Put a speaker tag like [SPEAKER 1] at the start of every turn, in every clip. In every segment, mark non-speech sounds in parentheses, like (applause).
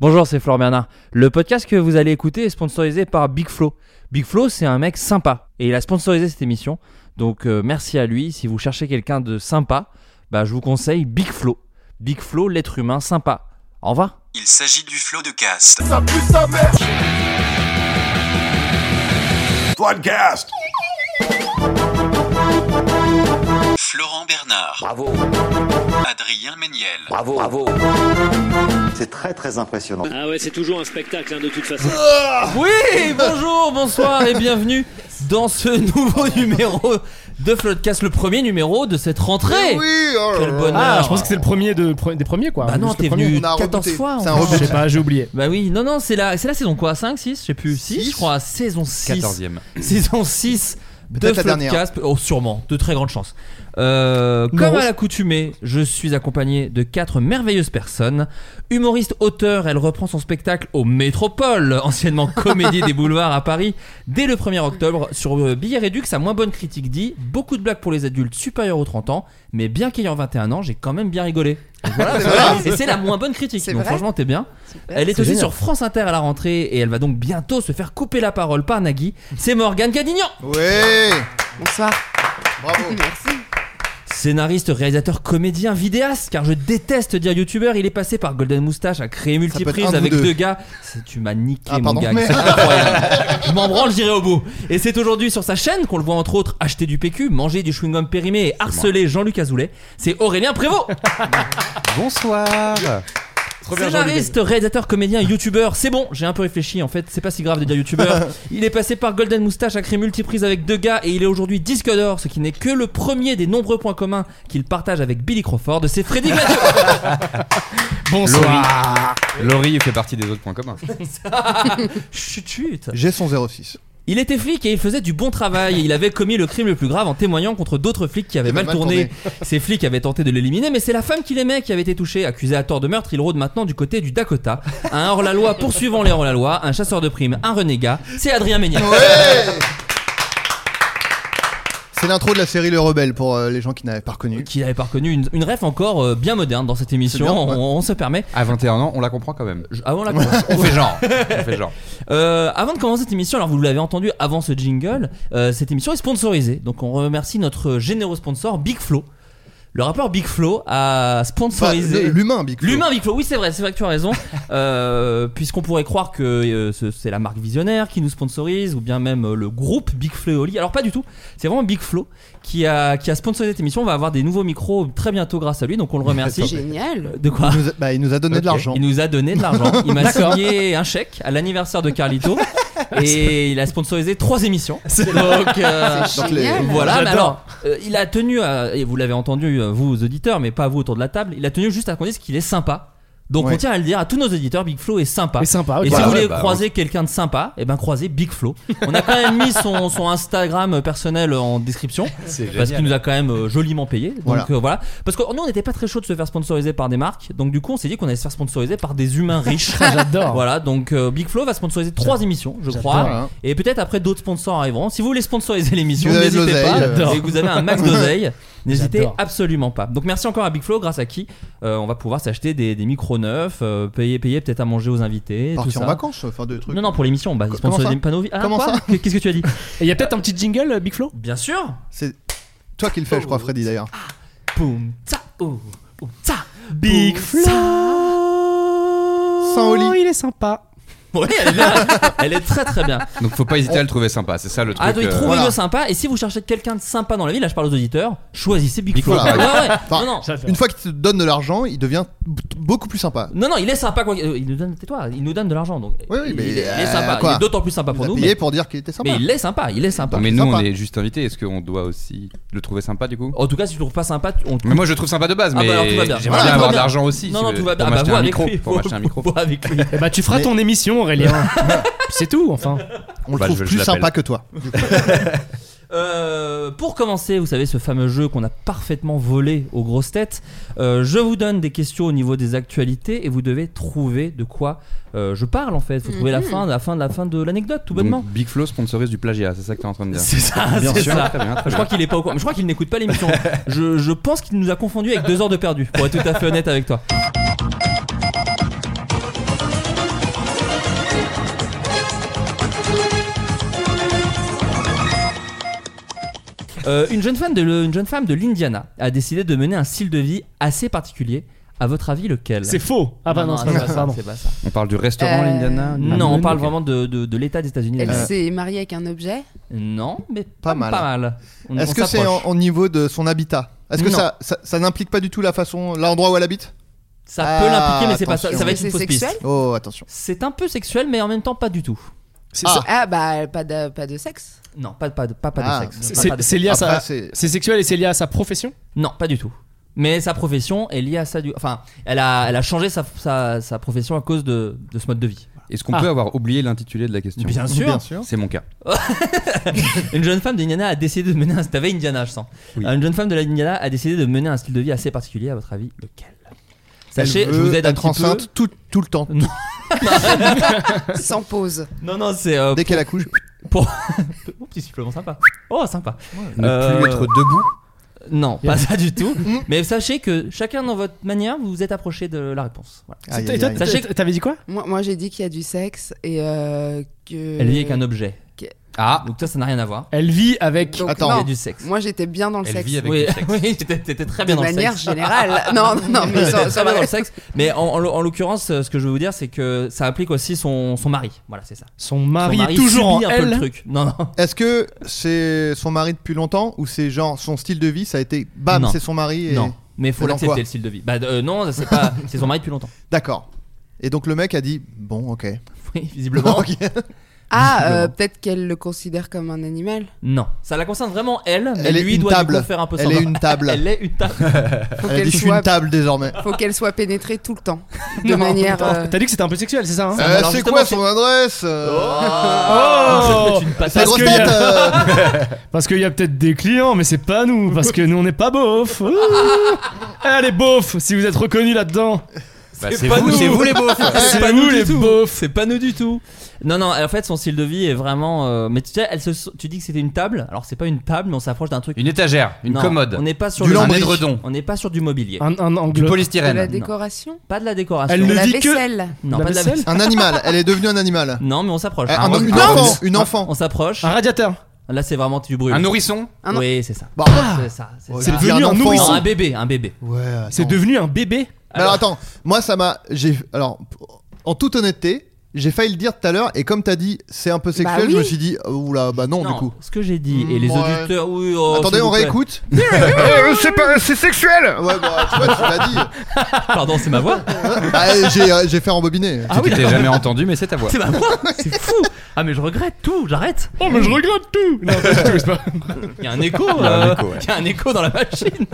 [SPEAKER 1] Bonjour, c'est Florent Bernard. Le podcast que vous allez écouter est sponsorisé par Big Flow. Big Flow, c'est un mec sympa et il a sponsorisé cette émission. Donc euh, merci à lui. Si vous cherchez quelqu'un de sympa, bah, je vous conseille Big Flow. Big Flow, l'être humain sympa. Au revoir.
[SPEAKER 2] Il s'agit du flot de cast.
[SPEAKER 3] Podcast.
[SPEAKER 2] Florent Bernard,
[SPEAKER 4] Bravo,
[SPEAKER 2] Adrien Méniel,
[SPEAKER 4] bravo, bravo.
[SPEAKER 3] C'est très très impressionnant.
[SPEAKER 5] Ah ouais, c'est toujours un spectacle hein, de toute façon.
[SPEAKER 6] Ah.
[SPEAKER 1] Oui, bonjour, bonsoir et bienvenue dans ce nouveau numéro de Floodcast, le premier numéro de cette rentrée.
[SPEAKER 6] Oui, oh là
[SPEAKER 1] Quel
[SPEAKER 6] là.
[SPEAKER 1] bonheur.
[SPEAKER 7] Ah, je pense que c'est le premier de, pre- des premiers quoi.
[SPEAKER 1] Bah non,
[SPEAKER 7] Juste le
[SPEAKER 1] t'es
[SPEAKER 7] premier.
[SPEAKER 1] venu
[SPEAKER 6] On a
[SPEAKER 1] 14
[SPEAKER 6] rebooté.
[SPEAKER 1] fois.
[SPEAKER 6] C'est un
[SPEAKER 1] encore.
[SPEAKER 7] Je sais pas, j'ai oublié.
[SPEAKER 1] Bah oui, non, non, c'est la, c'est la saison quoi 5, 6, je sais plus. 6,
[SPEAKER 6] Six.
[SPEAKER 1] je crois, saison 6.
[SPEAKER 8] 14e.
[SPEAKER 1] Saison 6 de
[SPEAKER 6] Peut-être la dernière.
[SPEAKER 1] Floodcast. Oh, sûrement, de très grandes chances. Euh,
[SPEAKER 7] Non.
[SPEAKER 1] comme à l'accoutumée, je suis accompagné de quatre merveilleuses personnes. Humoriste auteur, elle reprend son spectacle au Métropole, (laughs) anciennement Comédie des Boulevards à Paris, dès le 1er octobre. Sur euh, Billet Réduc, sa moins bonne critique dit Beaucoup de blagues pour les adultes supérieurs aux 30 ans, mais bien qu'ayant 21 ans, j'ai quand même bien rigolé. Et voilà,
[SPEAKER 6] C'est
[SPEAKER 1] voilà.
[SPEAKER 6] vrai
[SPEAKER 1] Et c'est la moins bonne critique.
[SPEAKER 6] C'est
[SPEAKER 1] Donc
[SPEAKER 6] vrai
[SPEAKER 1] franchement, t'es bien. Elle est,
[SPEAKER 7] C'est
[SPEAKER 1] aussi
[SPEAKER 7] génial.
[SPEAKER 1] sur France Inter à la rentrée et elle va donc bientôt se faire couper la parole par Nagui. C'est Morgane Cadignan,
[SPEAKER 6] Ouais.
[SPEAKER 8] Bonsoir.
[SPEAKER 6] Bravo.
[SPEAKER 1] scénariste, réalisateur, comédien, vidéaste. Car je déteste dire youtubeur, il est passé par Golden Moustache à créer
[SPEAKER 6] peut être
[SPEAKER 1] multiprise
[SPEAKER 6] un ou
[SPEAKER 1] avec
[SPEAKER 6] deux.
[SPEAKER 1] deux gars. C'est- Tu m'as niqué
[SPEAKER 6] Ah,
[SPEAKER 1] mon
[SPEAKER 6] pardon.
[SPEAKER 1] gars.
[SPEAKER 6] Mais-
[SPEAKER 1] C'est incroyable. je m'en branle, j'irai au bout. Et c'est aujourd'hui sur sa chaîne qu'on le voit entre autres acheter du PQ, manger du chewing gum périmé et harceler Jean-Luc Azoulay. C'est Aurélien Prévost,
[SPEAKER 8] Bonsoir.
[SPEAKER 1] scénariste, réalisateur, comédien, youtubeur. C'est bon, j'ai un peu réfléchi en fait, c'est pas si grave de dire youtubeur. Il est passé par Golden Moustache, a créé Multiprise avec deux gars et il est aujourd'hui disque d'or, ce qui n'est que le premier des nombreux points communs qu'il partage avec Billy Crawford. C'est Freddy Gladieux.
[SPEAKER 7] Bonsoir.
[SPEAKER 8] Laurie fait partie des autres points communs.
[SPEAKER 1] chut, chut.
[SPEAKER 6] J'ai son 06.
[SPEAKER 1] Il était flic et il faisait du bon travail. Il avait commis le crime le plus grave en témoignant contre d'autres flics qui avaient
[SPEAKER 6] Qui avaient
[SPEAKER 1] mal tourné. Ces flics avaient tenté de l'éliminer, mais c'est la femme qu'il aimait qui avait été touchée. Accusé à tort de meurtre, il rôde maintenant du côté du Dakota. Un hors-la-loi poursuivant les hors-la-loi, un chasseur de primes, un renégat. C'est Adrien Méniel.
[SPEAKER 6] Ouais. C'est l'intro de la série Le Rebelle pour euh, les gens qui n'avaient pas reconnu.
[SPEAKER 1] Qui n'avait pas reconnu une, une ref encore euh, bien moderne dans cette émission.
[SPEAKER 6] C'est bien, ouais.
[SPEAKER 1] on, on se permet.
[SPEAKER 8] À 21 ans, on la comprend quand même.
[SPEAKER 1] Je- ah,
[SPEAKER 8] (laughs)
[SPEAKER 1] on la commence.
[SPEAKER 8] On fait genre. On fait genre.
[SPEAKER 1] Euh, avant de commencer cette émission, alors vous l'avez entendu avant ce jingle, euh, cette émission est sponsorisée. Donc on remercie notre généreux sponsor Big Flow. Le rappeur Big Flow a
[SPEAKER 6] Enfin,
[SPEAKER 1] sponsorisé
[SPEAKER 6] Bah, le- L'humain, Big Flo.
[SPEAKER 1] l'humain Big Flow. Oui, c'est vrai, c'est vrai que tu as raison. Euh, Puisqu'on pourrait croire que euh, ce- c'est la marque visionnaire qui nous sponsorise ou bien même euh, le groupe Big Flow et Oli. Alors pas du tout. C'est vraiment Big Flow qui a qui a sponsorisé cette émission. On va avoir des nouveaux micros très bientôt grâce à lui. Donc on le remercie. Euh,
[SPEAKER 9] Génial.
[SPEAKER 1] De quoi
[SPEAKER 6] Il nous a, bah, il nous a donné
[SPEAKER 1] Ok.
[SPEAKER 6] de l'argent.
[SPEAKER 1] Il nous a donné de l'argent. Il m'a signé un chèque à l'anniversaire de Carlito et il a sponsorisé trois émissions. Donc euh,
[SPEAKER 6] Donc les-
[SPEAKER 9] Génial.
[SPEAKER 1] voilà. Mais
[SPEAKER 7] J'adore.
[SPEAKER 1] alors, euh, il a tenu, à- et vous l'avez entendu, euh, vous aux auditeurs, mais pas vous autour de la table. Il a tenu juste à qu'on dise qu'il est sympa. Donc
[SPEAKER 6] Ouais.
[SPEAKER 1] on tient à le dire à tous nos auditeurs, Big Flo est sympa.
[SPEAKER 7] Mais sympa. ok.
[SPEAKER 1] Et si
[SPEAKER 8] Voilà,
[SPEAKER 1] vous voulez
[SPEAKER 8] bah,
[SPEAKER 1] croiser quelqu'un de sympa, et ben croisez Big Flo. On a quand même mis son, son Instagram euh, personnel en description
[SPEAKER 8] C'est
[SPEAKER 1] parce qu'il nous a quand même euh, joliment payé. Donc
[SPEAKER 6] Voilà.
[SPEAKER 1] euh, voilà. Parce que nous on n'était pas très chaud de se faire sponsoriser par des marques, donc du coup on s'est dit qu'on allait se faire sponsoriser par des humains riches.
[SPEAKER 7] J'adore.
[SPEAKER 1] Voilà, donc euh, Big Flo va sponsoriser trois émissions, je crois,
[SPEAKER 6] Voilà, hein.
[SPEAKER 1] et peut-être après d'autres sponsors arriveront. Si vous voulez sponsoriser l'émission,
[SPEAKER 6] Si vous avez de
[SPEAKER 1] n'hésitez
[SPEAKER 6] l'oseille,
[SPEAKER 1] pas,
[SPEAKER 6] euh.
[SPEAKER 7] J'adore.
[SPEAKER 1] et que vous avez un max d'oseille, n'hésitez
[SPEAKER 7] J'adore.
[SPEAKER 1] absolument pas. Donc merci encore à Big Flo, grâce à qui euh, on va pouvoir s'acheter des, des micros neufs, euh, payer, payer peut-être à manger aux invités, tout
[SPEAKER 6] Partir en
[SPEAKER 1] ça.
[SPEAKER 6] vacances, enfin de trucs.
[SPEAKER 1] Non, non, pour l'émission, bah, ils
[SPEAKER 6] Comment
[SPEAKER 1] sponsorisent
[SPEAKER 6] ça
[SPEAKER 1] des panneaux. vi- Ah,
[SPEAKER 6] Comment
[SPEAKER 1] quoi
[SPEAKER 6] ça
[SPEAKER 1] Qu'est-ce que tu as
[SPEAKER 6] (laughs)
[SPEAKER 1] dit
[SPEAKER 7] Et il y a peut-être un petit jingle euh, Big Flow
[SPEAKER 1] Bien sûr Ah
[SPEAKER 6] C'est toi qui le fais, je crois, Freddy d'ailleurs.
[SPEAKER 1] Poum, tsa, oh, oh, tsa,
[SPEAKER 7] Big
[SPEAKER 1] Pour
[SPEAKER 7] Flo
[SPEAKER 6] Sans Oh,
[SPEAKER 4] Oh,
[SPEAKER 6] Oli.
[SPEAKER 7] Il est sympa.
[SPEAKER 1] Ouais, elle est bien. Elle est très très bien.
[SPEAKER 8] Donc faut pas hésiter à le trouver sympa, c'est ça le truc.
[SPEAKER 1] Ah, donc,
[SPEAKER 8] euh,
[SPEAKER 1] trouvez-le
[SPEAKER 6] voilà.
[SPEAKER 1] sympa. Et si vous cherchez quelqu'un de sympa dans la vie, là je parle aux auditeurs, choisissez Big
[SPEAKER 8] Big
[SPEAKER 1] Flo.
[SPEAKER 8] Flo,
[SPEAKER 1] Ouais,
[SPEAKER 8] par
[SPEAKER 1] ouais.
[SPEAKER 6] bah Enfin,
[SPEAKER 1] non, non.
[SPEAKER 7] Ça, c'est
[SPEAKER 6] Une fois qu'il te donne de l'argent, il devient b- beaucoup plus sympa.
[SPEAKER 1] Non, non, il est sympa. Quoi. Euh, Il nous donne, tais-toi, il nous donne de l'argent. Donc,
[SPEAKER 6] Oui, oui,
[SPEAKER 1] il,
[SPEAKER 6] mais,
[SPEAKER 1] il est
[SPEAKER 6] euh,
[SPEAKER 1] sympa.
[SPEAKER 6] quoi
[SPEAKER 1] il est d'autant plus sympa pour
[SPEAKER 6] Il a
[SPEAKER 1] nous.
[SPEAKER 6] payé
[SPEAKER 1] Mais,
[SPEAKER 6] pour dire qu'il était sympa.
[SPEAKER 1] mais il est sympa. Il est sympa.
[SPEAKER 8] Mais nous, on
[SPEAKER 6] Sympa.
[SPEAKER 8] est juste invités. Est-ce qu'on doit aussi le trouver sympa du coup
[SPEAKER 1] En tout cas, si tu trouves pas sympa, tu- on te
[SPEAKER 8] Mais moi, je le trouve sympa de base,
[SPEAKER 1] Ah,
[SPEAKER 8] mais
[SPEAKER 1] bah, alors, tout va bien.
[SPEAKER 8] j'aimerais
[SPEAKER 1] Voilà,
[SPEAKER 8] bien
[SPEAKER 1] tout va
[SPEAKER 8] avoir de
[SPEAKER 1] bien.
[SPEAKER 8] l'argent aussi.
[SPEAKER 1] Non,
[SPEAKER 8] si
[SPEAKER 1] non,
[SPEAKER 8] tu
[SPEAKER 1] tout
[SPEAKER 8] veux,
[SPEAKER 1] va bien.
[SPEAKER 8] Pour
[SPEAKER 1] Ah, bah,
[SPEAKER 8] m'acheter
[SPEAKER 1] vois
[SPEAKER 8] un
[SPEAKER 1] avec
[SPEAKER 8] micro.
[SPEAKER 1] lui. (laughs)
[SPEAKER 8] Pour m'acheter un micro.
[SPEAKER 1] Vois avec lui.
[SPEAKER 7] Eh bah, tu feras
[SPEAKER 6] Mais-
[SPEAKER 7] ton émission, Aurélien. C'est tout, enfin.
[SPEAKER 6] On le
[SPEAKER 8] Bah,
[SPEAKER 6] trouve
[SPEAKER 8] je- je
[SPEAKER 6] plus
[SPEAKER 8] l'appelle.
[SPEAKER 6] sympa que toi.
[SPEAKER 1] Euh, pour commencer, vous savez, ce fameux jeu qu'on a parfaitement volé aux grosses têtes, euh, je vous donne des questions au niveau des actualités et vous devez trouver de quoi euh, je parle en fait. Faut trouver la fin, la fin, de la fin de l'anecdote, tout bonnement.
[SPEAKER 8] Donc, Big Flo sponsorise du plagiat, c'est ça que t'es en train de dire.
[SPEAKER 1] C'est ça,
[SPEAKER 8] Bien
[SPEAKER 1] c'est
[SPEAKER 8] sûr.
[SPEAKER 1] ça.
[SPEAKER 8] Très bien, très
[SPEAKER 1] Je crois qu'il est pas au courant. Mais Je crois qu'il n'écoute pas l'émission. Je, je pense qu'il nous a confondu avec deux heures de perdu. Pour être tout à fait honnête avec toi. Euh, une jeune femme de le- une jeune femme de l'Indiana a décidé de mener un style de vie assez particulier. À votre avis, lequel
[SPEAKER 7] C'est faux. Ah bah non, c'est pas ça, pardon.
[SPEAKER 1] c'est pas ça.
[SPEAKER 8] On parle du restaurant,
[SPEAKER 4] Euh,
[SPEAKER 8] l'Indiana du-
[SPEAKER 1] Non, on parle
[SPEAKER 8] Ok.
[SPEAKER 1] vraiment de, de- de l'État des États-Unis.
[SPEAKER 4] Elle
[SPEAKER 1] Euh,
[SPEAKER 4] s'est mariée avec un objet.
[SPEAKER 1] Non, mais
[SPEAKER 6] Pas mal.
[SPEAKER 1] Pas mal. On- on
[SPEAKER 6] Est-ce que c'est
[SPEAKER 1] s'approche.
[SPEAKER 6] en- au niveau de son habitat Est-ce que
[SPEAKER 1] Non.
[SPEAKER 6] ça, ça, ça n'implique pas du tout la façon, l'endroit où elle habite
[SPEAKER 1] Ça peut
[SPEAKER 6] Ah,
[SPEAKER 1] l'impliquer, mais c'est pas ça.
[SPEAKER 6] attention.
[SPEAKER 1] Ça va être
[SPEAKER 4] C'est
[SPEAKER 1] une fausse piste.
[SPEAKER 4] sexuel
[SPEAKER 6] Oh, attention.
[SPEAKER 1] C'est un peu sexuel, mais en même temps pas du tout.
[SPEAKER 7] C'est-
[SPEAKER 6] Ah.
[SPEAKER 4] Ah bah pas de, pas de sexe.
[SPEAKER 1] Non, pas, pas, de- pas, pas
[SPEAKER 6] Ah.
[SPEAKER 1] de sexe.
[SPEAKER 7] c'est-
[SPEAKER 1] Pas- pas
[SPEAKER 7] C'est
[SPEAKER 1] de-
[SPEAKER 7] c'est lié à
[SPEAKER 6] Après,
[SPEAKER 7] sa.
[SPEAKER 6] c'est-
[SPEAKER 7] C'est sexuel et c'est lié à sa profession
[SPEAKER 1] Non, pas du tout. Mais sa profession est liée à ça. Du... Enfin, elle a, elle a changé sa, sa, sa profession à cause de, de ce mode de vie.
[SPEAKER 8] Est-ce qu'on
[SPEAKER 7] Ah.
[SPEAKER 8] peut avoir oublié l'intitulé de la question
[SPEAKER 1] Bien sûr.
[SPEAKER 6] Bien sûr.
[SPEAKER 8] C'est mon cas.
[SPEAKER 1] Une jeune femme d'Indiana a décidé de mener un. T'avais Indiana, je sens.
[SPEAKER 8] Oui.
[SPEAKER 1] Une jeune femme de l'Indiana a décidé de mener un style de vie assez particulier, à votre avis, lequel Sachez,
[SPEAKER 6] Elle
[SPEAKER 1] je
[SPEAKER 6] veut
[SPEAKER 1] vous aide un
[SPEAKER 6] être
[SPEAKER 1] petit
[SPEAKER 6] enceinte tout, tout le temps.
[SPEAKER 4] Sans pause.
[SPEAKER 1] peu. Non, non, c'est. euh,
[SPEAKER 6] Dès qu'elle accouche.
[SPEAKER 1] pour... Oh, petit sifflement sympa. Oh, sympa.
[SPEAKER 8] Ne
[SPEAKER 1] Euh,
[SPEAKER 8] plus être debout.
[SPEAKER 1] Non, pas ça du tout. (laughs) Mais sachez que chacun dans votre manière, vous vous êtes approché de la réponse. Voilà.
[SPEAKER 6] Aïe,
[SPEAKER 7] Et
[SPEAKER 6] aïe,
[SPEAKER 7] toi,
[SPEAKER 6] aïe.
[SPEAKER 7] Sachez que- T'avais dit quoi
[SPEAKER 4] Moi, moi j'ai dit qu'il y a du sexe et euh, que.
[SPEAKER 1] Elle vit avec un objet.
[SPEAKER 8] Ah,
[SPEAKER 1] Donc ça, ça n'a rien à voir.
[SPEAKER 7] Elle vit avec.
[SPEAKER 4] Donc,
[SPEAKER 6] Attends.
[SPEAKER 4] non.
[SPEAKER 1] Il y a du sexe.
[SPEAKER 4] Moi j'étais bien dans le
[SPEAKER 8] Elle
[SPEAKER 4] sexe.
[SPEAKER 8] vit avec
[SPEAKER 1] oui,
[SPEAKER 8] du sexe.
[SPEAKER 1] (laughs) oui, t'étais t'étais très
[SPEAKER 4] de
[SPEAKER 1] bien dans le
[SPEAKER 4] manière
[SPEAKER 1] sexe. (laughs)
[SPEAKER 4] générale. Non, non, non, mais
[SPEAKER 1] T'étais
[SPEAKER 4] ça,
[SPEAKER 1] très bien dans le sexe. Mais en, en l'o- en l'occurrence, euh, ce que je veux vous dire, c'est que ça applique aussi son, son mari. Voilà, c'est ça.
[SPEAKER 7] Son
[SPEAKER 1] Son
[SPEAKER 7] mari, est toujours en
[SPEAKER 1] subit un peu le
[SPEAKER 7] elle.
[SPEAKER 1] truc. Non, non.
[SPEAKER 6] Est-ce que c'est son mari depuis longtemps ou c'est genre son style de vie ça a été bam
[SPEAKER 1] Non.
[SPEAKER 6] c'est son mari et...
[SPEAKER 1] Non. Mais faut
[SPEAKER 6] Et dans quoi
[SPEAKER 1] l'accepter le style de vie. Bah euh, non, c'est pas. (laughs) c'est son mari depuis longtemps.
[SPEAKER 6] D'accord. Et donc le mec a dit bon ok. (laughs)
[SPEAKER 1] Oui,
[SPEAKER 4] (laughs)
[SPEAKER 1] visiblement. (laughs)
[SPEAKER 6] Ok.
[SPEAKER 4] Ah, euh, peut-être qu'elle le considère comme un animal.
[SPEAKER 1] Non. Ça la concerne vraiment elle, mais
[SPEAKER 6] Elle est
[SPEAKER 1] lui
[SPEAKER 6] une
[SPEAKER 1] doit
[SPEAKER 6] table.
[SPEAKER 1] du coup faire un peu
[SPEAKER 6] Elle
[SPEAKER 1] semblant.
[SPEAKER 6] est une table.
[SPEAKER 1] (laughs) Elle est une table.
[SPEAKER 4] Faut
[SPEAKER 6] Elle a
[SPEAKER 4] qu'elle
[SPEAKER 6] dit je suis
[SPEAKER 4] soit,
[SPEAKER 6] une table désormais.
[SPEAKER 4] faut qu'elle soit pénétrée tout le temps, de
[SPEAKER 1] Non,
[SPEAKER 4] manière.
[SPEAKER 1] tout le temps.
[SPEAKER 4] euh,
[SPEAKER 7] T'as dit que c'était un peu sexuel, c'est ça hein
[SPEAKER 6] Euh,
[SPEAKER 1] Alors,
[SPEAKER 6] c'est
[SPEAKER 1] justement,
[SPEAKER 6] quoi
[SPEAKER 1] c'est-
[SPEAKER 6] son adresse euh,
[SPEAKER 7] Oh
[SPEAKER 1] C'est une patate.
[SPEAKER 6] Sa
[SPEAKER 7] parce
[SPEAKER 6] grosse
[SPEAKER 7] que-
[SPEAKER 6] tête euh,
[SPEAKER 7] Parce qu'il y a peut-être des clients, mais c'est pas nous, parce que nous on n'est pas beauf. (laughs) Ouh. Allez beauf, si vous êtes reconnus là-dedans.
[SPEAKER 8] bah,
[SPEAKER 1] c'est
[SPEAKER 8] c'est
[SPEAKER 1] pas
[SPEAKER 8] vous,
[SPEAKER 1] nous.
[SPEAKER 8] c'est vous les beaufs.
[SPEAKER 7] C'est
[SPEAKER 1] C'est pas
[SPEAKER 7] nous
[SPEAKER 1] nous
[SPEAKER 7] les
[SPEAKER 1] du tout.
[SPEAKER 7] beaufs.
[SPEAKER 1] C'est pas nous du tout. Non, non, en fait, son style de vie est vraiment. euh, mais tu sais, elle se, tu dis que c'était une table. Alors, c'est pas une table, mais on s'approche d'un truc.
[SPEAKER 8] Une étagère, une
[SPEAKER 1] Non,
[SPEAKER 8] commode,
[SPEAKER 1] On n'est pas sur
[SPEAKER 6] Du
[SPEAKER 1] le-
[SPEAKER 8] un
[SPEAKER 6] lambris.
[SPEAKER 8] édredon,
[SPEAKER 1] On n'est pas sur du mobilier.
[SPEAKER 7] Un, un
[SPEAKER 8] du
[SPEAKER 7] angle.
[SPEAKER 4] de la
[SPEAKER 8] polystyrène.
[SPEAKER 4] décoration,
[SPEAKER 1] Pas de la décoration.
[SPEAKER 7] Ah. Elle
[SPEAKER 4] de
[SPEAKER 7] ne
[SPEAKER 4] la
[SPEAKER 7] dit que-
[SPEAKER 4] vaisselle.
[SPEAKER 1] Non,
[SPEAKER 7] la
[SPEAKER 1] pas de la
[SPEAKER 7] vaisselle
[SPEAKER 1] vaisselle.
[SPEAKER 6] Un animal. Elle est devenue un animal.
[SPEAKER 1] Non, mais on s'approche.
[SPEAKER 6] Eh,
[SPEAKER 1] Hein,
[SPEAKER 6] un-
[SPEAKER 1] on-
[SPEAKER 6] une
[SPEAKER 1] on-
[SPEAKER 6] enfant. Une
[SPEAKER 1] On
[SPEAKER 6] enfant.
[SPEAKER 1] s'approche.
[SPEAKER 7] Un radiateur.
[SPEAKER 1] Là, c'est vraiment du bruit.
[SPEAKER 8] Un nourrisson
[SPEAKER 4] Un an-
[SPEAKER 1] Oui, c'est ça.
[SPEAKER 6] Bah,
[SPEAKER 1] C'est ça. C'est
[SPEAKER 6] ouais,
[SPEAKER 1] ça.
[SPEAKER 6] dire
[SPEAKER 7] devenu un
[SPEAKER 6] enfant.
[SPEAKER 7] nourrisson.
[SPEAKER 1] Non, un bébé, un bébé.
[SPEAKER 6] Ouais. attends.
[SPEAKER 7] C'est devenu un bébé.
[SPEAKER 6] Mais Alors, attends, moi ça m'a. J'ai. Alors, en toute honnêteté, j'ai failli le dire tout à l'heure, et comme t'as dit, c'est un peu sexuel,
[SPEAKER 4] Bah oui.
[SPEAKER 6] je me suis dit, euh, oula, bah non, du coup.
[SPEAKER 1] ce que j'ai dit et les
[SPEAKER 6] Ouais.
[SPEAKER 1] auditeurs. Oui, oh,
[SPEAKER 6] Attendez,
[SPEAKER 1] s'il
[SPEAKER 6] on
[SPEAKER 1] vous plaît.
[SPEAKER 4] (laughs)
[SPEAKER 6] réécoute. Euh, c'est pas- c'est sexuel. Ouais, bah, tu vois, tu l'as dit.
[SPEAKER 1] Pardon, c'est ma voix.
[SPEAKER 6] Bah, j'ai, euh, j'ai fait rembobiner.
[SPEAKER 8] Tu t'es jamais entendu, mais c'est ta voix.
[SPEAKER 1] Ah C'est ma
[SPEAKER 6] (laughs)
[SPEAKER 1] voix. C'est fou. Ah, mais je regrette tout. J'arrête.
[SPEAKER 7] Oh mais je regrette tout. Non, pas du tout, c'est pas-
[SPEAKER 1] Il y a un écho.
[SPEAKER 8] Il y a un
[SPEAKER 1] euh,
[SPEAKER 8] écho, ouais.
[SPEAKER 1] Il y a un écho dans la machine.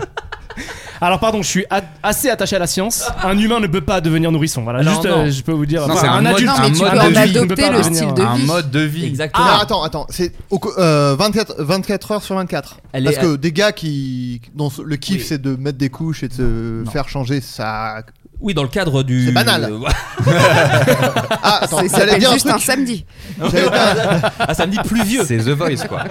[SPEAKER 7] Alors pardon, je suis a- assez attaché à la science. Un humain ne peut pas devenir nourrisson. Voilà,
[SPEAKER 1] Alors,
[SPEAKER 7] juste
[SPEAKER 1] non.
[SPEAKER 7] euh, je peux vous dire.
[SPEAKER 8] Non,
[SPEAKER 7] enfin,
[SPEAKER 8] c'est un mode-
[SPEAKER 7] adulte,
[SPEAKER 8] un
[SPEAKER 7] mais tu
[SPEAKER 8] mode
[SPEAKER 7] peux
[SPEAKER 8] de
[SPEAKER 7] en
[SPEAKER 8] vie.
[SPEAKER 7] adopter
[SPEAKER 4] On peut pas
[SPEAKER 7] le
[SPEAKER 4] devenir
[SPEAKER 7] style
[SPEAKER 4] de
[SPEAKER 8] un
[SPEAKER 4] vie.
[SPEAKER 8] mode de vie.
[SPEAKER 1] Exactement.
[SPEAKER 6] Ah, attends, attends, c'est au co- euh, 24, 24 heures sur 24.
[SPEAKER 1] Elle
[SPEAKER 6] Parce
[SPEAKER 1] est-
[SPEAKER 6] que des gars qui. dont le kiff
[SPEAKER 1] Oui.
[SPEAKER 6] c'est de mettre des couches et de se
[SPEAKER 1] Non.
[SPEAKER 6] faire changer, ça.
[SPEAKER 1] Oui, dans le cadre du.
[SPEAKER 6] C'est banal.
[SPEAKER 1] Euh,
[SPEAKER 6] Ah, attends,
[SPEAKER 4] C'est- Ça
[SPEAKER 6] j'allais
[SPEAKER 4] s'appelle
[SPEAKER 6] dire, un
[SPEAKER 4] juste
[SPEAKER 6] truc,
[SPEAKER 4] un samedi.
[SPEAKER 6] j'allais, dire,
[SPEAKER 1] Ah, ça me dit pluvieux.
[SPEAKER 8] C'est The Voice quoi.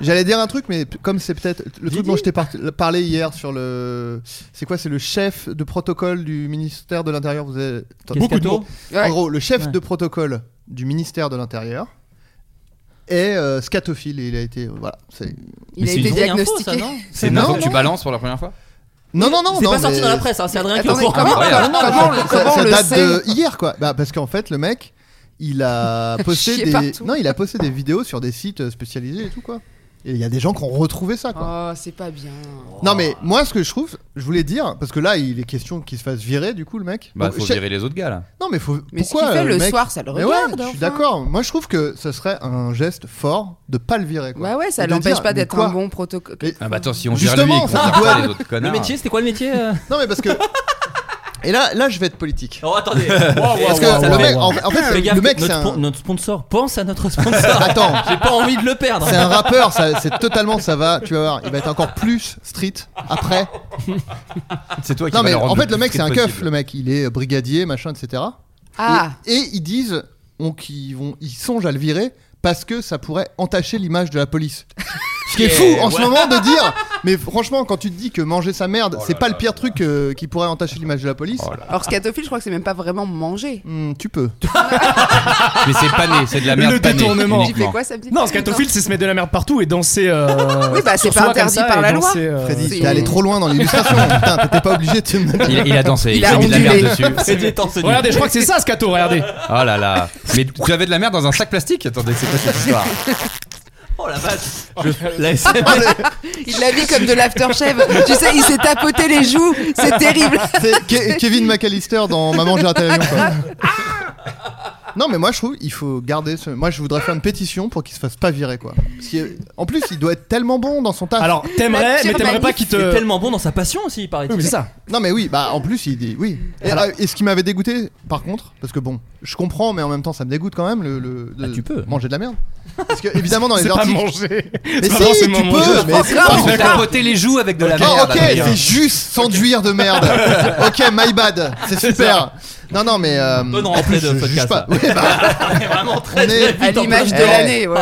[SPEAKER 6] j'allais dire un truc, mais p- comme c'est peut-être le
[SPEAKER 1] Dis,
[SPEAKER 6] truc dont
[SPEAKER 1] dis.
[SPEAKER 6] je t'ai par- parlé hier sur le. C'est quoi C'est le chef de protocole du ministère de l'Intérieur. Vous avez...
[SPEAKER 1] Beaucoup de mots.
[SPEAKER 4] Ouais.
[SPEAKER 6] En gros, le chef
[SPEAKER 1] Ouais.
[SPEAKER 6] de protocole du ministère de l'Intérieur est euh, scatophile et il a été. Voilà. c'est-
[SPEAKER 4] Il
[SPEAKER 1] Mais
[SPEAKER 4] a
[SPEAKER 1] c'est
[SPEAKER 4] été
[SPEAKER 1] une vraie info,
[SPEAKER 4] diagnostiqué.
[SPEAKER 1] ça, non
[SPEAKER 8] C'est une
[SPEAKER 6] Non,
[SPEAKER 8] info que tu
[SPEAKER 6] non.
[SPEAKER 8] balances pour la première fois
[SPEAKER 6] Non, non, non,
[SPEAKER 1] C'est
[SPEAKER 6] non,
[SPEAKER 1] pas sorti
[SPEAKER 6] mais-
[SPEAKER 1] dans la presse, hein, c'est Adrien qui le
[SPEAKER 4] Attendez,
[SPEAKER 1] prend.
[SPEAKER 4] comment-
[SPEAKER 6] Incroyable.
[SPEAKER 4] comment- comment le-
[SPEAKER 6] ça,
[SPEAKER 4] comment
[SPEAKER 6] ça
[SPEAKER 4] le
[SPEAKER 6] date
[SPEAKER 4] sait
[SPEAKER 6] de hier quoi. Bah, parce qu'en fait le mec il a posté
[SPEAKER 4] Chier
[SPEAKER 6] des
[SPEAKER 4] partout.
[SPEAKER 6] non il a posté des vidéos sur des sites euh, spécialisés et tout quoi. Et il y a des gens qui ont retrouvé ça quoi.
[SPEAKER 4] Oh, c'est pas bien.
[SPEAKER 6] Non
[SPEAKER 8] Oh.
[SPEAKER 6] mais moi ce que je trouve, je voulais dire parce que là il est question qu'il se fasse virer du coup le mec.
[SPEAKER 8] Bah,
[SPEAKER 6] Donc,
[SPEAKER 8] faut
[SPEAKER 6] je-
[SPEAKER 8] virer les autres gars là.
[SPEAKER 6] Non mais faut
[SPEAKER 4] Mais ce
[SPEAKER 6] pourquoi
[SPEAKER 4] qu'il fait
[SPEAKER 6] euh,
[SPEAKER 4] le
[SPEAKER 6] mec-
[SPEAKER 4] soir, ça le
[SPEAKER 6] Mais
[SPEAKER 4] regarde,
[SPEAKER 6] ouais, je suis
[SPEAKER 4] enfin.
[SPEAKER 6] d'accord. Moi je trouve que ce serait un geste fort de pas le virer quoi.
[SPEAKER 4] Bah ouais,
[SPEAKER 6] Et
[SPEAKER 4] ça
[SPEAKER 6] de
[SPEAKER 4] l'empêche
[SPEAKER 6] dire,
[SPEAKER 4] pas
[SPEAKER 6] mais
[SPEAKER 4] d'être
[SPEAKER 6] quoi
[SPEAKER 4] un bon protocole.
[SPEAKER 6] Mais-
[SPEAKER 8] Ah bah attends, si on
[SPEAKER 6] Justement,
[SPEAKER 8] vire lui et qu'on
[SPEAKER 6] ça
[SPEAKER 8] vire
[SPEAKER 6] doit-
[SPEAKER 8] pas les autres
[SPEAKER 1] Le
[SPEAKER 8] connards.
[SPEAKER 1] métier, c'était quoi le métier euh
[SPEAKER 6] Non mais parce que (laughs) Et là là je vais être politique.
[SPEAKER 1] Oh, attendez.
[SPEAKER 6] Parce que le mec, en, en fait,
[SPEAKER 1] Fais
[SPEAKER 6] c'est-
[SPEAKER 1] gaffe,
[SPEAKER 6] le mec, c'est
[SPEAKER 1] notre,
[SPEAKER 6] un,
[SPEAKER 1] spon- notre sponsor pense à notre sponsor.
[SPEAKER 6] (laughs) Attends.
[SPEAKER 1] j'ai pas envie de le perdre.
[SPEAKER 6] c'est un rappeur, ça- c'est totalement, ça va, tu vas voir, il va être encore plus street après.
[SPEAKER 8] C'est toi qui
[SPEAKER 6] Non
[SPEAKER 8] vas
[SPEAKER 6] mais
[SPEAKER 8] leur rendre
[SPEAKER 6] en fait, bah le mec, c'est
[SPEAKER 8] plus
[SPEAKER 6] un
[SPEAKER 8] possible.
[SPEAKER 6] keuf, le mec, il est euh, brigadier, machin, etc.
[SPEAKER 4] Ah,
[SPEAKER 6] Et, et ils disent, on, qu'ils vont, ils songent à le virer parce que ça pourrait entacher l'image de la police. Ce qui est fou en ce moment de dire, mais franchement, quand tu te dis que manger sa merde, c'est pas le pire truc euh, qui pourrait entacher l'image de la police.
[SPEAKER 4] alors scatophile, je crois que c'est même pas vraiment manger.
[SPEAKER 6] hmm, Oh tu peux.
[SPEAKER 8] Mais c'est pané, c'est de la merde.
[SPEAKER 7] Le
[SPEAKER 8] panée,
[SPEAKER 7] détournement.
[SPEAKER 4] Tu fais
[SPEAKER 8] uniquement.
[SPEAKER 4] quoi samedi
[SPEAKER 7] Non, scatophile, c'est se mettre de la merde partout et danser. euh,
[SPEAKER 4] (laughs) Oui, bah, c'est
[SPEAKER 7] sur
[SPEAKER 4] pas
[SPEAKER 7] soi
[SPEAKER 4] interdit
[SPEAKER 7] comme ça
[SPEAKER 4] par
[SPEAKER 7] et
[SPEAKER 4] la loi.
[SPEAKER 7] danser, euh,
[SPEAKER 6] Freddy,
[SPEAKER 4] c'est-
[SPEAKER 6] t'es allé trop loin dans (laughs) l'illustration. Putain, t'étais pas obligé de te mettre.
[SPEAKER 8] Il, il a dansé, il,
[SPEAKER 4] Il
[SPEAKER 8] a,
[SPEAKER 4] a
[SPEAKER 8] mis de la merde
[SPEAKER 4] ondulé. (laughs)
[SPEAKER 8] dessus.
[SPEAKER 1] C'est du temps, c'est du-
[SPEAKER 7] Regardez, je crois que c'est ça, scato. Regardez.
[SPEAKER 8] Oh là là. (laughs) Mais tu avais de la merde dans un sac plastique Attendez, c'est quoi cette histoire
[SPEAKER 1] Oh la vache.
[SPEAKER 8] (laughs)
[SPEAKER 1] Je- la SM
[SPEAKER 4] Il l'a vu comme de l'aftershave. tu sais, il s'est tapoté les joues. C'est terrible.
[SPEAKER 6] C'est Ke- Kevin McAllister dans Maman j'ai raté l'avion quoi. Non mais moi je trouve il faut garder ce moi je voudrais faire une pétition pour qu'il se fasse pas virer quoi. Parce que, en plus il doit être tellement bon dans son taf.
[SPEAKER 7] Alors,
[SPEAKER 4] La
[SPEAKER 7] t'aimerais, mais
[SPEAKER 4] pire
[SPEAKER 7] t'aimerais pas
[SPEAKER 4] manif
[SPEAKER 7] qu'il
[SPEAKER 1] Il est
[SPEAKER 7] (laughs) te.
[SPEAKER 1] tellement bon dans sa passion aussi,
[SPEAKER 7] Oui,
[SPEAKER 1] paraît-il.
[SPEAKER 7] mais
[SPEAKER 1] (laughs)
[SPEAKER 7] c'est ça.
[SPEAKER 6] non mais oui, bah en plus il dit oui. Et,
[SPEAKER 7] Alors-
[SPEAKER 6] euh, et ce qui m'avait dégoûté par contre parce que bon, je comprends mais en même temps ça me dégoûte quand même le, le- de
[SPEAKER 1] Ah, tu peux.
[SPEAKER 6] manger de la merde. Parce que évidemment dans les
[SPEAKER 7] C'est pas
[SPEAKER 6] articles
[SPEAKER 7] manger.
[SPEAKER 6] Mais
[SPEAKER 7] C'est pas
[SPEAKER 6] si, tu
[SPEAKER 7] forcément manger.
[SPEAKER 6] peux, mais c'est
[SPEAKER 8] Il
[SPEAKER 6] pas-
[SPEAKER 8] s'est tapoté Ah, les joues avec de la
[SPEAKER 6] Ah,
[SPEAKER 8] merde.
[SPEAKER 6] ok,
[SPEAKER 8] Adrien.
[SPEAKER 6] c'est juste s'enduire de merde. ok, my bad, c'est super. Non, non, mais. Euh,
[SPEAKER 1] Bonne
[SPEAKER 6] en
[SPEAKER 1] rentrée
[SPEAKER 6] plus,
[SPEAKER 1] de
[SPEAKER 6] je
[SPEAKER 1] podcast,
[SPEAKER 6] juge pas.
[SPEAKER 1] ça.
[SPEAKER 6] Ouais, bah,
[SPEAKER 1] vraiment
[SPEAKER 6] on,
[SPEAKER 1] très
[SPEAKER 6] est-
[SPEAKER 4] (laughs) À l'image
[SPEAKER 7] Eh,
[SPEAKER 4] de l'année. ouais.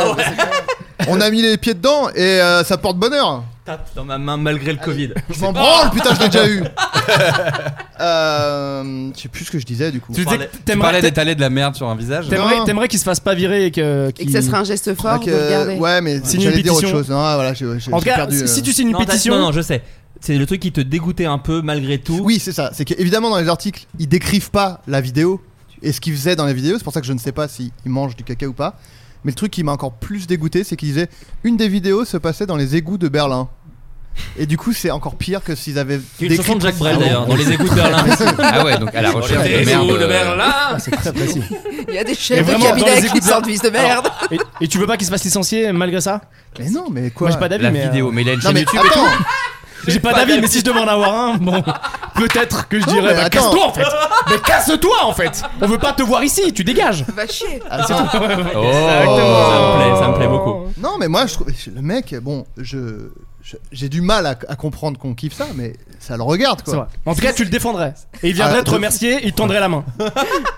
[SPEAKER 6] on a mis les pieds dedans et euh, ça porte bonheur.
[SPEAKER 1] tape dans ma main malgré le Covid.
[SPEAKER 6] Je m'en branle, putain, je l'ai déjà eu.
[SPEAKER 7] (laughs)
[SPEAKER 6] Euh, je sais plus ce que je disais du coup.
[SPEAKER 7] Tu disais
[SPEAKER 1] parlais-
[SPEAKER 7] que
[SPEAKER 8] Tu parlais
[SPEAKER 7] t'aimerais.
[SPEAKER 8] d'étaler de la merde sur un (laughs) visage
[SPEAKER 7] T'aimerais,
[SPEAKER 6] Non.
[SPEAKER 7] t'aimerais qu'il se fasse pas virer et que.
[SPEAKER 4] Et
[SPEAKER 7] qu'il-
[SPEAKER 4] que ça serait un geste fort
[SPEAKER 6] Donc,
[SPEAKER 4] de
[SPEAKER 6] euh,
[SPEAKER 4] regarder.
[SPEAKER 6] ouais, mais
[SPEAKER 7] Signe
[SPEAKER 6] j'allais
[SPEAKER 7] une
[SPEAKER 6] dire autre
[SPEAKER 7] pétition.
[SPEAKER 6] chose. Non, voilà, j'ai j'ai-
[SPEAKER 7] En tout
[SPEAKER 6] j'ai
[SPEAKER 7] cas,
[SPEAKER 6] perdu. euh.
[SPEAKER 7] si tu signes une
[SPEAKER 1] Non, t'as-
[SPEAKER 7] pétition.
[SPEAKER 1] non, non, je sais. C'est le truc qui te dégoûtait un peu malgré tout.
[SPEAKER 6] Oui, c'est ça. C'est qu'évidemment, dans les articles, ils décrivent pas la vidéo et ce qu'ils faisaient dans la vidéo. C'est pour ça que je ne sais pas s'ils mangent du caca ou pas. Mais le truc qui m'a encore plus dégoûté, c'est qu'ils disaient une des vidéos se passait dans les égouts de Berlin. Et du coup, c'est encore pire que s'ils avaient
[SPEAKER 1] C'est une
[SPEAKER 6] décrit
[SPEAKER 1] chanson de Jacques Brel
[SPEAKER 6] Ah bon
[SPEAKER 1] d'ailleurs, dans les égouts de
[SPEAKER 6] (laughs)
[SPEAKER 1] Berlin.
[SPEAKER 8] Ah ouais, donc à la recherche de merde.
[SPEAKER 1] de
[SPEAKER 8] euh,
[SPEAKER 1] Berlin.
[SPEAKER 7] C'est très précis.
[SPEAKER 1] (laughs)
[SPEAKER 4] Il y a des
[SPEAKER 7] Mais
[SPEAKER 4] chefs de
[SPEAKER 7] vraiment, dans
[SPEAKER 4] cabinet
[SPEAKER 7] les
[SPEAKER 4] qui
[SPEAKER 7] écoutes-
[SPEAKER 4] sortent de de merde.
[SPEAKER 7] Et, et tu veux pas qu'il se fasse licencier malgré ça
[SPEAKER 6] Mais non, mais quoi
[SPEAKER 7] Moi j'ai pas d'avis.
[SPEAKER 8] La
[SPEAKER 7] mais, euh,
[SPEAKER 8] vidéo, mais il a une
[SPEAKER 6] Non
[SPEAKER 8] chaîne
[SPEAKER 6] mais
[SPEAKER 8] YouTube.
[SPEAKER 6] attends,
[SPEAKER 7] J'ai pas d'avis, mais si je devais en avoir un, bon, peut-être que je
[SPEAKER 6] Non,
[SPEAKER 7] dirais.
[SPEAKER 6] mais
[SPEAKER 7] bah,
[SPEAKER 6] attends.
[SPEAKER 7] casse-toi en fait Mais casse-toi en fait On veut pas te voir ici, tu dégages
[SPEAKER 4] Va chier.
[SPEAKER 6] Ah, c'est tout.
[SPEAKER 8] Oh.
[SPEAKER 1] Ça me plaît, ça me plaît beaucoup.
[SPEAKER 6] Bah Non, mais moi, je trouve le mec, bon, je je- j'ai du mal à, à comprendre qu'on kiffe ça, mais ça le regarde
[SPEAKER 7] C'est vrai.
[SPEAKER 6] quoi.
[SPEAKER 7] En tout cas, tu le défendrais. Et il viendrait
[SPEAKER 6] Ah,
[SPEAKER 7] te
[SPEAKER 6] de-
[SPEAKER 7] remercier, il te tendrait la main.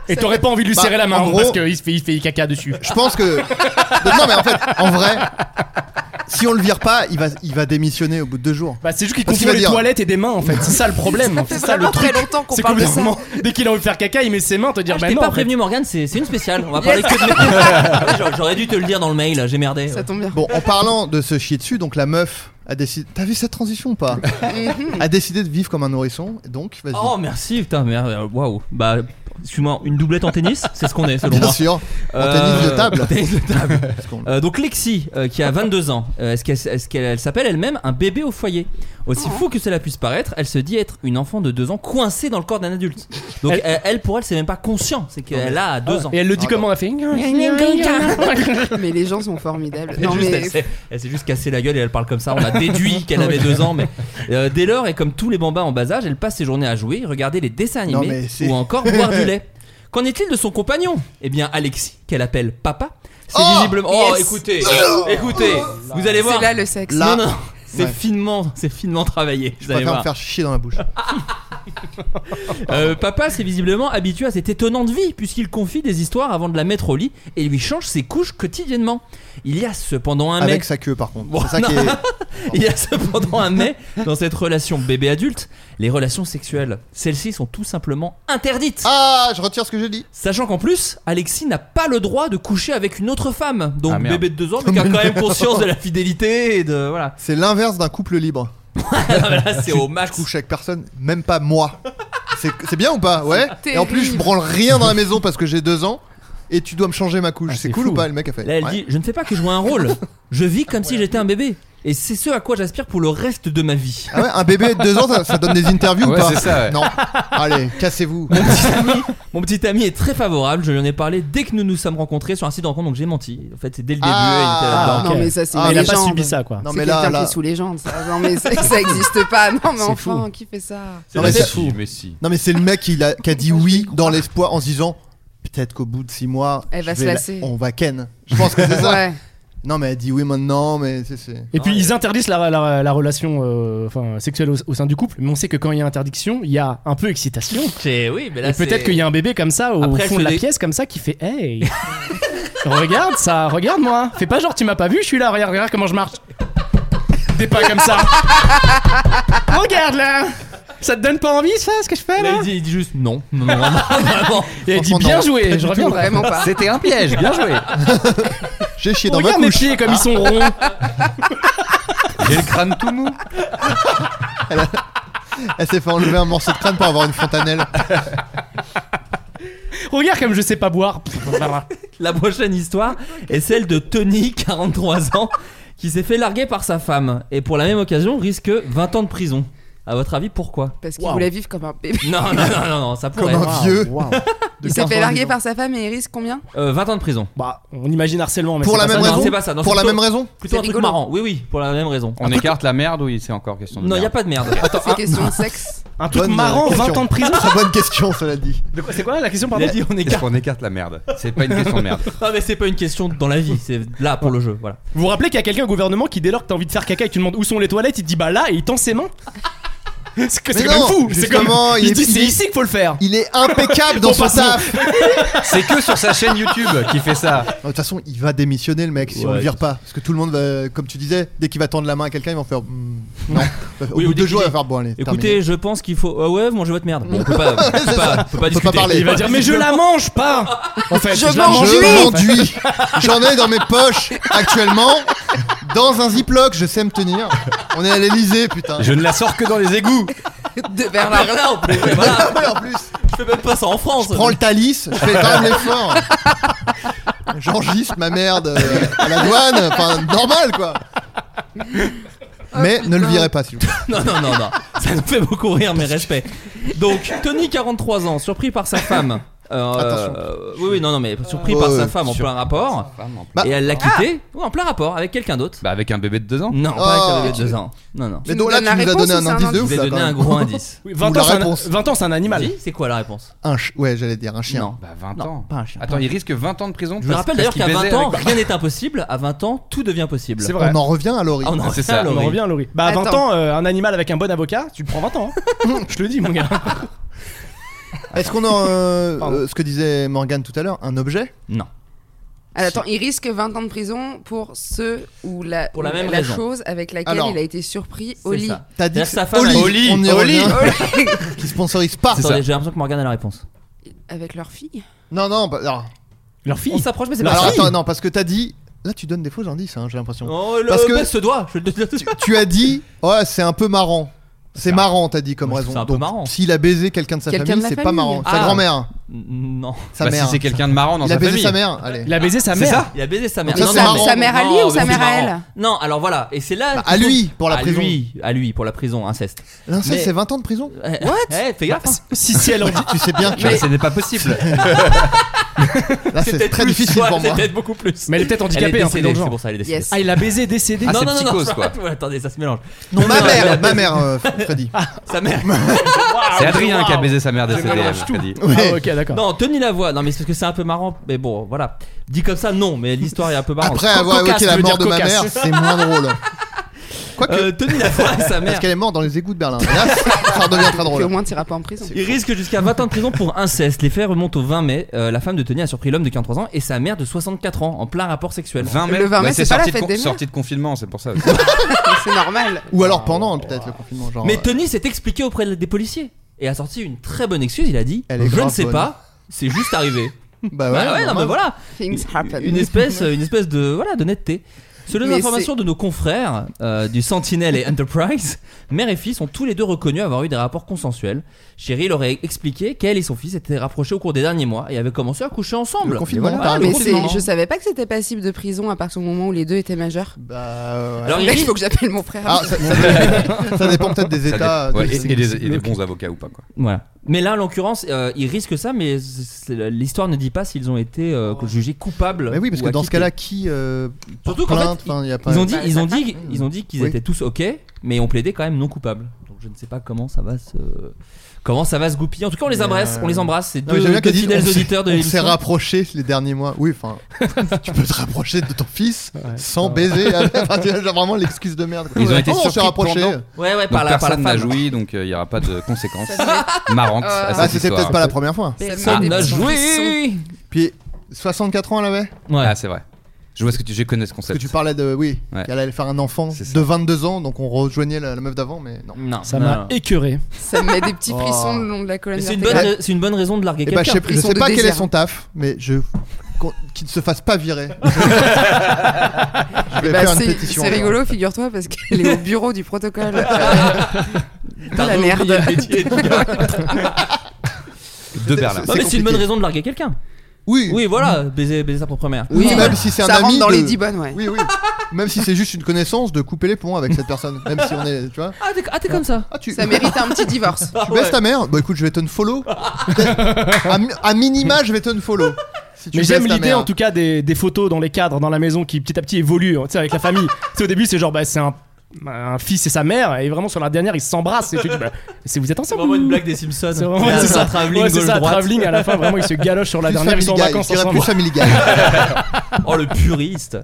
[SPEAKER 7] Et t'aurais pas envie de lui
[SPEAKER 6] Bah,
[SPEAKER 7] serrer la main
[SPEAKER 6] en gros-
[SPEAKER 7] parce qu'il se fait, il fait caca dessus.
[SPEAKER 6] Je pense que non, mais en fait, en vrai, si on le vire pas, il va il va démissionner au bout de deux jours.
[SPEAKER 7] Bah, c'est juste qu'il
[SPEAKER 6] Parce qu'il
[SPEAKER 7] confond
[SPEAKER 6] va
[SPEAKER 7] les
[SPEAKER 6] dire-
[SPEAKER 7] toilettes et des mains en fait. C'est ça le problème. C'est ça le
[SPEAKER 4] vraiment
[SPEAKER 7] truc.
[SPEAKER 4] très longtemps qu'on
[SPEAKER 7] C'est
[SPEAKER 4] parle de ça.
[SPEAKER 7] complètement- Dès qu'il a envie de faire caca, il met ses mains, te dire
[SPEAKER 1] Ah, Je
[SPEAKER 7] bah
[SPEAKER 1] t'ai
[SPEAKER 7] non.
[SPEAKER 1] pas
[SPEAKER 7] en fait.
[SPEAKER 1] prévenu Morgane, c'est c'est une spéciale. On va parler que
[SPEAKER 6] (laughs)
[SPEAKER 1] de Ouais, j'aurais- J'aurais dû te le dire dans le mail, j'ai merdé.
[SPEAKER 4] Ça tombe bien.
[SPEAKER 6] Bon, en parlant de se chier dessus, donc la meuf a décidé. T'as vu cette transition ou pas A décidé de vivre comme un nourrisson, donc vas-y.
[SPEAKER 1] Mhm. Oh merci putain merde euh, waouh bah excuse-moi une doublette en tennis (laughs) c'est ce qu'on est selon
[SPEAKER 6] Bien
[SPEAKER 1] moi
[SPEAKER 6] sûr, en
[SPEAKER 1] Euh,
[SPEAKER 6] tennis
[SPEAKER 1] (laughs)
[SPEAKER 6] de
[SPEAKER 1] en
[SPEAKER 6] table.
[SPEAKER 1] tennis de table.
[SPEAKER 6] Parce qu'on-
[SPEAKER 1] Euh, donc Lexi, euh, qui a 22 ans, euh, est-ce qu'elle est-ce qu'elle- elle s'appelle elle-même un bébé au foyer Aussi
[SPEAKER 4] Oh.
[SPEAKER 1] fou que cela puisse paraître, elle se dit être une enfant de 2 ans coincée dans le corps d'un adulte. Donc elle,
[SPEAKER 7] Elle-
[SPEAKER 1] elle, pour elle c'est même pas conscient, c'est qu'elle a
[SPEAKER 6] ah
[SPEAKER 1] 2 ans.
[SPEAKER 7] Et elle le dit comment elle fait
[SPEAKER 4] Mais les gens sont formidables.
[SPEAKER 1] Elle,
[SPEAKER 4] Non,
[SPEAKER 1] juste,
[SPEAKER 4] mais
[SPEAKER 1] elle s'est- elle s'est juste cassée la gueule et elle parle comme ça.
[SPEAKER 6] (laughs)
[SPEAKER 1] On a déduit qu'elle avait 2 ans, mais euh, dès lors, et comme tous les bambins en bas âge, elle passe ses journées à jouer, regarder les dessins
[SPEAKER 6] Non,
[SPEAKER 1] animés
[SPEAKER 6] mais c'est-
[SPEAKER 1] ou encore boire du lait. Qu'en est-il de son compagnon Eh bien, Alexis, qu'elle appelle papa, c'est
[SPEAKER 6] Oh
[SPEAKER 1] visiblement. Oh,
[SPEAKER 4] Yes.
[SPEAKER 1] écoutez, écoutez, vous allez
[SPEAKER 4] c'est
[SPEAKER 1] voir.
[SPEAKER 4] là le sexe.
[SPEAKER 6] Là.
[SPEAKER 1] Non, non, c'est
[SPEAKER 6] Ouais.
[SPEAKER 1] finement, c'est finement travaillé.
[SPEAKER 6] Je
[SPEAKER 1] vous allez
[SPEAKER 6] préfère
[SPEAKER 1] voir.
[SPEAKER 6] me faire chier dans la bouche.
[SPEAKER 1] Euh, papa s'est visiblement habitué à cette étonnante vie puisqu'il confie des histoires avant de la mettre au lit et lui change ses couches quotidiennement. Il y a cependant un
[SPEAKER 6] Avec
[SPEAKER 1] mec
[SPEAKER 6] sa queue, par contre.
[SPEAKER 1] Bon,
[SPEAKER 6] c'est ça qui
[SPEAKER 1] non.
[SPEAKER 6] est.
[SPEAKER 1] Il y a cependant un mais dans cette relation bébé-adulte, les relations sexuelles. Celles-ci sont tout simplement interdites.
[SPEAKER 6] Ah, je retire ce que j'ai dit.
[SPEAKER 1] Sachant qu'en plus, Alexis n'a pas le droit de coucher avec une autre femme. Donc
[SPEAKER 8] Ah, merde.
[SPEAKER 1] bébé de 2 ans, mais qui a quand même conscience de la fidélité et de... Voilà.
[SPEAKER 6] C'est l'inverse d'un couple libre.
[SPEAKER 1] Ah, (laughs) c'est
[SPEAKER 6] Je-
[SPEAKER 1] au max.
[SPEAKER 6] Je couche avec personne, même pas moi. C'est c'est bien ou pas Ouais.
[SPEAKER 4] C'est
[SPEAKER 6] Et en plus, je
[SPEAKER 4] terrible.
[SPEAKER 6] branle rien dans la maison parce que j'ai deux ans. Et tu dois me changer ma couche. c'est cool ou pas Le mec a fait.
[SPEAKER 1] Là, elle
[SPEAKER 6] ouais.
[SPEAKER 1] dit Je ne fais pas que jouer un rôle, je vis comme si j'étais un bébé. Et c'est ce à quoi j'aspire pour le reste de ma vie.
[SPEAKER 6] Ah ouais, un bébé de deux ans, ça, ça donne des interviews
[SPEAKER 8] Ah Ouais,
[SPEAKER 6] ou pas
[SPEAKER 8] c'est ça, ouais.
[SPEAKER 6] Non. Allez, cassez-vous.
[SPEAKER 1] Mon petit, ami, mon petit ami est très favorable, je lui en ai parlé dès que nous nous sommes rencontrés sur un site de rencontre, donc j'ai menti. En fait, c'est dès le début,
[SPEAKER 6] Ah.
[SPEAKER 1] elle était là-dedans.
[SPEAKER 7] Ah,
[SPEAKER 4] Non, mais ça, c'est
[SPEAKER 7] Ah,
[SPEAKER 4] une
[SPEAKER 7] il a pas
[SPEAKER 4] légende.
[SPEAKER 7] subi ça, quoi.
[SPEAKER 6] Non,
[SPEAKER 4] C'est
[SPEAKER 6] mais là,
[SPEAKER 4] quelqu'un
[SPEAKER 6] là-
[SPEAKER 4] qui est sous légende. ça. Non, mais ça ça existe pas. Non, mais
[SPEAKER 7] C'est
[SPEAKER 4] enfin,
[SPEAKER 7] fou.
[SPEAKER 4] qui fait ça
[SPEAKER 8] Non,
[SPEAKER 6] mais
[SPEAKER 8] mais
[SPEAKER 6] c'est
[SPEAKER 8] si,
[SPEAKER 6] fou.
[SPEAKER 8] Mais si.
[SPEAKER 6] Non, mais c'est le mec qui a, qui a dit oui dans l'espoir en se disant peut-être qu'au bout de six mois,
[SPEAKER 4] Elle
[SPEAKER 6] je
[SPEAKER 4] va se
[SPEAKER 6] vais la-
[SPEAKER 4] lasser.
[SPEAKER 6] on va ken. Je pense que c'est ça.
[SPEAKER 4] (laughs) Ouais.
[SPEAKER 6] Non, mais elle dit oui maintenant, mais c'est- c'est.
[SPEAKER 7] Et puis ils interdisent la, la- la relation euh, enfin, sexuelle au, au sein du couple, mais on sait que quand il y a interdiction, il y a un peu excitation.
[SPEAKER 1] C'est- oui, mais là,
[SPEAKER 7] et peut-être
[SPEAKER 1] c'est-
[SPEAKER 7] qu'il y a un bébé comme ça au
[SPEAKER 1] Après, elle
[SPEAKER 7] fond
[SPEAKER 1] se
[SPEAKER 7] de la
[SPEAKER 1] dé-
[SPEAKER 7] pièce comme ça qui fait Hey (laughs) Regarde ça, regarde moi Fais pas genre tu m'as pas vu, je suis là, regarde, regarde comment je marche T'es pas
[SPEAKER 6] (laughs)
[SPEAKER 7] comme ça Regarde là Ça te donne pas envie ça ce que je fais
[SPEAKER 1] Là,
[SPEAKER 7] là
[SPEAKER 1] il, dit, il dit juste non, non, non, (laughs) vraiment, vraiment.
[SPEAKER 7] Et elle dit
[SPEAKER 6] Franchement,
[SPEAKER 7] bien
[SPEAKER 6] non,
[SPEAKER 7] joué, je reviens
[SPEAKER 4] Vraiment pas.
[SPEAKER 8] C'était un piège, bien joué.
[SPEAKER 6] J'ai chié dans ma
[SPEAKER 7] Regarde mes
[SPEAKER 6] couche.
[SPEAKER 7] pieds
[SPEAKER 6] (laughs)
[SPEAKER 7] comme ils sont ronds
[SPEAKER 8] (laughs) J'ai le crâne tout mou.
[SPEAKER 6] Elle s'est Eh, fait enlever un morceau de crâne pour avoir une fontanelle.
[SPEAKER 7] Regarde comme je sais pas boire
[SPEAKER 1] La prochaine histoire est celle de Tony, (laughs) 43 ans, qui s'est fait larguer par sa femme et pour la même occasion risque 20 ans de prison. À votre avis,
[SPEAKER 4] (laughs)
[SPEAKER 1] pourquoi
[SPEAKER 4] Parce qu'il
[SPEAKER 7] Wow.
[SPEAKER 4] voulait vivre comme un bébé.
[SPEAKER 1] non, non, non, non, non, ça
[SPEAKER 6] Comme
[SPEAKER 1] pourrait.
[SPEAKER 6] un vieux.
[SPEAKER 4] Il s'est fait larguer par sa femme et il risque combien
[SPEAKER 1] Euh, 20 ans de prison.
[SPEAKER 7] Bah, on imagine harcèlement, mais
[SPEAKER 6] Pour
[SPEAKER 7] c'est
[SPEAKER 6] la
[SPEAKER 7] pas
[SPEAKER 6] même
[SPEAKER 7] ça,
[SPEAKER 1] non,
[SPEAKER 6] raison
[SPEAKER 1] c'est pas ça, non,
[SPEAKER 6] Pour
[SPEAKER 1] c'est
[SPEAKER 6] la
[SPEAKER 1] plutôt-
[SPEAKER 6] même raison
[SPEAKER 1] Plutôt
[SPEAKER 4] C'est
[SPEAKER 1] un truc
[SPEAKER 4] rigolo.
[SPEAKER 1] marrant. Oui, oui, pour la même raison.
[SPEAKER 8] On écarte la merde, oui, c'est encore question de
[SPEAKER 1] Non, il n'y a
[SPEAKER 8] merde.
[SPEAKER 1] pas de merde. Attends,
[SPEAKER 8] ah,
[SPEAKER 4] C'est question de sexe.
[SPEAKER 7] Un truc
[SPEAKER 6] Bonne, euh,
[SPEAKER 7] marrant,
[SPEAKER 6] question.
[SPEAKER 7] 20 ans de prison
[SPEAKER 6] Très bonne question, cela dit.
[SPEAKER 7] De quoi- C'est quoi la question,
[SPEAKER 1] il
[SPEAKER 7] pardon
[SPEAKER 1] a dit on
[SPEAKER 8] Qu'est-ce
[SPEAKER 1] écarte.
[SPEAKER 8] qu'on écarte la merde C'est pas une question de merde.
[SPEAKER 1] Non, mais c'est pas une question dans la vie, c'est là pour le jeu. Voilà.
[SPEAKER 7] Vous vous rappelez qu'il y a quelqu'un au gouvernement qui, dès lors que t'as envie de faire caca et que tu demandes où sont les toilettes, il te dit bah là et il tend ses mains (laughs) C'est que- c'est
[SPEAKER 6] Mais
[SPEAKER 7] quand même
[SPEAKER 6] non,
[SPEAKER 7] fou C'est comme.
[SPEAKER 6] justement, il
[SPEAKER 7] Il
[SPEAKER 6] est-
[SPEAKER 7] dit
[SPEAKER 6] il
[SPEAKER 7] c'est
[SPEAKER 6] est-
[SPEAKER 7] ici qu'il faut le faire
[SPEAKER 6] Il est impeccable dans
[SPEAKER 7] Bon,
[SPEAKER 6] son
[SPEAKER 7] passons.
[SPEAKER 6] taf. Non,
[SPEAKER 8] C'est que sur sa chaîne YouTube qui fait ça.
[SPEAKER 6] De toute façon, il va démissionner le mec si on le vire pas. Parce que tout le monde va, comme tu disais, dès qu'il va tendre la main à quelqu'un, ils vont faire. hmm, non. Au
[SPEAKER 1] Oui,
[SPEAKER 6] bout
[SPEAKER 1] ou
[SPEAKER 6] de deux
[SPEAKER 1] dès
[SPEAKER 6] jours, il
[SPEAKER 1] qu'il
[SPEAKER 6] va faire bon, allez.
[SPEAKER 1] Écoutez,
[SPEAKER 6] terminé.
[SPEAKER 1] je pense qu'il faut. Ah ouais, mangez votre merde. Bon, on peut pas,
[SPEAKER 6] (laughs)
[SPEAKER 1] on peut
[SPEAKER 6] c'est
[SPEAKER 1] pas,
[SPEAKER 6] ça.
[SPEAKER 1] on peut pas
[SPEAKER 6] On peut
[SPEAKER 1] discuter.
[SPEAKER 6] pas parler.
[SPEAKER 7] Il va dire mais je la mange pas En fait,
[SPEAKER 4] Je
[SPEAKER 7] je la
[SPEAKER 4] mange
[SPEAKER 7] mange
[SPEAKER 4] du-
[SPEAKER 7] pas.
[SPEAKER 6] Je m'enduis. J'en ai dans mes poches actuellement. Dans un ziploc, je sais me tenir. On est à l'Elysée, putain.
[SPEAKER 8] Je ne la sors que dans les égouts.
[SPEAKER 4] De vers
[SPEAKER 1] Ah,
[SPEAKER 4] la
[SPEAKER 1] là, on peut- voilà,
[SPEAKER 6] Ah, Ouais, en plus,
[SPEAKER 1] je fais même pas ça en France.
[SPEAKER 6] je prends le talis, je fais quand même l'effort.
[SPEAKER 4] (laughs)
[SPEAKER 6] J'enregistre ma merde euh, à la douane. Enfin, normal, quoi.
[SPEAKER 4] Oh,
[SPEAKER 6] Mais ne le virez pas, s'il vous plaît.
[SPEAKER 1] Non, non, non, non. Ça nous fait beaucoup rire, mes respects. Donc, Tony, 43 ans, surpris par sa femme. Euh,
[SPEAKER 6] Attention.
[SPEAKER 1] euh, oui, oui, non, non, mais surpris
[SPEAKER 6] Ouais,
[SPEAKER 1] par
[SPEAKER 6] ouais,
[SPEAKER 1] sa femme en plein rapport.
[SPEAKER 6] Bah,
[SPEAKER 1] et elle l'a
[SPEAKER 4] Ah.
[SPEAKER 1] quitté ou en plein rapport avec quelqu'un d'autre.
[SPEAKER 8] Bah avec un bébé de 2 ans.
[SPEAKER 1] Non,
[SPEAKER 6] Ah,
[SPEAKER 1] pas avec un bébé
[SPEAKER 6] ok.
[SPEAKER 1] de deux ans. Non, non.
[SPEAKER 6] Mais
[SPEAKER 4] nous
[SPEAKER 6] donc là,
[SPEAKER 4] donnes la
[SPEAKER 6] tu nous as
[SPEAKER 4] réponse
[SPEAKER 6] donné
[SPEAKER 4] ou
[SPEAKER 6] un
[SPEAKER 4] c'est un
[SPEAKER 6] indice de
[SPEAKER 1] Je
[SPEAKER 6] ouf.
[SPEAKER 1] vous ai
[SPEAKER 6] là,
[SPEAKER 1] donné
[SPEAKER 6] quand
[SPEAKER 1] un
[SPEAKER 6] même.
[SPEAKER 1] gros
[SPEAKER 6] (laughs)
[SPEAKER 1] indice.
[SPEAKER 7] Oui, 20
[SPEAKER 6] Ou la
[SPEAKER 7] ans, c'est un-
[SPEAKER 6] réponse.
[SPEAKER 7] 20 ans, c'est un animal.
[SPEAKER 1] Vas-y, C'est quoi la réponse
[SPEAKER 6] Un ch- ouais, j'allais dire un chien.
[SPEAKER 1] Non.
[SPEAKER 8] Bah 20
[SPEAKER 1] Non,
[SPEAKER 8] ans.
[SPEAKER 1] pas un chien.
[SPEAKER 8] Attends, il risque 20 ans de prison.
[SPEAKER 1] Je vous
[SPEAKER 8] parce-
[SPEAKER 1] rappelle d'ailleurs
[SPEAKER 8] parce qu'il
[SPEAKER 1] qu'à 20
[SPEAKER 8] baisait
[SPEAKER 1] ans,
[SPEAKER 8] avec-
[SPEAKER 1] rien n'est impossible. À 20 ans, tout devient possible.
[SPEAKER 7] C'est vrai.
[SPEAKER 6] On en revient à Laurie.
[SPEAKER 1] Ah, on en
[SPEAKER 8] C'est
[SPEAKER 1] revient,
[SPEAKER 8] ça, on
[SPEAKER 7] On
[SPEAKER 1] Laurie.
[SPEAKER 7] en revient, Laurie. Bah, à 20
[SPEAKER 4] Attends.
[SPEAKER 7] ans, euh, un animal avec un bon avocat, tu le prends 20 ans.
[SPEAKER 6] (laughs)
[SPEAKER 7] hein. Je te le dis, mon gars.
[SPEAKER 6] Est-ce qu'on a euh,
[SPEAKER 7] Pardon.
[SPEAKER 6] euh, ce que disait Morgane tout à l'heure, un objet
[SPEAKER 1] Non.
[SPEAKER 4] Ah, Attends, il risque 20 ans de prison pour ce ou la,
[SPEAKER 1] Pour la
[SPEAKER 4] ou
[SPEAKER 1] même
[SPEAKER 4] la
[SPEAKER 1] raison.
[SPEAKER 4] chose avec laquelle
[SPEAKER 6] Alors,
[SPEAKER 4] il a été surpris au
[SPEAKER 1] C'est
[SPEAKER 4] lit.
[SPEAKER 1] ça.
[SPEAKER 6] T'as dit
[SPEAKER 1] C'est-à-dire
[SPEAKER 6] que-
[SPEAKER 1] sa femme a-
[SPEAKER 6] Oli, on y
[SPEAKER 8] Oli.
[SPEAKER 6] revient. (laughs) qui sponsorise pas.
[SPEAKER 1] Attendez, j'ai l'impression que Morgane a la réponse.
[SPEAKER 4] Avec leur fille
[SPEAKER 6] Non, non, bah, alors,
[SPEAKER 7] Leur
[SPEAKER 1] On
[SPEAKER 7] fille.
[SPEAKER 1] s'approche, mais c'est
[SPEAKER 7] La
[SPEAKER 1] pas
[SPEAKER 6] alors,
[SPEAKER 1] ça.
[SPEAKER 7] fille.
[SPEAKER 6] attends, non, parce que t'as dit. Là, tu donnes des faux indices, hein, j'ai l'impression.
[SPEAKER 1] Oh, le
[SPEAKER 6] Parce que-
[SPEAKER 1] baisse ce doigt, je vais te le dire tout de
[SPEAKER 6] Tu,
[SPEAKER 1] suite.
[SPEAKER 6] tu as dit, ouais, c'est un peu marrant. C'est marrant, t'as dit comme
[SPEAKER 1] Moi, je
[SPEAKER 6] raison.
[SPEAKER 1] trouve ça un peu
[SPEAKER 6] Donc,
[SPEAKER 1] marrant.
[SPEAKER 6] S'il a baisé quelqu'un de sa
[SPEAKER 4] Quelqu'un
[SPEAKER 6] famille,
[SPEAKER 4] de la
[SPEAKER 6] c'est pas
[SPEAKER 4] famille.
[SPEAKER 6] marrant. Sa
[SPEAKER 1] Ah.
[SPEAKER 6] grand-mère,
[SPEAKER 1] Non.
[SPEAKER 6] sa
[SPEAKER 8] Bah,
[SPEAKER 6] mère. hein.
[SPEAKER 8] si c'est quelqu'un de marrant dans
[SPEAKER 6] il a
[SPEAKER 8] sa
[SPEAKER 6] baisé
[SPEAKER 8] famille.
[SPEAKER 6] sa mère. Allez.
[SPEAKER 7] Il a baisé sa
[SPEAKER 8] C'est
[SPEAKER 7] mère.
[SPEAKER 8] ça
[SPEAKER 1] Il a baisé sa mère.
[SPEAKER 6] Ça,
[SPEAKER 1] Non,
[SPEAKER 6] c'est
[SPEAKER 1] non,
[SPEAKER 6] marrant.
[SPEAKER 1] non,
[SPEAKER 6] Sa
[SPEAKER 4] mère à lui
[SPEAKER 1] non,
[SPEAKER 4] ou
[SPEAKER 1] mais
[SPEAKER 4] sa
[SPEAKER 1] c'est
[SPEAKER 4] mère à
[SPEAKER 1] marrant. Non, alors voilà. Et c'est là.
[SPEAKER 6] Bah,
[SPEAKER 1] que-
[SPEAKER 6] à lui, pour la
[SPEAKER 1] à
[SPEAKER 6] prison.
[SPEAKER 1] Lui, à lui, pour la prison, inceste.
[SPEAKER 6] L'inceste,
[SPEAKER 1] Mais-
[SPEAKER 6] c'est 20 ans de prison
[SPEAKER 1] Eh, eh, fais
[SPEAKER 6] Bah,
[SPEAKER 1] gaffe. hein.
[SPEAKER 7] Si, si, elle en dit.
[SPEAKER 6] Tu sais bien que
[SPEAKER 8] Ah. Mais ce n'est pas possible.
[SPEAKER 6] là, c'est
[SPEAKER 1] peut-être
[SPEAKER 6] très
[SPEAKER 1] plus,
[SPEAKER 6] difficile
[SPEAKER 1] ouais,
[SPEAKER 6] pour
[SPEAKER 1] c'est
[SPEAKER 6] moi.
[SPEAKER 1] peut-être beaucoup plus.
[SPEAKER 7] Mais elle est peut-être
[SPEAKER 1] Elle est
[SPEAKER 7] handicapée, hein, un
[SPEAKER 1] décédée,
[SPEAKER 7] truc dans le
[SPEAKER 1] c'est
[SPEAKER 7] genre.
[SPEAKER 1] pour ça, elle est décédée.
[SPEAKER 4] Yes.
[SPEAKER 7] Ah, il a baisé décédé.
[SPEAKER 8] Ah,
[SPEAKER 1] Non,
[SPEAKER 8] c'est
[SPEAKER 1] non, non, (laughs)
[SPEAKER 8] psychose,
[SPEAKER 1] non,
[SPEAKER 8] quoi.
[SPEAKER 1] ouais, attendez, ça se mélange.
[SPEAKER 6] Non, ma
[SPEAKER 1] non, elle a-
[SPEAKER 6] mère, ma mère, euh, Freddy.
[SPEAKER 8] Ah,
[SPEAKER 1] Sa mère.
[SPEAKER 8] C'est Adrien qui a
[SPEAKER 7] Wow.
[SPEAKER 8] baisé sa mère décédée.
[SPEAKER 7] mélange
[SPEAKER 8] elle,
[SPEAKER 7] tout.
[SPEAKER 8] t'as dit.
[SPEAKER 6] Ouais.
[SPEAKER 7] Ah, ok, d'accord.
[SPEAKER 1] Non, Tony la voix. Non, mais c'est parce que c'est un peu marrant. Mais bon, voilà. Dit comme ça, non, mais l'histoire est un peu marrante.
[SPEAKER 6] Après avoir
[SPEAKER 7] cocasse,
[SPEAKER 6] évoqué
[SPEAKER 7] je
[SPEAKER 6] la
[SPEAKER 7] veux
[SPEAKER 6] mort de
[SPEAKER 7] dire
[SPEAKER 6] ma
[SPEAKER 7] cocasse.
[SPEAKER 6] mère, c'est moins drôle. Quoique,
[SPEAKER 1] Euh, Tony la voix et sa
[SPEAKER 6] parce
[SPEAKER 1] mère.
[SPEAKER 6] qu'elle est morte dans les égouts de Berlin. Là, ça redevient très
[SPEAKER 4] Puis au
[SPEAKER 6] drôle.
[SPEAKER 4] moins, t'iras pas en prison.
[SPEAKER 1] Il risque jusqu'à 20 ans de prison pour inceste. Les faits remontent au 20 mai. Euh, la femme de Tony a surpris l'homme de 43 ans et sa mère de 64 ans en plein rapport sexuel.
[SPEAKER 8] 20 mai,
[SPEAKER 4] Le 20 mai,
[SPEAKER 8] Bah,
[SPEAKER 4] c'est pas la
[SPEAKER 8] sorti de
[SPEAKER 4] fête
[SPEAKER 8] con-
[SPEAKER 4] des mères.
[SPEAKER 8] sorti de confinement, c'est
[SPEAKER 4] (laughs)
[SPEAKER 8] pour ça.
[SPEAKER 4] C'est normal.
[SPEAKER 6] Ou alors pendant, peut-être, le confinement. Genre,
[SPEAKER 1] Mais
[SPEAKER 6] euh,
[SPEAKER 1] Tony s'est expliqué auprès des policiers et a sorti une très bonne excuse. Il a dit
[SPEAKER 6] Elle est
[SPEAKER 1] Je
[SPEAKER 6] grave
[SPEAKER 1] ne sais
[SPEAKER 6] bonne.
[SPEAKER 1] pas, c'est juste arrivé.
[SPEAKER 6] (laughs)
[SPEAKER 1] Bah
[SPEAKER 6] bah ouais,
[SPEAKER 1] ouais, non,
[SPEAKER 6] normal.
[SPEAKER 1] mais voilà.
[SPEAKER 4] Things happen. (laughs)
[SPEAKER 1] Une espèce, une espèce de voilà d'honnêteté. Selon
[SPEAKER 4] Mais
[SPEAKER 1] les informations de nos confrères euh, du Sentinel et Enterprise, (laughs) mère et fils ont tous les deux reconnu avoir eu des rapports consensuels. Cheryl aurait expliqué qu'elle et son fils étaient rapprochés au cours des derniers mois et avaient commencé à coucher ensemble.
[SPEAKER 6] Le confinement,
[SPEAKER 1] Et voilà,
[SPEAKER 4] Ah,
[SPEAKER 1] le
[SPEAKER 4] mais
[SPEAKER 1] confinement.
[SPEAKER 4] c'est- je savais pas que c'était passible de prison à partir du moment où les deux étaient majeurs.
[SPEAKER 6] Bah,
[SPEAKER 4] (laughs)
[SPEAKER 1] Alors,
[SPEAKER 4] Là,
[SPEAKER 1] il-
[SPEAKER 4] il faut que j'appelle mon frère.
[SPEAKER 6] Ah, ça, ça- ça dépend peut-être des
[SPEAKER 8] Ça
[SPEAKER 6] États.
[SPEAKER 8] dépend- ouais,
[SPEAKER 6] des-
[SPEAKER 8] et, et des, et des
[SPEAKER 6] Ok.
[SPEAKER 8] bons avocats ou pas quoi.
[SPEAKER 1] Voilà. Mais là, en l'occurrence, euh, ils risquent ça, mais c- c'est- l'histoire ne dit pas s'ils ont été euh, jugés coupables.
[SPEAKER 6] Mais Bah oui, parce
[SPEAKER 1] ou
[SPEAKER 6] que dans ce
[SPEAKER 1] acquittés.
[SPEAKER 6] cas-là, qui. euh,
[SPEAKER 1] Surtout qu'en
[SPEAKER 6] plainte,
[SPEAKER 1] fait,
[SPEAKER 6] enfin, il y a pas-
[SPEAKER 1] ils ont dit,
[SPEAKER 4] Bah,
[SPEAKER 1] ils
[SPEAKER 4] ça
[SPEAKER 1] ont
[SPEAKER 4] craint.
[SPEAKER 1] dit, ils ont dit qu'ils
[SPEAKER 6] Oui.
[SPEAKER 1] étaient tous ok, mais on plaidait quand même non coupables. Donc je ne sais pas comment ça va se, comment ça va se goupiller. En tout cas, on les
[SPEAKER 6] Mais,
[SPEAKER 1] embrasse,
[SPEAKER 6] euh,
[SPEAKER 1] on les embrasse. C'est
[SPEAKER 6] Non, mais
[SPEAKER 1] deux,
[SPEAKER 6] j'aime bien
[SPEAKER 1] deux
[SPEAKER 6] qu'elle dise,
[SPEAKER 1] fidèles
[SPEAKER 6] on s'est-
[SPEAKER 1] auditeurs de
[SPEAKER 6] On s'est
[SPEAKER 1] l'émission.
[SPEAKER 6] rapprochés les derniers mois. Oui, enfin, tu peux te rapprocher de ton fils sans baiser. Enfin, tu vois, genre, vraiment l'excuse de merde. quoi.
[SPEAKER 8] Ils ont été
[SPEAKER 6] Oh, on s'est
[SPEAKER 8] surpris
[SPEAKER 6] rapprochés.
[SPEAKER 8] pendant.
[SPEAKER 1] Ouais, ouais,
[SPEAKER 8] Donc
[SPEAKER 1] par la, par la
[SPEAKER 8] personne n'a
[SPEAKER 1] femme.
[SPEAKER 8] joui, donc euh, il n'y aura pas de
[SPEAKER 1] (laughs)
[SPEAKER 8] conséquences marrantes. à
[SPEAKER 6] Ah,
[SPEAKER 8] cette
[SPEAKER 6] c'était
[SPEAKER 8] histoire.
[SPEAKER 6] peut-être pas la première fois.
[SPEAKER 4] Ça me
[SPEAKER 1] Personne
[SPEAKER 4] met
[SPEAKER 1] n'a
[SPEAKER 4] des petits
[SPEAKER 1] joué.
[SPEAKER 6] Puis 64 ans elle avait
[SPEAKER 1] Ouais.
[SPEAKER 8] Ah, c'est vrai. Je vois ce que tu, je connais ce
[SPEAKER 6] Parce
[SPEAKER 8] concept.
[SPEAKER 6] que tu parlais de. Oui,
[SPEAKER 8] Ouais.
[SPEAKER 6] elle allait faire un enfant
[SPEAKER 8] C'est ça.
[SPEAKER 6] de 22 ans, donc on rejoignait la, la meuf d'avant, mais non.
[SPEAKER 1] Non.
[SPEAKER 7] Ça
[SPEAKER 1] non,
[SPEAKER 7] m'a
[SPEAKER 1] non.
[SPEAKER 7] écœuré.
[SPEAKER 4] Ça me met des petits
[SPEAKER 6] Oh.
[SPEAKER 4] frissons le long de la
[SPEAKER 1] Mais
[SPEAKER 4] colonne
[SPEAKER 1] C'est une bonne,
[SPEAKER 4] vertébrale.
[SPEAKER 6] Ouais.
[SPEAKER 1] c'est une bonne raison de larguer
[SPEAKER 6] Et bah, je
[SPEAKER 1] quelqu'un.
[SPEAKER 6] sais, je
[SPEAKER 4] Frisson
[SPEAKER 6] sais
[SPEAKER 4] de
[SPEAKER 6] pas quel est
[SPEAKER 4] désert.
[SPEAKER 6] son taf, mais je. qu'on- Qu'il ne se fasse pas virer. je vais
[SPEAKER 4] Bah,
[SPEAKER 6] faire une
[SPEAKER 4] c'est-
[SPEAKER 6] pétition.
[SPEAKER 4] C'est rigolo, figure-toi, parce qu'elle est au bureau du
[SPEAKER 1] (laughs)
[SPEAKER 4] protocole.
[SPEAKER 1] T'as
[SPEAKER 4] la
[SPEAKER 1] oublié
[SPEAKER 4] merde.
[SPEAKER 1] le métier.
[SPEAKER 6] (laughs)
[SPEAKER 8] De Berlin.
[SPEAKER 1] Non, mais c'est une
[SPEAKER 6] compliqué.
[SPEAKER 1] bonne raison de larguer quelqu'un.
[SPEAKER 6] Oui,
[SPEAKER 1] Oui, voilà, baiser, baiser sa propre mère.
[SPEAKER 6] Oui, même si c'est un
[SPEAKER 4] ça rentre
[SPEAKER 6] ami
[SPEAKER 4] dans
[SPEAKER 6] de-
[SPEAKER 4] les 10 bonnes, ouais.
[SPEAKER 6] Oui, oui. Même si c'est juste une connaissance, de couper les ponts avec cette personne. Même si on est. Tu vois
[SPEAKER 1] Ah, t'es ah, t'es comme ça.
[SPEAKER 6] Ah, tu,
[SPEAKER 4] Ça mérite un petit divorce.
[SPEAKER 6] tu baisses ta mère Bah écoute, je vais te follow. à, mi- à minima, je vais te follow. Si tu
[SPEAKER 7] Mais
[SPEAKER 6] baisses
[SPEAKER 7] j'aime
[SPEAKER 6] ta
[SPEAKER 7] l'idée
[SPEAKER 6] mère.
[SPEAKER 7] en tout cas des, des photos dans les cadres, dans la maison qui petit à petit évoluent, hein, tu sais, avec la
[SPEAKER 4] (laughs)
[SPEAKER 7] famille. tu sais, au début, c'est genre, bah, c'est un, un fils et sa mère, et vraiment sur la dernière, ils s'embrassent. Et tu te dis, bah, c'est- vous êtes
[SPEAKER 1] C'est
[SPEAKER 7] ensemble
[SPEAKER 1] vraiment une
[SPEAKER 7] ou-
[SPEAKER 1] blague des Simpsons.
[SPEAKER 7] C'est vraiment-
[SPEAKER 1] Il y a
[SPEAKER 7] c'est
[SPEAKER 1] Ah, un
[SPEAKER 7] ça,
[SPEAKER 1] travelling,
[SPEAKER 7] Ouais, c'est
[SPEAKER 1] gauche,
[SPEAKER 7] ça,
[SPEAKER 1] droite.
[SPEAKER 7] travelling à la fin, vraiment, ils se galochent sur la
[SPEAKER 6] Plus
[SPEAKER 7] dernière, ils sont en
[SPEAKER 6] Family Guy,
[SPEAKER 7] vacances
[SPEAKER 6] je dirais
[SPEAKER 7] ensemble.
[SPEAKER 6] plus Family Guy.
[SPEAKER 1] Oh le puriste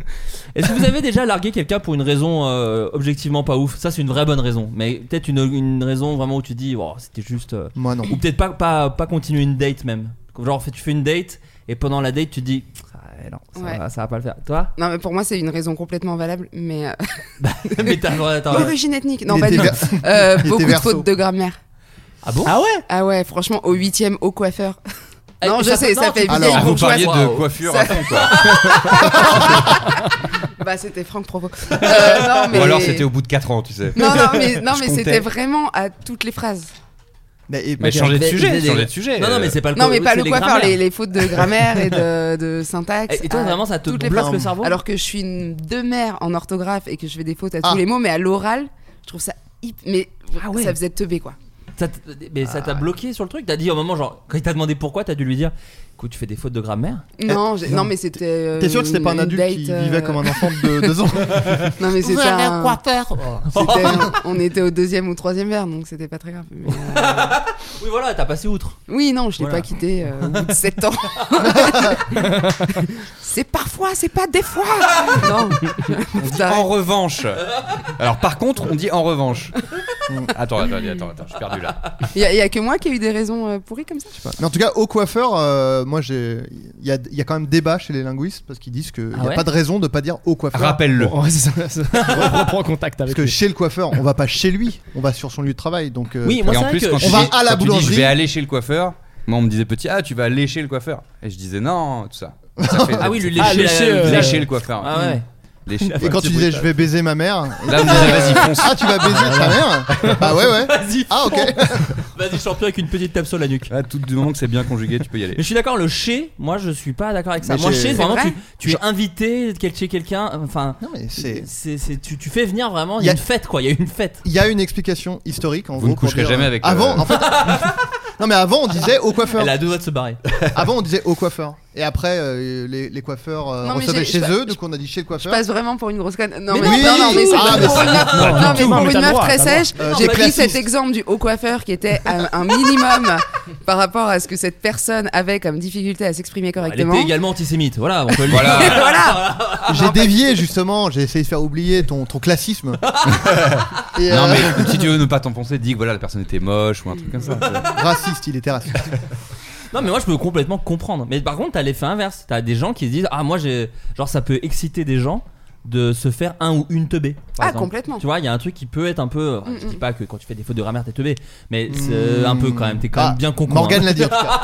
[SPEAKER 1] Est-ce que vous avez déjà largué quelqu'un pour une raison euh, objectivement pas ouf Ça c'est une vraie bonne raison, mais peut-être une, une raison vraiment où tu dis oh, c'était juste... euh,
[SPEAKER 6] Moi non.
[SPEAKER 1] Ou peut-être pas, pas, pas continuer une date même. Genre tu fais une date et pendant la date tu te dis... Ah, non, ça,
[SPEAKER 4] Ouais.
[SPEAKER 1] va, ça va pas le faire. Toi (laughs)
[SPEAKER 4] Non, mais pour moi, c'est une raison complètement valable, mais. euh,
[SPEAKER 1] Mais t'as t'as-
[SPEAKER 4] L'origine ethnique, non,
[SPEAKER 6] Ah Il
[SPEAKER 4] pas
[SPEAKER 6] était
[SPEAKER 4] du tout.
[SPEAKER 6] (laughs) ver-
[SPEAKER 4] Euh,
[SPEAKER 6] Il était
[SPEAKER 4] Beaucoup de
[SPEAKER 6] verso.
[SPEAKER 4] fautes de grammaire.
[SPEAKER 1] Ah bon
[SPEAKER 7] Ah ouais
[SPEAKER 4] Ah ouais, franchement, au huitième, au coiffeur. (laughs)
[SPEAKER 1] Eh,
[SPEAKER 4] non,
[SPEAKER 1] mais
[SPEAKER 4] je
[SPEAKER 1] ça fait-
[SPEAKER 4] sais,
[SPEAKER 1] non,
[SPEAKER 4] ça fait
[SPEAKER 1] tu-
[SPEAKER 4] vieille
[SPEAKER 6] Alors,
[SPEAKER 8] Ah, vous
[SPEAKER 4] bourgeoise.
[SPEAKER 8] parliez de
[SPEAKER 1] Waouh.
[SPEAKER 8] coiffure
[SPEAKER 4] Ça-
[SPEAKER 8] à fond quoi.
[SPEAKER 4] Bah, c'était Franck Provo. Euh, non, mais...
[SPEAKER 8] Ou alors c'était au bout de 4 ans, tu sais. (laughs)
[SPEAKER 4] Non, non, mais, non,
[SPEAKER 8] Je
[SPEAKER 4] mais
[SPEAKER 8] comptais.
[SPEAKER 4] c'était vraiment à toutes les phrases.
[SPEAKER 6] Mais, et-
[SPEAKER 8] Mais changer de
[SPEAKER 1] Des- des-
[SPEAKER 8] sujet,
[SPEAKER 1] des-
[SPEAKER 8] changer de sujet.
[SPEAKER 1] Non, non, mais c'est pas le
[SPEAKER 4] Non, mais
[SPEAKER 1] co-
[SPEAKER 4] pas
[SPEAKER 1] c'est
[SPEAKER 4] le
[SPEAKER 1] les Ah,
[SPEAKER 4] coiffeur,
[SPEAKER 1] grammaires.
[SPEAKER 4] les, les fautes de grammaire et de, de syntaxe.
[SPEAKER 1] Eh, Et- Et toi
[SPEAKER 4] à
[SPEAKER 1] vraiment ça te
[SPEAKER 4] toutes les
[SPEAKER 1] bloque
[SPEAKER 4] phrases.
[SPEAKER 1] le cerveau
[SPEAKER 4] Alors que je suis une demeure en orthographe et que je fais des fautes à
[SPEAKER 6] Ah.
[SPEAKER 4] tous les mots, mais à l'oral, je trouve ça hip. Mais
[SPEAKER 1] Ah ouais.
[SPEAKER 4] ça faisait teubé, quoi.
[SPEAKER 1] Ça t- mais ça t'a bloqué sur le truc T'as dit au moment genre... Quand il t'a demandé pourquoi, t'as dû lui dire... Écoute tu fais des fautes de grammaire
[SPEAKER 4] Non, j'ai- non mais c'était. euh,
[SPEAKER 6] T'es sûr que c'était pas un
[SPEAKER 4] une
[SPEAKER 6] adulte qui
[SPEAKER 4] date, euh,
[SPEAKER 6] vivait comme un enfant
[SPEAKER 4] (laughs)
[SPEAKER 6] de 2 ans
[SPEAKER 4] Non, mais c'était. un- c'était-
[SPEAKER 1] Oh.
[SPEAKER 4] on était au deuxième ou troisième verre, donc c'était pas très grave. mais, euh,
[SPEAKER 1] Oui voilà, t'as passé outre.
[SPEAKER 4] Oui, non, je l'ai
[SPEAKER 1] Voilà.
[SPEAKER 4] pas quitté euh, au bout de 7 ans. c'est parfois, c'est pas des fois. (laughs) non. (laughs) Putain.
[SPEAKER 8] En revanche. Alors par contre, on dit en revanche. Attends, attends, attends, attends, je suis perdu là.
[SPEAKER 4] Il y, a- il y a que moi qui ai eu des raisons euh, pourries comme ça.
[SPEAKER 6] Mais en tout cas, au coiffeur, euh, moi j'ai. Il y a, il y a quand même débat chez les linguistes parce qu'ils disent qu'il n'y
[SPEAKER 1] Ah
[SPEAKER 6] a
[SPEAKER 1] ouais
[SPEAKER 6] pas de raison de pas dire au coiffeur.
[SPEAKER 8] Rappelle-le.
[SPEAKER 7] Ouais, c'est ça, c'est ça. On (laughs) reprend contact
[SPEAKER 6] Parce
[SPEAKER 7] avec
[SPEAKER 6] que
[SPEAKER 7] lui.
[SPEAKER 6] chez le coiffeur, on va pas chez lui, on va sur son lieu de travail. Donc, euh,
[SPEAKER 1] Oui, moi
[SPEAKER 8] et
[SPEAKER 1] c'est
[SPEAKER 8] en
[SPEAKER 1] vrai
[SPEAKER 8] plus,
[SPEAKER 1] que...
[SPEAKER 8] quand,
[SPEAKER 6] On
[SPEAKER 8] tu
[SPEAKER 6] va
[SPEAKER 8] dis-
[SPEAKER 6] à la
[SPEAKER 8] quand tu dis,
[SPEAKER 6] boulangerie.
[SPEAKER 8] je vais aller chez le coiffeur, moi on me disait petit, ah tu vas aller chez le coiffeur. Et je disais non, tout ça.
[SPEAKER 6] (laughs)
[SPEAKER 8] Ça fait-
[SPEAKER 1] Ah oui, lui lécher,
[SPEAKER 7] Ah, lécher,
[SPEAKER 1] la-
[SPEAKER 7] euh,
[SPEAKER 8] lécher le coiffeur. Mmh.
[SPEAKER 1] Ah ouais.
[SPEAKER 8] Lécher.
[SPEAKER 6] Et quand tu disais je vais baiser ma mère,
[SPEAKER 8] Là,
[SPEAKER 6] (laughs)
[SPEAKER 8] on me disait vas-y, fonce.
[SPEAKER 6] ah tu vas baiser ta mère Ah ouais
[SPEAKER 1] (laughs)
[SPEAKER 6] ouais.
[SPEAKER 1] Vas-y.
[SPEAKER 6] Ah
[SPEAKER 8] (laughs)
[SPEAKER 6] ok.
[SPEAKER 1] Vas-y, champion avec une petite tape sur la nuque.
[SPEAKER 8] Ah, tout du moment que c'est bien conjugué, tu peux y aller.
[SPEAKER 1] Mais je suis d'accord, le chez, moi je suis pas d'accord avec ça.
[SPEAKER 6] Mais
[SPEAKER 1] moi,
[SPEAKER 6] chez-
[SPEAKER 1] chez,
[SPEAKER 6] C'est
[SPEAKER 1] vraiment,
[SPEAKER 4] vrai
[SPEAKER 1] tu, tu es invité quel- chez quelqu'un, enfin.
[SPEAKER 6] Non mais c'est.
[SPEAKER 1] c'est- c'est- tu, tu fais venir vraiment, il y
[SPEAKER 6] Y
[SPEAKER 1] a
[SPEAKER 6] a-
[SPEAKER 1] une fête quoi, il y a une fête.
[SPEAKER 6] Il y a une explication historique en
[SPEAKER 8] Vous
[SPEAKER 6] gros.
[SPEAKER 8] ne
[SPEAKER 6] pour
[SPEAKER 8] coucherez
[SPEAKER 6] dire,
[SPEAKER 8] jamais
[SPEAKER 6] euh,
[SPEAKER 8] avec,
[SPEAKER 6] Avant,
[SPEAKER 8] euh,
[SPEAKER 6] en fait. (laughs) Non mais avant on disait au coiffeur.
[SPEAKER 1] Elle a deux doigts de se barrer.
[SPEAKER 6] Avant on disait au coiffeur. Et après euh, les, les coiffeurs euh,
[SPEAKER 4] Non, mais
[SPEAKER 6] recevaient
[SPEAKER 4] j'ai-
[SPEAKER 6] chez
[SPEAKER 4] je-
[SPEAKER 6] eux, donc on a dit chez le coiffeur.
[SPEAKER 4] passe vraiment pour une grosse conne. Non,
[SPEAKER 1] Mais
[SPEAKER 4] mais,
[SPEAKER 1] non,
[SPEAKER 4] non, non, mais c'est
[SPEAKER 6] Ah, mais
[SPEAKER 4] pour
[SPEAKER 6] c'est-
[SPEAKER 4] une meuf,
[SPEAKER 7] Non,
[SPEAKER 4] non, mais
[SPEAKER 7] tout,
[SPEAKER 4] pour
[SPEAKER 7] mais
[SPEAKER 4] une
[SPEAKER 7] t'as le
[SPEAKER 4] meuf
[SPEAKER 7] droit,
[SPEAKER 4] très
[SPEAKER 7] t'as le
[SPEAKER 4] sèche.
[SPEAKER 6] droit. Euh,
[SPEAKER 4] J'ai
[SPEAKER 6] t'es
[SPEAKER 4] pris
[SPEAKER 6] classiste.
[SPEAKER 4] cet exemple du haut coiffeur qui était à un minimum par rapport à ce que cette personne avait comme difficulté à s'exprimer
[SPEAKER 1] Elle
[SPEAKER 4] correctement.
[SPEAKER 1] était également antisémite, voilà, on peut le dire.
[SPEAKER 8] Voilà.
[SPEAKER 4] (laughs) voilà.
[SPEAKER 6] J'ai dévié justement, j'ai essayé de faire oublier ton, ton classisme. Et,
[SPEAKER 8] Non
[SPEAKER 6] euh,
[SPEAKER 8] mais si tu veux ne pas t'en penser, dis que voilà la personne était moche ou un truc comme ça.
[SPEAKER 6] Raciste, il était raciste.
[SPEAKER 1] Non, mais moi je peux complètement comprendre. Mais par contre, t'as l'effet inverse. T'as des gens qui se disent Ah, moi j'ai. Genre, ça peut exciter des gens de se faire un ou une teubée. par
[SPEAKER 4] Ah,
[SPEAKER 1] exemple.
[SPEAKER 4] complètement. Mm,
[SPEAKER 1] Tu vois, il y a un truc qui peut être un peu. enfin, Je dis pas que quand tu fais des fautes de grammaire, t'es teubé, mais c'est un peu quand même. T'es quand
[SPEAKER 6] Ah,
[SPEAKER 1] même bien con. con,
[SPEAKER 6] Morgane
[SPEAKER 1] hein.
[SPEAKER 6] l'a dit en tout cas.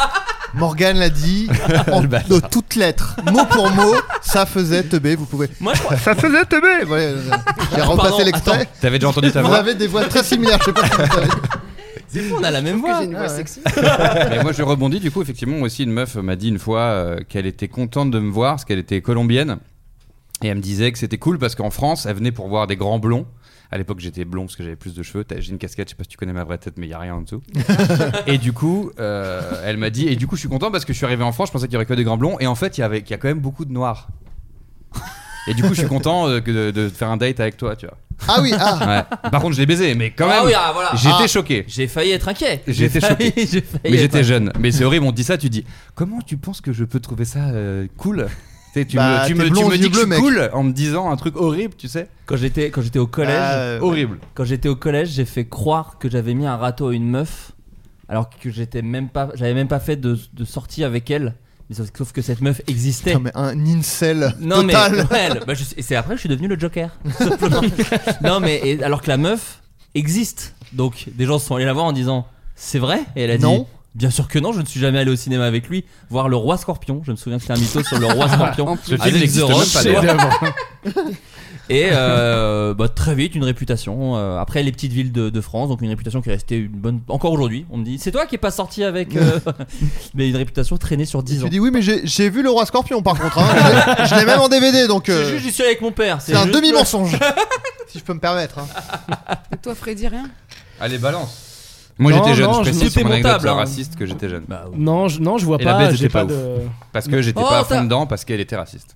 [SPEAKER 6] Morgane
[SPEAKER 1] (laughs)
[SPEAKER 6] l'a dit en, de toutes lettres, mot pour mot, ça faisait teubé, vous pouvez.
[SPEAKER 1] hein. Moi, je crois-
[SPEAKER 6] Ça faisait teubé Ouais, euh, J'ai repassé l'extrait.
[SPEAKER 8] T'avais déjà entendu ta
[SPEAKER 6] Vous
[SPEAKER 8] voix
[SPEAKER 6] avez des voix très similaires, je sais pas si vous savez. Ah,
[SPEAKER 1] C'est fou, on a la même
[SPEAKER 4] que
[SPEAKER 1] voix.
[SPEAKER 4] (laughs) j'ai une voix sexy.
[SPEAKER 8] Mais moi je rebondis du coup effectivement moi aussi une meuf m'a dit une fois euh, qu'elle était contente de me voir parce qu'elle était colombienne et elle me disait que c'était cool parce qu'en France elle venait pour voir des grands blonds. À l'époque j'étais blond parce que j'avais plus de cheveux. T'as- J'ai une casquette, je sais pas si tu connais ma vraie tête mais il y a rien
[SPEAKER 1] (laughs)
[SPEAKER 8] en dessous. et du coup euh, elle m'a dit et du coup je suis content parce que je suis arrivé en France, je pensais qu'il y aurait que des grands blonds et en fait il y avait il y a quand même beaucoup
[SPEAKER 1] (laughs)
[SPEAKER 8] de noirs. Et du coup je suis content euh, que de, de faire un date avec toi
[SPEAKER 1] (laughs)
[SPEAKER 8] tu vois.
[SPEAKER 6] Ah oui, ah
[SPEAKER 8] Ouais. Par contre je l'ai baisé mais quand
[SPEAKER 1] Ah
[SPEAKER 8] même
[SPEAKER 1] oui, ah, voilà.
[SPEAKER 8] j'étais
[SPEAKER 6] Ah.
[SPEAKER 8] choqué.
[SPEAKER 1] J'ai failli être inquiet.
[SPEAKER 8] J'ai été
[SPEAKER 1] failli- (laughs) j'ai failli
[SPEAKER 8] Mais
[SPEAKER 1] être
[SPEAKER 8] j'étais
[SPEAKER 1] inquiet.
[SPEAKER 8] jeune. Mais c'est horrible, on te dit ça, tu dis comment tu penses que je peux trouver ça euh, cool Tu sais, tu,
[SPEAKER 6] Bah,
[SPEAKER 8] me, tu,
[SPEAKER 6] t'es
[SPEAKER 8] me, tu
[SPEAKER 6] blond
[SPEAKER 8] me
[SPEAKER 6] aux
[SPEAKER 8] dis
[SPEAKER 6] yeux
[SPEAKER 8] que je
[SPEAKER 6] bleus,
[SPEAKER 8] suis
[SPEAKER 6] mec.
[SPEAKER 8] cool en me disant un truc horrible, tu sais
[SPEAKER 1] Quand j'étais quand j'étais au collège,
[SPEAKER 6] Ah, ouais.
[SPEAKER 8] Horrible.
[SPEAKER 1] quand j'étais au collège, j'ai fait croire que j'avais mis un râteau à une meuf alors que j'étais même pas j'avais même pas fait de, de sortie avec elle. Mais sauf, sauf que cette meuf existait.
[SPEAKER 6] Putain, mais un incel
[SPEAKER 1] Non
[SPEAKER 6] total.
[SPEAKER 1] mais (laughs) ouais, elle- bah, je- et c'est après que je suis devenu le Joker. (laughs) simplement. non mais et- alors que la meuf existe, donc des gens sont allés la voir en disant c'est vrai et elle a dit
[SPEAKER 6] Non.
[SPEAKER 1] bien sûr que non, je ne suis jamais allé au cinéma avec lui voir le Roi Scorpion. Je me souviens que c'était un mytho sur le
[SPEAKER 6] (laughs) Ah,
[SPEAKER 1] Roi Scorpion.
[SPEAKER 4] En plus.
[SPEAKER 8] Ce film
[SPEAKER 1] avec
[SPEAKER 8] n'existe
[SPEAKER 1] The
[SPEAKER 8] même
[SPEAKER 1] Rock.
[SPEAKER 8] pas, d'ailleurs. (laughs)
[SPEAKER 1] Et euh, bah, très vite, une réputation. euh, après, les petites villes de, de France, donc une réputation qui est restée une bonne. Encore aujourd'hui, on me dit c'est toi qui est pas sorti avec.
[SPEAKER 6] (laughs)
[SPEAKER 1] euh, (laughs) mais une réputation traînée sur 10 ans.
[SPEAKER 6] Tu dis oui, mais j'ai j'ai vu le roi scorpion par contre. hein. Je l'ai- je l'ai même en DVD donc. euh,
[SPEAKER 1] Ah, C'est juste, j'y suis allé avec mon père.
[SPEAKER 6] C'est un
[SPEAKER 1] juste-
[SPEAKER 6] demi-mensonge.
[SPEAKER 1] (laughs)
[SPEAKER 6] si je peux me permettre. hein.
[SPEAKER 4] Et toi, Freddy, rien
[SPEAKER 8] Allez, balance. Moi
[SPEAKER 7] Non,
[SPEAKER 8] j'étais jeune,
[SPEAKER 7] non,
[SPEAKER 8] je
[SPEAKER 7] je
[SPEAKER 8] précise
[SPEAKER 7] me-
[SPEAKER 8] sur mon
[SPEAKER 1] C'était
[SPEAKER 8] anecdote
[SPEAKER 1] montable, hein.
[SPEAKER 8] raciste que j'étais jeune.
[SPEAKER 1] Bah, oui.
[SPEAKER 7] Non, je, non, je vois
[SPEAKER 8] Et la
[SPEAKER 7] pas.
[SPEAKER 8] baise
[SPEAKER 7] j'ai
[SPEAKER 8] était
[SPEAKER 7] pas,
[SPEAKER 8] pas
[SPEAKER 7] de.
[SPEAKER 8] Parce que j'étais
[SPEAKER 1] Oh,
[SPEAKER 8] pas à
[SPEAKER 1] ça-
[SPEAKER 8] fond dedans parce qu'elle était raciste.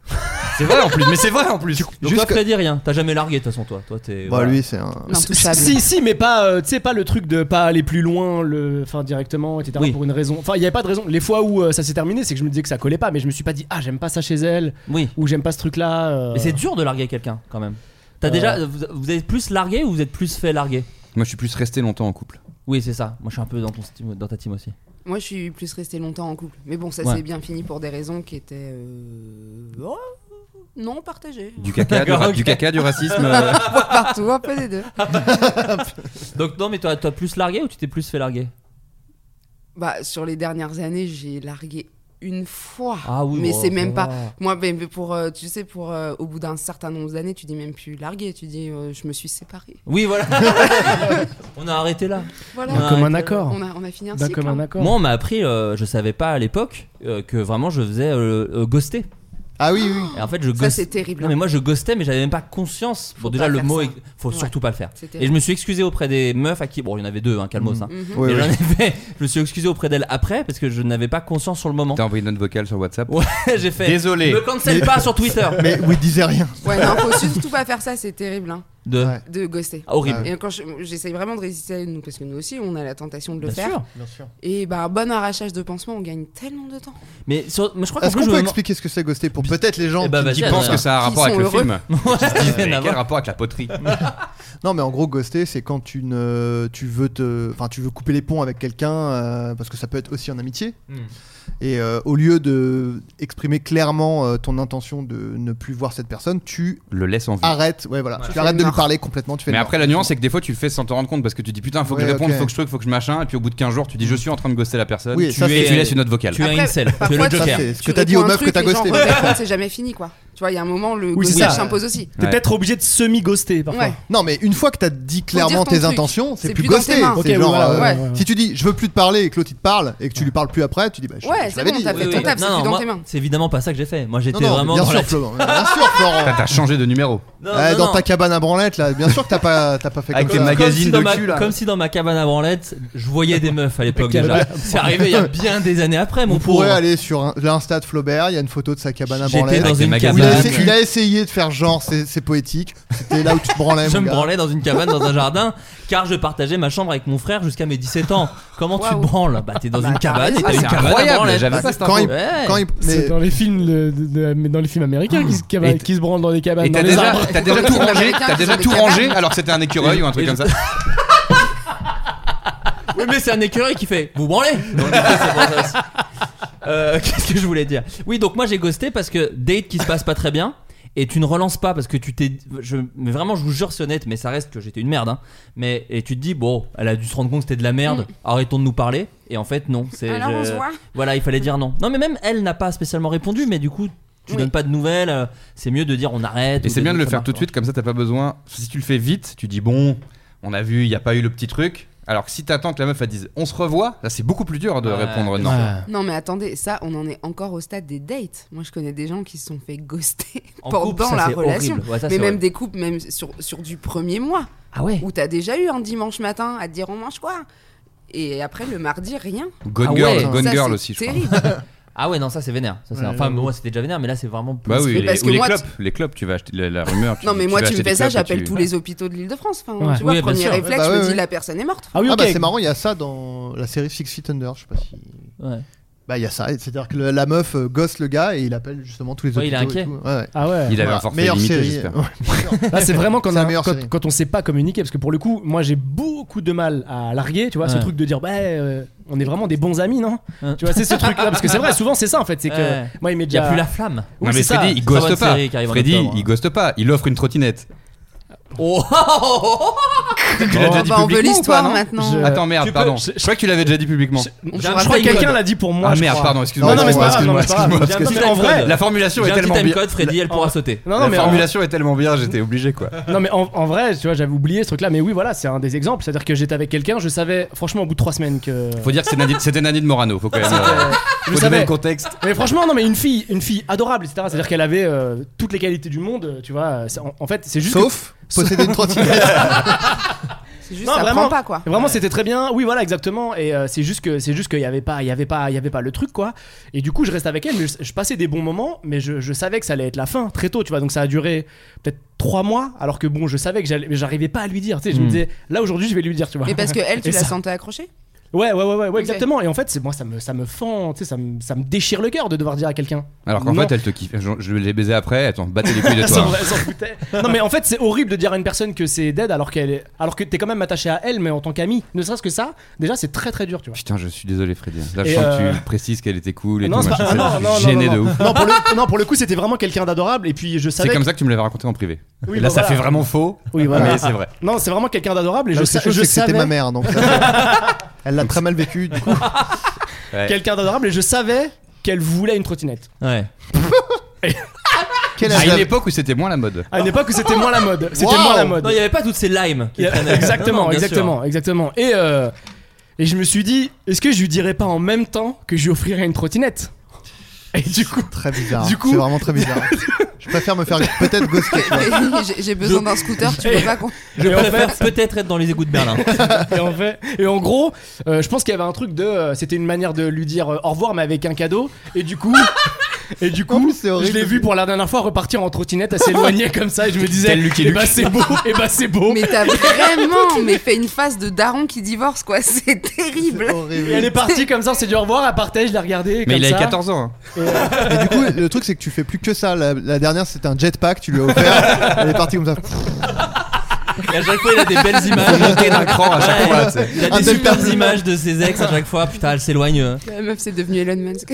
[SPEAKER 8] c'est vrai en plus, mais c'est vrai en plus.
[SPEAKER 1] Donc
[SPEAKER 6] Jusque-
[SPEAKER 1] toi, Freddy, rien. T'as jamais largué, de toute façon, toi. Toi, t'es.
[SPEAKER 6] Bah
[SPEAKER 1] voilà.
[SPEAKER 6] lui c'est un.
[SPEAKER 4] Non, tout ça.
[SPEAKER 7] Si, si, mais pas, euh, tu sais, pas le truc de pas aller plus loin, le, enfin directement, etc.
[SPEAKER 1] Oui.
[SPEAKER 7] Pour une raison. Enfin, il n'y avait pas de raison. Les fois où euh, ça s'est terminé, c'est que je me disais que ça collait pas, mais je me suis pas dit ah j'aime pas ça chez elle
[SPEAKER 1] Oui.
[SPEAKER 7] ou j'aime pas ce euh. truc là.
[SPEAKER 1] Mais c'est dur de larguer quelqu'un, quand même. T'as
[SPEAKER 7] Euh.
[SPEAKER 1] déjà. Vous, vous êtes plus largué ou vous êtes plus fait larguer
[SPEAKER 8] Moi je suis plus resté longtemps en couple.
[SPEAKER 1] Oui, c'est ça. Moi, je suis un peu dans, ton, team- dans ta team aussi.
[SPEAKER 4] Moi, je suis plus restée longtemps en couple. Mais bon, ça
[SPEAKER 1] Ouais.
[SPEAKER 4] s'est bien fini pour des raisons qui étaient. euh, oh, non partagées.
[SPEAKER 8] Du caca, du,
[SPEAKER 1] D'accord,
[SPEAKER 8] ra-
[SPEAKER 1] ok.
[SPEAKER 8] du caca, du racisme. euh,
[SPEAKER 4] Partout, un peu des deux.
[SPEAKER 1] Donc, non, mais toi, t'as plus largué ou tu t'es plus fait larguer
[SPEAKER 4] Bah, sur les dernières années, j'ai largué une fois.
[SPEAKER 1] Ah oui,
[SPEAKER 4] Oh, Mais
[SPEAKER 1] bon,
[SPEAKER 4] c'est
[SPEAKER 1] ça
[SPEAKER 4] même
[SPEAKER 1] va.
[SPEAKER 4] pas. Moi, mais mais pour, euh, tu sais, pour euh, au bout d'un certain nombre d'années, tu dis même plus larguer, tu dis euh, je me suis séparée.
[SPEAKER 1] Oui,
[SPEAKER 4] (laughs)
[SPEAKER 1] voilà. on a arrêté là.
[SPEAKER 4] Voilà.
[SPEAKER 1] D'un
[SPEAKER 7] comme un
[SPEAKER 1] Ouais,
[SPEAKER 7] accord.
[SPEAKER 4] On a, on a fini un
[SPEAKER 7] D'un
[SPEAKER 4] cycle.
[SPEAKER 7] comme un
[SPEAKER 4] hein.
[SPEAKER 7] accord.
[SPEAKER 1] Moi, on m'a appris, euh, je savais pas à l'époque, euh, que vraiment je faisais euh, euh, ghoster.
[SPEAKER 6] Ah oui oui.
[SPEAKER 1] Et en fait, je
[SPEAKER 4] Ça,
[SPEAKER 1] ghost-
[SPEAKER 4] c'est terrible. hein.
[SPEAKER 1] Non, mais moi, je ghostais, mais j'avais même pas conscience. bon,
[SPEAKER 4] Faut
[SPEAKER 1] déjà,
[SPEAKER 4] pas
[SPEAKER 1] le
[SPEAKER 4] faire
[SPEAKER 1] mot,
[SPEAKER 4] ça.
[SPEAKER 1] est- faut
[SPEAKER 4] Ouais.
[SPEAKER 1] surtout pas le faire.
[SPEAKER 4] C'est terrible.
[SPEAKER 1] Et je me suis excusé auprès des meufs à qui. Bon, il y en avait deux, hein, calmos. hein.
[SPEAKER 4] Mhm.
[SPEAKER 6] Oui,
[SPEAKER 1] Et
[SPEAKER 6] oui.
[SPEAKER 1] j'en ai fait- je me suis excusé auprès d'elles après parce que je n'avais pas conscience sur le moment.
[SPEAKER 8] T'as envoyé une note vocale sur WhatsApp
[SPEAKER 1] Ouais, (laughs) j'ai fait.
[SPEAKER 8] Désolé.
[SPEAKER 1] Me cancel pas sur Twitter.
[SPEAKER 6] (laughs) (laughs) Mais oui disait rien.
[SPEAKER 4] Ouais, non, faut
[SPEAKER 1] (laughs)
[SPEAKER 4] surtout pas faire ça, c'est terrible, hein,
[SPEAKER 1] De...
[SPEAKER 6] Ouais.
[SPEAKER 4] de ghoster.
[SPEAKER 1] Ah, horrible.
[SPEAKER 4] Et quand je- j'essaye vraiment de résister à nous, parce que nous aussi, on a la tentation de le
[SPEAKER 1] Bien
[SPEAKER 4] faire.
[SPEAKER 1] sûr.
[SPEAKER 4] Et bah, un bon arrachage de pansement, on gagne tellement de temps.
[SPEAKER 1] Mais, sur- mais je crois qu'en
[SPEAKER 6] Est-ce
[SPEAKER 1] plus,
[SPEAKER 6] qu'on
[SPEAKER 1] je
[SPEAKER 6] peut
[SPEAKER 1] me- (laughs)
[SPEAKER 6] expliquer ce que c'est ghoster pour peut-être les gens
[SPEAKER 1] Eh ben,
[SPEAKER 6] bah, qui-
[SPEAKER 1] vas-y,
[SPEAKER 8] Qui
[SPEAKER 1] Qui
[SPEAKER 8] pense
[SPEAKER 1] sont
[SPEAKER 8] que ça a un rapport avec le
[SPEAKER 4] heureux.
[SPEAKER 8] film
[SPEAKER 1] Rien
[SPEAKER 8] Mais
[SPEAKER 1] à
[SPEAKER 8] Quel
[SPEAKER 1] voir.
[SPEAKER 8] rapport avec la poterie
[SPEAKER 6] Non, mais en gros, ghoster, c'est quand tu, ne- tu veux te, enfin, tu veux couper les ponts avec quelqu'un euh, parce que ça peut être aussi en amitié. Et euh, au lieu de exprimer clairement euh, ton intention de ne plus voir cette personne, tu
[SPEAKER 8] Le laisse en vie.
[SPEAKER 6] arrêtes, ouais, voilà, tu
[SPEAKER 4] fais
[SPEAKER 6] arrêtes
[SPEAKER 4] le
[SPEAKER 6] de lui
[SPEAKER 4] nard.
[SPEAKER 6] parler complètement. Tu fais
[SPEAKER 8] Mais
[SPEAKER 6] le
[SPEAKER 8] après, la nuance, c'est que des fois, tu le fais sans te rendre compte parce que tu dis putain, faut que
[SPEAKER 6] Ouais,
[SPEAKER 8] je réponde,
[SPEAKER 6] ok.
[SPEAKER 8] faut que je truc, faut que je machin. Et puis au bout de 15 jours, tu dis je suis en train de ghoster la personne.
[SPEAKER 6] Oui,
[SPEAKER 8] tu,
[SPEAKER 6] ça,
[SPEAKER 8] es-
[SPEAKER 6] c'est-
[SPEAKER 8] tu laisses une note vocale.
[SPEAKER 1] Tu es un
[SPEAKER 4] Après,
[SPEAKER 1] incel. Tu es
[SPEAKER 4] parfois,
[SPEAKER 1] le
[SPEAKER 6] nard. Ça,
[SPEAKER 1] Joker.
[SPEAKER 6] c'est ce que
[SPEAKER 4] Tu
[SPEAKER 6] t'as dit
[SPEAKER 4] réponds
[SPEAKER 6] aux
[SPEAKER 4] un
[SPEAKER 6] meufs que
[SPEAKER 4] truc,
[SPEAKER 6] t'as
[SPEAKER 4] les gens
[SPEAKER 6] ghosté.
[SPEAKER 4] regrettent, bah, C'est jamais fini, quoi. Tu vois, il y a un moment, le
[SPEAKER 7] Oui, c'est
[SPEAKER 4] ghostage
[SPEAKER 7] ça.
[SPEAKER 4] s'impose aussi.
[SPEAKER 7] T'es
[SPEAKER 8] Ouais.
[SPEAKER 7] peut-être obligé de semi-ghoster parfois.
[SPEAKER 4] Ouais.
[SPEAKER 6] Non, mais une fois que t'as dit clairement
[SPEAKER 4] ton
[SPEAKER 6] tes
[SPEAKER 4] truc.
[SPEAKER 6] intentions, c'est
[SPEAKER 4] C'est
[SPEAKER 6] plus
[SPEAKER 4] plus dans
[SPEAKER 6] ghoster.
[SPEAKER 4] tes mains.
[SPEAKER 6] C'est
[SPEAKER 7] Ok, oui,
[SPEAKER 6] genre,
[SPEAKER 7] voilà,
[SPEAKER 6] euh,
[SPEAKER 4] ouais,
[SPEAKER 7] ouais, ouais.
[SPEAKER 6] si tu dis je veux plus te parler et que l'autre il te parle et que tu lui parles plus après, tu dis bah je,
[SPEAKER 4] Ouais,
[SPEAKER 6] je
[SPEAKER 4] c'est
[SPEAKER 6] l'avais
[SPEAKER 4] bon,
[SPEAKER 6] dit.
[SPEAKER 4] t'as fait
[SPEAKER 1] Oui,
[SPEAKER 4] ton
[SPEAKER 1] oui.
[SPEAKER 4] table, c'est
[SPEAKER 1] Non,
[SPEAKER 4] plus dans
[SPEAKER 1] moi,
[SPEAKER 4] tes mains.
[SPEAKER 1] C'est évidemment pas ça que j'ai fait. Moi,
[SPEAKER 6] Non,
[SPEAKER 1] j'étais
[SPEAKER 6] non,
[SPEAKER 1] vraiment
[SPEAKER 6] bien
[SPEAKER 1] dans
[SPEAKER 6] sûr,
[SPEAKER 1] la.
[SPEAKER 6] Florent. Bien sûr, Florent.
[SPEAKER 8] T'as changé de numéro.
[SPEAKER 1] Non,
[SPEAKER 6] Ouais,
[SPEAKER 1] non,
[SPEAKER 6] dans
[SPEAKER 1] non.
[SPEAKER 6] ta cabane à branlette là, bien sûr que t'as pas, t'as pas fait
[SPEAKER 8] Avec
[SPEAKER 6] comme
[SPEAKER 8] tes
[SPEAKER 6] ça.
[SPEAKER 8] magasins.
[SPEAKER 1] si
[SPEAKER 8] Magazine
[SPEAKER 1] dans
[SPEAKER 8] de
[SPEAKER 1] ma-
[SPEAKER 8] cul, là.
[SPEAKER 1] Comme si dans ma cabane à branlette, je voyais des meufs à l'époque
[SPEAKER 7] Cabane
[SPEAKER 1] déjà. C'est arrivé il y a bien des années après, mon
[SPEAKER 6] On pourrait
[SPEAKER 1] pauvre.
[SPEAKER 6] aller sur un- l'Insta de Flaubert, il y a une photo de sa cabane à
[SPEAKER 1] J'étais
[SPEAKER 6] branlette.
[SPEAKER 1] dans
[SPEAKER 8] Avec des
[SPEAKER 1] une
[SPEAKER 6] Où il,
[SPEAKER 8] magasins.
[SPEAKER 6] a,
[SPEAKER 1] cabane.
[SPEAKER 6] essayé- il a essayé de faire genre, c'est c'est poétique. C'était là où tu te branlais.
[SPEAKER 1] (laughs) Je
[SPEAKER 6] mon
[SPEAKER 1] me
[SPEAKER 6] gars.
[SPEAKER 1] branlais dans une cabane dans un jardin car je partageais ma chambre avec mon frère jusqu'à mes 17 ans. Comment tu te
[SPEAKER 4] Waouh.
[SPEAKER 1] branles Bah t'es dans une cabane et
[SPEAKER 8] Ah,
[SPEAKER 1] t'as une
[SPEAKER 8] c'est
[SPEAKER 1] cabane à
[SPEAKER 8] incroyable,
[SPEAKER 1] branlette.
[SPEAKER 8] j'avais pas
[SPEAKER 1] Ouais.
[SPEAKER 8] cette
[SPEAKER 6] Quand
[SPEAKER 8] info.
[SPEAKER 6] il- Quand il- mais-
[SPEAKER 7] C'est dans les films, de- de- de- mais dans les films américains qui, se- qui-
[SPEAKER 8] Et-
[SPEAKER 7] qui se branlent dans les cabanes,
[SPEAKER 8] Et
[SPEAKER 7] dans
[SPEAKER 8] t'as
[SPEAKER 7] les
[SPEAKER 8] déjà,
[SPEAKER 7] arbres.
[SPEAKER 8] t'as déjà tout
[SPEAKER 4] Américains
[SPEAKER 8] rangé,
[SPEAKER 4] qui
[SPEAKER 8] t'as
[SPEAKER 4] sont
[SPEAKER 8] déjà
[SPEAKER 4] des
[SPEAKER 8] tout
[SPEAKER 4] cabanes.
[SPEAKER 8] rangé alors que c'était un écureuil ou un truc
[SPEAKER 1] et
[SPEAKER 8] comme ça.
[SPEAKER 1] Oui, mais c'est un écureuil qui fait vous branlez. Donc, du coup, c'est pour ça
[SPEAKER 8] (laughs)
[SPEAKER 1] aussi. Euh, Qu'est-ce que je voulais dire Oui donc moi j'ai ghosté parce que date qui se passe pas très bien. et tu ne relances pas parce que tu t'es. Je, mais vraiment, je vous jure, c'est honnête, mais ça reste que j'étais une merde. hein. Mais et tu te dis, bon, elle a dû se rendre compte que c'était de la merde,
[SPEAKER 4] Mm.
[SPEAKER 1] arrêtons de nous parler. Et en fait, non. C'est,
[SPEAKER 9] Alors, on se voit.
[SPEAKER 1] Voilà, il fallait dire non. Non, mais même elle n'a pas spécialement répondu, mais du coup. Tu donnes pas de nouvelles, euh, c'est mieux de dire on arrête.
[SPEAKER 8] Et
[SPEAKER 1] ou
[SPEAKER 8] c'est bien de
[SPEAKER 1] dire
[SPEAKER 8] le
[SPEAKER 1] ça
[SPEAKER 8] faire
[SPEAKER 1] marche
[SPEAKER 8] tout de
[SPEAKER 1] pas.
[SPEAKER 8] suite, comme ça t'as pas besoin. Si tu le fais vite, tu dis bon, on a vu, il n'y a pas eu le petit truc. Alors que si t'attends que la meuf elle dise on se revoit, là c'est beaucoup plus dur de
[SPEAKER 1] Ouais,
[SPEAKER 8] répondre
[SPEAKER 1] bien
[SPEAKER 8] non.
[SPEAKER 1] sûr.
[SPEAKER 4] Non mais attendez, ça on en est encore au stade des dates. Moi je connais des gens qui se sont fait ghoster
[SPEAKER 1] En
[SPEAKER 4] (laughs) pendant
[SPEAKER 1] couple, ça,
[SPEAKER 4] la
[SPEAKER 1] c'est
[SPEAKER 4] relation.
[SPEAKER 1] horrible. Ouais, ça,
[SPEAKER 4] mais
[SPEAKER 1] c'est
[SPEAKER 4] même
[SPEAKER 1] vrai.
[SPEAKER 4] des couples même sur, sur du premier mois.
[SPEAKER 1] Ah ouais.
[SPEAKER 4] Où t'as déjà eu un dimanche matin à te dire on mange quoi Et après le mardi rien.
[SPEAKER 8] Gone
[SPEAKER 1] Ah
[SPEAKER 8] girl,
[SPEAKER 1] ouais.
[SPEAKER 8] gone
[SPEAKER 4] Ça,
[SPEAKER 8] girl
[SPEAKER 4] c'est
[SPEAKER 8] aussi, je crois.
[SPEAKER 4] terrible.
[SPEAKER 8] (laughs)
[SPEAKER 1] Ah ouais, non, ça c'est vénère. Ça, c'est-
[SPEAKER 8] Ouais,
[SPEAKER 1] enfin,
[SPEAKER 8] j'avoue.
[SPEAKER 1] moi c'était déjà vénère, mais là c'est vraiment plus.
[SPEAKER 8] Bah oui, les,
[SPEAKER 4] parce
[SPEAKER 8] ou
[SPEAKER 4] que
[SPEAKER 8] les
[SPEAKER 4] moi,
[SPEAKER 8] clubs,
[SPEAKER 4] tu-
[SPEAKER 8] les clubs, tu vas acheter la, la rumeur. tu-
[SPEAKER 4] Non mais
[SPEAKER 8] tu
[SPEAKER 4] moi
[SPEAKER 8] vas
[SPEAKER 4] tu me fais
[SPEAKER 8] acheter des
[SPEAKER 4] ça,
[SPEAKER 8] clubs et
[SPEAKER 4] j'appelle
[SPEAKER 8] tu-
[SPEAKER 4] tous les hôpitaux de l'Île-de-France. Enfin,
[SPEAKER 6] Ouais.
[SPEAKER 4] Tu vois,
[SPEAKER 6] Oui, bien
[SPEAKER 4] premier
[SPEAKER 6] sûr.
[SPEAKER 4] réflexe,
[SPEAKER 6] Bah
[SPEAKER 4] je me
[SPEAKER 6] ouais,
[SPEAKER 4] dis
[SPEAKER 6] ouais.
[SPEAKER 4] la personne est morte.
[SPEAKER 6] Ah bah c'est marrant, il y a ça dans la série Six Feet Under, je sais pas si.
[SPEAKER 1] Ouais.
[SPEAKER 6] Bah il y a ça, c'est-à-dire que le- la meuf euh, gosse le gars et il appelle justement tous les autres.
[SPEAKER 1] Ouais, il est inquiet.
[SPEAKER 7] Ah
[SPEAKER 8] (laughs)
[SPEAKER 7] ouais.
[SPEAKER 8] Il avait un forfait
[SPEAKER 6] meilleure
[SPEAKER 8] illimité,
[SPEAKER 6] série.
[SPEAKER 8] j'espère.
[SPEAKER 6] Ouais, bien sûr.
[SPEAKER 7] Là, c'est vraiment quand,
[SPEAKER 6] C'est la
[SPEAKER 7] on-
[SPEAKER 6] meilleure
[SPEAKER 7] quand,
[SPEAKER 6] série.
[SPEAKER 7] quand on sait pas communiquer, parce que pour le coup, moi j'ai beaucoup de mal à larguer, tu vois, ce
[SPEAKER 1] Ouais.
[SPEAKER 7] truc de dire, bah, euh, on est vraiment des bons amis, non
[SPEAKER 1] Hein.
[SPEAKER 7] Tu vois, c'est ce truc-là, parce que c'est vrai, souvent c'est ça en fait, c'est que
[SPEAKER 1] Ouais.
[SPEAKER 7] moi il m'est
[SPEAKER 1] Il y a
[SPEAKER 7] déjà.
[SPEAKER 1] plus la flamme.
[SPEAKER 7] Oui, bah-
[SPEAKER 8] non mais
[SPEAKER 7] c'est ça.
[SPEAKER 8] Freddy, il
[SPEAKER 1] Très
[SPEAKER 8] ghoste
[SPEAKER 1] bonne
[SPEAKER 8] pas.
[SPEAKER 1] série qui arrive en
[SPEAKER 8] Freddy,
[SPEAKER 1] octobre, hein.
[SPEAKER 8] il ghoste pas. Il offre
[SPEAKER 7] (laughs)
[SPEAKER 8] une trottinette. (laughs)
[SPEAKER 1] Oh,
[SPEAKER 8] Tu l'as déjà dit
[SPEAKER 4] bah, on veut
[SPEAKER 8] publiquement ou pas,
[SPEAKER 4] l'histoire
[SPEAKER 8] non
[SPEAKER 4] maintenant.
[SPEAKER 7] Je-
[SPEAKER 8] Attends merde,
[SPEAKER 7] Tu peux-
[SPEAKER 8] pardon.
[SPEAKER 7] je-
[SPEAKER 8] Je crois que tu l'avais déjà dit publiquement.
[SPEAKER 4] On
[SPEAKER 1] J'ai un
[SPEAKER 4] pourra
[SPEAKER 7] Je crois que
[SPEAKER 4] pas-
[SPEAKER 7] quelqu'un l'a dit pour moi.
[SPEAKER 8] Ah
[SPEAKER 7] je
[SPEAKER 8] merde,
[SPEAKER 7] crois.
[SPEAKER 8] pardon, excuse-moi.
[SPEAKER 7] Non, non, mais c'est pas grave, non, mais c'est pas
[SPEAKER 8] excuse-moi,
[SPEAKER 7] grave. J'ai
[SPEAKER 8] excuse-moi,
[SPEAKER 7] un
[SPEAKER 8] excuse-moi.
[SPEAKER 7] petit time code.
[SPEAKER 8] La formulation
[SPEAKER 1] J'ai
[SPEAKER 8] est
[SPEAKER 1] un petit
[SPEAKER 8] tellement bien.
[SPEAKER 1] timecode, Freddy, elle pourra sauter.
[SPEAKER 7] Non, non,
[SPEAKER 8] La
[SPEAKER 7] mais en-
[SPEAKER 8] formulation est tellement bien, j'étais obligé quoi.
[SPEAKER 7] Non mais en, en vrai, tu vois, j'avais oublié ce truc-là, mais oui, voilà, c'est un des exemples. C'est-à-dire que j'étais avec quelqu'un, je savais, franchement, au bout de trois semaines que.
[SPEAKER 8] Faut dire que c'est Nadine- c'était Nadine Morano, faut quand même. euh,
[SPEAKER 7] Je
[SPEAKER 8] Faut donner
[SPEAKER 7] savais.
[SPEAKER 8] le contexte.
[SPEAKER 7] Mais franchement, non, mais une fille, une fille adorable, etc. C'est-à-dire qu'elle avait euh, toutes les qualités du monde, euh, tu vois. euh, c'est- En, en fait, c'est juste.
[SPEAKER 6] Sauf
[SPEAKER 1] (laughs)
[SPEAKER 6] posséder une trottinette.
[SPEAKER 4] C'est
[SPEAKER 7] que-
[SPEAKER 4] juste
[SPEAKER 7] Non,
[SPEAKER 4] ça
[SPEAKER 7] vraiment,
[SPEAKER 4] prend pas quoi.
[SPEAKER 7] Vraiment, c'était très bien. Oui, voilà, exactement. Et euh, c'est juste que c'est juste qu'il y avait pas, il y avait pas, il y avait pas le truc quoi. Et du coup, je reste avec elle, mais je, je passais des bons moments, mais je, je savais que ça allait être la fin très tôt, tu vois. Donc ça a duré peut-être trois mois, alors que bon, je savais que j'allais- mais j'arrivais pas à lui dire. Tu sais, je
[SPEAKER 1] Mm.
[SPEAKER 7] me disais, là aujourd'hui, je vais lui dire, tu
[SPEAKER 4] (laughs)
[SPEAKER 7] vois.
[SPEAKER 4] Mais parce que elle, tu
[SPEAKER 7] Et
[SPEAKER 4] la
[SPEAKER 7] ça-
[SPEAKER 4] sentais accrochée
[SPEAKER 7] Ouais, ouais, ouais, ouais, ouais,
[SPEAKER 4] Ok.
[SPEAKER 7] exactement. Et en fait, c'est moi, ça me, ça me fend, tu sais, ça me, ça me déchire le cœur de devoir dire à quelqu'un.
[SPEAKER 8] Alors qu'en
[SPEAKER 7] Non.
[SPEAKER 8] fait, elle te kiffe. Je, je l'ai baisé après, elle t'en battait les
[SPEAKER 7] (laughs)
[SPEAKER 8] couilles de
[SPEAKER 7] Elle
[SPEAKER 8] toi.
[SPEAKER 7] s'en
[SPEAKER 8] hein.
[SPEAKER 7] elle s'en foutait. Non, mais en fait, c'est horrible de dire à une personne que c'est dead alors qu'elle est, alors que t'es quand même attaché à elle, mais en tant qu'ami, ne serait-ce que ça, déjà, c'est très très dur, tu vois.
[SPEAKER 8] Putain, je suis désolé, Freddy. Là, je
[SPEAKER 7] Et
[SPEAKER 8] sens que
[SPEAKER 7] euh,
[SPEAKER 8] tu précises qu'elle était cool et bah,
[SPEAKER 7] Non,
[SPEAKER 8] tout.
[SPEAKER 7] c'est pas-
[SPEAKER 8] machin.
[SPEAKER 7] ah, non,
[SPEAKER 8] Je suis
[SPEAKER 7] non, non,
[SPEAKER 8] gêné
[SPEAKER 7] non,
[SPEAKER 8] de
[SPEAKER 7] non.
[SPEAKER 8] ouf.
[SPEAKER 7] Non, pour le, non, pour le coup, c'était vraiment quelqu'un d'adorable, et puis je
[SPEAKER 8] C'est
[SPEAKER 7] savais.
[SPEAKER 8] comme ça que tu me l'avais raconté en privé.
[SPEAKER 7] Oui,
[SPEAKER 8] et là,
[SPEAKER 7] bah
[SPEAKER 8] ça
[SPEAKER 7] voilà.
[SPEAKER 8] fait vraiment faux.
[SPEAKER 7] Oui, voilà.
[SPEAKER 8] Mais c'est vrai.
[SPEAKER 7] Non, c'est vraiment quelqu'un d'adorable, et
[SPEAKER 6] Là,
[SPEAKER 7] je,
[SPEAKER 6] où
[SPEAKER 7] sa-
[SPEAKER 6] c'est chaud,
[SPEAKER 7] je
[SPEAKER 6] c'est que
[SPEAKER 7] savais.
[SPEAKER 6] c'était ma mère, donc ça- elle l'a très mal vécu. Du coup,
[SPEAKER 8] Ouais.
[SPEAKER 7] Quelqu'un d'adorable, et je savais qu'elle voulait une trottinette.
[SPEAKER 1] Ouais.
[SPEAKER 6] quel
[SPEAKER 8] À
[SPEAKER 7] Ah,
[SPEAKER 6] âge
[SPEAKER 8] une
[SPEAKER 6] la-
[SPEAKER 8] époque où c'était moins la mode.
[SPEAKER 7] À une époque où c'était moins la mode. C'était
[SPEAKER 6] Wow.
[SPEAKER 7] moins la mode.
[SPEAKER 1] Non, il n'y avait pas toutes ces limes qui
[SPEAKER 7] Il y a-
[SPEAKER 1] traînaient. Non,
[SPEAKER 7] (laughs) exactement,
[SPEAKER 1] non, bien sûr.
[SPEAKER 7] exactement, exactement. Et, euh, et je me suis dit, est-ce que je lui dirais pas en même temps que je lui offrirais une trottinette Et du coup,
[SPEAKER 6] Très bizarre.
[SPEAKER 7] Du coup-
[SPEAKER 6] c'est vraiment très
[SPEAKER 7] (laughs)
[SPEAKER 6] bizarre. je préfère me faire peut-être ghoster. tu
[SPEAKER 4] (laughs)
[SPEAKER 6] vois.
[SPEAKER 4] J'ai- J'ai besoin d'un scooter, tu peux pas qu'on.
[SPEAKER 7] je
[SPEAKER 1] Je préfère peut-être être dans les égouts de Berlin.
[SPEAKER 7] et, en fait- et en gros, euh, je pense qu'il y avait un truc de. euh, C'était une manière de lui dire euh, au revoir, mais avec un cadeau. Et du coup. Et du
[SPEAKER 6] En
[SPEAKER 7] coup,
[SPEAKER 6] plus, c'est horrible.
[SPEAKER 7] je l'ai vu pour la dernière fois repartir en trottinette, à s'éloigner comme ça, et je me disais,
[SPEAKER 8] Tel Lucky
[SPEAKER 7] eh
[SPEAKER 8] Luke.
[SPEAKER 7] bah c'est beau, et bah c'est beau.
[SPEAKER 4] Mais t'as vraiment mais fait une phase de daron qui divorce, quoi. (laughs) C'est terrible.
[SPEAKER 6] Horrible.
[SPEAKER 7] Et elle est partie comme ça, on s'est dit au revoir, à partage, je l'ai regardée.
[SPEAKER 8] Mais
[SPEAKER 7] comme
[SPEAKER 8] il avait
[SPEAKER 7] ça.
[SPEAKER 8] 14 ans. hein.
[SPEAKER 6] Et du coup, le truc, c'est que tu fais plus que ça. La, la dernière, c'était un jetpack, tu lui as
[SPEAKER 7] (laughs)
[SPEAKER 6] offert. Elle est partie comme ça.
[SPEAKER 1] Et à chaque fois, il a des belles
[SPEAKER 8] Faut
[SPEAKER 1] images.
[SPEAKER 8] monter d'un cran à chaque
[SPEAKER 1] Ouais.
[SPEAKER 8] fois. tu sais.
[SPEAKER 1] Il a
[SPEAKER 6] Un
[SPEAKER 1] des
[SPEAKER 6] tel
[SPEAKER 1] superbes
[SPEAKER 6] tableau.
[SPEAKER 1] images de ses ex à chaque fois. Putain, elle s'éloigne. euh.
[SPEAKER 4] La meuf, c'est devenu Elon (laughs) Musk.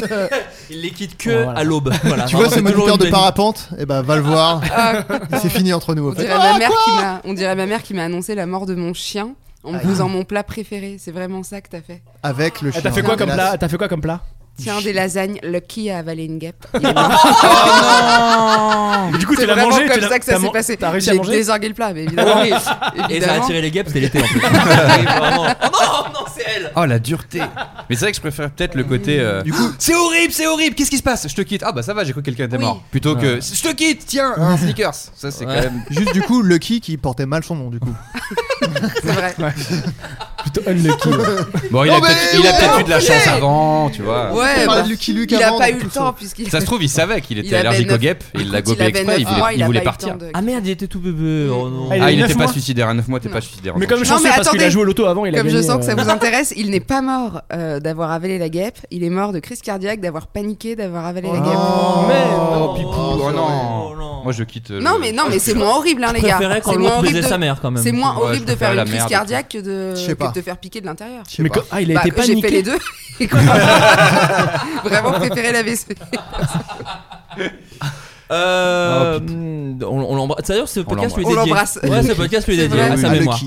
[SPEAKER 1] Il les quitte que
[SPEAKER 7] Voilà.
[SPEAKER 1] à l'aube. (laughs) Voilà,
[SPEAKER 7] Ah
[SPEAKER 6] Tu vois
[SPEAKER 1] vraiment,
[SPEAKER 6] ce
[SPEAKER 1] c'est toujours
[SPEAKER 6] moniteur
[SPEAKER 1] une
[SPEAKER 6] de
[SPEAKER 1] belle-
[SPEAKER 6] parapente Eh ben, va le voir.
[SPEAKER 4] Ah,
[SPEAKER 6] C'est fini entre nous.
[SPEAKER 4] on,
[SPEAKER 6] en fait.
[SPEAKER 4] dirait ma
[SPEAKER 8] Oh,
[SPEAKER 4] mère qui m'a, on dirait ma mère qui m'a annoncé la mort de mon chien en me faisant mon plat préféré. C'est vraiment ça que t'as fait.
[SPEAKER 6] Avec le chien.
[SPEAKER 7] Elle t'a fait quoi comme
[SPEAKER 6] hélas.
[SPEAKER 7] plat T'as fait quoi comme plat
[SPEAKER 4] Tiens, des lasagnes. Lucky a avalé une guêpe.
[SPEAKER 8] (laughs) Oh
[SPEAKER 7] Du coup,
[SPEAKER 4] C'est
[SPEAKER 7] tu l'as
[SPEAKER 4] vraiment
[SPEAKER 7] mangé tu
[SPEAKER 4] comme
[SPEAKER 7] l'as-
[SPEAKER 4] ça que
[SPEAKER 7] t'as
[SPEAKER 4] ça s'est
[SPEAKER 7] man-
[SPEAKER 4] passé.
[SPEAKER 7] T'as réussi à
[SPEAKER 4] J'ai
[SPEAKER 7] manger
[SPEAKER 4] désorgué le plat, mais
[SPEAKER 7] (laughs)
[SPEAKER 4] évidemment.
[SPEAKER 1] Et ça a
[SPEAKER 4] évidemment.
[SPEAKER 1] attiré les guêpes, c'était l'été en fait. Oui, vraiment. Oh non, non, c'est elle.
[SPEAKER 8] Oh la dureté Mais c'est vrai que je préfère peut-être le côté. euh, c'est horrible, c'est horrible, qu'est-ce qui se passe Je te quitte. Ah bah ça va, j'ai cru que quelqu'un était
[SPEAKER 4] Oui.
[SPEAKER 8] mort. Plutôt que. Je te quitte, tiens, un sneakers Ça c'est
[SPEAKER 1] Ouais.
[SPEAKER 8] quand même.
[SPEAKER 6] Juste du coup, Lucky qui portait mal son nom, du coup.
[SPEAKER 4] C'est vrai.
[SPEAKER 7] (laughs) Plutôt
[SPEAKER 6] (laughs)
[SPEAKER 7] unlucky.
[SPEAKER 4] Eh
[SPEAKER 8] Bon, il a
[SPEAKER 6] Non, mais
[SPEAKER 8] peut-être il a
[SPEAKER 6] ouais,
[SPEAKER 8] peut-être eu de la chance avant, tu vois.
[SPEAKER 4] Ouais,
[SPEAKER 6] On
[SPEAKER 4] bah,
[SPEAKER 6] parlait de Lucky Luke
[SPEAKER 4] il a
[SPEAKER 6] avant,
[SPEAKER 4] pas
[SPEAKER 6] donc
[SPEAKER 4] eu le
[SPEAKER 6] plutôt.
[SPEAKER 4] temps puisqu'il
[SPEAKER 8] Ça se trouve, il savait qu'il
[SPEAKER 4] Il
[SPEAKER 8] était
[SPEAKER 4] avait
[SPEAKER 8] allergique
[SPEAKER 4] neuf-
[SPEAKER 8] aux guêpes, et il l'a
[SPEAKER 4] Écoute,
[SPEAKER 8] gobé
[SPEAKER 4] avait
[SPEAKER 8] exprès, il
[SPEAKER 4] neuf mois,
[SPEAKER 8] voulait, il
[SPEAKER 4] a
[SPEAKER 8] voulait
[SPEAKER 4] pas eu le temps
[SPEAKER 8] partir.
[SPEAKER 4] de-
[SPEAKER 1] Ah merde, il était tout bébé. Oh non.
[SPEAKER 7] Ah, il
[SPEAKER 8] Ah,
[SPEAKER 7] eu
[SPEAKER 8] il
[SPEAKER 7] neuf
[SPEAKER 8] n'était pas
[SPEAKER 7] mois
[SPEAKER 8] suicidaire, à 9 mois, t'es pas
[SPEAKER 4] Non.
[SPEAKER 8] suicidaire.
[SPEAKER 7] Mais
[SPEAKER 8] donc.
[SPEAKER 7] comme je
[SPEAKER 4] Non,
[SPEAKER 7] pensais
[SPEAKER 4] mais
[SPEAKER 7] parce qu'il a
[SPEAKER 4] attendez.
[SPEAKER 7] joué au loto avant, il a
[SPEAKER 4] Comme je
[SPEAKER 7] gagné,
[SPEAKER 4] sens que ça
[SPEAKER 7] euh,
[SPEAKER 4] vous intéresse, il n'est pas mort euh, d'avoir avalé la guêpe. Il est mort de crise cardiaque, d'avoir paniqué, d'avoir avalé la guêpe.
[SPEAKER 6] Oh,
[SPEAKER 7] Mais
[SPEAKER 8] Oh,
[SPEAKER 7] non,
[SPEAKER 8] Pipou,
[SPEAKER 6] oh,
[SPEAKER 8] oh
[SPEAKER 6] c'est
[SPEAKER 8] non.
[SPEAKER 1] Oh non.
[SPEAKER 8] Moi je quitte. euh,
[SPEAKER 4] Non,
[SPEAKER 8] le-
[SPEAKER 4] mais non, mais c'est
[SPEAKER 8] Je-
[SPEAKER 4] moins horrible, hein, les
[SPEAKER 1] Je
[SPEAKER 4] gars.
[SPEAKER 1] préférais quand
[SPEAKER 4] C'est moins
[SPEAKER 1] l'autre
[SPEAKER 4] horrible.
[SPEAKER 1] baisait
[SPEAKER 4] de-
[SPEAKER 1] sa mère quand même.
[SPEAKER 4] C'est moins
[SPEAKER 8] Ouais, je
[SPEAKER 4] horrible de
[SPEAKER 8] préfère
[SPEAKER 4] faire
[SPEAKER 8] la
[SPEAKER 4] une crise
[SPEAKER 8] merde.
[SPEAKER 4] cardiaque que de...
[SPEAKER 6] Je sais
[SPEAKER 4] que
[SPEAKER 6] pas.
[SPEAKER 4] de te faire piquer de l'intérieur.
[SPEAKER 6] Je sais
[SPEAKER 7] Mais
[SPEAKER 6] pas.
[SPEAKER 7] quand- ah, il a
[SPEAKER 4] Bah,
[SPEAKER 7] été
[SPEAKER 4] J'ai fait les
[SPEAKER 7] paniqué.
[SPEAKER 4] deux. Vraiment préféré la vaisselle.
[SPEAKER 8] Oh,
[SPEAKER 1] Euh, on on l'embrasse. D'ailleurs, ce podcast lui est dédié. Ouais, ce podcast lui est dédié
[SPEAKER 7] Ah,
[SPEAKER 1] Ah, à
[SPEAKER 8] Ah,
[SPEAKER 1] sa
[SPEAKER 6] Lucky.
[SPEAKER 1] mémoire.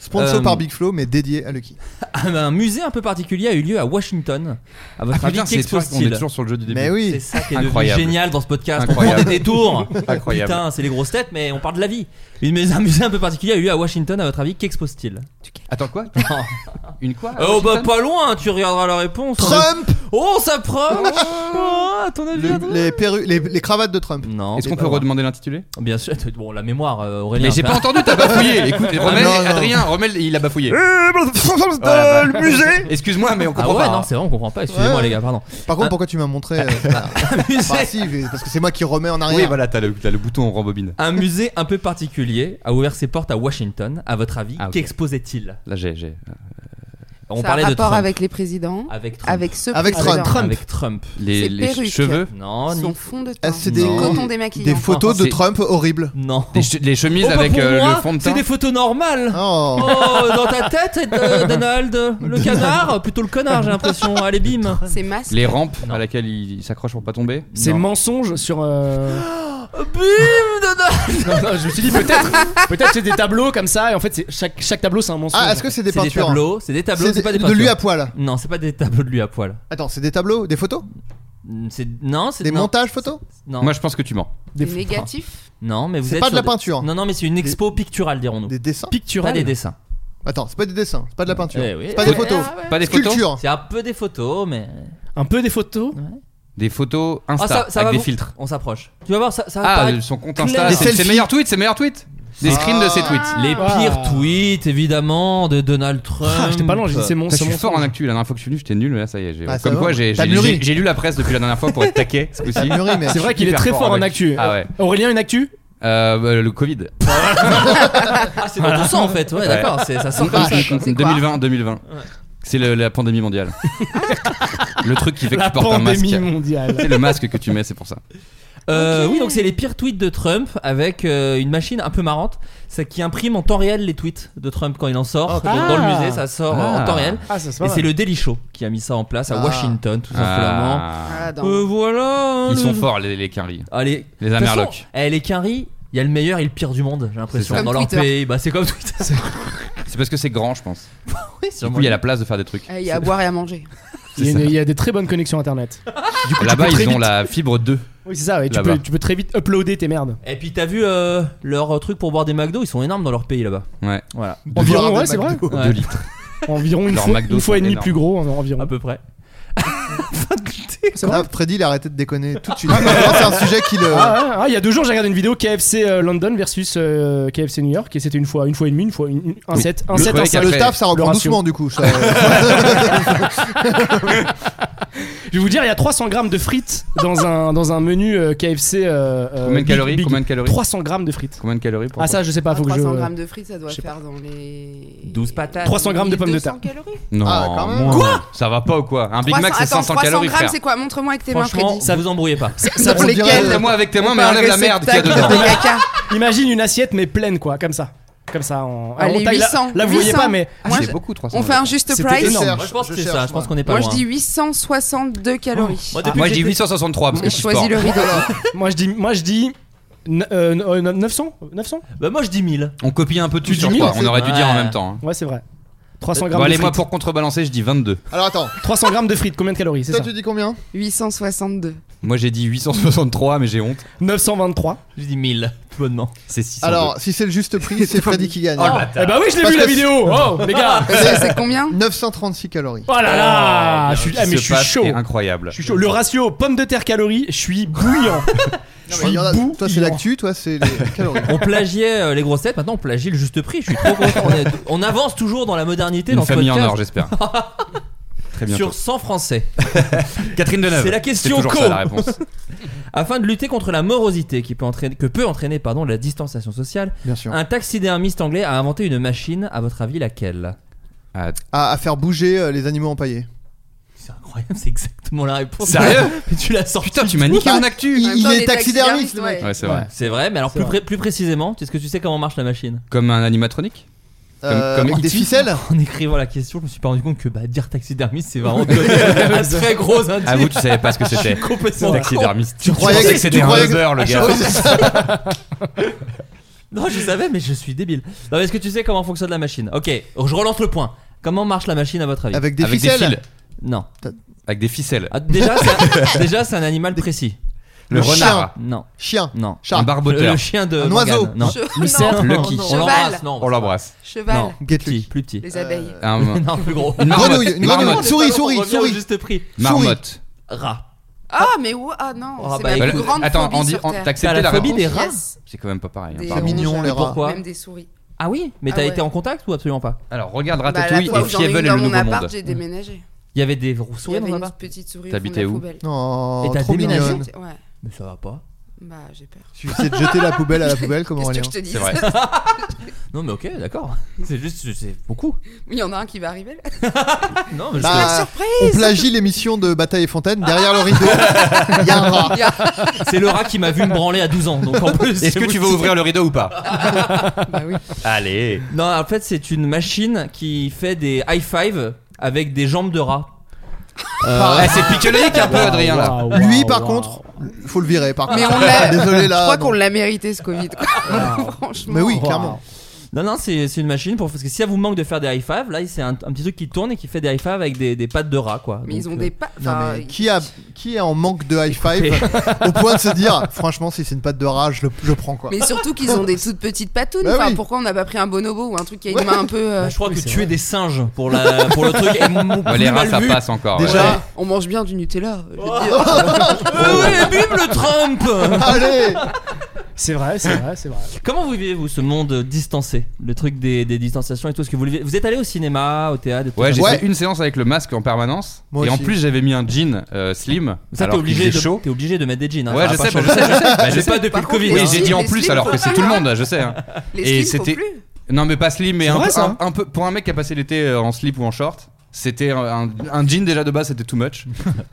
[SPEAKER 6] Sponsor
[SPEAKER 1] Euh,
[SPEAKER 6] par Big Flow, mais dédié à Lucky.
[SPEAKER 1] Ah, un musée un peu particulier a eu lieu à Washington. À votre
[SPEAKER 8] Ah
[SPEAKER 1] avis,
[SPEAKER 8] putain, c'est toi qu'on
[SPEAKER 1] qu'expose-t-il
[SPEAKER 8] est toujours sur le jeu du début.
[SPEAKER 6] Mais oui.
[SPEAKER 1] C'est ça qui est devenu
[SPEAKER 8] Incroyable.
[SPEAKER 1] génial dans ce podcast. On
[SPEAKER 8] Incroyable.
[SPEAKER 1] prend des détours.
[SPEAKER 8] (laughs) Incroyable.
[SPEAKER 1] Putain, c'est les grosses têtes, mais on parle de la vie. Une, mais un musée un peu particulier a eu lieu à Washington. À votre avis, qu'expose-t-il
[SPEAKER 8] Attends (laughs) quoi Une quoi
[SPEAKER 1] Oh bah pas loin, tu regarderas la réponse.
[SPEAKER 6] Trump
[SPEAKER 1] Oh, ça
[SPEAKER 8] (laughs)
[SPEAKER 1] proche oh, à ton avis, à ton-
[SPEAKER 6] Le- les, perru- les, les cravates de Trump.
[SPEAKER 1] Non.
[SPEAKER 8] Est-ce qu'on peut
[SPEAKER 1] Bah,
[SPEAKER 8] redemander l'intitulé
[SPEAKER 1] Bien sûr, (laughs) bon, la mémoire, euh, Aurélien.
[SPEAKER 8] Mais
[SPEAKER 1] (laughs)
[SPEAKER 8] j'ai pas
[SPEAKER 1] enfin,
[SPEAKER 8] entendu, t'as bafouillé. (laughs) Écoute,
[SPEAKER 1] Ah,
[SPEAKER 8] remets,
[SPEAKER 6] non, non.
[SPEAKER 8] Adrien, remets, le- il a
[SPEAKER 1] Eh,
[SPEAKER 8] bafouillé. Ah, bah.
[SPEAKER 6] Euh, le musée
[SPEAKER 8] (laughs) Excuse-moi, mais on
[SPEAKER 1] Ah
[SPEAKER 8] comprend
[SPEAKER 1] ouais,
[SPEAKER 8] pas. hein
[SPEAKER 1] non, c'est vrai, on comprend pas. Excusez-moi,
[SPEAKER 6] Ouais.
[SPEAKER 1] les gars, pardon.
[SPEAKER 6] Par contre, pourquoi tu m'as montré
[SPEAKER 1] (laughs)
[SPEAKER 6] euh, bah, bah, si, mais- Parce que c'est moi qui remets en
[SPEAKER 8] oui,
[SPEAKER 6] arrière.
[SPEAKER 8] voilà, t'as le, t'as le bouton en rembobine.
[SPEAKER 1] Un musée un peu particulier a ouvert ses portes à Washington. À votre avis,
[SPEAKER 8] Ah, ok.
[SPEAKER 1] qu'exposait-il
[SPEAKER 8] Là, j'ai. j'ai-
[SPEAKER 1] On
[SPEAKER 4] Ça a
[SPEAKER 1] parlait de
[SPEAKER 4] rapport
[SPEAKER 1] Trump.
[SPEAKER 4] avec les présidents,
[SPEAKER 1] Avec Trump.
[SPEAKER 4] avec ce
[SPEAKER 6] Avec
[SPEAKER 4] président,
[SPEAKER 6] Trump.
[SPEAKER 1] Avec Trump.
[SPEAKER 8] Les,
[SPEAKER 4] Ses
[SPEAKER 8] les
[SPEAKER 4] perruques.
[SPEAKER 8] cheveux,
[SPEAKER 1] Non, ni-
[SPEAKER 4] son fond de teint,
[SPEAKER 6] Ah, c'est des,
[SPEAKER 1] Non.
[SPEAKER 4] coton
[SPEAKER 6] des
[SPEAKER 4] démaquillant.
[SPEAKER 6] photos de
[SPEAKER 8] C'est-
[SPEAKER 6] Trump horribles.
[SPEAKER 1] Non.
[SPEAKER 8] les, che- les chemises
[SPEAKER 1] Oh, bah,
[SPEAKER 8] avec
[SPEAKER 1] pour
[SPEAKER 8] euh,
[SPEAKER 1] moi,
[SPEAKER 8] le fond de
[SPEAKER 1] C'est
[SPEAKER 8] teint.
[SPEAKER 1] des photos normales.
[SPEAKER 6] Oh.
[SPEAKER 1] Oh, dans ta tête, euh, Donald, le canard, plutôt le connard, j'ai l'impression. Allez, bim.
[SPEAKER 4] Ces masques.
[SPEAKER 8] Les rampes à laquelle il, il s'accroche pour pas tomber.
[SPEAKER 7] C'est
[SPEAKER 1] Non.
[SPEAKER 7] mensonge sur.
[SPEAKER 4] (laughs)
[SPEAKER 7] euh, (laughs)
[SPEAKER 1] Oh, Bim, Donald.
[SPEAKER 7] Non, non, je me suis dit peut-être, peut-être c'est des tableaux comme ça et en fait c'est- chaque, chaque tableau c'est un mensonge.
[SPEAKER 6] Ah, est-ce que c'est des
[SPEAKER 1] C'est des
[SPEAKER 6] peintures
[SPEAKER 1] tableaux, c'est des tableaux,
[SPEAKER 6] C'est
[SPEAKER 1] c'est pas des
[SPEAKER 6] de lui
[SPEAKER 1] peintures.
[SPEAKER 6] à poil.
[SPEAKER 1] Non, c'est pas des tableaux de lui à poil.
[SPEAKER 6] Attends, c'est des tableaux, des photos,
[SPEAKER 1] C'est non, c'est
[SPEAKER 6] des
[SPEAKER 1] non,
[SPEAKER 6] montages photos.
[SPEAKER 1] Non,
[SPEAKER 8] Moi, je pense que tu mens.
[SPEAKER 7] Des
[SPEAKER 4] Des négatifs.
[SPEAKER 1] non, mais vous
[SPEAKER 6] C'est
[SPEAKER 1] êtes
[SPEAKER 6] pas de
[SPEAKER 1] sur
[SPEAKER 6] la
[SPEAKER 1] des-
[SPEAKER 6] peinture. hein.
[SPEAKER 1] Non, non, mais c'est une expo picturale, dirons-nous.
[SPEAKER 6] Des dessins.
[SPEAKER 1] Pas
[SPEAKER 7] picturales
[SPEAKER 1] des dessins.
[SPEAKER 6] Attends, c'est pas des dessins, c'est pas de la peinture.
[SPEAKER 1] Eh oui.
[SPEAKER 6] C'est pas des
[SPEAKER 1] Ouais.
[SPEAKER 6] photos.
[SPEAKER 4] Ah ouais.
[SPEAKER 8] Pas des photos
[SPEAKER 6] Sculpture.
[SPEAKER 1] C'est un peu des photos, mais.
[SPEAKER 7] Un peu des photos.
[SPEAKER 8] Des photos Insta
[SPEAKER 1] Ah, ça, ça va
[SPEAKER 8] avec des
[SPEAKER 1] vous-
[SPEAKER 8] filtres.
[SPEAKER 1] On s'approche. Tu vas voir, ça, ça va
[SPEAKER 8] Ah,
[SPEAKER 1] paraître-
[SPEAKER 8] son compte
[SPEAKER 1] clair.
[SPEAKER 8] Insta.
[SPEAKER 1] Des
[SPEAKER 8] C'est ses
[SPEAKER 6] selfies.
[SPEAKER 8] meilleurs tweets, ses meilleurs tweets. Des
[SPEAKER 6] Ah.
[SPEAKER 8] screens de ses tweets.
[SPEAKER 1] Les
[SPEAKER 7] Ah.
[SPEAKER 1] pires tweets, évidemment, de Donald Trump.
[SPEAKER 7] Ah, j'étais pas loin, j'ai dit c'est mon.
[SPEAKER 8] Ça, je
[SPEAKER 7] c'est
[SPEAKER 8] suis
[SPEAKER 7] mon-
[SPEAKER 8] fort en actu. La dernière fois que je suis venu, j'étais nul, mais là, ça y est. j'ai-
[SPEAKER 7] Bah,
[SPEAKER 6] Ah, ça
[SPEAKER 8] Comme
[SPEAKER 6] va.
[SPEAKER 8] quoi, j'ai
[SPEAKER 6] T'as
[SPEAKER 8] j'ai-
[SPEAKER 6] mûri.
[SPEAKER 8] j'ai- j'ai lu la presse depuis la dernière fois pour être taquet, ce coup-ci.
[SPEAKER 6] T'as mûri, mais-
[SPEAKER 7] C'est vrai qu'il est
[SPEAKER 8] Hyper
[SPEAKER 7] très
[SPEAKER 8] fort
[SPEAKER 7] fort en
[SPEAKER 8] avec.
[SPEAKER 7] actu.
[SPEAKER 8] Ah ouais.
[SPEAKER 7] Aurélien une actu
[SPEAKER 8] Euh, bah, le Covid.
[SPEAKER 1] Ah, c'est dans ton sang en fait, ouais, d'accord, c'est- ça sent comme ça.
[SPEAKER 4] vache. C'est quoi
[SPEAKER 8] 2020, 2020. C'est le- la pandémie mondiale.
[SPEAKER 7] (laughs)
[SPEAKER 8] le truc qui fait que
[SPEAKER 7] La
[SPEAKER 8] tu portes un masque.
[SPEAKER 7] pandémie
[SPEAKER 8] C'est (laughs)
[SPEAKER 7] mondiale.
[SPEAKER 8] le masque que tu mets, c'est pour ça.
[SPEAKER 1] Euh, Oui, donc c'est les pires tweets de Trump avec euh, une machine un peu marrante c'est qui imprime en temps réel les tweets de Trump quand il en sort.
[SPEAKER 7] Ah.
[SPEAKER 1] Donc, dans le musée, ça sort euh, en temps réel.
[SPEAKER 7] Ah ça se
[SPEAKER 1] Et c'est le Daily Show qui a mis ça en place à
[SPEAKER 6] Ah.
[SPEAKER 1] Washington, tout simplement.
[SPEAKER 8] Ah.
[SPEAKER 4] Ah, dans-
[SPEAKER 1] Euh, voilà. hein,
[SPEAKER 8] Ils sont
[SPEAKER 1] le-
[SPEAKER 8] forts, les, les quinries.
[SPEAKER 1] Allez,
[SPEAKER 8] Les
[SPEAKER 1] De toute façon,
[SPEAKER 8] Amerlocs.
[SPEAKER 1] eh, les quinries, il y a le meilleur et le pire du monde, j'ai l'impression.
[SPEAKER 8] C'est
[SPEAKER 4] ça.
[SPEAKER 1] Dans leur
[SPEAKER 4] Comme Twitter.
[SPEAKER 1] pays, bah c'est comme Twitter.
[SPEAKER 8] C'est parce que c'est grand, je pense.
[SPEAKER 1] (laughs) Oui,
[SPEAKER 8] Du
[SPEAKER 1] sûrement.
[SPEAKER 8] coup, il y a la place de faire des trucs.
[SPEAKER 4] Ah, Il y a à boire et à manger.
[SPEAKER 7] Il y, a
[SPEAKER 8] C'est
[SPEAKER 7] une-
[SPEAKER 8] ça.
[SPEAKER 7] il y a des très bonnes connexions internet.
[SPEAKER 8] Là-bas,
[SPEAKER 7] très
[SPEAKER 8] ils ont
[SPEAKER 7] vite.
[SPEAKER 8] la fibre 2.
[SPEAKER 7] Oui, c'est ça, ouais, tu,
[SPEAKER 8] Là-bas.
[SPEAKER 7] peux, tu peux très vite uploader tes merdes.
[SPEAKER 1] Et puis t'as vu euh, leur truc pour boire des McDo, ils sont énormes dans leur pays là-bas.
[SPEAKER 8] Ouais.
[SPEAKER 1] Voilà,
[SPEAKER 7] Environ,
[SPEAKER 6] Bernard
[SPEAKER 7] ouais, c'est vrai.
[SPEAKER 6] McDo.
[SPEAKER 1] Ouais.
[SPEAKER 8] 2 litres.
[SPEAKER 7] Environ une
[SPEAKER 8] Leurs
[SPEAKER 7] fois,
[SPEAKER 8] McDo
[SPEAKER 7] une fois et
[SPEAKER 8] sont
[SPEAKER 7] demie
[SPEAKER 8] énormes. Ah,
[SPEAKER 7] plus gros, en- environ.
[SPEAKER 1] à peu près.
[SPEAKER 7] C'est vrai.
[SPEAKER 6] Ah, Freddy, il a arrêté de déconner tout de
[SPEAKER 1] Ah,
[SPEAKER 6] suite. Vraiment, c'est un sujet qui le.
[SPEAKER 7] Ah, ouais, ah, il y a deux jours, j'ai regardé une vidéo KFC euh, London versus euh, KFC New York, et c'était une fois, une fois et demie, une fois, une- une- un
[SPEAKER 8] Oui.
[SPEAKER 7] set, un
[SPEAKER 8] Le
[SPEAKER 7] set,
[SPEAKER 8] vrai
[SPEAKER 7] un
[SPEAKER 6] le
[SPEAKER 7] set.
[SPEAKER 8] après-
[SPEAKER 6] staff, ça reprend
[SPEAKER 7] le ratio.
[SPEAKER 6] doucement du
[SPEAKER 1] (laughs)
[SPEAKER 6] coup. ça-
[SPEAKER 7] Je vais vous dire, il y a 300 grammes de frites dans un, dans un menu euh, KFC. euh, euh,
[SPEAKER 8] Combien de
[SPEAKER 7] Big-
[SPEAKER 8] calories
[SPEAKER 7] Big.
[SPEAKER 8] Combien de calories
[SPEAKER 7] 300 grammes de frites.
[SPEAKER 8] Combien de calories pour
[SPEAKER 7] Ah, ça, je sais pas,
[SPEAKER 4] Ah,
[SPEAKER 7] faut que
[SPEAKER 4] 300
[SPEAKER 7] je.
[SPEAKER 4] grammes de frites, ça doit
[SPEAKER 7] je sais
[SPEAKER 4] faire dans les.
[SPEAKER 1] 12 patates.
[SPEAKER 7] 300 grammes de pommes de terre.
[SPEAKER 4] 1200 calories
[SPEAKER 8] Non,
[SPEAKER 6] Ah, quand même.
[SPEAKER 8] moins. Ça va pas ou quoi Un Big Mac,
[SPEAKER 4] 300
[SPEAKER 8] c'est
[SPEAKER 4] attends,
[SPEAKER 8] 500
[SPEAKER 4] 300
[SPEAKER 8] calories,
[SPEAKER 4] grammes,
[SPEAKER 8] frère.
[SPEAKER 4] c'est quoi Montre-moi avec tes mains,
[SPEAKER 1] Franchement,
[SPEAKER 4] Freddy.
[SPEAKER 1] ça vous embrouillez pas.
[SPEAKER 7] Ça-
[SPEAKER 6] On dirait-
[SPEAKER 4] lesquelles
[SPEAKER 8] Fais-moi avec tes mains,
[SPEAKER 4] On
[SPEAKER 8] mais
[SPEAKER 4] fait un
[SPEAKER 8] enlève la merde qu'il y a
[SPEAKER 4] réceptacle
[SPEAKER 8] dedans.
[SPEAKER 4] de caca.
[SPEAKER 7] Imagine une assiette, mais pleine, quoi, comme ça. Comme ça, en.
[SPEAKER 4] Allez,
[SPEAKER 7] en taille, là-
[SPEAKER 4] 800,
[SPEAKER 7] Là, vous voyez
[SPEAKER 4] 800.
[SPEAKER 7] pas, mais.
[SPEAKER 8] Ah,
[SPEAKER 4] Moi,
[SPEAKER 8] c'est
[SPEAKER 4] je-
[SPEAKER 8] beaucoup, 300.
[SPEAKER 4] On fait un juste
[SPEAKER 7] C'était
[SPEAKER 4] price.
[SPEAKER 7] énorme.
[SPEAKER 1] Moi je pense que c'est
[SPEAKER 6] euh, cherche,
[SPEAKER 1] ça, je pense
[SPEAKER 6] moi.
[SPEAKER 1] qu'on n'est pas
[SPEAKER 4] Moi, je
[SPEAKER 1] loin.
[SPEAKER 4] dis 862 calories.
[SPEAKER 1] Moi, depuis
[SPEAKER 8] Moi,
[SPEAKER 1] que
[SPEAKER 8] j'ai
[SPEAKER 1] j'étais-
[SPEAKER 8] 863 parce que
[SPEAKER 4] Et
[SPEAKER 8] je
[SPEAKER 4] je
[SPEAKER 8] suis
[SPEAKER 4] choisis
[SPEAKER 8] fort.
[SPEAKER 4] le
[SPEAKER 7] (laughs)
[SPEAKER 4] riz dans
[SPEAKER 7] Moi, je dis. Moi, je dis. ne- euh, ne- euh, 900 900
[SPEAKER 1] Bah moi je dis 1000.
[SPEAKER 8] On copie un peu tout
[SPEAKER 7] Tu
[SPEAKER 8] sur
[SPEAKER 7] dis
[SPEAKER 8] toi.
[SPEAKER 7] mille,
[SPEAKER 8] On aurait dû
[SPEAKER 1] c'est-
[SPEAKER 8] dire en
[SPEAKER 1] Ouais.
[SPEAKER 8] même temps. hein.
[SPEAKER 7] Ouais, c'est vrai. 300 grammes
[SPEAKER 8] Bon,
[SPEAKER 7] de
[SPEAKER 8] allez,
[SPEAKER 7] frites.
[SPEAKER 8] moi, pour contrebalancer, je dis 22.
[SPEAKER 6] Alors attends,
[SPEAKER 7] 300 grammes de frites, combien de calories C'est
[SPEAKER 6] toi
[SPEAKER 7] ça
[SPEAKER 6] tu dis combien
[SPEAKER 8] (laughs)
[SPEAKER 4] 862.
[SPEAKER 8] Moi, j'ai dit 863, mais j'ai honte.
[SPEAKER 7] 923.
[SPEAKER 1] Je dis 1000, tout bonnement.
[SPEAKER 8] C'est 600.
[SPEAKER 6] Alors, si c'est le juste prix, c'est Freddy qui
[SPEAKER 1] Oh,
[SPEAKER 8] Oh,
[SPEAKER 6] gagne.
[SPEAKER 7] Eh bah oui, je l'ai
[SPEAKER 6] Parce
[SPEAKER 7] vu la
[SPEAKER 6] que-
[SPEAKER 7] vidéo Oh, les gars
[SPEAKER 4] C'est c'est combien
[SPEAKER 6] 936 calories.
[SPEAKER 7] Oh là là je suis, ah, mais je suis chaud
[SPEAKER 8] incroyable.
[SPEAKER 7] Je suis chaud. Le ratio pommes de terre calories, je suis bouillant Je
[SPEAKER 6] Il
[SPEAKER 7] suis
[SPEAKER 6] y en a-
[SPEAKER 7] bouillant
[SPEAKER 6] Toi c'est l'actu, toi c'est les calories.
[SPEAKER 1] On plagiait euh, les grosses têtes, maintenant on plagie le juste prix, je suis trop content. On, est- on avance toujours dans la modernité dans
[SPEAKER 8] Une
[SPEAKER 1] ce
[SPEAKER 8] famille en
[SPEAKER 1] podcast
[SPEAKER 8] or, (laughs) j'espère. Très bien.
[SPEAKER 1] sur 100 français.
[SPEAKER 8] Catherine Deneuve.
[SPEAKER 1] C'est la question
[SPEAKER 8] toujours ça,
[SPEAKER 1] con.
[SPEAKER 8] la réponse. (laughs)
[SPEAKER 1] Afin de lutter contre la morosité qui peut entraîner, que peut entraîner pardon, la distanciation sociale,
[SPEAKER 6] Bien sûr.
[SPEAKER 1] un taxidermiste anglais a inventé une machine, à votre avis laquelle
[SPEAKER 8] Ah,
[SPEAKER 6] À, à faire bouger euh, les animaux empaillés.
[SPEAKER 1] C'est incroyable, (laughs) c'est exactement la réponse.
[SPEAKER 8] Sérieux
[SPEAKER 1] (laughs) Mais Tu l'as sorti.
[SPEAKER 8] Putain, tu m'as niqué
[SPEAKER 6] Bah,
[SPEAKER 8] mon actu.
[SPEAKER 6] Il,
[SPEAKER 4] En même
[SPEAKER 6] il
[SPEAKER 4] temps,
[SPEAKER 6] est
[SPEAKER 4] les
[SPEAKER 6] taxidermiste. le mec.
[SPEAKER 4] ouais.
[SPEAKER 8] Ouais, c'est vrai.
[SPEAKER 1] C'est vrai, mais alors
[SPEAKER 7] C'est
[SPEAKER 1] plus,
[SPEAKER 7] vrai.
[SPEAKER 1] pré- plus précisément, est-ce que tu sais comment marche la machine
[SPEAKER 8] Comme E un animatronique
[SPEAKER 6] Euh, avec des
[SPEAKER 1] E.T.
[SPEAKER 6] ficelles (laughs)
[SPEAKER 1] En écrivant la question, je me suis pas rendu compte que bah, dire taxidermiste, c'est (laughs) vraiment de- un très gros indice.
[SPEAKER 8] Ah,
[SPEAKER 1] (laughs)
[SPEAKER 8] vous, tu savais pas ce que
[SPEAKER 1] Je suis
[SPEAKER 8] c'était.
[SPEAKER 1] complètement con.
[SPEAKER 8] Taxidermiste.
[SPEAKER 1] Tu
[SPEAKER 8] Tu
[SPEAKER 1] croyais
[SPEAKER 8] pensais
[SPEAKER 1] que
[SPEAKER 8] que c'était un buzzer, le
[SPEAKER 1] Ah, je
[SPEAKER 8] gars.
[SPEAKER 1] pensais
[SPEAKER 8] Ouais, c'est
[SPEAKER 1] ça. Non, je savais, mais je suis débile. Non, mais est-ce que tu sais comment fonctionne la machine Ok, je relance le point. Comment marche la machine à votre avis
[SPEAKER 6] Avec des Avec des ficelles
[SPEAKER 8] fils.
[SPEAKER 1] Non.
[SPEAKER 8] Avec des ficelles.
[SPEAKER 1] Ah, déjà, c'est un, (laughs) déjà, c'est un animal précis.
[SPEAKER 8] Le Le renard. chien.
[SPEAKER 1] Non.
[SPEAKER 6] Chien.
[SPEAKER 1] Non.
[SPEAKER 8] Chat. Un barboteur.
[SPEAKER 1] Le, le chien de.
[SPEAKER 8] Un
[SPEAKER 1] Morgane.
[SPEAKER 8] oiseau.
[SPEAKER 1] Non.
[SPEAKER 8] Che- Lucerne. Le qui.
[SPEAKER 1] On
[SPEAKER 8] Cheval.
[SPEAKER 1] l'embrasse. Non.
[SPEAKER 8] On l'embrasse.
[SPEAKER 4] Cheval.
[SPEAKER 1] Non. Plus petit. Plus petit.
[SPEAKER 4] Les
[SPEAKER 6] Euh,
[SPEAKER 4] abeilles.
[SPEAKER 8] Un-
[SPEAKER 1] non, plus gros.
[SPEAKER 8] Une marmotte. Grenouille, une grenouille.
[SPEAKER 1] Marmotte.
[SPEAKER 8] Souris,
[SPEAKER 1] Pardon,
[SPEAKER 8] souris,
[SPEAKER 1] on revient au
[SPEAKER 8] souris.
[SPEAKER 1] Juste prix.
[SPEAKER 8] Marmotte.
[SPEAKER 1] Rat.
[SPEAKER 4] Ah, mais ouais, ah non,
[SPEAKER 6] Oh,
[SPEAKER 1] Ah,
[SPEAKER 4] c'est
[SPEAKER 1] bah,
[SPEAKER 4] ma
[SPEAKER 1] bah,
[SPEAKER 4] plus
[SPEAKER 1] le-
[SPEAKER 4] grande
[SPEAKER 8] Attends,
[SPEAKER 4] phobie
[SPEAKER 8] on dit,
[SPEAKER 4] sur
[SPEAKER 8] on-
[SPEAKER 4] Terre.
[SPEAKER 8] t'acceptes
[SPEAKER 1] T'as Bah, la
[SPEAKER 8] la
[SPEAKER 1] phobie des
[SPEAKER 8] réponse
[SPEAKER 1] rats
[SPEAKER 4] Yes.
[SPEAKER 8] C'est quand même pas pareil. hein,
[SPEAKER 4] Des-
[SPEAKER 8] pardon.
[SPEAKER 6] mignon, les
[SPEAKER 1] Mais
[SPEAKER 6] rats.
[SPEAKER 1] pourquoi
[SPEAKER 4] Même des souris.
[SPEAKER 1] Ah oui, mais
[SPEAKER 4] Ah
[SPEAKER 1] t'as
[SPEAKER 4] ouais.
[SPEAKER 1] été en contact ou absolument pas
[SPEAKER 8] Alors, regarde
[SPEAKER 4] Bah, la
[SPEAKER 8] Ratatouille
[SPEAKER 4] fois
[SPEAKER 8] et
[SPEAKER 4] où j'en ai eu
[SPEAKER 8] Fievel et
[SPEAKER 4] dans
[SPEAKER 8] le
[SPEAKER 4] mon
[SPEAKER 8] Nouveau
[SPEAKER 4] appart,
[SPEAKER 8] Monde.
[SPEAKER 4] j'ai déménagé.
[SPEAKER 1] Il y avait des
[SPEAKER 4] Il y
[SPEAKER 1] souris dans
[SPEAKER 4] avait
[SPEAKER 1] la
[SPEAKER 4] une
[SPEAKER 1] barre
[SPEAKER 4] petite souris. au fond de
[SPEAKER 8] T'habitais
[SPEAKER 4] la
[SPEAKER 8] où
[SPEAKER 4] poubelle.
[SPEAKER 6] Oh,
[SPEAKER 1] Et t'as
[SPEAKER 6] trop
[SPEAKER 1] déménagé
[SPEAKER 6] mignonne.
[SPEAKER 4] J'étais- Ouais.
[SPEAKER 1] Mais ça va pas.
[SPEAKER 4] Bah, j'ai peur.
[SPEAKER 6] Tu essaies de jeter la poubelle à la poubelle, comment hein.
[SPEAKER 4] Qu'est-ce que je
[SPEAKER 6] elle
[SPEAKER 4] te dis
[SPEAKER 8] C'est vrai.
[SPEAKER 1] Non, mais ok, d'accord. (laughs) C'est juste, c'est beaucoup.
[SPEAKER 4] (laughs) Il y en a un qui va arriver là.
[SPEAKER 1] Non, mais
[SPEAKER 6] Bah,
[SPEAKER 8] Ah.
[SPEAKER 1] c'est-
[SPEAKER 6] On plagie l'émission de Bataille et Fontaine derrière le rideau. Il y a un rat.
[SPEAKER 1] c'est le rat qui m'a vu me branler à 12 ans. Donc en plus,
[SPEAKER 8] Est-ce que
[SPEAKER 4] (laughs)
[SPEAKER 8] tu vas ouvrir le rideau ou pas
[SPEAKER 4] Bah oui.
[SPEAKER 8] Allez.
[SPEAKER 1] Non, en fait, c'est une machine qui fait des high five avec des jambes de rat.
[SPEAKER 8] Ah, C'est piquelique un peu, Adrien, là.
[SPEAKER 7] Waouh,
[SPEAKER 6] Lui,
[SPEAKER 7] waouh,
[SPEAKER 6] par
[SPEAKER 7] waouh.
[SPEAKER 6] contre, faut le virer. Par
[SPEAKER 4] Mais
[SPEAKER 6] contre.
[SPEAKER 4] on l'a.
[SPEAKER 6] Désolé là.
[SPEAKER 4] Je crois
[SPEAKER 6] non.
[SPEAKER 4] qu'on l'a mérité ce Covid. quoi. (laughs) Franchement.
[SPEAKER 6] Ah. Mais oui,
[SPEAKER 7] Waouh.
[SPEAKER 6] clairement.
[SPEAKER 1] Non, non, c'est c'est une machine pour. Parce que si elle vous manque de faire des high five, là, c'est un, un petit truc qui tourne et qui fait des high five avec des, des pattes de rat, quoi.
[SPEAKER 4] Mais ils ont
[SPEAKER 1] Donc, euh,
[SPEAKER 4] des pas.
[SPEAKER 6] euh, Non,
[SPEAKER 4] enfin,
[SPEAKER 6] mais
[SPEAKER 4] ils-
[SPEAKER 6] qui, a, qui est en manque de high five (laughs) au point de se dire, franchement, si c'est une patte de rage, je, le- je prends quoi.
[SPEAKER 4] Mais surtout qu'ils ont des toutes petites patounes.
[SPEAKER 6] Bah
[SPEAKER 4] Enfin,
[SPEAKER 6] oui.
[SPEAKER 4] Pourquoi on n'a pas pris un bonobo ou un truc qui a une
[SPEAKER 6] Ouais. Bah,
[SPEAKER 4] main un peu. euh,
[SPEAKER 1] euh, je crois
[SPEAKER 7] Oui,
[SPEAKER 1] que
[SPEAKER 7] c'est
[SPEAKER 1] tuer
[SPEAKER 7] vrai.
[SPEAKER 1] des singes pour, la, pour le truc est mou-
[SPEAKER 4] Ah,
[SPEAKER 8] Ouais,
[SPEAKER 1] plus
[SPEAKER 8] Les rats,
[SPEAKER 1] mal
[SPEAKER 8] ça
[SPEAKER 1] vu.
[SPEAKER 8] passe encore. Ah ouais.
[SPEAKER 6] Déjà,
[SPEAKER 4] On mange bien du Nutella. je veux
[SPEAKER 6] Oh.
[SPEAKER 4] dire.
[SPEAKER 8] Ah,
[SPEAKER 1] Euh, ouais, vive le Trump
[SPEAKER 6] (laughs)
[SPEAKER 1] (laughs)
[SPEAKER 6] allez
[SPEAKER 7] C'est vrai, c'est vrai, c'est vrai.
[SPEAKER 1] Comment vous vivez-vous ce monde distancé Le truc des, des distanciations et tout ce que vous le vivez Vous êtes allé au cinéma, au théâtre des trucs
[SPEAKER 8] Ouais, j'ai
[SPEAKER 1] comme
[SPEAKER 6] Ouais.
[SPEAKER 8] fait une séance avec le masque en permanence.
[SPEAKER 6] Moi
[SPEAKER 8] et en
[SPEAKER 6] aussi.
[SPEAKER 8] plus, j'avais mis un jean euh, slim.
[SPEAKER 1] Ça, t'es
[SPEAKER 8] alors qu'il
[SPEAKER 1] obligé,
[SPEAKER 8] faisait
[SPEAKER 1] de,
[SPEAKER 8] chaud.
[SPEAKER 1] t'es obligé de mettre des jeans. hein,
[SPEAKER 8] Ouais,
[SPEAKER 1] ça
[SPEAKER 8] je
[SPEAKER 1] va
[SPEAKER 8] sais,
[SPEAKER 1] pas
[SPEAKER 8] bah, je
[SPEAKER 1] changer.
[SPEAKER 8] sais, je sais. Bah, je
[SPEAKER 1] Mais
[SPEAKER 8] sais.
[SPEAKER 1] pas depuis
[SPEAKER 4] Par
[SPEAKER 1] le
[SPEAKER 4] contre,
[SPEAKER 1] Covid.
[SPEAKER 8] Oui,
[SPEAKER 1] hein.
[SPEAKER 4] les
[SPEAKER 8] j'ai
[SPEAKER 4] slips,
[SPEAKER 8] dit en
[SPEAKER 4] les
[SPEAKER 8] plus,
[SPEAKER 4] slips,
[SPEAKER 8] alors que
[SPEAKER 4] faut
[SPEAKER 8] c'est
[SPEAKER 4] pas,
[SPEAKER 8] tout le
[SPEAKER 4] hein.
[SPEAKER 8] monde, je sais. hein.
[SPEAKER 4] Les
[SPEAKER 8] Et
[SPEAKER 4] slips, faut
[SPEAKER 8] c'était-
[SPEAKER 4] plus.
[SPEAKER 8] Non, mais pas slim, mais
[SPEAKER 7] C'est
[SPEAKER 8] un,
[SPEAKER 7] vrai,
[SPEAKER 8] peu,
[SPEAKER 7] ça.
[SPEAKER 8] un- un peu- pour un mec qui a passé l'été euh, en slip ou en short, c'était un, un jean déjà de base, c'était too much.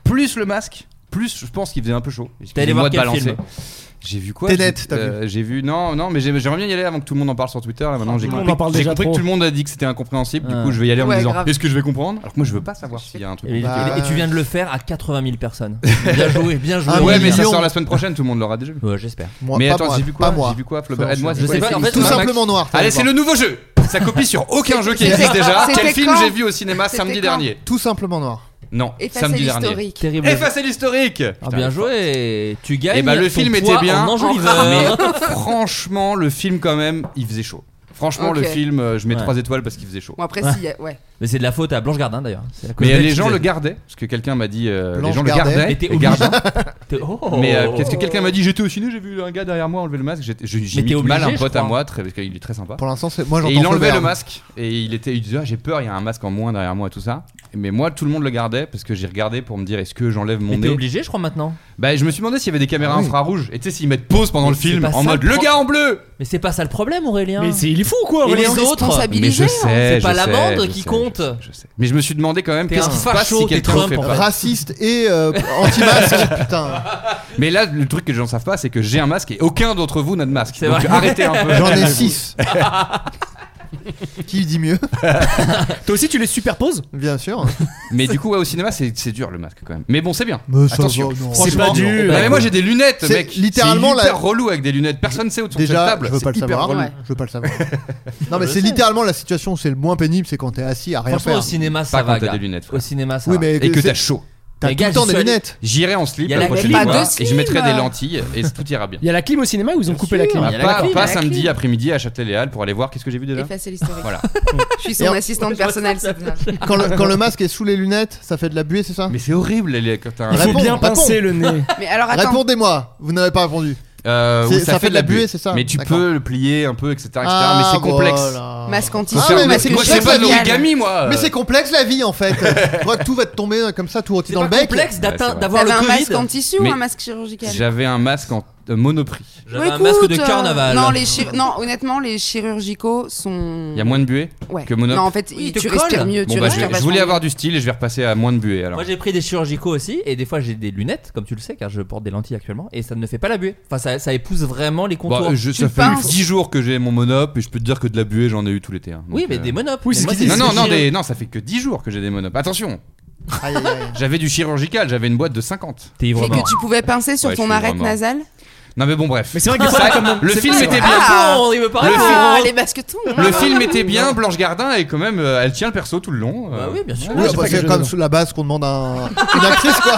[SPEAKER 8] plus le masque, plus je pense qu'il faisait un peu chaud.
[SPEAKER 1] T'es allé voir
[SPEAKER 8] Excusez-moi de
[SPEAKER 1] quel
[SPEAKER 8] balancer.
[SPEAKER 1] film
[SPEAKER 8] J'ai vu quoi
[SPEAKER 6] Tenet,
[SPEAKER 8] J'ai-
[SPEAKER 6] t'as vu
[SPEAKER 8] euh, J'ai vu non non mais j'ai- j'aimerais bien y aller avant que tout le monde en parle sur Twitter là maintenant j'ai
[SPEAKER 7] tout le monde
[SPEAKER 8] compris,
[SPEAKER 7] en parle
[SPEAKER 8] j'ai
[SPEAKER 7] déjà
[SPEAKER 8] compris que
[SPEAKER 7] trop.
[SPEAKER 8] tout le monde a dit que c'était incompréhensible du
[SPEAKER 1] Ouais.
[SPEAKER 8] coup je vais y aller en
[SPEAKER 4] Ouais,
[SPEAKER 8] me disant
[SPEAKER 4] grave.
[SPEAKER 8] est-ce que je vais comprendre alors que moi je veux pas savoir s'il y a un truc
[SPEAKER 1] Et,
[SPEAKER 6] Bah,
[SPEAKER 1] et tu viens de le faire à 80 000 personnes.
[SPEAKER 8] (laughs)
[SPEAKER 1] Bien joué, bien joué.
[SPEAKER 6] Ah
[SPEAKER 8] ouais
[SPEAKER 1] Aurélien.
[SPEAKER 8] mais ça
[SPEAKER 6] million.
[SPEAKER 8] sort la semaine prochaine tout le monde l'aura déjà vu
[SPEAKER 1] Ouais, j'espère.
[SPEAKER 6] Moi,
[SPEAKER 8] mais
[SPEAKER 6] pas
[SPEAKER 8] attends
[SPEAKER 6] moi,
[SPEAKER 8] j'ai vu
[SPEAKER 6] pas
[SPEAKER 8] quoi
[SPEAKER 6] moi.
[SPEAKER 8] j'ai vu quoi Flaubert
[SPEAKER 6] Ça,
[SPEAKER 8] aide-moi
[SPEAKER 6] je
[SPEAKER 1] sais pas,
[SPEAKER 8] Bah,
[SPEAKER 1] en fait,
[SPEAKER 6] Tout
[SPEAKER 1] Max-
[SPEAKER 6] simplement noir. t'as
[SPEAKER 8] Allez,
[SPEAKER 6] vu
[SPEAKER 8] c'est le
[SPEAKER 6] voir.
[SPEAKER 8] nouveau jeu. Ça copie
[SPEAKER 4] (laughs)
[SPEAKER 8] sur aucun jeu qui
[SPEAKER 4] C'était-
[SPEAKER 8] existe déjà.
[SPEAKER 4] c'était
[SPEAKER 8] Quel film
[SPEAKER 4] quand
[SPEAKER 8] j'ai vu au cinéma
[SPEAKER 4] C'était
[SPEAKER 8] samedi
[SPEAKER 4] quand
[SPEAKER 8] dernier
[SPEAKER 6] Tout simplement noir.
[SPEAKER 8] Non,
[SPEAKER 4] Effacer
[SPEAKER 8] samedi dernier.
[SPEAKER 4] l'historique.
[SPEAKER 1] Terrible.
[SPEAKER 8] Effacer l'historique.
[SPEAKER 1] Ah, bien joué. Tu gagnes.
[SPEAKER 8] Et bah le
[SPEAKER 1] ton
[SPEAKER 8] film
[SPEAKER 1] poids
[SPEAKER 8] était bien.
[SPEAKER 1] En enjoliveur.
[SPEAKER 8] Ah,
[SPEAKER 4] (laughs)
[SPEAKER 8] Mais franchement, le film quand même, il faisait chaud. Franchement,
[SPEAKER 4] Ok.
[SPEAKER 8] le film, euh, je mets
[SPEAKER 1] Ouais.
[SPEAKER 8] trois étoiles parce qu'il faisait chaud.
[SPEAKER 4] Bon, après,
[SPEAKER 1] Ouais.
[SPEAKER 4] s'il y a- Ouais.
[SPEAKER 1] Mais c'est de la faute à Blanche Gardin d'ailleurs. C'est à cause
[SPEAKER 8] Mais
[SPEAKER 1] d'elle
[SPEAKER 8] les
[SPEAKER 1] qu'ils
[SPEAKER 8] gens le
[SPEAKER 1] avaient-
[SPEAKER 8] gardaient parce que quelqu'un m'a dit euh, les
[SPEAKER 6] Blanche
[SPEAKER 8] gens
[SPEAKER 6] gardait.
[SPEAKER 8] le gardaient.
[SPEAKER 1] Mais t'es
[SPEAKER 8] les gardaient.
[SPEAKER 1] T'es- oh.
[SPEAKER 8] Mais euh, parce que quelqu'un m'a dit j'étais au ciné, j'ai vu un gars derrière moi enlever le masque. J'ai j'ai
[SPEAKER 1] Mais t'es
[SPEAKER 8] imite mal
[SPEAKER 1] obligé,
[SPEAKER 8] un
[SPEAKER 1] je
[SPEAKER 8] pote à
[SPEAKER 1] crois.
[SPEAKER 8] moi, très- parce qu'il est très sympa.
[SPEAKER 6] Pour l'instant, c'est moi
[SPEAKER 8] Et
[SPEAKER 6] j'entends
[SPEAKER 8] il enlevait
[SPEAKER 6] Flaubert.
[SPEAKER 8] le masque et il était, il disait Ah, j'ai peur, il y a un masque en moins derrière moi et tout ça. Mais moi, tout le monde le gardait parce que j'ai regardé pour me dire est-ce que j'enlève mon
[SPEAKER 1] Mais t'es
[SPEAKER 8] nez.
[SPEAKER 1] obligé, je crois maintenant.
[SPEAKER 8] Bah, je me suis demandé s'il y avait des caméras
[SPEAKER 6] Ah oui.
[SPEAKER 8] infrarouges. Et tu sais, s'ils mettent pause pendant
[SPEAKER 1] Mais
[SPEAKER 8] le
[SPEAKER 1] c'est
[SPEAKER 8] film
[SPEAKER 1] pas
[SPEAKER 8] en
[SPEAKER 1] ça,
[SPEAKER 8] mode
[SPEAKER 1] le
[SPEAKER 8] le
[SPEAKER 1] pro-
[SPEAKER 8] gars en bleu.
[SPEAKER 1] Mais c'est pas ça le problème, Aurélien.
[SPEAKER 7] Mais c'est- il est fou, quoi.
[SPEAKER 1] Et
[SPEAKER 7] Aurélien.
[SPEAKER 1] les
[SPEAKER 4] On est
[SPEAKER 1] autres
[SPEAKER 4] responsable. Stabilisé,
[SPEAKER 1] hein. c'est pas
[SPEAKER 8] je
[SPEAKER 1] la
[SPEAKER 8] sais,
[SPEAKER 1] bande
[SPEAKER 8] je
[SPEAKER 1] qui
[SPEAKER 8] sais,
[SPEAKER 1] compte.
[SPEAKER 8] Je sais, je sais. Mais je me suis demandé quand même
[SPEAKER 1] T'es
[SPEAKER 8] qu'est-ce
[SPEAKER 1] un
[SPEAKER 8] qui se passe
[SPEAKER 1] facho,
[SPEAKER 8] si
[SPEAKER 1] t'es
[SPEAKER 8] quelqu'un le
[SPEAKER 1] Trump,
[SPEAKER 8] fait
[SPEAKER 1] en
[SPEAKER 8] pas.
[SPEAKER 1] fait.
[SPEAKER 6] Raciste et euh,
[SPEAKER 8] (laughs)
[SPEAKER 6] anti-masque, putain.
[SPEAKER 8] Mais là, le truc que les gens savent pas, c'est que j'ai un masque et aucun d'entre vous n'a de masque.
[SPEAKER 1] C'est
[SPEAKER 8] Donc
[SPEAKER 1] vrai.
[SPEAKER 8] arrêtez un
[SPEAKER 1] (laughs)
[SPEAKER 8] peu.
[SPEAKER 6] J'en ai 6. Qui dit mieux
[SPEAKER 7] Toi aussi, tu les superposes
[SPEAKER 6] Bien sûr.
[SPEAKER 8] Mais du coup, ouais, au cinéma, c'est c'est dur le masque quand même. Mais bon, c'est bien.
[SPEAKER 6] Mais ça
[SPEAKER 8] Attention.
[SPEAKER 6] va, non.
[SPEAKER 7] C'est pas
[SPEAKER 8] Franchement,
[SPEAKER 7] dur.
[SPEAKER 8] non, mais moi j'ai des lunettes,
[SPEAKER 6] C'est
[SPEAKER 8] mec.
[SPEAKER 6] littéralement
[SPEAKER 8] c'est hyper
[SPEAKER 6] la-
[SPEAKER 8] relou avec des lunettes. Personne sait autour de cette
[SPEAKER 6] Déjà,
[SPEAKER 8] table.
[SPEAKER 6] je veux
[SPEAKER 8] C'est
[SPEAKER 6] pas le
[SPEAKER 8] hyper
[SPEAKER 6] savoir.
[SPEAKER 8] relou.
[SPEAKER 4] relou.
[SPEAKER 6] Je veux pas le savoir. Non, mais c'est littéralement la situation où c'est le moins pénible, c'est quand t'es assis à rien
[SPEAKER 1] Franchement,
[SPEAKER 6] faire.
[SPEAKER 1] au cinéma, ça
[SPEAKER 8] quand
[SPEAKER 1] va.
[SPEAKER 8] t'as
[SPEAKER 1] gars.
[SPEAKER 8] des lunettes,
[SPEAKER 1] Au
[SPEAKER 8] frère.
[SPEAKER 1] cinéma, ça
[SPEAKER 6] Oui,
[SPEAKER 1] va.
[SPEAKER 6] mais
[SPEAKER 8] Et que
[SPEAKER 6] c'est-
[SPEAKER 8] t'as chaud.
[SPEAKER 6] t'as
[SPEAKER 1] Les
[SPEAKER 6] tout
[SPEAKER 1] gars,
[SPEAKER 6] le temps
[SPEAKER 1] j'y
[SPEAKER 6] des
[SPEAKER 1] suis allé-
[SPEAKER 6] lunettes.
[SPEAKER 8] J'irai en slip
[SPEAKER 1] Y a
[SPEAKER 8] la
[SPEAKER 1] la
[SPEAKER 8] prochaine
[SPEAKER 1] clim.
[SPEAKER 8] fois
[SPEAKER 4] Pas de
[SPEAKER 8] et je mettrai des
[SPEAKER 4] slip.
[SPEAKER 8] lentilles et tout ira bien.
[SPEAKER 7] Il y a la clim au cinéma ou ils ont coupé la clim
[SPEAKER 8] Bah,
[SPEAKER 1] y a la
[SPEAKER 8] pas
[SPEAKER 1] clim,
[SPEAKER 8] pas
[SPEAKER 4] y a la
[SPEAKER 8] samedi
[SPEAKER 4] clim.
[SPEAKER 8] après-midi à Châtelet-Hall pour aller voir. Qu'est-ce que j'ai vu déjà
[SPEAKER 4] Effacer l'historique.
[SPEAKER 8] Voilà.
[SPEAKER 4] Je suis
[SPEAKER 6] Et
[SPEAKER 4] son
[SPEAKER 6] en-
[SPEAKER 4] assistante personnelle, c'est ça.
[SPEAKER 6] Quand le, quand le masque est sous les lunettes, ça fait de la buée, c'est ça
[SPEAKER 8] Mais c'est horrible les- quand t'as un.
[SPEAKER 7] Il faut
[SPEAKER 6] Réponds,
[SPEAKER 7] bien
[SPEAKER 6] réponds.
[SPEAKER 7] pincer
[SPEAKER 6] (laughs)
[SPEAKER 7] le nez.
[SPEAKER 4] Mais alors, attends.
[SPEAKER 6] Répondez-moi, vous n'avez pas répondu.
[SPEAKER 8] Euh,
[SPEAKER 6] C'est-
[SPEAKER 8] où
[SPEAKER 6] ça fait de la buée, c'est ça
[SPEAKER 8] Mais tu
[SPEAKER 6] D'accord.
[SPEAKER 8] peux le plier un peu, etc. etc. mais
[SPEAKER 6] Ah,
[SPEAKER 8] c'est complexe.
[SPEAKER 6] voilà.
[SPEAKER 4] Masque anti
[SPEAKER 8] Faut
[SPEAKER 6] Ah,
[SPEAKER 8] faire-
[SPEAKER 6] mais- mais
[SPEAKER 8] moi,
[SPEAKER 6] c'est
[SPEAKER 8] moi, je
[SPEAKER 6] complexe,
[SPEAKER 8] fais pas de
[SPEAKER 6] la vie.
[SPEAKER 8] l'origami, moi.
[SPEAKER 6] Mais
[SPEAKER 8] euh.
[SPEAKER 6] c'est complexe la vie en fait. Je crois que tout va te tomber hein, comme ça, tout rôti
[SPEAKER 1] C'est
[SPEAKER 6] dans le
[SPEAKER 1] pas
[SPEAKER 6] bec.
[SPEAKER 1] complexe
[SPEAKER 8] Ouais, c'est
[SPEAKER 1] d'atteindre-
[SPEAKER 8] vrai.
[SPEAKER 1] d'avoir
[SPEAKER 4] T'avais
[SPEAKER 1] le
[SPEAKER 4] un
[SPEAKER 1] Covid.
[SPEAKER 4] masque en tissu ou
[SPEAKER 8] Mais-
[SPEAKER 4] un masque chirurgical
[SPEAKER 8] Euh, J'avais un masque en euh, Monoprix.
[SPEAKER 1] J'avais un masque de
[SPEAKER 4] Écoute, euh,
[SPEAKER 1] carnaval.
[SPEAKER 4] Non, les chi- non, honnêtement, les chirurgicaux sont.
[SPEAKER 8] Il y a moins de buée
[SPEAKER 4] Mm. Ouais.
[SPEAKER 8] que Monoprix.
[SPEAKER 4] Non, en fait,
[SPEAKER 1] Oui,
[SPEAKER 4] tu
[SPEAKER 1] il te colle.
[SPEAKER 4] respires mieux.
[SPEAKER 8] Bon,
[SPEAKER 4] tu
[SPEAKER 8] bah, je,
[SPEAKER 4] respires
[SPEAKER 8] vais- je voulais
[SPEAKER 4] vachement
[SPEAKER 8] avoir du style et je vais repasser à moins de buée alors.
[SPEAKER 1] Moi j'ai pris des chirurgicaux aussi et des fois j'ai des lunettes comme tu le sais car je porte des lentilles actuellement et ça ne fait pas la buée. Enfin ça, ça épouse vraiment les
[SPEAKER 8] Bah,
[SPEAKER 1] contours.
[SPEAKER 8] je- ça fait 10 jours que j'ai mon monop et je peux te dire que de la buée j'en ai eu tout l'été. hein. Donc,
[SPEAKER 1] Oui mais
[SPEAKER 8] euh,
[SPEAKER 1] des monopes.
[SPEAKER 7] Oui,
[SPEAKER 1] Mais
[SPEAKER 7] c'est
[SPEAKER 1] moi,
[SPEAKER 7] ce qu'ils
[SPEAKER 8] Non,
[SPEAKER 7] disent.
[SPEAKER 8] non, non,
[SPEAKER 7] Chirurgie-
[SPEAKER 8] des- non, ça fait que 10 jours que j'ai des monopes. Attention,
[SPEAKER 6] Aïe, aïe, aïe.
[SPEAKER 8] j'avais du chirurgical, j'avais une boîte de 50.
[SPEAKER 1] T'es
[SPEAKER 4] Et
[SPEAKER 1] ivre mort.
[SPEAKER 4] que tu pouvais pincer sur
[SPEAKER 8] Ouais, je
[SPEAKER 4] ton
[SPEAKER 8] suis
[SPEAKER 4] arête
[SPEAKER 8] vraiment-
[SPEAKER 4] nasale.
[SPEAKER 8] Non, mais bon, bref.
[SPEAKER 7] Mais c'est vrai que des fois,
[SPEAKER 8] Ça-
[SPEAKER 7] comme-
[SPEAKER 8] le
[SPEAKER 7] c'est-
[SPEAKER 8] film
[SPEAKER 7] c'est
[SPEAKER 8] était
[SPEAKER 7] vrai.
[SPEAKER 8] bien.
[SPEAKER 1] Ah bon, il veut pas
[SPEAKER 8] Le
[SPEAKER 1] répondre.
[SPEAKER 8] film-
[SPEAKER 4] Ah, les basketons.
[SPEAKER 8] Le film était bien, Blanche Gardin, et quand même, euh, elle tient le perso tout le long. euh.
[SPEAKER 1] Bah oui bien sûr.
[SPEAKER 6] Oui,
[SPEAKER 7] Ouais, c'est
[SPEAKER 6] bah,
[SPEAKER 7] pas
[SPEAKER 6] c'est
[SPEAKER 7] quelque
[SPEAKER 6] comme
[SPEAKER 7] chose.
[SPEAKER 6] la base qu'on demande à une actrice, quoi.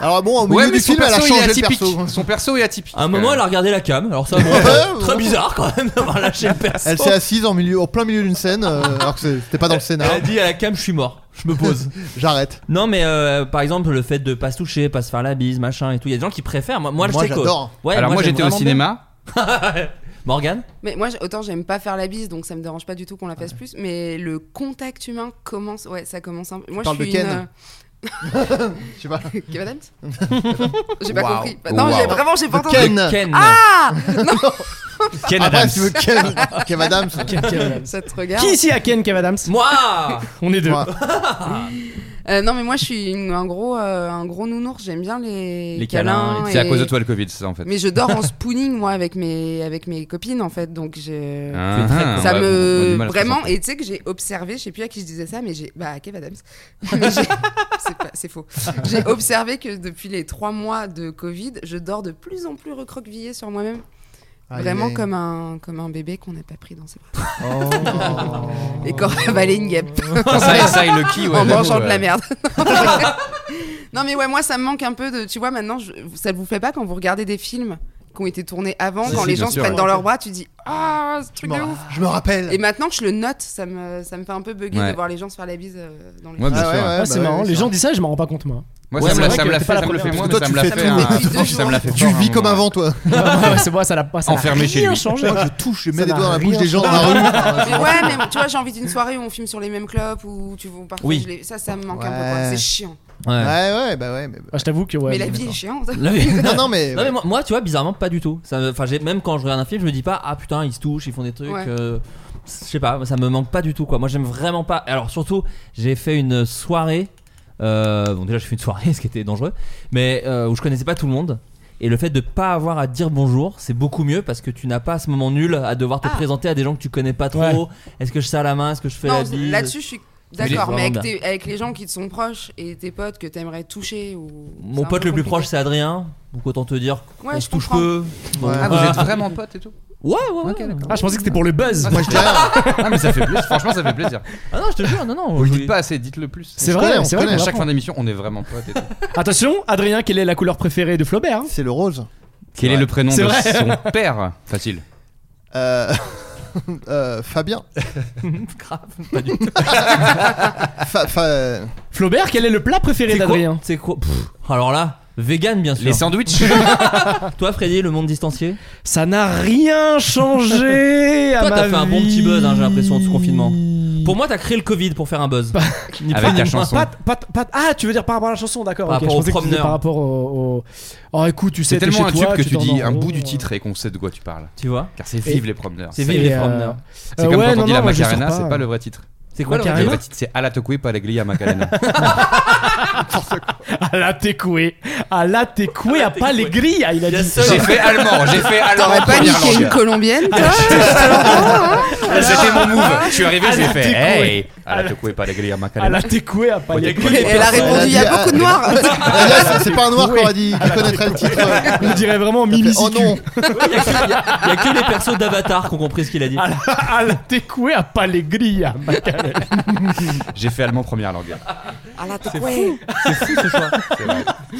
[SPEAKER 6] Alors bon, au milieu
[SPEAKER 8] Ouais, mais
[SPEAKER 6] du
[SPEAKER 8] son
[SPEAKER 6] film, elle a
[SPEAKER 8] perso, il est
[SPEAKER 6] changé le
[SPEAKER 8] atypique.
[SPEAKER 6] perso.
[SPEAKER 8] Son perso est atypique.
[SPEAKER 1] À un moment, elle a regardé la cam, alors ça, bon,
[SPEAKER 6] Ouais,
[SPEAKER 1] très
[SPEAKER 6] ouais.
[SPEAKER 1] bizarre quand même d'avoir lâché le perso.
[SPEAKER 6] Elle s'est assise hein. en, milieu, en plein milieu d'une scène, euh, alors que c'est- c'était pas dans le
[SPEAKER 1] Elle a
[SPEAKER 6] scénario.
[SPEAKER 1] dit à la cam, je suis mort, je me
[SPEAKER 6] (laughs)
[SPEAKER 1] pose.
[SPEAKER 6] J'arrête.
[SPEAKER 1] non, mais euh, par exemple, le fait de pas se toucher, pas se faire la bise, machin et tout, il y a des gens qui préfèrent. Moi, moi, je
[SPEAKER 6] Moi,
[SPEAKER 1] sais que-
[SPEAKER 6] j'adore.
[SPEAKER 1] Ouais,
[SPEAKER 8] Alors, moi,
[SPEAKER 1] j'aime
[SPEAKER 8] j'étais au
[SPEAKER 1] vraiment
[SPEAKER 8] cinéma.
[SPEAKER 1] bien. Morgane
[SPEAKER 4] Mais moi, j'- autant j'aime pas faire la bise, donc ça me dérange pas du tout qu'on la fasse plus. Mais le contact humain commence. Ouais, ça commence un peu. Moi, je
[SPEAKER 6] parles de
[SPEAKER 4] suis
[SPEAKER 6] Ken
[SPEAKER 4] une.
[SPEAKER 6] Je sais pas.
[SPEAKER 4] euh, Kevin Adams J'ai pas
[SPEAKER 6] Waouh.
[SPEAKER 4] compris. Bah, non,
[SPEAKER 8] Waouh.
[SPEAKER 4] j'ai vraiment, j'ai pas entendu.
[SPEAKER 6] Ken.
[SPEAKER 1] Ken.
[SPEAKER 4] Ah
[SPEAKER 8] Ken
[SPEAKER 6] Après, si tu veux Ken, Kev Adams. Ah,
[SPEAKER 7] Ken Kev Adams.
[SPEAKER 4] Ça te regarde.
[SPEAKER 7] Qui ici a Ken Kev Adams Ah,
[SPEAKER 1] Moi
[SPEAKER 7] On est deux.
[SPEAKER 6] Moi.
[SPEAKER 4] Euh, non, mais moi, je suis une- un gros, euh, un gros nounours. J'aime bien les,
[SPEAKER 1] Les câlins,
[SPEAKER 8] C'est à
[SPEAKER 4] et-
[SPEAKER 8] cause de toi le Covid, c'est ça en fait.
[SPEAKER 4] Mais je dors en spooning moi avec mes avec mes copines en fait, donc j'ai.
[SPEAKER 8] Ah, ah,
[SPEAKER 4] ça
[SPEAKER 8] ouais, on a du
[SPEAKER 4] me
[SPEAKER 8] mal à se
[SPEAKER 4] vraiment
[SPEAKER 8] concentrer.
[SPEAKER 4] et tu sais que j'ai observé je sais plus à qui je disais ça mais j'ai bah à Kev
[SPEAKER 8] (laughs)
[SPEAKER 4] Adams Mais j'ai- c'est pas- c'est faux j'ai observé que depuis les trois mois de Covid je dors de plus en plus recroquevillée sur moi-même
[SPEAKER 6] Aïe,
[SPEAKER 4] vraiment
[SPEAKER 6] aïe.
[SPEAKER 4] comme un comme un bébé qu'on n'a pas pris dans ses bras
[SPEAKER 6] Oh.
[SPEAKER 4] et qu'on a avalé une guêpe
[SPEAKER 8] Putain, ça, et ça, et Lucky, ouais,
[SPEAKER 4] en
[SPEAKER 8] j'avoue,
[SPEAKER 4] mangeant de
[SPEAKER 8] ouais.
[SPEAKER 4] la merde (laughs) non mais ouais moi ça me manque un peu de tu vois maintenant je- ça vous fait pas quand vous regardez des films qui ont été tournés avant
[SPEAKER 8] Si,
[SPEAKER 4] quand
[SPEAKER 8] si,
[SPEAKER 4] les
[SPEAKER 8] bien
[SPEAKER 4] gens se
[SPEAKER 8] sûr,
[SPEAKER 4] prennent
[SPEAKER 8] ouais.
[SPEAKER 4] dans leurs bras tu dis ah ce
[SPEAKER 6] Je
[SPEAKER 4] (laughs) truc
[SPEAKER 6] me-
[SPEAKER 4] de ouf
[SPEAKER 6] Je me
[SPEAKER 4] et
[SPEAKER 6] rappelle.
[SPEAKER 4] maintenant que je le note, ça me, ça me fait un peu bugger
[SPEAKER 8] Ouais.
[SPEAKER 4] de voir les gens se faire la bise euh, dans les
[SPEAKER 8] Ouais, bien
[SPEAKER 6] Ah ouais,
[SPEAKER 8] sûr.
[SPEAKER 6] ouais,
[SPEAKER 7] Ah,
[SPEAKER 6] bah
[SPEAKER 7] c'est marrant,
[SPEAKER 6] ouais,
[SPEAKER 7] les
[SPEAKER 6] c'est
[SPEAKER 7] gens
[SPEAKER 6] vrai.
[SPEAKER 7] disent ça, je m'en rends pas
[SPEAKER 6] (laughs)
[SPEAKER 7] compte moi.
[SPEAKER 8] Moi,
[SPEAKER 1] Ouais,
[SPEAKER 8] ça
[SPEAKER 1] c'est
[SPEAKER 8] me la-
[SPEAKER 1] vrai
[SPEAKER 8] ça me
[SPEAKER 1] que
[SPEAKER 8] la
[SPEAKER 1] t'es
[SPEAKER 8] fait,
[SPEAKER 1] pas la
[SPEAKER 8] ça me le
[SPEAKER 1] première
[SPEAKER 8] fait moins,
[SPEAKER 6] Parce que
[SPEAKER 8] mais
[SPEAKER 6] toi,
[SPEAKER 8] ça me
[SPEAKER 6] tu
[SPEAKER 8] la
[SPEAKER 6] fais
[SPEAKER 8] fait.
[SPEAKER 6] tout, mais
[SPEAKER 8] un-
[SPEAKER 6] tu
[SPEAKER 8] franchement, ça me la fait
[SPEAKER 6] Tu
[SPEAKER 8] fort,
[SPEAKER 6] vis
[SPEAKER 8] un
[SPEAKER 6] comme
[SPEAKER 8] moment.
[SPEAKER 6] avant, toi.
[SPEAKER 7] ouais, c'est moi, ça n'a pas ça n'a
[SPEAKER 8] Enfermé chez
[SPEAKER 7] rien
[SPEAKER 8] lui.
[SPEAKER 7] changé.
[SPEAKER 6] Moi, je touche, je mets
[SPEAKER 7] Ça
[SPEAKER 6] les
[SPEAKER 7] n'a
[SPEAKER 6] doigts dans la
[SPEAKER 7] rien
[SPEAKER 6] bouche des gens dans la
[SPEAKER 7] changé.
[SPEAKER 6] rue.
[SPEAKER 4] Mais ouais, mais tu vois, j'ai envie d'une soirée où on filme sur les mêmes clopes ou tu vois, parfois
[SPEAKER 1] Oui.
[SPEAKER 4] je les- ça, ça me manque un peu.
[SPEAKER 6] Ouais.
[SPEAKER 4] quoi. C'est chiant.
[SPEAKER 1] Ouais.
[SPEAKER 6] Ouais, ouais, bah ouais. mais-
[SPEAKER 7] (laughs) Ah, je t'avoue que ouais.
[SPEAKER 4] mais la vie est chiante.
[SPEAKER 1] La vie-
[SPEAKER 6] Non, non, mais.
[SPEAKER 1] Non mais moi, moi, tu vois bizarrement pas du tout. Ça me- Enfin j'ai- même quand je regarde un film je me dis pas ah putain ils se touchent ils font des trucs.
[SPEAKER 4] Ouais.
[SPEAKER 1] euh, je sais pas ça me manque pas du tout quoi. Moi j'aime vraiment pas. Alors surtout j'ai fait une soirée. euh, bon déjà j'ai fait une soirée (laughs) ce qui était dangereux mais euh, où je connaissais pas tout le monde. Et le fait de pas avoir à dire bonjour, c'est beaucoup mieux parce que tu n'as pas ce moment nul à devoir te
[SPEAKER 4] Ah.
[SPEAKER 1] présenter à des gens que tu connais pas trop.
[SPEAKER 7] Ouais.
[SPEAKER 1] Est-ce que je serre la main Est-ce que je fais
[SPEAKER 4] Non,
[SPEAKER 1] la bise
[SPEAKER 4] là-dessus, je suis
[SPEAKER 1] Mais les-
[SPEAKER 4] d'accord, mais avec,
[SPEAKER 1] Vraiment
[SPEAKER 4] tes- avec les gens qui te sont proches et tes potes que t'aimerais toucher ou.
[SPEAKER 1] Mon
[SPEAKER 4] c'est un
[SPEAKER 1] pote
[SPEAKER 4] peu
[SPEAKER 1] le plus
[SPEAKER 4] compliqué.
[SPEAKER 1] proche c'est Adrien. Donc autant te dire
[SPEAKER 4] Ouais,
[SPEAKER 1] qu'on
[SPEAKER 4] je
[SPEAKER 1] se touche
[SPEAKER 4] comprends.
[SPEAKER 1] peu. Bon.
[SPEAKER 6] Ouais.
[SPEAKER 8] Ah, vous êtes vraiment potes et tout
[SPEAKER 1] Ouais, ouais, ouais.
[SPEAKER 7] Ah, je pensais que c'était pour le buzz.
[SPEAKER 6] Moi, je dis rien.
[SPEAKER 8] Ah, mais ça fait plaisir. Franchement, ça fait plaisir.
[SPEAKER 1] Ah non, je te jure, non, non.
[SPEAKER 8] Vous le
[SPEAKER 1] je-
[SPEAKER 8] dites pas assez, dites-le plus.
[SPEAKER 7] C'est
[SPEAKER 6] On se
[SPEAKER 7] vrai,
[SPEAKER 6] connaît, on
[SPEAKER 7] c'est
[SPEAKER 6] se
[SPEAKER 7] vrai.
[SPEAKER 6] connaît.
[SPEAKER 8] À
[SPEAKER 7] qu'on
[SPEAKER 8] chaque fin
[SPEAKER 7] apprend.
[SPEAKER 8] d'émission, on est vraiment potes et tout.
[SPEAKER 7] Attention, Adrien, quelle est la couleur préférée de Flaubert hein
[SPEAKER 6] C'est le rose.
[SPEAKER 8] Quel
[SPEAKER 1] Ouais.
[SPEAKER 8] est le prénom
[SPEAKER 7] C'est
[SPEAKER 8] de
[SPEAKER 7] vrai.
[SPEAKER 8] son (laughs) père Facile.
[SPEAKER 6] Euh, (laughs) euh, Fabien.
[SPEAKER 1] Grave, pas du tout.
[SPEAKER 6] Fa- fa-
[SPEAKER 7] Flaubert, quel est le plat préféré
[SPEAKER 1] C'est quoi-
[SPEAKER 7] d'Adrien
[SPEAKER 1] C'est quoi Pff, Alors là, vegan bien sûr.
[SPEAKER 7] (laughs)
[SPEAKER 8] Les sandwichs
[SPEAKER 1] Toi Freddy, le monde distancié
[SPEAKER 7] Ça n'a
[SPEAKER 6] (laughs)
[SPEAKER 7] rien changé à
[SPEAKER 1] Toi, t'as
[SPEAKER 7] ma
[SPEAKER 1] fait un bon petit
[SPEAKER 7] vie.
[SPEAKER 1] buzz, hein, j'ai l'impression, de ce confinement. Pour moi, t'as créé le Covid pour faire un buzz.
[SPEAKER 7] Bah,
[SPEAKER 1] Ni plus
[SPEAKER 8] Avec
[SPEAKER 1] ni
[SPEAKER 8] ta
[SPEAKER 1] moins.
[SPEAKER 8] chanson.
[SPEAKER 7] Pas- pas- pas- ah, tu veux dire par rapport à la chanson, d'accord.
[SPEAKER 1] Par
[SPEAKER 7] ok,
[SPEAKER 1] rapport
[SPEAKER 7] je
[SPEAKER 1] au
[SPEAKER 7] pensais que tu disais
[SPEAKER 1] promeneur.
[SPEAKER 7] Par rapport au. au- Oh, écoute, tu sais,
[SPEAKER 8] C'est
[SPEAKER 7] t'es chez
[SPEAKER 8] tellement un
[SPEAKER 7] toi,
[SPEAKER 8] tube que tu
[SPEAKER 7] t'en
[SPEAKER 8] dis
[SPEAKER 7] rends
[SPEAKER 8] un bout
[SPEAKER 7] euh,
[SPEAKER 8] du titre et qu'on sait de quoi tu parles.
[SPEAKER 1] Tu vois
[SPEAKER 8] Car c'est
[SPEAKER 7] Et-
[SPEAKER 8] vive les promeneurs.
[SPEAKER 1] C'est
[SPEAKER 8] C'est
[SPEAKER 1] vive
[SPEAKER 7] Et,
[SPEAKER 1] les
[SPEAKER 7] euh,
[SPEAKER 1] promeneurs.
[SPEAKER 7] euh,
[SPEAKER 8] comme
[SPEAKER 7] ouais,
[SPEAKER 8] quand on
[SPEAKER 7] non,
[SPEAKER 8] dit
[SPEAKER 7] non,
[SPEAKER 8] la
[SPEAKER 7] moi, je sors
[SPEAKER 8] Macarena, c'est pas
[SPEAKER 7] hein.
[SPEAKER 8] le vrai titre.
[SPEAKER 1] C'est quoi le
[SPEAKER 8] Le
[SPEAKER 7] Macarena
[SPEAKER 8] vrai titre, c'est Alla Tokwe
[SPEAKER 7] (laughs)
[SPEAKER 8] Paleglia Macarena.
[SPEAKER 7] (laughs) À la técoué. À la técoué, à pas les grilles. Il a dit
[SPEAKER 1] seul-
[SPEAKER 8] J'ai fait allemand, j'ai fait allemand.
[SPEAKER 4] T'aurais pas
[SPEAKER 8] première
[SPEAKER 4] niqué une
[SPEAKER 8] langue.
[SPEAKER 4] colombienne, toi
[SPEAKER 8] C'était mon move. Je suis arrivé,
[SPEAKER 7] À
[SPEAKER 8] j'ai
[SPEAKER 7] la
[SPEAKER 8] fait
[SPEAKER 7] Tokwe.
[SPEAKER 8] Hey Alla Tokwe Paleglia
[SPEAKER 7] À
[SPEAKER 8] Macarena.
[SPEAKER 7] la técoué, à pas les
[SPEAKER 8] Técoué.
[SPEAKER 7] grilles.
[SPEAKER 4] Et elle a répondu il y
[SPEAKER 6] Elle a
[SPEAKER 4] a
[SPEAKER 6] dit,
[SPEAKER 4] beaucoup de noirs.
[SPEAKER 6] Ah, là, c'est- c'est pas un noir
[SPEAKER 7] Oui.
[SPEAKER 6] qu'on a dit qui connaîtrait le titre.
[SPEAKER 7] On dirait vraiment
[SPEAKER 6] Il a
[SPEAKER 7] mini
[SPEAKER 6] fait, Oh non,
[SPEAKER 1] Il y, a que- il y a- il y a que les persos d'Avatar qui ont compris ce qu'il a dit.
[SPEAKER 8] Ah.
[SPEAKER 7] À la, (laughs) à la técoué, à pas les grilles.
[SPEAKER 8] J'ai fait allemand première langue.
[SPEAKER 4] Ah là, t'es ouais.
[SPEAKER 8] C'est vrai.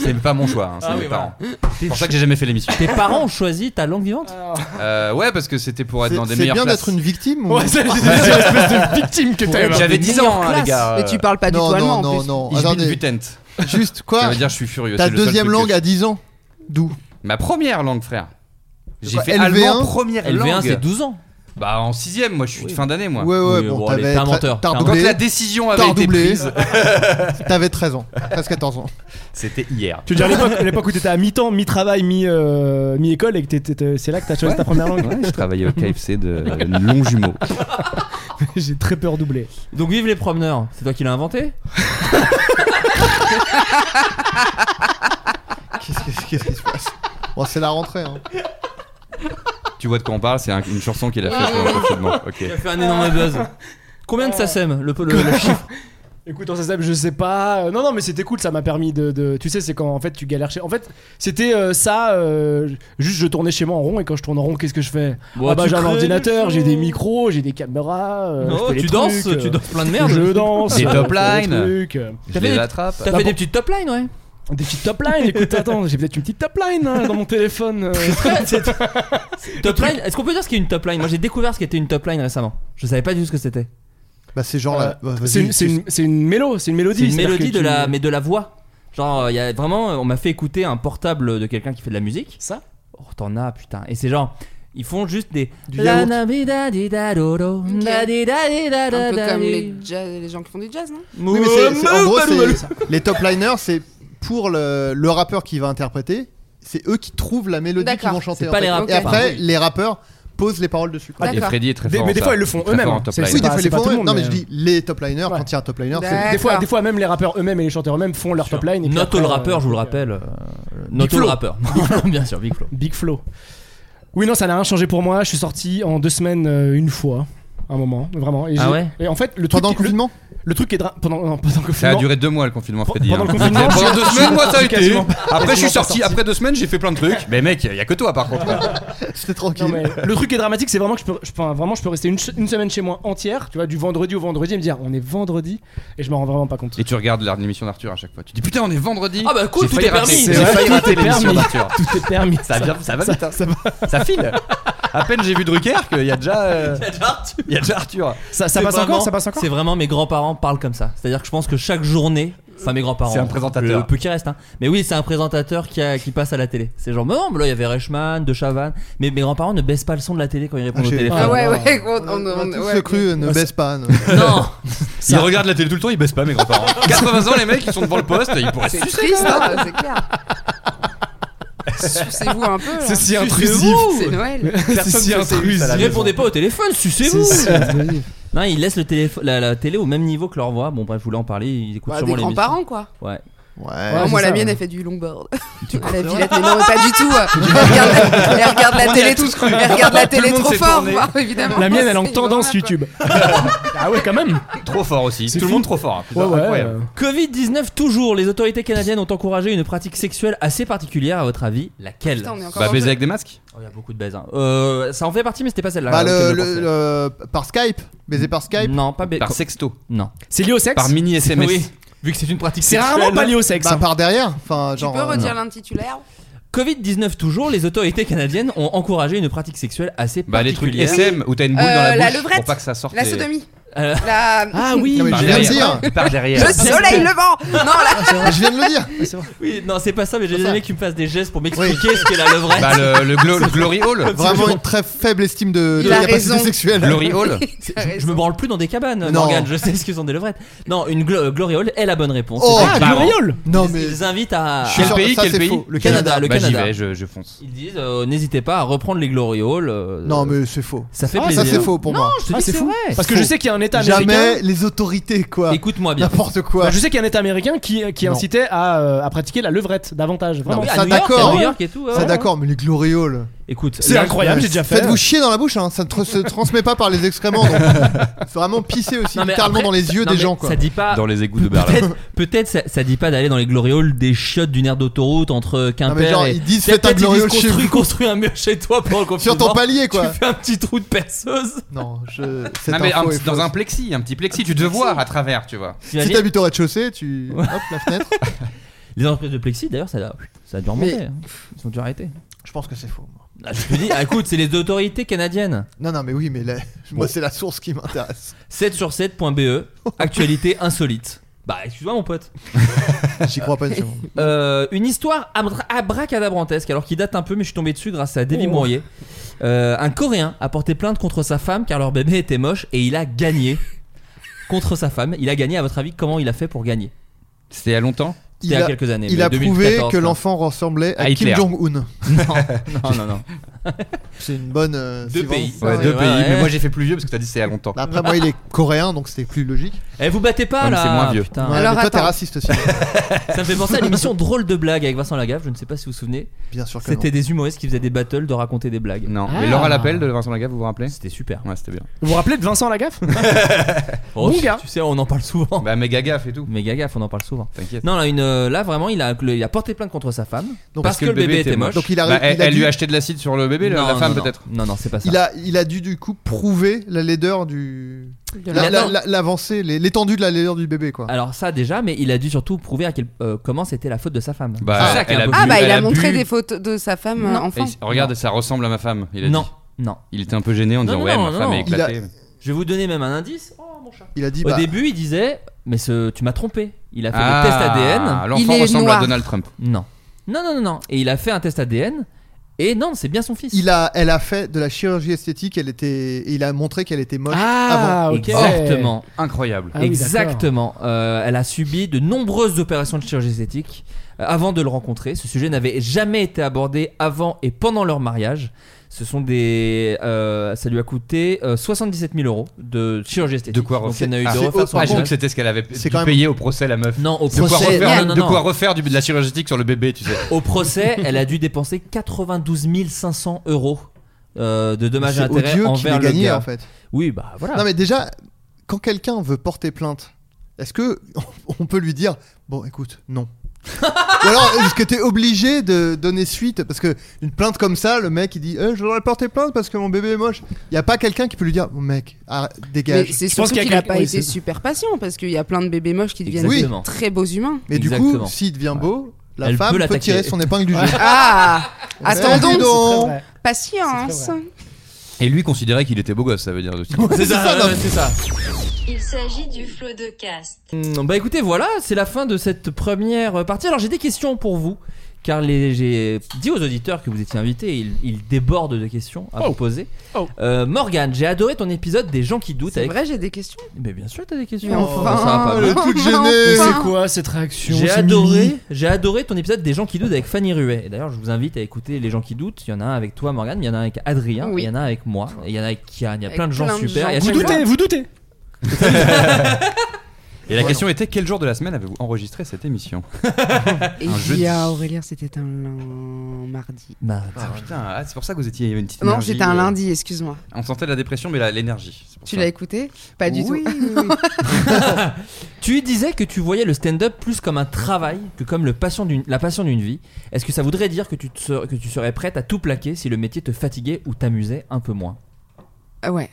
[SPEAKER 8] C'est pas mon choix, hein, c'est
[SPEAKER 1] Ah
[SPEAKER 8] mes
[SPEAKER 1] oui,
[SPEAKER 8] parents. C'est
[SPEAKER 1] Tes,
[SPEAKER 8] pour ça que j'ai jamais fait l'émission.
[SPEAKER 1] tes parents ont choisi ta langue vivante
[SPEAKER 8] Euh, ouais, parce que c'était pour être dans
[SPEAKER 6] c'est
[SPEAKER 8] des
[SPEAKER 6] c'est
[SPEAKER 8] meilleures
[SPEAKER 6] bien
[SPEAKER 8] places.
[SPEAKER 6] d'être une victime. ou-
[SPEAKER 7] Ouais,
[SPEAKER 6] (laughs)
[SPEAKER 7] c'est (laughs) c'est- c'est l'espèce de victime que t'as
[SPEAKER 8] J'avais 10 ans, hein, les gars.
[SPEAKER 4] Mais tu parles pas du
[SPEAKER 6] Non,
[SPEAKER 4] tout allemand.
[SPEAKER 6] non,
[SPEAKER 4] en
[SPEAKER 6] non,
[SPEAKER 4] plus.
[SPEAKER 6] non.
[SPEAKER 8] Ich bin
[SPEAKER 6] Attendez,
[SPEAKER 8] wütend.
[SPEAKER 6] juste
[SPEAKER 8] Ça
[SPEAKER 6] quoi
[SPEAKER 8] veut dire je suis furieux.
[SPEAKER 6] Ah. Ta
[SPEAKER 8] c'est le seul
[SPEAKER 6] deuxième
[SPEAKER 8] truc que
[SPEAKER 6] langue
[SPEAKER 8] je-
[SPEAKER 6] à 10 ans D'où
[SPEAKER 8] Ma première langue, frère. J'ai
[SPEAKER 6] quoi,
[SPEAKER 8] fait
[SPEAKER 6] LV1?
[SPEAKER 8] allemand première
[SPEAKER 1] LV1 c'est
[SPEAKER 8] langue.
[SPEAKER 1] 12 ans.
[SPEAKER 8] Bah en sixième, moi je suis de fin d'année moi.
[SPEAKER 6] Ouais, ouais, Oui, bon, bon, allez, t'avais t'es un tre- menteur. t'as
[SPEAKER 8] Quand
[SPEAKER 6] redoublé.
[SPEAKER 8] la décision avait
[SPEAKER 6] T'as
[SPEAKER 8] été
[SPEAKER 6] redoublé.
[SPEAKER 8] prise,
[SPEAKER 6] (laughs) T'avais 13 ans, 13-14 ans.
[SPEAKER 8] c'était hier.
[SPEAKER 7] Tu veux dire l'époque, l'époque où t'étais à mi-temps, mi-travail, mi, euh, mi-école et que t'étais- t'étais- c'est là que t'as choisi ta première langue
[SPEAKER 8] Ouais, je travaillais au KFC de Longjumeau.
[SPEAKER 7] (laughs) J'ai très peur doublé.
[SPEAKER 1] Donc vive les promeneurs, c'est toi qui l'as inventé
[SPEAKER 6] Qu'est-ce que- qu'est-ce qui se passe Bon, c'est la rentrée. Hein.
[SPEAKER 8] Tu vois de quoi on parle, c'est un- une chanson qu'il a faite pendant le confinement. Ok.
[SPEAKER 1] Il a fait un énorme buzz. Combien de ça sème le, le- le chiffre
[SPEAKER 7] Écoute, en SACEM, je sais pas. Euh, Non, non, mais c'était cool, ça m'a permis de, de- Tu sais, c'est quand en fait tu galères chez. En fait, c'était euh, ça. euh, Juste, je tournais chez moi en rond et quand je tourne en rond, qu'est-ce que je fais
[SPEAKER 1] Bon,
[SPEAKER 7] (laughs) Ah bah,
[SPEAKER 1] tu
[SPEAKER 7] j'ai un
[SPEAKER 1] crées des
[SPEAKER 7] ordinateur, j'ai des
[SPEAKER 1] choses.
[SPEAKER 7] micros, j'ai des caméras. euh,
[SPEAKER 1] Non,
[SPEAKER 7] je fais les
[SPEAKER 1] tu
[SPEAKER 7] trucs,
[SPEAKER 1] danses,
[SPEAKER 7] euh,
[SPEAKER 1] tu danses plein de merde.
[SPEAKER 7] Je danse.
[SPEAKER 8] Des
[SPEAKER 7] euh,
[SPEAKER 8] top
[SPEAKER 7] je fais des
[SPEAKER 8] line.
[SPEAKER 7] trucs, euh,
[SPEAKER 8] Je
[SPEAKER 1] T'as fait
[SPEAKER 8] les
[SPEAKER 1] des-
[SPEAKER 8] attrape.
[SPEAKER 1] T'as fait des petites top lines, ouais.
[SPEAKER 7] Des petites top line. Écoute, attends, j'ai peut-être une petite top line hein, dans mon
[SPEAKER 1] (laughs)
[SPEAKER 7] téléphone. euh.
[SPEAKER 1] Top line, est-ce qu'on peut dire ce qu'est une top line Moi j'ai découvert ce qu'était une top line récemment. Je savais pas du tout ce que c'était.
[SPEAKER 6] Bah, c'est genre. la- bah, vas-y,
[SPEAKER 7] c'est, une, c'est, une, c'est une mélo, c'est une
[SPEAKER 1] C'est
[SPEAKER 7] mélodie.
[SPEAKER 1] une
[SPEAKER 7] c'est-à-dire
[SPEAKER 1] mélodie
[SPEAKER 7] que
[SPEAKER 1] de
[SPEAKER 7] tu-
[SPEAKER 1] la, mais de la voix. Genre, il y a vraiment, euh, on m'a fait écouter un portable de quelqu'un qui fait de la musique.
[SPEAKER 7] Ça
[SPEAKER 1] Oh, t'en as, putain. Et c'est genre, ils font juste des.
[SPEAKER 6] Du
[SPEAKER 1] La
[SPEAKER 6] yaourt.
[SPEAKER 1] na bi da di da do do,
[SPEAKER 4] Ok.
[SPEAKER 1] da di da di da da
[SPEAKER 4] Un peu
[SPEAKER 1] da
[SPEAKER 4] comme
[SPEAKER 1] di.
[SPEAKER 4] les, jazz- les gens qui font du jazz, non
[SPEAKER 6] Oui, mais c'est- c'est- en gros,
[SPEAKER 1] Mou, balou,
[SPEAKER 6] c'est- les top liners, c'est pour le, le rappeur qui va interpréter, c'est eux qui trouvent la mélodie qu'ils
[SPEAKER 4] D'accord.
[SPEAKER 6] vont chanter.
[SPEAKER 1] C'est
[SPEAKER 6] en
[SPEAKER 1] pas
[SPEAKER 6] fait.
[SPEAKER 1] les rappeurs, hein.
[SPEAKER 6] Et après,
[SPEAKER 1] pardon.
[SPEAKER 6] les rappeurs posent les paroles dessus. quoi.
[SPEAKER 8] Et
[SPEAKER 4] D'accord.
[SPEAKER 8] Freddy est très
[SPEAKER 7] Des-
[SPEAKER 8] fort.
[SPEAKER 7] mais
[SPEAKER 8] en
[SPEAKER 7] des
[SPEAKER 8] ça.
[SPEAKER 7] fois, ils le font
[SPEAKER 8] Très
[SPEAKER 7] eux-mêmes.
[SPEAKER 8] fort en top
[SPEAKER 7] C'est-
[SPEAKER 8] line.
[SPEAKER 6] Oui, des
[SPEAKER 7] pas-
[SPEAKER 6] fois,
[SPEAKER 7] c'est
[SPEAKER 6] les
[SPEAKER 7] pas
[SPEAKER 6] font-
[SPEAKER 7] tout le monde,
[SPEAKER 6] Non, mais
[SPEAKER 7] mais-
[SPEAKER 6] je dis les top liners.
[SPEAKER 7] Ouais. Bah,
[SPEAKER 6] Quand il y a un top liner, c'est.
[SPEAKER 4] D'accord.
[SPEAKER 7] Des fois, des fois, même les rappeurs eux-mêmes et les chanteurs eux-mêmes font leur top line. et puis
[SPEAKER 1] Noto
[SPEAKER 7] après,
[SPEAKER 1] le
[SPEAKER 7] euh,
[SPEAKER 1] rappeur, je vous le
[SPEAKER 7] euh,
[SPEAKER 1] rappelle. euh, Noto le
[SPEAKER 7] Flo.
[SPEAKER 1] rappeur. (laughs) Bien sûr, Big Flo.
[SPEAKER 7] Big Flow. Oui, non, ça n'a rien changé pour moi. Je suis sorti en deux semaines euh, une fois, un moment, vraiment. Et
[SPEAKER 1] Ah
[SPEAKER 7] j'ai-
[SPEAKER 1] ouais
[SPEAKER 7] Et en fait, le truc,
[SPEAKER 6] Pendant le
[SPEAKER 7] qui- le,
[SPEAKER 6] confinement
[SPEAKER 7] le truc qui est dra- pendant, non, pendant le
[SPEAKER 8] Ça a
[SPEAKER 7] confinement.
[SPEAKER 8] duré deux mois le confinement, Freddy.
[SPEAKER 7] pendant
[SPEAKER 8] hein.
[SPEAKER 7] le confinement,
[SPEAKER 8] pendant deux semaines, moi ça a
[SPEAKER 7] je suis
[SPEAKER 8] été.
[SPEAKER 7] quasiment-
[SPEAKER 8] Après, je
[SPEAKER 7] quasiment
[SPEAKER 8] suis
[SPEAKER 7] pas
[SPEAKER 8] sorti.
[SPEAKER 7] sorti.
[SPEAKER 8] Après deux semaines, j'ai fait plein de trucs. Mais mec, y a que toi par contre. hein.
[SPEAKER 6] C'était
[SPEAKER 7] Non,
[SPEAKER 6] tranquille.
[SPEAKER 7] mais le truc qui est dramatique, c'est vraiment que je peux, je peux- enfin, vraiment, je peux rester une, ch- une semaine chez moi entière, tu vois, du vendredi au vendredi, et me dire on est vendredi, et je me rends vraiment pas compte.
[SPEAKER 8] Et tu regardes la- l'émission d'Arthur à chaque fois. Tu dis putain, on est vendredi.
[SPEAKER 1] Ah bah cool,
[SPEAKER 8] J'ai
[SPEAKER 1] tout
[SPEAKER 8] failli
[SPEAKER 1] est
[SPEAKER 8] rater-
[SPEAKER 1] permis.
[SPEAKER 8] j'ai
[SPEAKER 7] C'est vrai,
[SPEAKER 8] failli
[SPEAKER 7] tout
[SPEAKER 8] rater
[SPEAKER 7] est
[SPEAKER 8] l'émission
[SPEAKER 7] permis.
[SPEAKER 8] d'Arthur.
[SPEAKER 7] Tout est permis.
[SPEAKER 8] Ça, vient- ça va vite, hein.
[SPEAKER 7] ça va.
[SPEAKER 8] ça file. À peine j'ai vu Drucker qu'il y a déjà, euh, il y a déjà Arthur.
[SPEAKER 7] Ça, ça
[SPEAKER 1] C'est
[SPEAKER 7] passe
[SPEAKER 1] vraiment-
[SPEAKER 7] encore, ça passe encore.
[SPEAKER 1] C'est vraiment mes grands-parents parlent comme ça. C'est-à-dire que je pense que chaque journée, enfin mes grands-parents,
[SPEAKER 8] C'est un présentateur.
[SPEAKER 1] le peu qui reste, hein. Mais oui, c'est un présentateur qui, a- qui passe à la télé. C'est genre, mais non, mais là il y avait Reichmann, De Chavannes. Mais mes grands-parents ne baissent pas le son de la télé quand ils répondent
[SPEAKER 6] Ah,
[SPEAKER 1] au
[SPEAKER 6] j'ai-
[SPEAKER 1] téléphone.
[SPEAKER 4] Ah ouais,
[SPEAKER 6] non.
[SPEAKER 4] ouais, on,
[SPEAKER 6] On
[SPEAKER 4] on,
[SPEAKER 6] a
[SPEAKER 4] on-
[SPEAKER 6] tous
[SPEAKER 4] ouais,
[SPEAKER 6] le cru, ne
[SPEAKER 7] Ouais,
[SPEAKER 6] baisse pas. non.
[SPEAKER 1] Non,
[SPEAKER 8] Ils regardent la télé tout le temps, ils baissent pas mes grands-parents. (laughs) 80 ans, les mecs, ils sont devant le poste, ils
[SPEAKER 7] Ah,
[SPEAKER 8] pourraient
[SPEAKER 4] C'est
[SPEAKER 8] se sucer.
[SPEAKER 4] triste, hein, c'est clair. Sucez-vous un peu. là.
[SPEAKER 7] C'est si intrusif.
[SPEAKER 1] Sucez-vous.
[SPEAKER 4] C'est Noël.
[SPEAKER 7] C'est si intrusif.
[SPEAKER 1] ils répondaient pas au téléphone, sucez-vous.
[SPEAKER 7] C'est-
[SPEAKER 1] (laughs) Non, ils laissent le téléphone- la, la télé au même niveau que leur voix. Bon, bref, je voulais en parler. Ils écoutent
[SPEAKER 4] Bah, des
[SPEAKER 1] sûrement les
[SPEAKER 4] grands-parents, quoi.
[SPEAKER 1] Ouais.
[SPEAKER 6] Ouais.
[SPEAKER 4] Non,
[SPEAKER 7] Ouais,
[SPEAKER 4] moi,
[SPEAKER 7] Ah,
[SPEAKER 4] la
[SPEAKER 7] c'est ça,
[SPEAKER 4] mienne,
[SPEAKER 7] ouais.
[SPEAKER 4] elle fait du longboard. Elle a Villette, mais non, pas du tout. Elle regarde, elle regarde la
[SPEAKER 8] On y a
[SPEAKER 4] télé,
[SPEAKER 8] tous cru.
[SPEAKER 4] elle regarde la
[SPEAKER 8] Tout le
[SPEAKER 4] télé
[SPEAKER 8] monde
[SPEAKER 4] trop
[SPEAKER 8] s'est
[SPEAKER 4] fort,
[SPEAKER 8] tourné.
[SPEAKER 4] quoi, évidemment.
[SPEAKER 7] La mienne, elle est en
[SPEAKER 4] C'est
[SPEAKER 7] tendance
[SPEAKER 4] vraiment, quoi.
[SPEAKER 7] YouTube. (laughs) ah ouais, quand même.
[SPEAKER 8] Trop fort aussi. Tout le monde trop fort. hein.
[SPEAKER 7] Ouais, ouais. euh,
[SPEAKER 1] Covid-19 toujours. Les autorités canadiennes ont encouragé une pratique sexuelle assez particulière. À votre avis, laquelle
[SPEAKER 4] Putain, on est encore
[SPEAKER 8] Bah
[SPEAKER 4] dans
[SPEAKER 8] baiser
[SPEAKER 4] le-
[SPEAKER 8] avec des masques.
[SPEAKER 1] Oh, il y a beaucoup de baises. hein. Euh, ça en fait partie, mais c'était pas celle-là. hein,
[SPEAKER 6] Bah, le,
[SPEAKER 1] auquel je
[SPEAKER 6] le-
[SPEAKER 1] pensais.
[SPEAKER 6] le- par Skype, baiser par Skype.
[SPEAKER 1] Non, pas ba-
[SPEAKER 8] Par
[SPEAKER 1] co-
[SPEAKER 8] sexto.
[SPEAKER 1] Non.
[SPEAKER 7] C'est lié au sexe.
[SPEAKER 8] Par mini SMS.
[SPEAKER 1] Oui. Vu que c'est une pratique
[SPEAKER 7] C'est
[SPEAKER 1] sexuelle.
[SPEAKER 7] rarement pas lié au sexe.
[SPEAKER 6] Bah,
[SPEAKER 7] hein.
[SPEAKER 6] par derrière. Enfin,
[SPEAKER 4] Tu
[SPEAKER 6] genre.
[SPEAKER 4] peux
[SPEAKER 6] euh,
[SPEAKER 4] redire l'intitulaire
[SPEAKER 1] Covid-19 toujours, les autorités canadiennes ont encouragé une pratique sexuelle assez
[SPEAKER 8] Bah les trucs
[SPEAKER 1] particulière.
[SPEAKER 8] SM où t'as une boule
[SPEAKER 4] Euh,
[SPEAKER 8] dans la
[SPEAKER 4] la
[SPEAKER 8] bouche
[SPEAKER 4] levrette.
[SPEAKER 8] pour pas que ça sorte.
[SPEAKER 4] La
[SPEAKER 8] les-
[SPEAKER 4] sodomie.
[SPEAKER 1] Euh,
[SPEAKER 4] La...
[SPEAKER 7] Ah oui.
[SPEAKER 6] Non, mais
[SPEAKER 8] Par
[SPEAKER 6] je viens de
[SPEAKER 8] derrière.
[SPEAKER 6] dire.
[SPEAKER 8] Par derrière.
[SPEAKER 4] Le soleil levant Non, la...
[SPEAKER 6] Je viens de le dire.
[SPEAKER 8] (laughs)
[SPEAKER 1] Oui, non, c'est pas ça, mais j'ai
[SPEAKER 6] C'est
[SPEAKER 1] des
[SPEAKER 6] ça.
[SPEAKER 1] amis qui me fassent des gestes pour m'expliquer ce qu'est la levrette.
[SPEAKER 8] Bah le,
[SPEAKER 6] (laughs)
[SPEAKER 8] le glo- le glory hall.
[SPEAKER 6] Vraiment une très faible estime de, de
[SPEAKER 4] Il a
[SPEAKER 6] capacité
[SPEAKER 4] raison.
[SPEAKER 6] sexuelle.
[SPEAKER 8] Glory
[SPEAKER 6] (laughs)
[SPEAKER 8] hall.
[SPEAKER 4] T'as
[SPEAKER 1] je me
[SPEAKER 4] raison.
[SPEAKER 1] branle plus dans des cabanes,
[SPEAKER 6] Non.
[SPEAKER 1] Morgane, je sais ce que sont des levrettes. Non, une glo- euh, gloriole est la bonne réponse.
[SPEAKER 6] Oh,
[SPEAKER 1] C'est
[SPEAKER 7] Ah,
[SPEAKER 1] pas-
[SPEAKER 7] gloriole.
[SPEAKER 6] Non
[SPEAKER 1] ils,
[SPEAKER 6] mais.
[SPEAKER 1] ils invitent à.
[SPEAKER 6] Je suis
[SPEAKER 8] Quel
[SPEAKER 6] sûr que
[SPEAKER 8] pays
[SPEAKER 6] ça,
[SPEAKER 8] Quel
[SPEAKER 6] c'est
[SPEAKER 8] pays
[SPEAKER 6] faux. Le
[SPEAKER 1] Canada,
[SPEAKER 6] Canada.
[SPEAKER 1] le
[SPEAKER 8] Bah j'y
[SPEAKER 1] Canada.
[SPEAKER 8] vais, je, je fonce.
[SPEAKER 1] Ils disent euh, n'hésitez pas à reprendre les glorioles. euh,
[SPEAKER 6] Non mais c'est faux.
[SPEAKER 1] Ça fait
[SPEAKER 7] Ah, ça,
[SPEAKER 1] plaisir.
[SPEAKER 6] Ça c'est faux euh, pour
[SPEAKER 1] Non,
[SPEAKER 6] moi.
[SPEAKER 1] je te
[SPEAKER 7] Ah,
[SPEAKER 1] dis
[SPEAKER 7] c'est
[SPEAKER 1] que c'est
[SPEAKER 7] fou.
[SPEAKER 1] vrai.
[SPEAKER 7] Parce que je sais qu'il y a un État américain.
[SPEAKER 6] Jamais les autorités quoi.
[SPEAKER 1] Écoute-moi bien.
[SPEAKER 6] N'importe quoi.
[SPEAKER 7] Bah, je sais qu'il y a un État américain qui, qui
[SPEAKER 6] Non.
[SPEAKER 7] incitait à, euh, à pratiquer la levrette davantage.
[SPEAKER 1] Non,
[SPEAKER 7] Vraiment.
[SPEAKER 1] Ah, oui,
[SPEAKER 6] ça,
[SPEAKER 1] à New York,
[SPEAKER 6] d'accord.
[SPEAKER 1] à New York et tout. ouais,
[SPEAKER 6] Ça
[SPEAKER 1] ouais.
[SPEAKER 6] d'accord, mais les glorioles.
[SPEAKER 1] Écoute, euh,
[SPEAKER 7] C'est
[SPEAKER 1] là-
[SPEAKER 7] incroyable, j'ai déjà fait.
[SPEAKER 6] Faites-vous chier dans la bouche, hein. ça ne tra- se transmet pas par les excréments.
[SPEAKER 8] (laughs)
[SPEAKER 6] Donc... Faut vraiment pisser aussi
[SPEAKER 1] Non, mais
[SPEAKER 6] littéralement
[SPEAKER 1] après,
[SPEAKER 6] dans les yeux
[SPEAKER 1] non,
[SPEAKER 6] des
[SPEAKER 1] mais
[SPEAKER 6] gens. Quoi. Bah,
[SPEAKER 1] Ça dit pas.
[SPEAKER 8] Dans les égouts de Berlin.
[SPEAKER 1] Peut-être, peut-être ça, ça dit pas d'aller dans les glorioles des chiottes d'une aire d'autoroute entre
[SPEAKER 6] Non, mais
[SPEAKER 1] Quimper
[SPEAKER 6] genre,
[SPEAKER 1] et.
[SPEAKER 6] ils disent
[SPEAKER 1] Peut-être
[SPEAKER 6] faites un
[SPEAKER 1] ils disent
[SPEAKER 6] gloriole chez
[SPEAKER 1] construis,
[SPEAKER 6] vous.
[SPEAKER 1] construis un mur chez toi pendant le confinement.
[SPEAKER 6] Sur ton
[SPEAKER 1] (laughs)
[SPEAKER 6] palier quoi. (laughs)
[SPEAKER 1] Tu fais un petit trou de perceuse.
[SPEAKER 6] Non, je. cette
[SPEAKER 8] Non mais un
[SPEAKER 6] info
[SPEAKER 8] petit-
[SPEAKER 6] est
[SPEAKER 8] dans un
[SPEAKER 6] fausse.
[SPEAKER 8] plexi, un petit plexi, tu te vois à travers, tu vois.
[SPEAKER 1] Tu vas
[SPEAKER 6] Si
[SPEAKER 1] dire-
[SPEAKER 6] t'habites au rez-de-chaussée, tu. Hop, la fenêtre.
[SPEAKER 1] Les entreprises de plexi, d'ailleurs, ça, a- ça a dû remonter. hein. Ils sont dû arrêter.
[SPEAKER 6] Je pense que c'est faux. moi.
[SPEAKER 1] Ah, je te dis, ah, écoute, c'est les autorités canadiennes.
[SPEAKER 6] Non, non, mais oui, mais la- (laughs) moi c'est la source qui
[SPEAKER 1] (laughs)
[SPEAKER 6] m'intéresse.
[SPEAKER 1] 7 sur 7.be, E, actualité insolite. Bah, excuse-moi, mon pote.
[SPEAKER 6] J'y crois pas une seconde.
[SPEAKER 1] Euh, une histoire abra- abracadabrantesque, alors qui date un peu, mais je suis tombé dessus grâce à Davy
[SPEAKER 7] Oh.
[SPEAKER 1] Mourier. Euh, un Coréen a porté plainte contre sa femme car leur bébé était moche et il a gagné contre sa femme. Il a gagné. À votre avis, comment il a fait pour gagner
[SPEAKER 8] C'était il y a longtemps
[SPEAKER 1] C'était il y a quelques années.
[SPEAKER 6] Il
[SPEAKER 1] mais
[SPEAKER 6] a prouvé
[SPEAKER 1] 2014,
[SPEAKER 6] que
[SPEAKER 1] non.
[SPEAKER 6] l'enfant ressemblait à,
[SPEAKER 1] À Hitler.
[SPEAKER 6] Kim Jong-un.
[SPEAKER 8] Non, non, non.
[SPEAKER 6] C'est une bonne. euh,
[SPEAKER 1] Deux
[SPEAKER 6] suivante.
[SPEAKER 1] pays.
[SPEAKER 8] Ouais,
[SPEAKER 1] Ouais,
[SPEAKER 8] deux
[SPEAKER 1] ouais,
[SPEAKER 8] pays.
[SPEAKER 1] ouais.
[SPEAKER 8] Mais moi j'ai fait plus vieux parce que t'as dit c'est il y a longtemps.
[SPEAKER 6] Bah, Après, moi, il est coréen, donc c'était plus logique.
[SPEAKER 1] Eh, vous battez pas
[SPEAKER 8] Ouais, mais
[SPEAKER 1] là
[SPEAKER 8] c'est moins vieux.
[SPEAKER 1] putain.
[SPEAKER 6] Ouais,
[SPEAKER 4] Alors,
[SPEAKER 6] mais toi, t'es
[SPEAKER 4] attends.
[SPEAKER 1] (laughs)
[SPEAKER 6] raciste aussi.
[SPEAKER 1] Ça me fait penser à l'émission Drôle de blague avec Vincent Lagaffe. Je ne sais pas si vous vous souvenez.
[SPEAKER 6] Bien sûr que non.
[SPEAKER 1] C'était des humoristes qui faisaient des battles de raconter des blagues.
[SPEAKER 8] Non.
[SPEAKER 7] Ah.
[SPEAKER 8] Mais Laura l'appel de Vincent Lagaffe, vous vous rappelez
[SPEAKER 1] C'était super.
[SPEAKER 8] Ouais, c'était bien.
[SPEAKER 7] Vous vous rappelez de Vincent Lagaffe
[SPEAKER 1] Oh,
[SPEAKER 7] Bon
[SPEAKER 1] tu-
[SPEAKER 7] gars.
[SPEAKER 1] Tu sais, on en parle
[SPEAKER 6] Oh.
[SPEAKER 1] souvent.
[SPEAKER 8] Bah, méga gaffe et tout.
[SPEAKER 1] Méga gaffe, on en parle souvent.
[SPEAKER 8] T'inquiète.
[SPEAKER 1] Non, là, une, euh, là vraiment, il a, le- il a porté plainte contre sa femme
[SPEAKER 6] Donc,
[SPEAKER 1] parce que, le bébé, était moche.
[SPEAKER 6] Donc, il a,
[SPEAKER 8] Bah,
[SPEAKER 6] il a
[SPEAKER 8] elle, elle
[SPEAKER 6] dû-
[SPEAKER 8] lui a acheté de l'acide sur le bébé, le-
[SPEAKER 1] Non,
[SPEAKER 8] la femme
[SPEAKER 1] non, non.
[SPEAKER 8] peut-être.
[SPEAKER 1] Non, non, c'est pas ça.
[SPEAKER 6] il a, il a dû du coup prouver la laideur du.
[SPEAKER 4] De
[SPEAKER 6] la-
[SPEAKER 1] Mais
[SPEAKER 6] la-
[SPEAKER 1] non.
[SPEAKER 6] la- L'avancée, les- l'étendue de la laideur du bébé, quoi.
[SPEAKER 1] Alors ça déjà, mais il a dû surtout prouver à quel, euh, comment c'était la faute de sa femme.
[SPEAKER 8] Bah,
[SPEAKER 1] c'est ça qui est
[SPEAKER 8] elle
[SPEAKER 1] un peu
[SPEAKER 8] a
[SPEAKER 4] Ah
[SPEAKER 1] plus-
[SPEAKER 8] bu,
[SPEAKER 4] bah il
[SPEAKER 8] elle
[SPEAKER 4] a,
[SPEAKER 8] a
[SPEAKER 4] montré
[SPEAKER 8] bu.
[SPEAKER 4] des photos de sa femme euh, enfant.
[SPEAKER 8] Et regarde, ça ressemble à ma femme. Il a
[SPEAKER 1] Ah, Non,
[SPEAKER 8] dit.
[SPEAKER 1] non.
[SPEAKER 8] Il était un peu gêné en disant
[SPEAKER 1] non,
[SPEAKER 8] ouais,
[SPEAKER 1] non,
[SPEAKER 8] ma femme
[SPEAKER 1] non.
[SPEAKER 8] est
[SPEAKER 6] Il a-
[SPEAKER 8] éclatée.
[SPEAKER 1] Je vais vous donner même un indice. Oh, mon
[SPEAKER 4] Ah.
[SPEAKER 1] chat.
[SPEAKER 6] Il a dit.
[SPEAKER 1] Au
[SPEAKER 6] bah,
[SPEAKER 1] début, il disait, mais ce, tu m'as trompé. Il a fait
[SPEAKER 8] Ah,
[SPEAKER 1] le test ADN.
[SPEAKER 8] L'enfant
[SPEAKER 4] Il est
[SPEAKER 8] ressemble à
[SPEAKER 4] noir.
[SPEAKER 8] Donald Trump.
[SPEAKER 1] Non, non, non, non, non. Et il a fait un test ADN. Et non, c'est bien son fils.
[SPEAKER 6] il a, elle a fait de la chirurgie esthétique. Elle était, et il a montré qu'elle était moche.
[SPEAKER 7] Ah, ok.
[SPEAKER 1] Exactement.
[SPEAKER 8] Incroyable.
[SPEAKER 7] Ah oui, d'accord.
[SPEAKER 1] Exactement. Euh, elle a subi de nombreuses opérations de chirurgie esthétique euh, avant de le rencontrer. Ce sujet n'avait jamais été abordé avant et pendant leur mariage. Ce sont des, euh, ça lui a coûté euh, 77 000 euros de chirurgie esthétique.
[SPEAKER 8] De quoi
[SPEAKER 1] Donc,
[SPEAKER 8] refaire-
[SPEAKER 1] il y en a eu
[SPEAKER 8] Ah,
[SPEAKER 1] de
[SPEAKER 6] c'est-
[SPEAKER 1] refaire
[SPEAKER 6] oh,
[SPEAKER 1] son
[SPEAKER 8] Ah, j'ai cru
[SPEAKER 1] visage.
[SPEAKER 8] que c'était ce qu'elle avait
[SPEAKER 6] C'est
[SPEAKER 8] dû
[SPEAKER 6] quand même-
[SPEAKER 8] payer au procès, la meuf.
[SPEAKER 1] Non, au
[SPEAKER 8] De quoi
[SPEAKER 1] procès,
[SPEAKER 8] refaire,
[SPEAKER 1] non, non,
[SPEAKER 8] de
[SPEAKER 1] non.
[SPEAKER 8] quoi refaire du- de la chirurgie esthétique sur le bébé, tu sais.
[SPEAKER 1] au procès, (laughs) elle a dû dépenser 92 500 euros euh, de dommages et
[SPEAKER 6] C'est
[SPEAKER 1] intérêts
[SPEAKER 6] odieux qu'il
[SPEAKER 1] envers
[SPEAKER 6] ait
[SPEAKER 1] le
[SPEAKER 6] gagné
[SPEAKER 1] gars.
[SPEAKER 6] en fait.
[SPEAKER 1] Oui, bah
[SPEAKER 4] Ah.
[SPEAKER 1] voilà.
[SPEAKER 6] Non mais déjà, quand quelqu'un veut porter plainte, est-ce que (laughs) on peut lui dire bon écoute
[SPEAKER 4] (laughs)
[SPEAKER 6] non. Ou alors est-ce que t'es obligé de donner suite parce que une plainte comme ça, le mec il dit Eh, je voudrais porter plainte parce que mon bébé est moche. Il y a pas quelqu'un qui peut lui dire Bon, mec arrête,
[SPEAKER 4] Mais
[SPEAKER 6] dégage. Mais,
[SPEAKER 4] c'est
[SPEAKER 7] Je pense
[SPEAKER 4] surtout
[SPEAKER 7] qu'il y a
[SPEAKER 4] qu'il n'a
[SPEAKER 7] quelqu'un-
[SPEAKER 4] pas
[SPEAKER 7] oui,
[SPEAKER 4] été
[SPEAKER 7] c'est-
[SPEAKER 4] super patient parce qu'il y a plein de bébés moches qui deviennent
[SPEAKER 1] Exactement.
[SPEAKER 4] des très beaux humains.
[SPEAKER 6] du
[SPEAKER 1] Exactement.
[SPEAKER 6] coup, s'il devient beau, la
[SPEAKER 1] Elle peut
[SPEAKER 6] femme peut,
[SPEAKER 1] l'attaquer.
[SPEAKER 6] tirer son
[SPEAKER 4] (laughs)
[SPEAKER 6] épingle du jeu.
[SPEAKER 4] Ah
[SPEAKER 8] (laughs)
[SPEAKER 4] Attendons
[SPEAKER 6] dis donc.
[SPEAKER 7] C'est vrai.
[SPEAKER 4] Patience
[SPEAKER 7] C'est
[SPEAKER 8] Et lui considérait qu'il était beau gosse, ça veut dire aussi.
[SPEAKER 1] C'est ça,
[SPEAKER 6] ça, non,
[SPEAKER 1] ouais,
[SPEAKER 6] mais-
[SPEAKER 1] c'est ça.
[SPEAKER 9] Il s'agit du flot de cast.
[SPEAKER 1] Mm, Bah écoutez, voilà, c'est la fin de cette première euh, partie. Alors j'ai des questions pour vous, car les- j'ai dit aux auditeurs que vous étiez invités, ils, ils débordent de questions à
[SPEAKER 7] Oh.
[SPEAKER 1] vous poser.
[SPEAKER 7] Oh.
[SPEAKER 1] Euh, Morgane, j'ai adoré ton épisode des gens qui doutent.
[SPEAKER 4] C'est
[SPEAKER 1] Avec...
[SPEAKER 4] vrai, j'ai des questions. Oh,
[SPEAKER 1] Mais bien sûr, t'as des questions. Oh,
[SPEAKER 4] Mais enfin,
[SPEAKER 1] ça va pas,
[SPEAKER 6] le
[SPEAKER 1] mais-
[SPEAKER 6] truc
[SPEAKER 4] enfin,
[SPEAKER 6] gêné.
[SPEAKER 4] enfin.
[SPEAKER 7] C'est quoi cette réaction
[SPEAKER 1] J'ai
[SPEAKER 7] C'est
[SPEAKER 1] adoré,
[SPEAKER 7] mimi.
[SPEAKER 1] j'ai adoré ton épisode des gens qui doutent avec Fanny Ruet. Et D'ailleurs, je vous invite à écouter les gens qui doutent. Il y en a un avec toi, Morgane. Il y en a un avec Adrien.
[SPEAKER 4] Oui.
[SPEAKER 1] Il y en a un avec moi. et Il y en a avec Kian. Il y a
[SPEAKER 4] Avec
[SPEAKER 1] plein de gens
[SPEAKER 4] plein de
[SPEAKER 1] super.
[SPEAKER 4] gens.
[SPEAKER 1] Et à
[SPEAKER 7] Vous
[SPEAKER 1] chaque fois-
[SPEAKER 7] doutez, vous doutez
[SPEAKER 8] Et la question était quel jour de la semaine avez-vous enregistré cette émission
[SPEAKER 4] Et
[SPEAKER 8] Un
[SPEAKER 4] il
[SPEAKER 8] jeudi.
[SPEAKER 4] y a Aurélien, c'était un lun- mardi.
[SPEAKER 1] Bah,
[SPEAKER 8] Ah putain, ah, c'est pour ça que vous étiez il y avait une petite
[SPEAKER 4] Non,
[SPEAKER 8] énergie,
[SPEAKER 4] c'était un
[SPEAKER 8] euh,
[SPEAKER 4] lundi, excuse-moi.
[SPEAKER 8] On sentait la dépression, mais la- l'énergie. c'est pour
[SPEAKER 4] Tu
[SPEAKER 8] ça.
[SPEAKER 4] l'as écouté Pas du
[SPEAKER 8] Oui,
[SPEAKER 4] tout. (laughs)
[SPEAKER 1] Tu disais que tu voyais le stand-up plus comme un travail que comme le passion d'une- la passion d'une vie. Est-ce que ça voudrait dire que tu, te ser- que tu serais prête à tout plaquer si le métier te fatiguait ou t'amusait un peu moins
[SPEAKER 4] Ah ouais.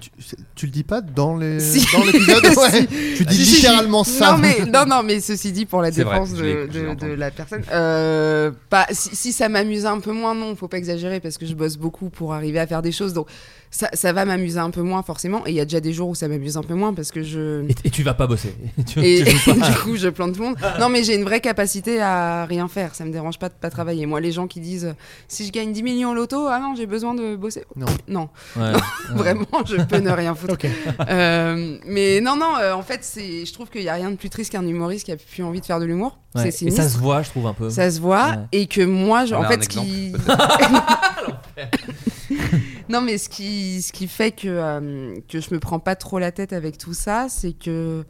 [SPEAKER 6] tu, tu le dis pas dans les
[SPEAKER 4] Si.
[SPEAKER 6] dans
[SPEAKER 4] (laughs)
[SPEAKER 6] l'épisode
[SPEAKER 4] Si.
[SPEAKER 6] ouais. Tu dis
[SPEAKER 4] Si, si, si.
[SPEAKER 6] littéralement ça.
[SPEAKER 4] Non mais, non, non, mais ceci dit, pour la
[SPEAKER 8] C'est vrai,
[SPEAKER 4] défense
[SPEAKER 8] je l'ai-
[SPEAKER 4] de,
[SPEAKER 8] je l'ai
[SPEAKER 4] de-
[SPEAKER 8] entendu.
[SPEAKER 4] de la personne, euh, pas, si, si ça m'amuse un peu moins, non, faut pas exagérer parce que je bosse beaucoup pour arriver à faire des choses. Donc ça, ça va m'amuser un peu moins forcément. Et il y a déjà des jours où ça m'amuse un peu moins parce que je...
[SPEAKER 1] et, et tu vas pas bosser. (laughs) Tu-
[SPEAKER 4] Et,
[SPEAKER 1] tu joues pas.
[SPEAKER 4] du coup, je plante tout le monde. Non, mais j'ai une vraie capacité à rien faire. Ça me dérange pas de pas travailler. Moi, les gens qui disent euh, si je gagne 10 millions au loto, ah non, j'ai besoin de bosser.
[SPEAKER 6] Non.
[SPEAKER 4] Pff, non. (laughs)
[SPEAKER 1] Ouais.
[SPEAKER 4] Vraiment, je peux ne rien foutre.
[SPEAKER 7] Ok.
[SPEAKER 4] Euh, mais non, non, euh, en fait, c'est, je trouve qu'il n'y a rien de plus triste qu'un humoriste qui a plus envie de faire de l'humour.
[SPEAKER 1] Ouais.
[SPEAKER 4] C'est
[SPEAKER 1] Et
[SPEAKER 4] sinistre.
[SPEAKER 1] ça se voit, je trouve un peu.
[SPEAKER 4] Ça se voit
[SPEAKER 1] Ouais.
[SPEAKER 4] et que moi, je-
[SPEAKER 8] On
[SPEAKER 4] en
[SPEAKER 8] a un
[SPEAKER 4] fait, ce
[SPEAKER 8] exemple,
[SPEAKER 4] qui,
[SPEAKER 8] peut-être.
[SPEAKER 4] (laughs)
[SPEAKER 8] (laughs)
[SPEAKER 4] non mais ce qui, ce qui fait que euh, que je me prends pas trop la tête avec tout ça, c'est que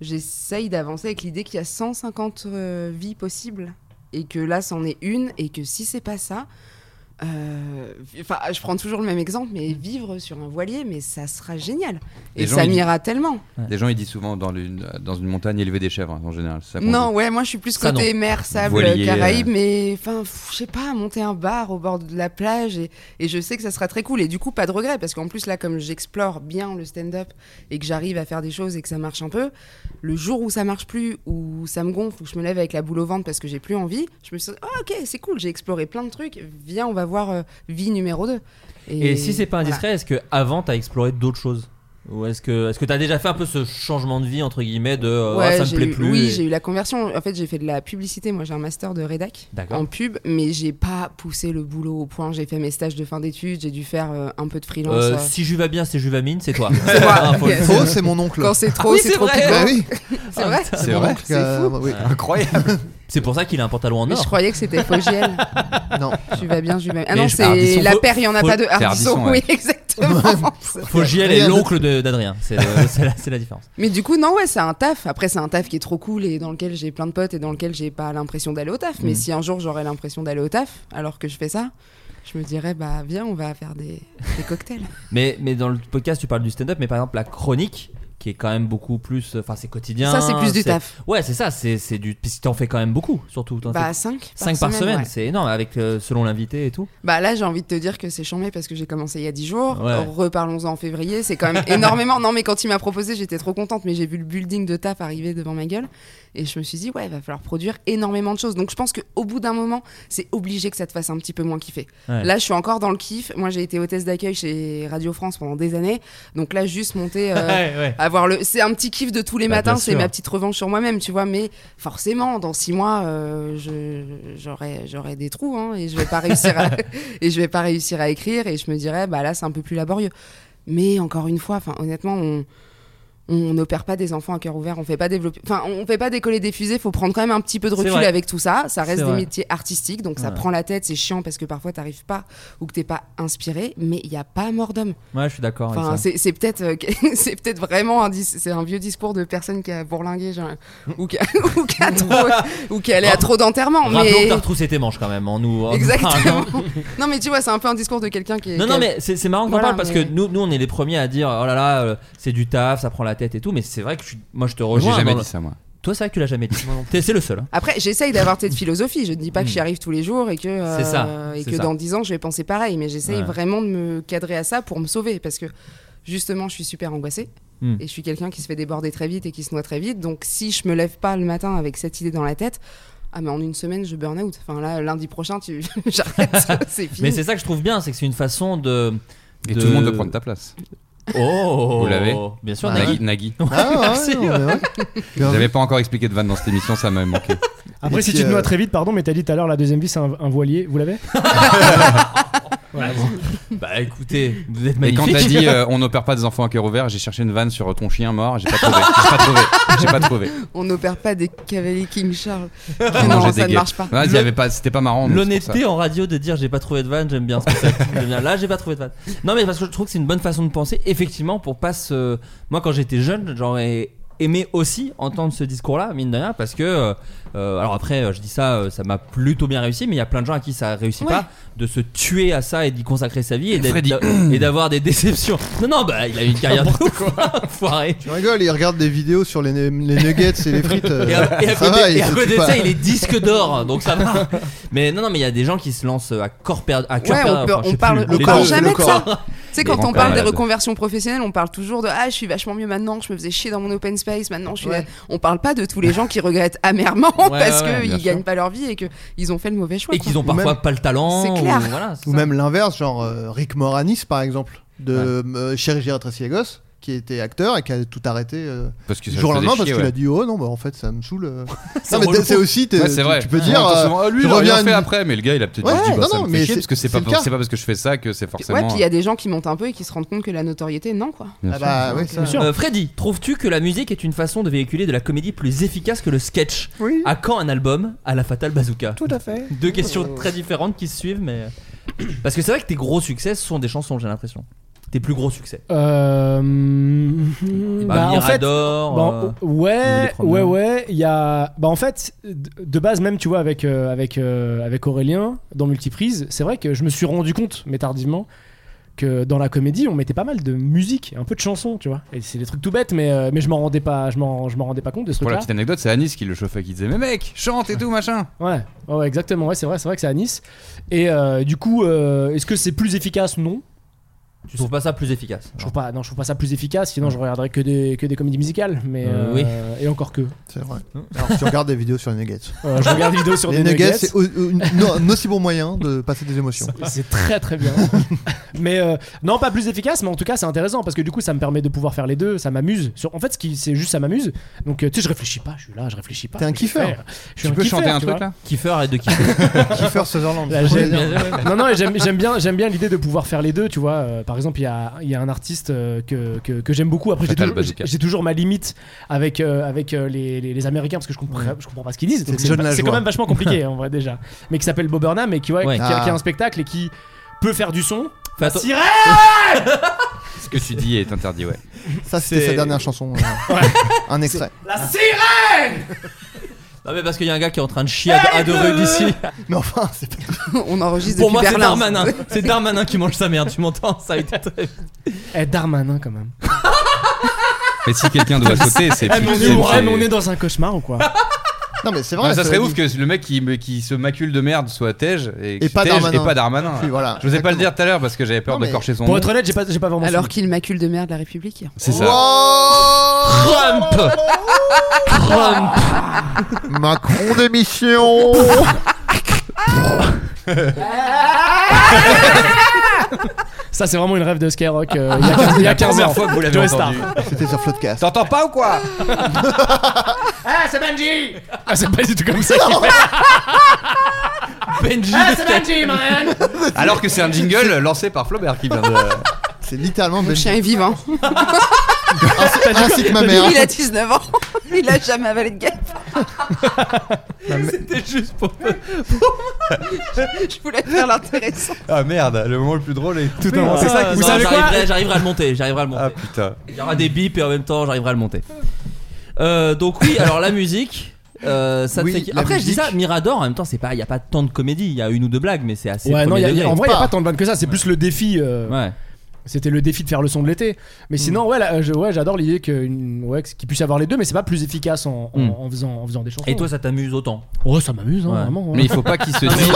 [SPEAKER 4] j'essaye d'avancer avec l'idée qu'il y a 150 euh, vies possibles et que là, c'en est une et que si c'est pas ça, euh, enfin, je prends toujours le même exemple, mais vivre sur un voilier, mais ça sera génial
[SPEAKER 8] Mm. Les
[SPEAKER 4] et
[SPEAKER 8] gens,
[SPEAKER 4] ça
[SPEAKER 8] ils-
[SPEAKER 4] m'ira tellement.
[SPEAKER 8] Les gens, ils disent souvent dans, l'une- dans une montagne élever des chèvres, hein, en général. c'est ça qu'on
[SPEAKER 4] Non,
[SPEAKER 8] dit.
[SPEAKER 4] ouais, moi je suis plus
[SPEAKER 1] Ça,
[SPEAKER 4] côté mer, sable,
[SPEAKER 8] Voilier,
[SPEAKER 1] euh.
[SPEAKER 4] Caraïbes, mais enfin, pff, je sais pas, monter un bar au bord de la plage et, et je sais que ça sera très cool. Et du coup, pas de regret, parce qu'en plus, là, comme j'explore bien le stand-up et que j'arrive à faire des choses et que ça marche un peu, le jour où ça marche plus, où ça me gonfle, où je me lève avec la boule au ventre parce que j'ai plus envie, je me suis dit, Ah, ok, c'est cool, j'ai exploré plein de trucs, viens, on va voir euh, vie numéro 2.
[SPEAKER 1] Et si c'est pas indiscret, est-ce que avant t'as exploré d'autres choses Ou est-ce que est-ce que t'as déjà fait un peu ce changement de vie entre guillemets de euh,
[SPEAKER 4] Ouais,
[SPEAKER 1] Ah, ça me
[SPEAKER 4] j'ai
[SPEAKER 1] plaît
[SPEAKER 4] eu-
[SPEAKER 1] plus
[SPEAKER 4] Oui,
[SPEAKER 1] et-
[SPEAKER 4] j'ai eu la conversion. En fait, j'ai fait de la publicité. Moi, j'ai un master de rédac
[SPEAKER 1] D'accord.
[SPEAKER 4] en pub, mais j'ai pas poussé le boulot au point. J'ai fait mes stages de fin d'études. J'ai dû faire euh, un peu de freelance.
[SPEAKER 1] Euh,
[SPEAKER 4] euh.
[SPEAKER 1] si Juva bien, c'est Juvamine, c'est toi.
[SPEAKER 4] (laughs) C'est moi.
[SPEAKER 1] Hein, faut le
[SPEAKER 4] Yes.
[SPEAKER 1] dire.
[SPEAKER 4] Faux, c'est mon oncle. Quand c'est trop,
[SPEAKER 1] Ah oui,
[SPEAKER 4] c'est trop
[SPEAKER 1] vrai.
[SPEAKER 4] piquant. Bah oui. C'est vrai.
[SPEAKER 1] putain.
[SPEAKER 8] Ah,
[SPEAKER 4] C'est mon oncle, C'est euh, fou. oui.
[SPEAKER 8] Incroyable.
[SPEAKER 1] C'est pour ça qu'il a un pantalon en
[SPEAKER 4] Mais
[SPEAKER 1] or.
[SPEAKER 4] je croyais que c'était
[SPEAKER 1] (laughs)
[SPEAKER 4] Fogiel.
[SPEAKER 6] (laughs) Non.
[SPEAKER 4] Tu vas bien, je vais. Ah
[SPEAKER 1] Mais
[SPEAKER 4] non,
[SPEAKER 1] je- Ardisson,
[SPEAKER 4] c'est la
[SPEAKER 1] Fo-
[SPEAKER 4] paire, il n'y en a
[SPEAKER 1] Fo-
[SPEAKER 4] pas de
[SPEAKER 1] c'est Ardisson,
[SPEAKER 4] Ardisson.
[SPEAKER 1] ouais.
[SPEAKER 4] Oui,
[SPEAKER 1] (laughs)
[SPEAKER 4] exactement.
[SPEAKER 1] Fogiel est l'oncle de- d'Adrien. C'est
[SPEAKER 4] (laughs)
[SPEAKER 1] le- c'est la, c'est la différence.
[SPEAKER 4] Mais du coup, non, ouais, c'est un taf. Après, c'est un taf qui est trop cool et dans lequel j'ai plein de potes et dans lequel j'ai pas l'impression d'aller au taf. Mais
[SPEAKER 1] Mm.
[SPEAKER 4] si un jour j'aurais l'impression d'aller au taf, alors que je fais ça, je me dirais, bah viens, on va faire des, des cocktails.
[SPEAKER 1] Mais, mais dans le podcast, tu parles du stand-up, mais par exemple, la chronique, qui est quand même beaucoup plus. euh, Enfin, c'est quotidien.
[SPEAKER 4] Ça, c'est plus du taf.
[SPEAKER 1] Ouais, c'est ça. C'est c'est du. Puis t'en fais quand même beaucoup, surtout. t'en
[SPEAKER 4] Bah,
[SPEAKER 1] fais-
[SPEAKER 4] cinq par
[SPEAKER 1] Cinq par
[SPEAKER 4] semaine,
[SPEAKER 1] semaine,
[SPEAKER 4] ouais.
[SPEAKER 1] c'est énorme, avec, euh, selon l'invité et tout.
[SPEAKER 4] Bah là, j'ai envie de te dire que c'est chambé parce que j'ai commencé il y a 10 jours.
[SPEAKER 1] Ouais.
[SPEAKER 4] Reparlons-en en février.
[SPEAKER 10] (laughs)
[SPEAKER 4] C'est quand même énormément. Non, mais quand il m'a proposé, j'étais trop contente. Mais j'ai vu le building de taf arriver devant ma gueule. Et je me suis dit, ouais, il va falloir produire énormément de choses. Donc je pense qu'au bout d'un moment, c'est obligé que ça te fasse un petit peu moins kiffer.
[SPEAKER 10] Ouais.
[SPEAKER 4] Là, je suis encore dans le kiff. Moi, j'ai été hôtesse d'accueil chez Radio France pendant des années. Donc là, juste
[SPEAKER 1] (laughs)
[SPEAKER 4] monter. euh,
[SPEAKER 10] (laughs) Ouais, ouais.
[SPEAKER 4] avoir le... C'est un petit kiff de tous les
[SPEAKER 10] Bah,
[SPEAKER 4] matins.
[SPEAKER 10] bien
[SPEAKER 4] C'est
[SPEAKER 10] sûr.
[SPEAKER 4] ma petite revanche sur moi-même, tu vois. Mais forcément, dans 6 mois, euh, je- j'aurai j'aurai des trous. hein, et je vais pas réussir
[SPEAKER 10] (laughs)
[SPEAKER 4] à- et je vais pas réussir à écrire et je me dirais bah là c'est un peu plus laborieux mais encore une fois enfin honnêtement on on n'opère pas des enfants à cœur ouvert on fait pas développer enfin on fait pas décoller des fusées faut prendre quand même un petit peu de
[SPEAKER 10] C'est
[SPEAKER 4] recul
[SPEAKER 10] vrai.
[SPEAKER 4] avec tout ça ça
[SPEAKER 10] C'est
[SPEAKER 4] reste des
[SPEAKER 10] vrai.
[SPEAKER 4] métiers artistiques donc ça
[SPEAKER 1] Ouais.
[SPEAKER 4] prend la tête c'est chiant parce que parfois t'arrives pas ou que t'es pas inspiré mais il n'y a pas mort d'homme
[SPEAKER 1] Ouais, je suis d'accord avec ça.
[SPEAKER 4] Enfin, c'est c'est peut-être euh, (laughs) c'est peut-être vraiment un dis- c'est un vieux discours de personne qui a bourlingué genre, ou qui a, (laughs) ou qui
[SPEAKER 1] (laughs)
[SPEAKER 4] a trop ou qui allait à trop d'enterrements
[SPEAKER 1] Rappelons que
[SPEAKER 4] mais
[SPEAKER 1] t'as retroussé tes manches quand même en nous. en nous (laughs)
[SPEAKER 4] (laughs) Exactement.
[SPEAKER 1] parlant.
[SPEAKER 4] non, mais tu vois, c'est un peu un discours de quelqu'un qui est.
[SPEAKER 1] Non,
[SPEAKER 4] qui
[SPEAKER 1] non,
[SPEAKER 4] a-
[SPEAKER 1] mais c'est c'est marrant qu'on
[SPEAKER 4] Voilà,
[SPEAKER 1] parle parce
[SPEAKER 4] mais-
[SPEAKER 1] que nous, nous, on est les premiers à dire oh là là, euh, c'est du taf, ça prend la tête et tout. Mais c'est vrai que je suis- moi, je te rejoins.
[SPEAKER 8] jamais
[SPEAKER 1] dans le-
[SPEAKER 8] dit ça, moi.
[SPEAKER 1] Toi, c'est vrai que tu l'as jamais
[SPEAKER 8] (laughs)
[SPEAKER 1] dit. T'es- c'est le seul. hein.
[SPEAKER 4] Après, j'essaye d'avoir
[SPEAKER 1] (laughs)
[SPEAKER 4] cette philosophie. Je ne dis pas que j'y arrive tous les jours et que, euh,
[SPEAKER 1] Hmm. C'est ça,
[SPEAKER 4] et
[SPEAKER 1] c'est
[SPEAKER 4] que
[SPEAKER 1] ça.
[SPEAKER 4] dans 10 ans, je vais penser pareil. Mais j'essaye
[SPEAKER 1] Ouais.
[SPEAKER 4] vraiment de me cadrer à ça pour me sauver. Parce que, justement, je suis super angoissée.
[SPEAKER 10] Hmm.
[SPEAKER 4] Et je suis quelqu'un qui se fait déborder très vite et qui se noie très vite. Donc, si je me lève pas le matin avec cette idée dans la tête, ah, mais en une semaine, je burn out. Enfin, là, lundi prochain, tu... (laughs)
[SPEAKER 1] (laughs)
[SPEAKER 4] j'arrête. c'est fini.
[SPEAKER 1] Mais c'est ça que je trouve bien, c'est que c'est une façon
[SPEAKER 8] (laughs)
[SPEAKER 1] de.
[SPEAKER 8] Et tout le monde veut prendre ta place.
[SPEAKER 1] Oh
[SPEAKER 8] Vous l'avez Bah,
[SPEAKER 1] Bien sûr,
[SPEAKER 8] Nagui.
[SPEAKER 1] Nagui.
[SPEAKER 8] Nagui.
[SPEAKER 1] Ouais, merci, ouais.
[SPEAKER 6] (laughs)
[SPEAKER 8] Vous n'avez pas encore expliqué de vanne dans cette émission, ça
[SPEAKER 7] (laughs)
[SPEAKER 8] m'a manqué.
[SPEAKER 7] Après,
[SPEAKER 8] Et
[SPEAKER 7] si
[SPEAKER 8] puis,
[SPEAKER 7] tu te
[SPEAKER 8] euh,
[SPEAKER 7] noies très vite, pardon, mais t'as dit tout à l'heure la deuxième vie, c'est un, un voilier. Vous l'avez Voilà, bon.
[SPEAKER 1] (laughs) Bah écoutez, vous êtes
[SPEAKER 8] Et
[SPEAKER 1] magnifique.
[SPEAKER 8] quand t'as dit euh, on n'opère pas des enfants à cœur ouvert, j'ai cherché une vanne sur euh, ton chien mort, j'ai pas trouvé. J'ai pas trouvé. J'ai
[SPEAKER 6] (laughs)
[SPEAKER 8] pas trouvé.
[SPEAKER 4] On n'opère pas des cavaliers King Charles.
[SPEAKER 8] J'ai
[SPEAKER 4] non,
[SPEAKER 8] mangé
[SPEAKER 4] ça
[SPEAKER 8] des
[SPEAKER 4] ne
[SPEAKER 8] guêpes.
[SPEAKER 4] marche pas.
[SPEAKER 8] Ouais, il y avait pas. C'était pas marrant. donc c'est
[SPEAKER 1] (laughs)
[SPEAKER 8] pour
[SPEAKER 1] L'honnêteté
[SPEAKER 8] ça.
[SPEAKER 1] en radio de dire j'ai pas trouvé de vanne, j'aime bien ce concept. J'aime bien. Là, j'ai pas trouvé de vanne. Non, mais parce que je trouve que c'est une bonne façon de penser, effectivement, pour pas se. Moi, quand j'étais jeune, j'aurais aimé aussi entendre ce discours-là, mine de rien, parce que. euh, alors après, euh, je dis ça, euh, ça m'a plutôt bien réussi, mais il y a plein de gens à qui ça réussit
[SPEAKER 8] Ouais.
[SPEAKER 1] pas de se tuer à ça et d'y consacrer sa vie et d'être-
[SPEAKER 8] Freddy.
[SPEAKER 1] et d'avoir des (laughs) déceptions. Non, non, bah, il a eu une carrière de ouf, enfoiré.
[SPEAKER 6] Tu rigoles, il regarde des vidéos sur les, les nuggets et les frites. euh,
[SPEAKER 1] Et à, et à
[SPEAKER 6] ça
[SPEAKER 1] côté,
[SPEAKER 6] va,
[SPEAKER 1] et
[SPEAKER 6] il
[SPEAKER 1] à
[SPEAKER 6] se
[SPEAKER 1] côté
[SPEAKER 6] tue
[SPEAKER 1] de
[SPEAKER 6] pas.
[SPEAKER 1] ça, il est disque d'or, hein, donc ça
[SPEAKER 6] (laughs)
[SPEAKER 1] va. Mais non, non, mais il y a des gens qui se lancent à corps perdu, à cœur
[SPEAKER 4] Ouais,
[SPEAKER 1] perdu.
[SPEAKER 4] on, peut-
[SPEAKER 1] enfin, je
[SPEAKER 4] on
[SPEAKER 1] sais
[SPEAKER 4] parle,
[SPEAKER 1] plus,
[SPEAKER 4] on
[SPEAKER 1] les
[SPEAKER 4] parle
[SPEAKER 1] deux.
[SPEAKER 4] jamais
[SPEAKER 1] Le
[SPEAKER 4] de ça.
[SPEAKER 1] corps.
[SPEAKER 4] Tu sais,
[SPEAKER 1] Les
[SPEAKER 4] quand
[SPEAKER 1] grands
[SPEAKER 4] on parle des
[SPEAKER 1] malades.
[SPEAKER 4] reconversions professionnelles, on parle toujours de Ah, je suis vachement mieux maintenant, je me faisais chier dans mon open space, maintenant je suis.
[SPEAKER 10] Ouais.
[SPEAKER 4] On parle pas de tous les gens qui regrettent amèrement
[SPEAKER 1] (laughs) Ouais,
[SPEAKER 4] parce
[SPEAKER 1] ouais,
[SPEAKER 4] qu'ils
[SPEAKER 1] bien
[SPEAKER 4] gagnent pas leur vie et qu'ils ont fait le mauvais choix.
[SPEAKER 1] Et
[SPEAKER 4] quoi.
[SPEAKER 1] qu'ils ont parfois pas le talent.
[SPEAKER 4] C'est
[SPEAKER 1] ou-
[SPEAKER 4] clair.
[SPEAKER 1] voilà, c'est
[SPEAKER 6] Ou
[SPEAKER 1] ça.
[SPEAKER 6] même l'inverse, genre euh, Rick Moranis par exemple, de euh, Chérie Gérard Trasiegos, qui était acteur et qui a tout arrêté euh,
[SPEAKER 8] Parce que
[SPEAKER 6] du
[SPEAKER 8] ça
[SPEAKER 6] jour au
[SPEAKER 8] faisait
[SPEAKER 6] lendemain
[SPEAKER 8] chier,
[SPEAKER 6] parce qu'il
[SPEAKER 8] ouais.
[SPEAKER 6] a dit oh non bah en fait ça me saoule. euh.
[SPEAKER 8] C'est
[SPEAKER 6] non mais
[SPEAKER 8] relou.
[SPEAKER 6] t'es- c'est aussi t'es-
[SPEAKER 8] Ouais, c'est
[SPEAKER 6] euh, tu-
[SPEAKER 8] vrai.
[SPEAKER 6] tu peux
[SPEAKER 8] Ouais,
[SPEAKER 6] dire
[SPEAKER 8] on entend
[SPEAKER 6] euh,
[SPEAKER 8] souvent, Ah, lui,
[SPEAKER 6] tu
[SPEAKER 8] il a
[SPEAKER 6] reviens
[SPEAKER 8] rien
[SPEAKER 6] à
[SPEAKER 8] fait
[SPEAKER 6] une-
[SPEAKER 8] après, mais le gars, il a peut-être
[SPEAKER 6] Ouais,
[SPEAKER 8] juste dit bah,
[SPEAKER 6] non,
[SPEAKER 8] ça
[SPEAKER 6] non,
[SPEAKER 8] me
[SPEAKER 6] mais
[SPEAKER 8] fait chier
[SPEAKER 6] c'est-
[SPEAKER 8] parce que c'est
[SPEAKER 6] c'est
[SPEAKER 8] pas,
[SPEAKER 6] le cas.
[SPEAKER 8] c'est pas parce que je fais ça que c'est forcément.
[SPEAKER 4] Ouais, puis il y a des gens qui montent un peu et qui se rendent compte que la notoriété, non quoi. (laughs)
[SPEAKER 8] Bien Ah sûr. bah,
[SPEAKER 6] ouais, ça- Bien sûr.
[SPEAKER 1] Euh, Freddy, trouves-tu que la musique est une façon de véhiculer de la comédie plus efficace que le sketch
[SPEAKER 7] Oui.
[SPEAKER 1] À quand un album À la Fatale Bazooka
[SPEAKER 7] Tout à fait.
[SPEAKER 1] Deux questions très différentes qui se suivent, mais. Parce que c'est vrai que tes gros succès ce sont des chansons, j'ai l'impression. Tes plus gros succès.
[SPEAKER 7] Euh, bah, en fait,
[SPEAKER 1] Mirador, euh,
[SPEAKER 7] bon, oh.
[SPEAKER 1] Lily
[SPEAKER 7] ouais, ouais,
[SPEAKER 1] Cromer.
[SPEAKER 7] ouais. Il y a, bah, en fait, d- de base même, tu vois, avec euh, avec euh, avec Aurélien dans Multiprise, c'est vrai que je me suis rendu compte, mais tardivement, que dans la comédie, on mettait pas mal de musique, un peu de chansons, tu vois. Et c'est des trucs tout bêtes, mais euh, mais je m'en rendais pas, je m'en je m'en rendais pas compte de ce
[SPEAKER 8] Pour la
[SPEAKER 7] truc-là.
[SPEAKER 6] hein.
[SPEAKER 8] petite anecdote, c'est Anis qui le chauffait, qui disait Mais mec, chante et tout, machin.
[SPEAKER 7] Ouais, ouais, ouais, exactement. Ouais, c'est vrai, c'est vrai que c'est à Nice. Et euh, du coup, euh, est-ce que c'est plus efficace Non.
[SPEAKER 1] Tu trouves pas ça plus efficace
[SPEAKER 7] Je trouve pas, non, je trouve pas ça plus efficace, sinon je regarderais que des, que des comédies musicales. Mais,
[SPEAKER 1] Euh, oui.
[SPEAKER 7] euh, Et encore que.
[SPEAKER 6] C'est vrai. Alors, tu regardes des vidéos sur les nuggets.
[SPEAKER 7] Euh, je regarde des vidéos sur
[SPEAKER 6] les
[SPEAKER 7] des
[SPEAKER 6] nuggets.
[SPEAKER 7] nuggets.
[SPEAKER 6] C'est au- au- non, un aussi bon moyen de passer des émotions.
[SPEAKER 7] C'est très très
[SPEAKER 6] (laughs)
[SPEAKER 7] bien. mais euh, non, pas plus efficace, mais en tout cas, c'est intéressant parce que du coup, ça me permet de pouvoir faire les deux. Ça m'amuse. Sur- En fait, ce qui, c'est juste ça m'amuse. Donc, euh, tu sais, je réfléchis pas, je suis là, je réfléchis pas.
[SPEAKER 6] T'es un
[SPEAKER 7] je vais
[SPEAKER 6] kiffeur.
[SPEAKER 7] faire. Je suis un
[SPEAKER 8] Tu peux
[SPEAKER 7] kiffeur,
[SPEAKER 8] chanter un
[SPEAKER 7] tu
[SPEAKER 8] truc,
[SPEAKER 7] vois.
[SPEAKER 8] là
[SPEAKER 1] Kiefer arrête de kiffer.
[SPEAKER 6] Kiefer Sutherland.
[SPEAKER 7] Là, j'aime-
[SPEAKER 1] Ouais, ouais, ouais.
[SPEAKER 7] non, non, et j'aime j'aime bien, j'aime bien l'idée de pouvoir faire les deux, tu vois. Euh, par exemple, il y a, il y a un artiste euh, que, que, que j'aime beaucoup. Après, j'ai
[SPEAKER 8] Fatal
[SPEAKER 7] toujours,
[SPEAKER 8] Bazooka.
[SPEAKER 7] j'ai toujours ma limite avec, euh, avec euh, les, les, les Américains parce que je comprends,
[SPEAKER 6] Ouais.
[SPEAKER 7] je comprends pas ce qu'ils disent.
[SPEAKER 6] C'est
[SPEAKER 7] Donc, C'est
[SPEAKER 6] John
[SPEAKER 7] pas- c'est
[SPEAKER 6] Lajoie.
[SPEAKER 7] quand même vachement
[SPEAKER 6] (laughs)
[SPEAKER 7] compliqué en vrai déjà. Mais qui s'appelle Bob Burnham et qui, ouais,
[SPEAKER 1] Ouais.
[SPEAKER 7] qui, a, qui
[SPEAKER 6] Ah.
[SPEAKER 7] a un spectacle et qui peut faire du son.
[SPEAKER 1] Fais atten-
[SPEAKER 7] Sirène
[SPEAKER 8] Ce que tu dis est interdit, ouais.
[SPEAKER 6] Ça, c'était
[SPEAKER 1] C'est-
[SPEAKER 6] sa dernière chanson. euh, un extrait.
[SPEAKER 7] La sirène
[SPEAKER 1] Non mais parce qu'il y a un gars qui est en train de chier à, à deux rues d'ici.
[SPEAKER 6] Mais enfin, c'est pas-
[SPEAKER 4] On enregistre
[SPEAKER 1] Pour moi
[SPEAKER 4] depuis
[SPEAKER 1] c'est hein.
[SPEAKER 4] Berlin.
[SPEAKER 1] Darmanin. C'est Darmanin qui mange sa merde. Tu m'entends Ça a été
[SPEAKER 7] (laughs)
[SPEAKER 1] très.
[SPEAKER 7] Eh, Darmanin quand même.
[SPEAKER 8] Mais si
[SPEAKER 7] (laughs)
[SPEAKER 8] quelqu'un doit sauter, c'est
[SPEAKER 7] Eh, mais on,
[SPEAKER 8] plus-
[SPEAKER 7] est,
[SPEAKER 8] c'est-
[SPEAKER 7] au- eh,
[SPEAKER 8] c'est-
[SPEAKER 7] mais on est dans un cauchemar ou quoi
[SPEAKER 6] Non, mais c'est
[SPEAKER 8] Non,
[SPEAKER 6] vrai.
[SPEAKER 8] mais Ah, ça
[SPEAKER 6] c'est-
[SPEAKER 8] serait ouf que le mec qui, me- qui se macule de merde soit Tej et,
[SPEAKER 6] Et
[SPEAKER 8] que
[SPEAKER 6] pas
[SPEAKER 8] Tej
[SPEAKER 6] Darmanin.
[SPEAKER 8] Et pas Darmanin.
[SPEAKER 6] Oui, voilà,
[SPEAKER 8] Je vous ai pas le
[SPEAKER 6] exactement.
[SPEAKER 8] dire tout à l'heure parce que j'avais peur
[SPEAKER 6] Non, mais-
[SPEAKER 8] d'écorcher
[SPEAKER 7] (laughs)
[SPEAKER 8] son
[SPEAKER 7] Pour
[SPEAKER 8] nom.
[SPEAKER 7] être honnête, j'ai pas, j'ai pas vraiment
[SPEAKER 4] Alors
[SPEAKER 7] suivi.
[SPEAKER 4] qu'il macule de merde la République.
[SPEAKER 8] C'est ça.
[SPEAKER 6] Oh
[SPEAKER 1] Trump. Trump.
[SPEAKER 6] Macron démission
[SPEAKER 7] (laughs) Ça, c'est vraiment une rêve de Skyrock euh, il y a 15 il y a 15
[SPEAKER 8] La première
[SPEAKER 7] ans.
[SPEAKER 8] fois que vous l'avez
[SPEAKER 7] Joey Star.
[SPEAKER 8] entendu.
[SPEAKER 6] (laughs) C'était sur Floodcast.
[SPEAKER 8] T'entends pas ou quoi
[SPEAKER 7] Ah, c'est Benji Ah, c'est pas du tout comme ça (laughs) Ah,
[SPEAKER 1] Benji.
[SPEAKER 7] Benji, man
[SPEAKER 8] Alors que c'est un jingle lancé par Flaubert qui vient de.
[SPEAKER 6] C'est littéralement
[SPEAKER 4] Mon
[SPEAKER 6] Benji.
[SPEAKER 4] chien est vivant.
[SPEAKER 6] Ainsi que ma mère.
[SPEAKER 4] Il a 19 ans. (laughs) Il a jamais avalé
[SPEAKER 1] (laughs)
[SPEAKER 4] de guêpe. (laughs)
[SPEAKER 1] C'était juste pour.
[SPEAKER 4] (laughs) Je voulais faire l'intéressant.
[SPEAKER 8] Ah merde, le moment le plus drôle est tout
[SPEAKER 7] moment. C'est ça qui-
[SPEAKER 1] Ah,
[SPEAKER 7] vous
[SPEAKER 1] non,
[SPEAKER 7] savez quoi
[SPEAKER 1] j'arriverai- J'arriverai à le monter. J'arriverai à le
[SPEAKER 8] Ah
[SPEAKER 1] monter.
[SPEAKER 8] putain.
[SPEAKER 1] Il y aura des bips et en même temps j'arriverai à le monter. Euh, donc oui. Alors la musique. euh, ça te
[SPEAKER 6] Oui,
[SPEAKER 1] fait-
[SPEAKER 6] la
[SPEAKER 1] Après je dis
[SPEAKER 6] musique.
[SPEAKER 1] ça. Mirador en même temps c'est pas. Il y a pas tant de comédie. Il y a une ou deux blagues mais c'est assez.
[SPEAKER 7] Ouais, non,
[SPEAKER 1] premier
[SPEAKER 7] y a- y a-
[SPEAKER 1] degré.
[SPEAKER 7] en vrai, il a
[SPEAKER 6] Pas.
[SPEAKER 7] pas tant de vannes que ça. C'est plus le défi. euh,
[SPEAKER 1] Ouais.
[SPEAKER 7] C'était le défi de faire le son de l'été. Mais sinon, ouais, là, euh, je- ouais, j'adore l'idée que une- ouais, qu'il puisse y avoir les deux, mais c'est pas plus efficace en, en-
[SPEAKER 1] Mm.
[SPEAKER 7] en faisant, en faisant des chansons.
[SPEAKER 1] Et toi ça t'amuse autant.
[SPEAKER 7] Ouais, ça m'amuse, hein,
[SPEAKER 1] Ouais.
[SPEAKER 7] vraiment. ouais.
[SPEAKER 8] Mais il faut pas qu'il se dise.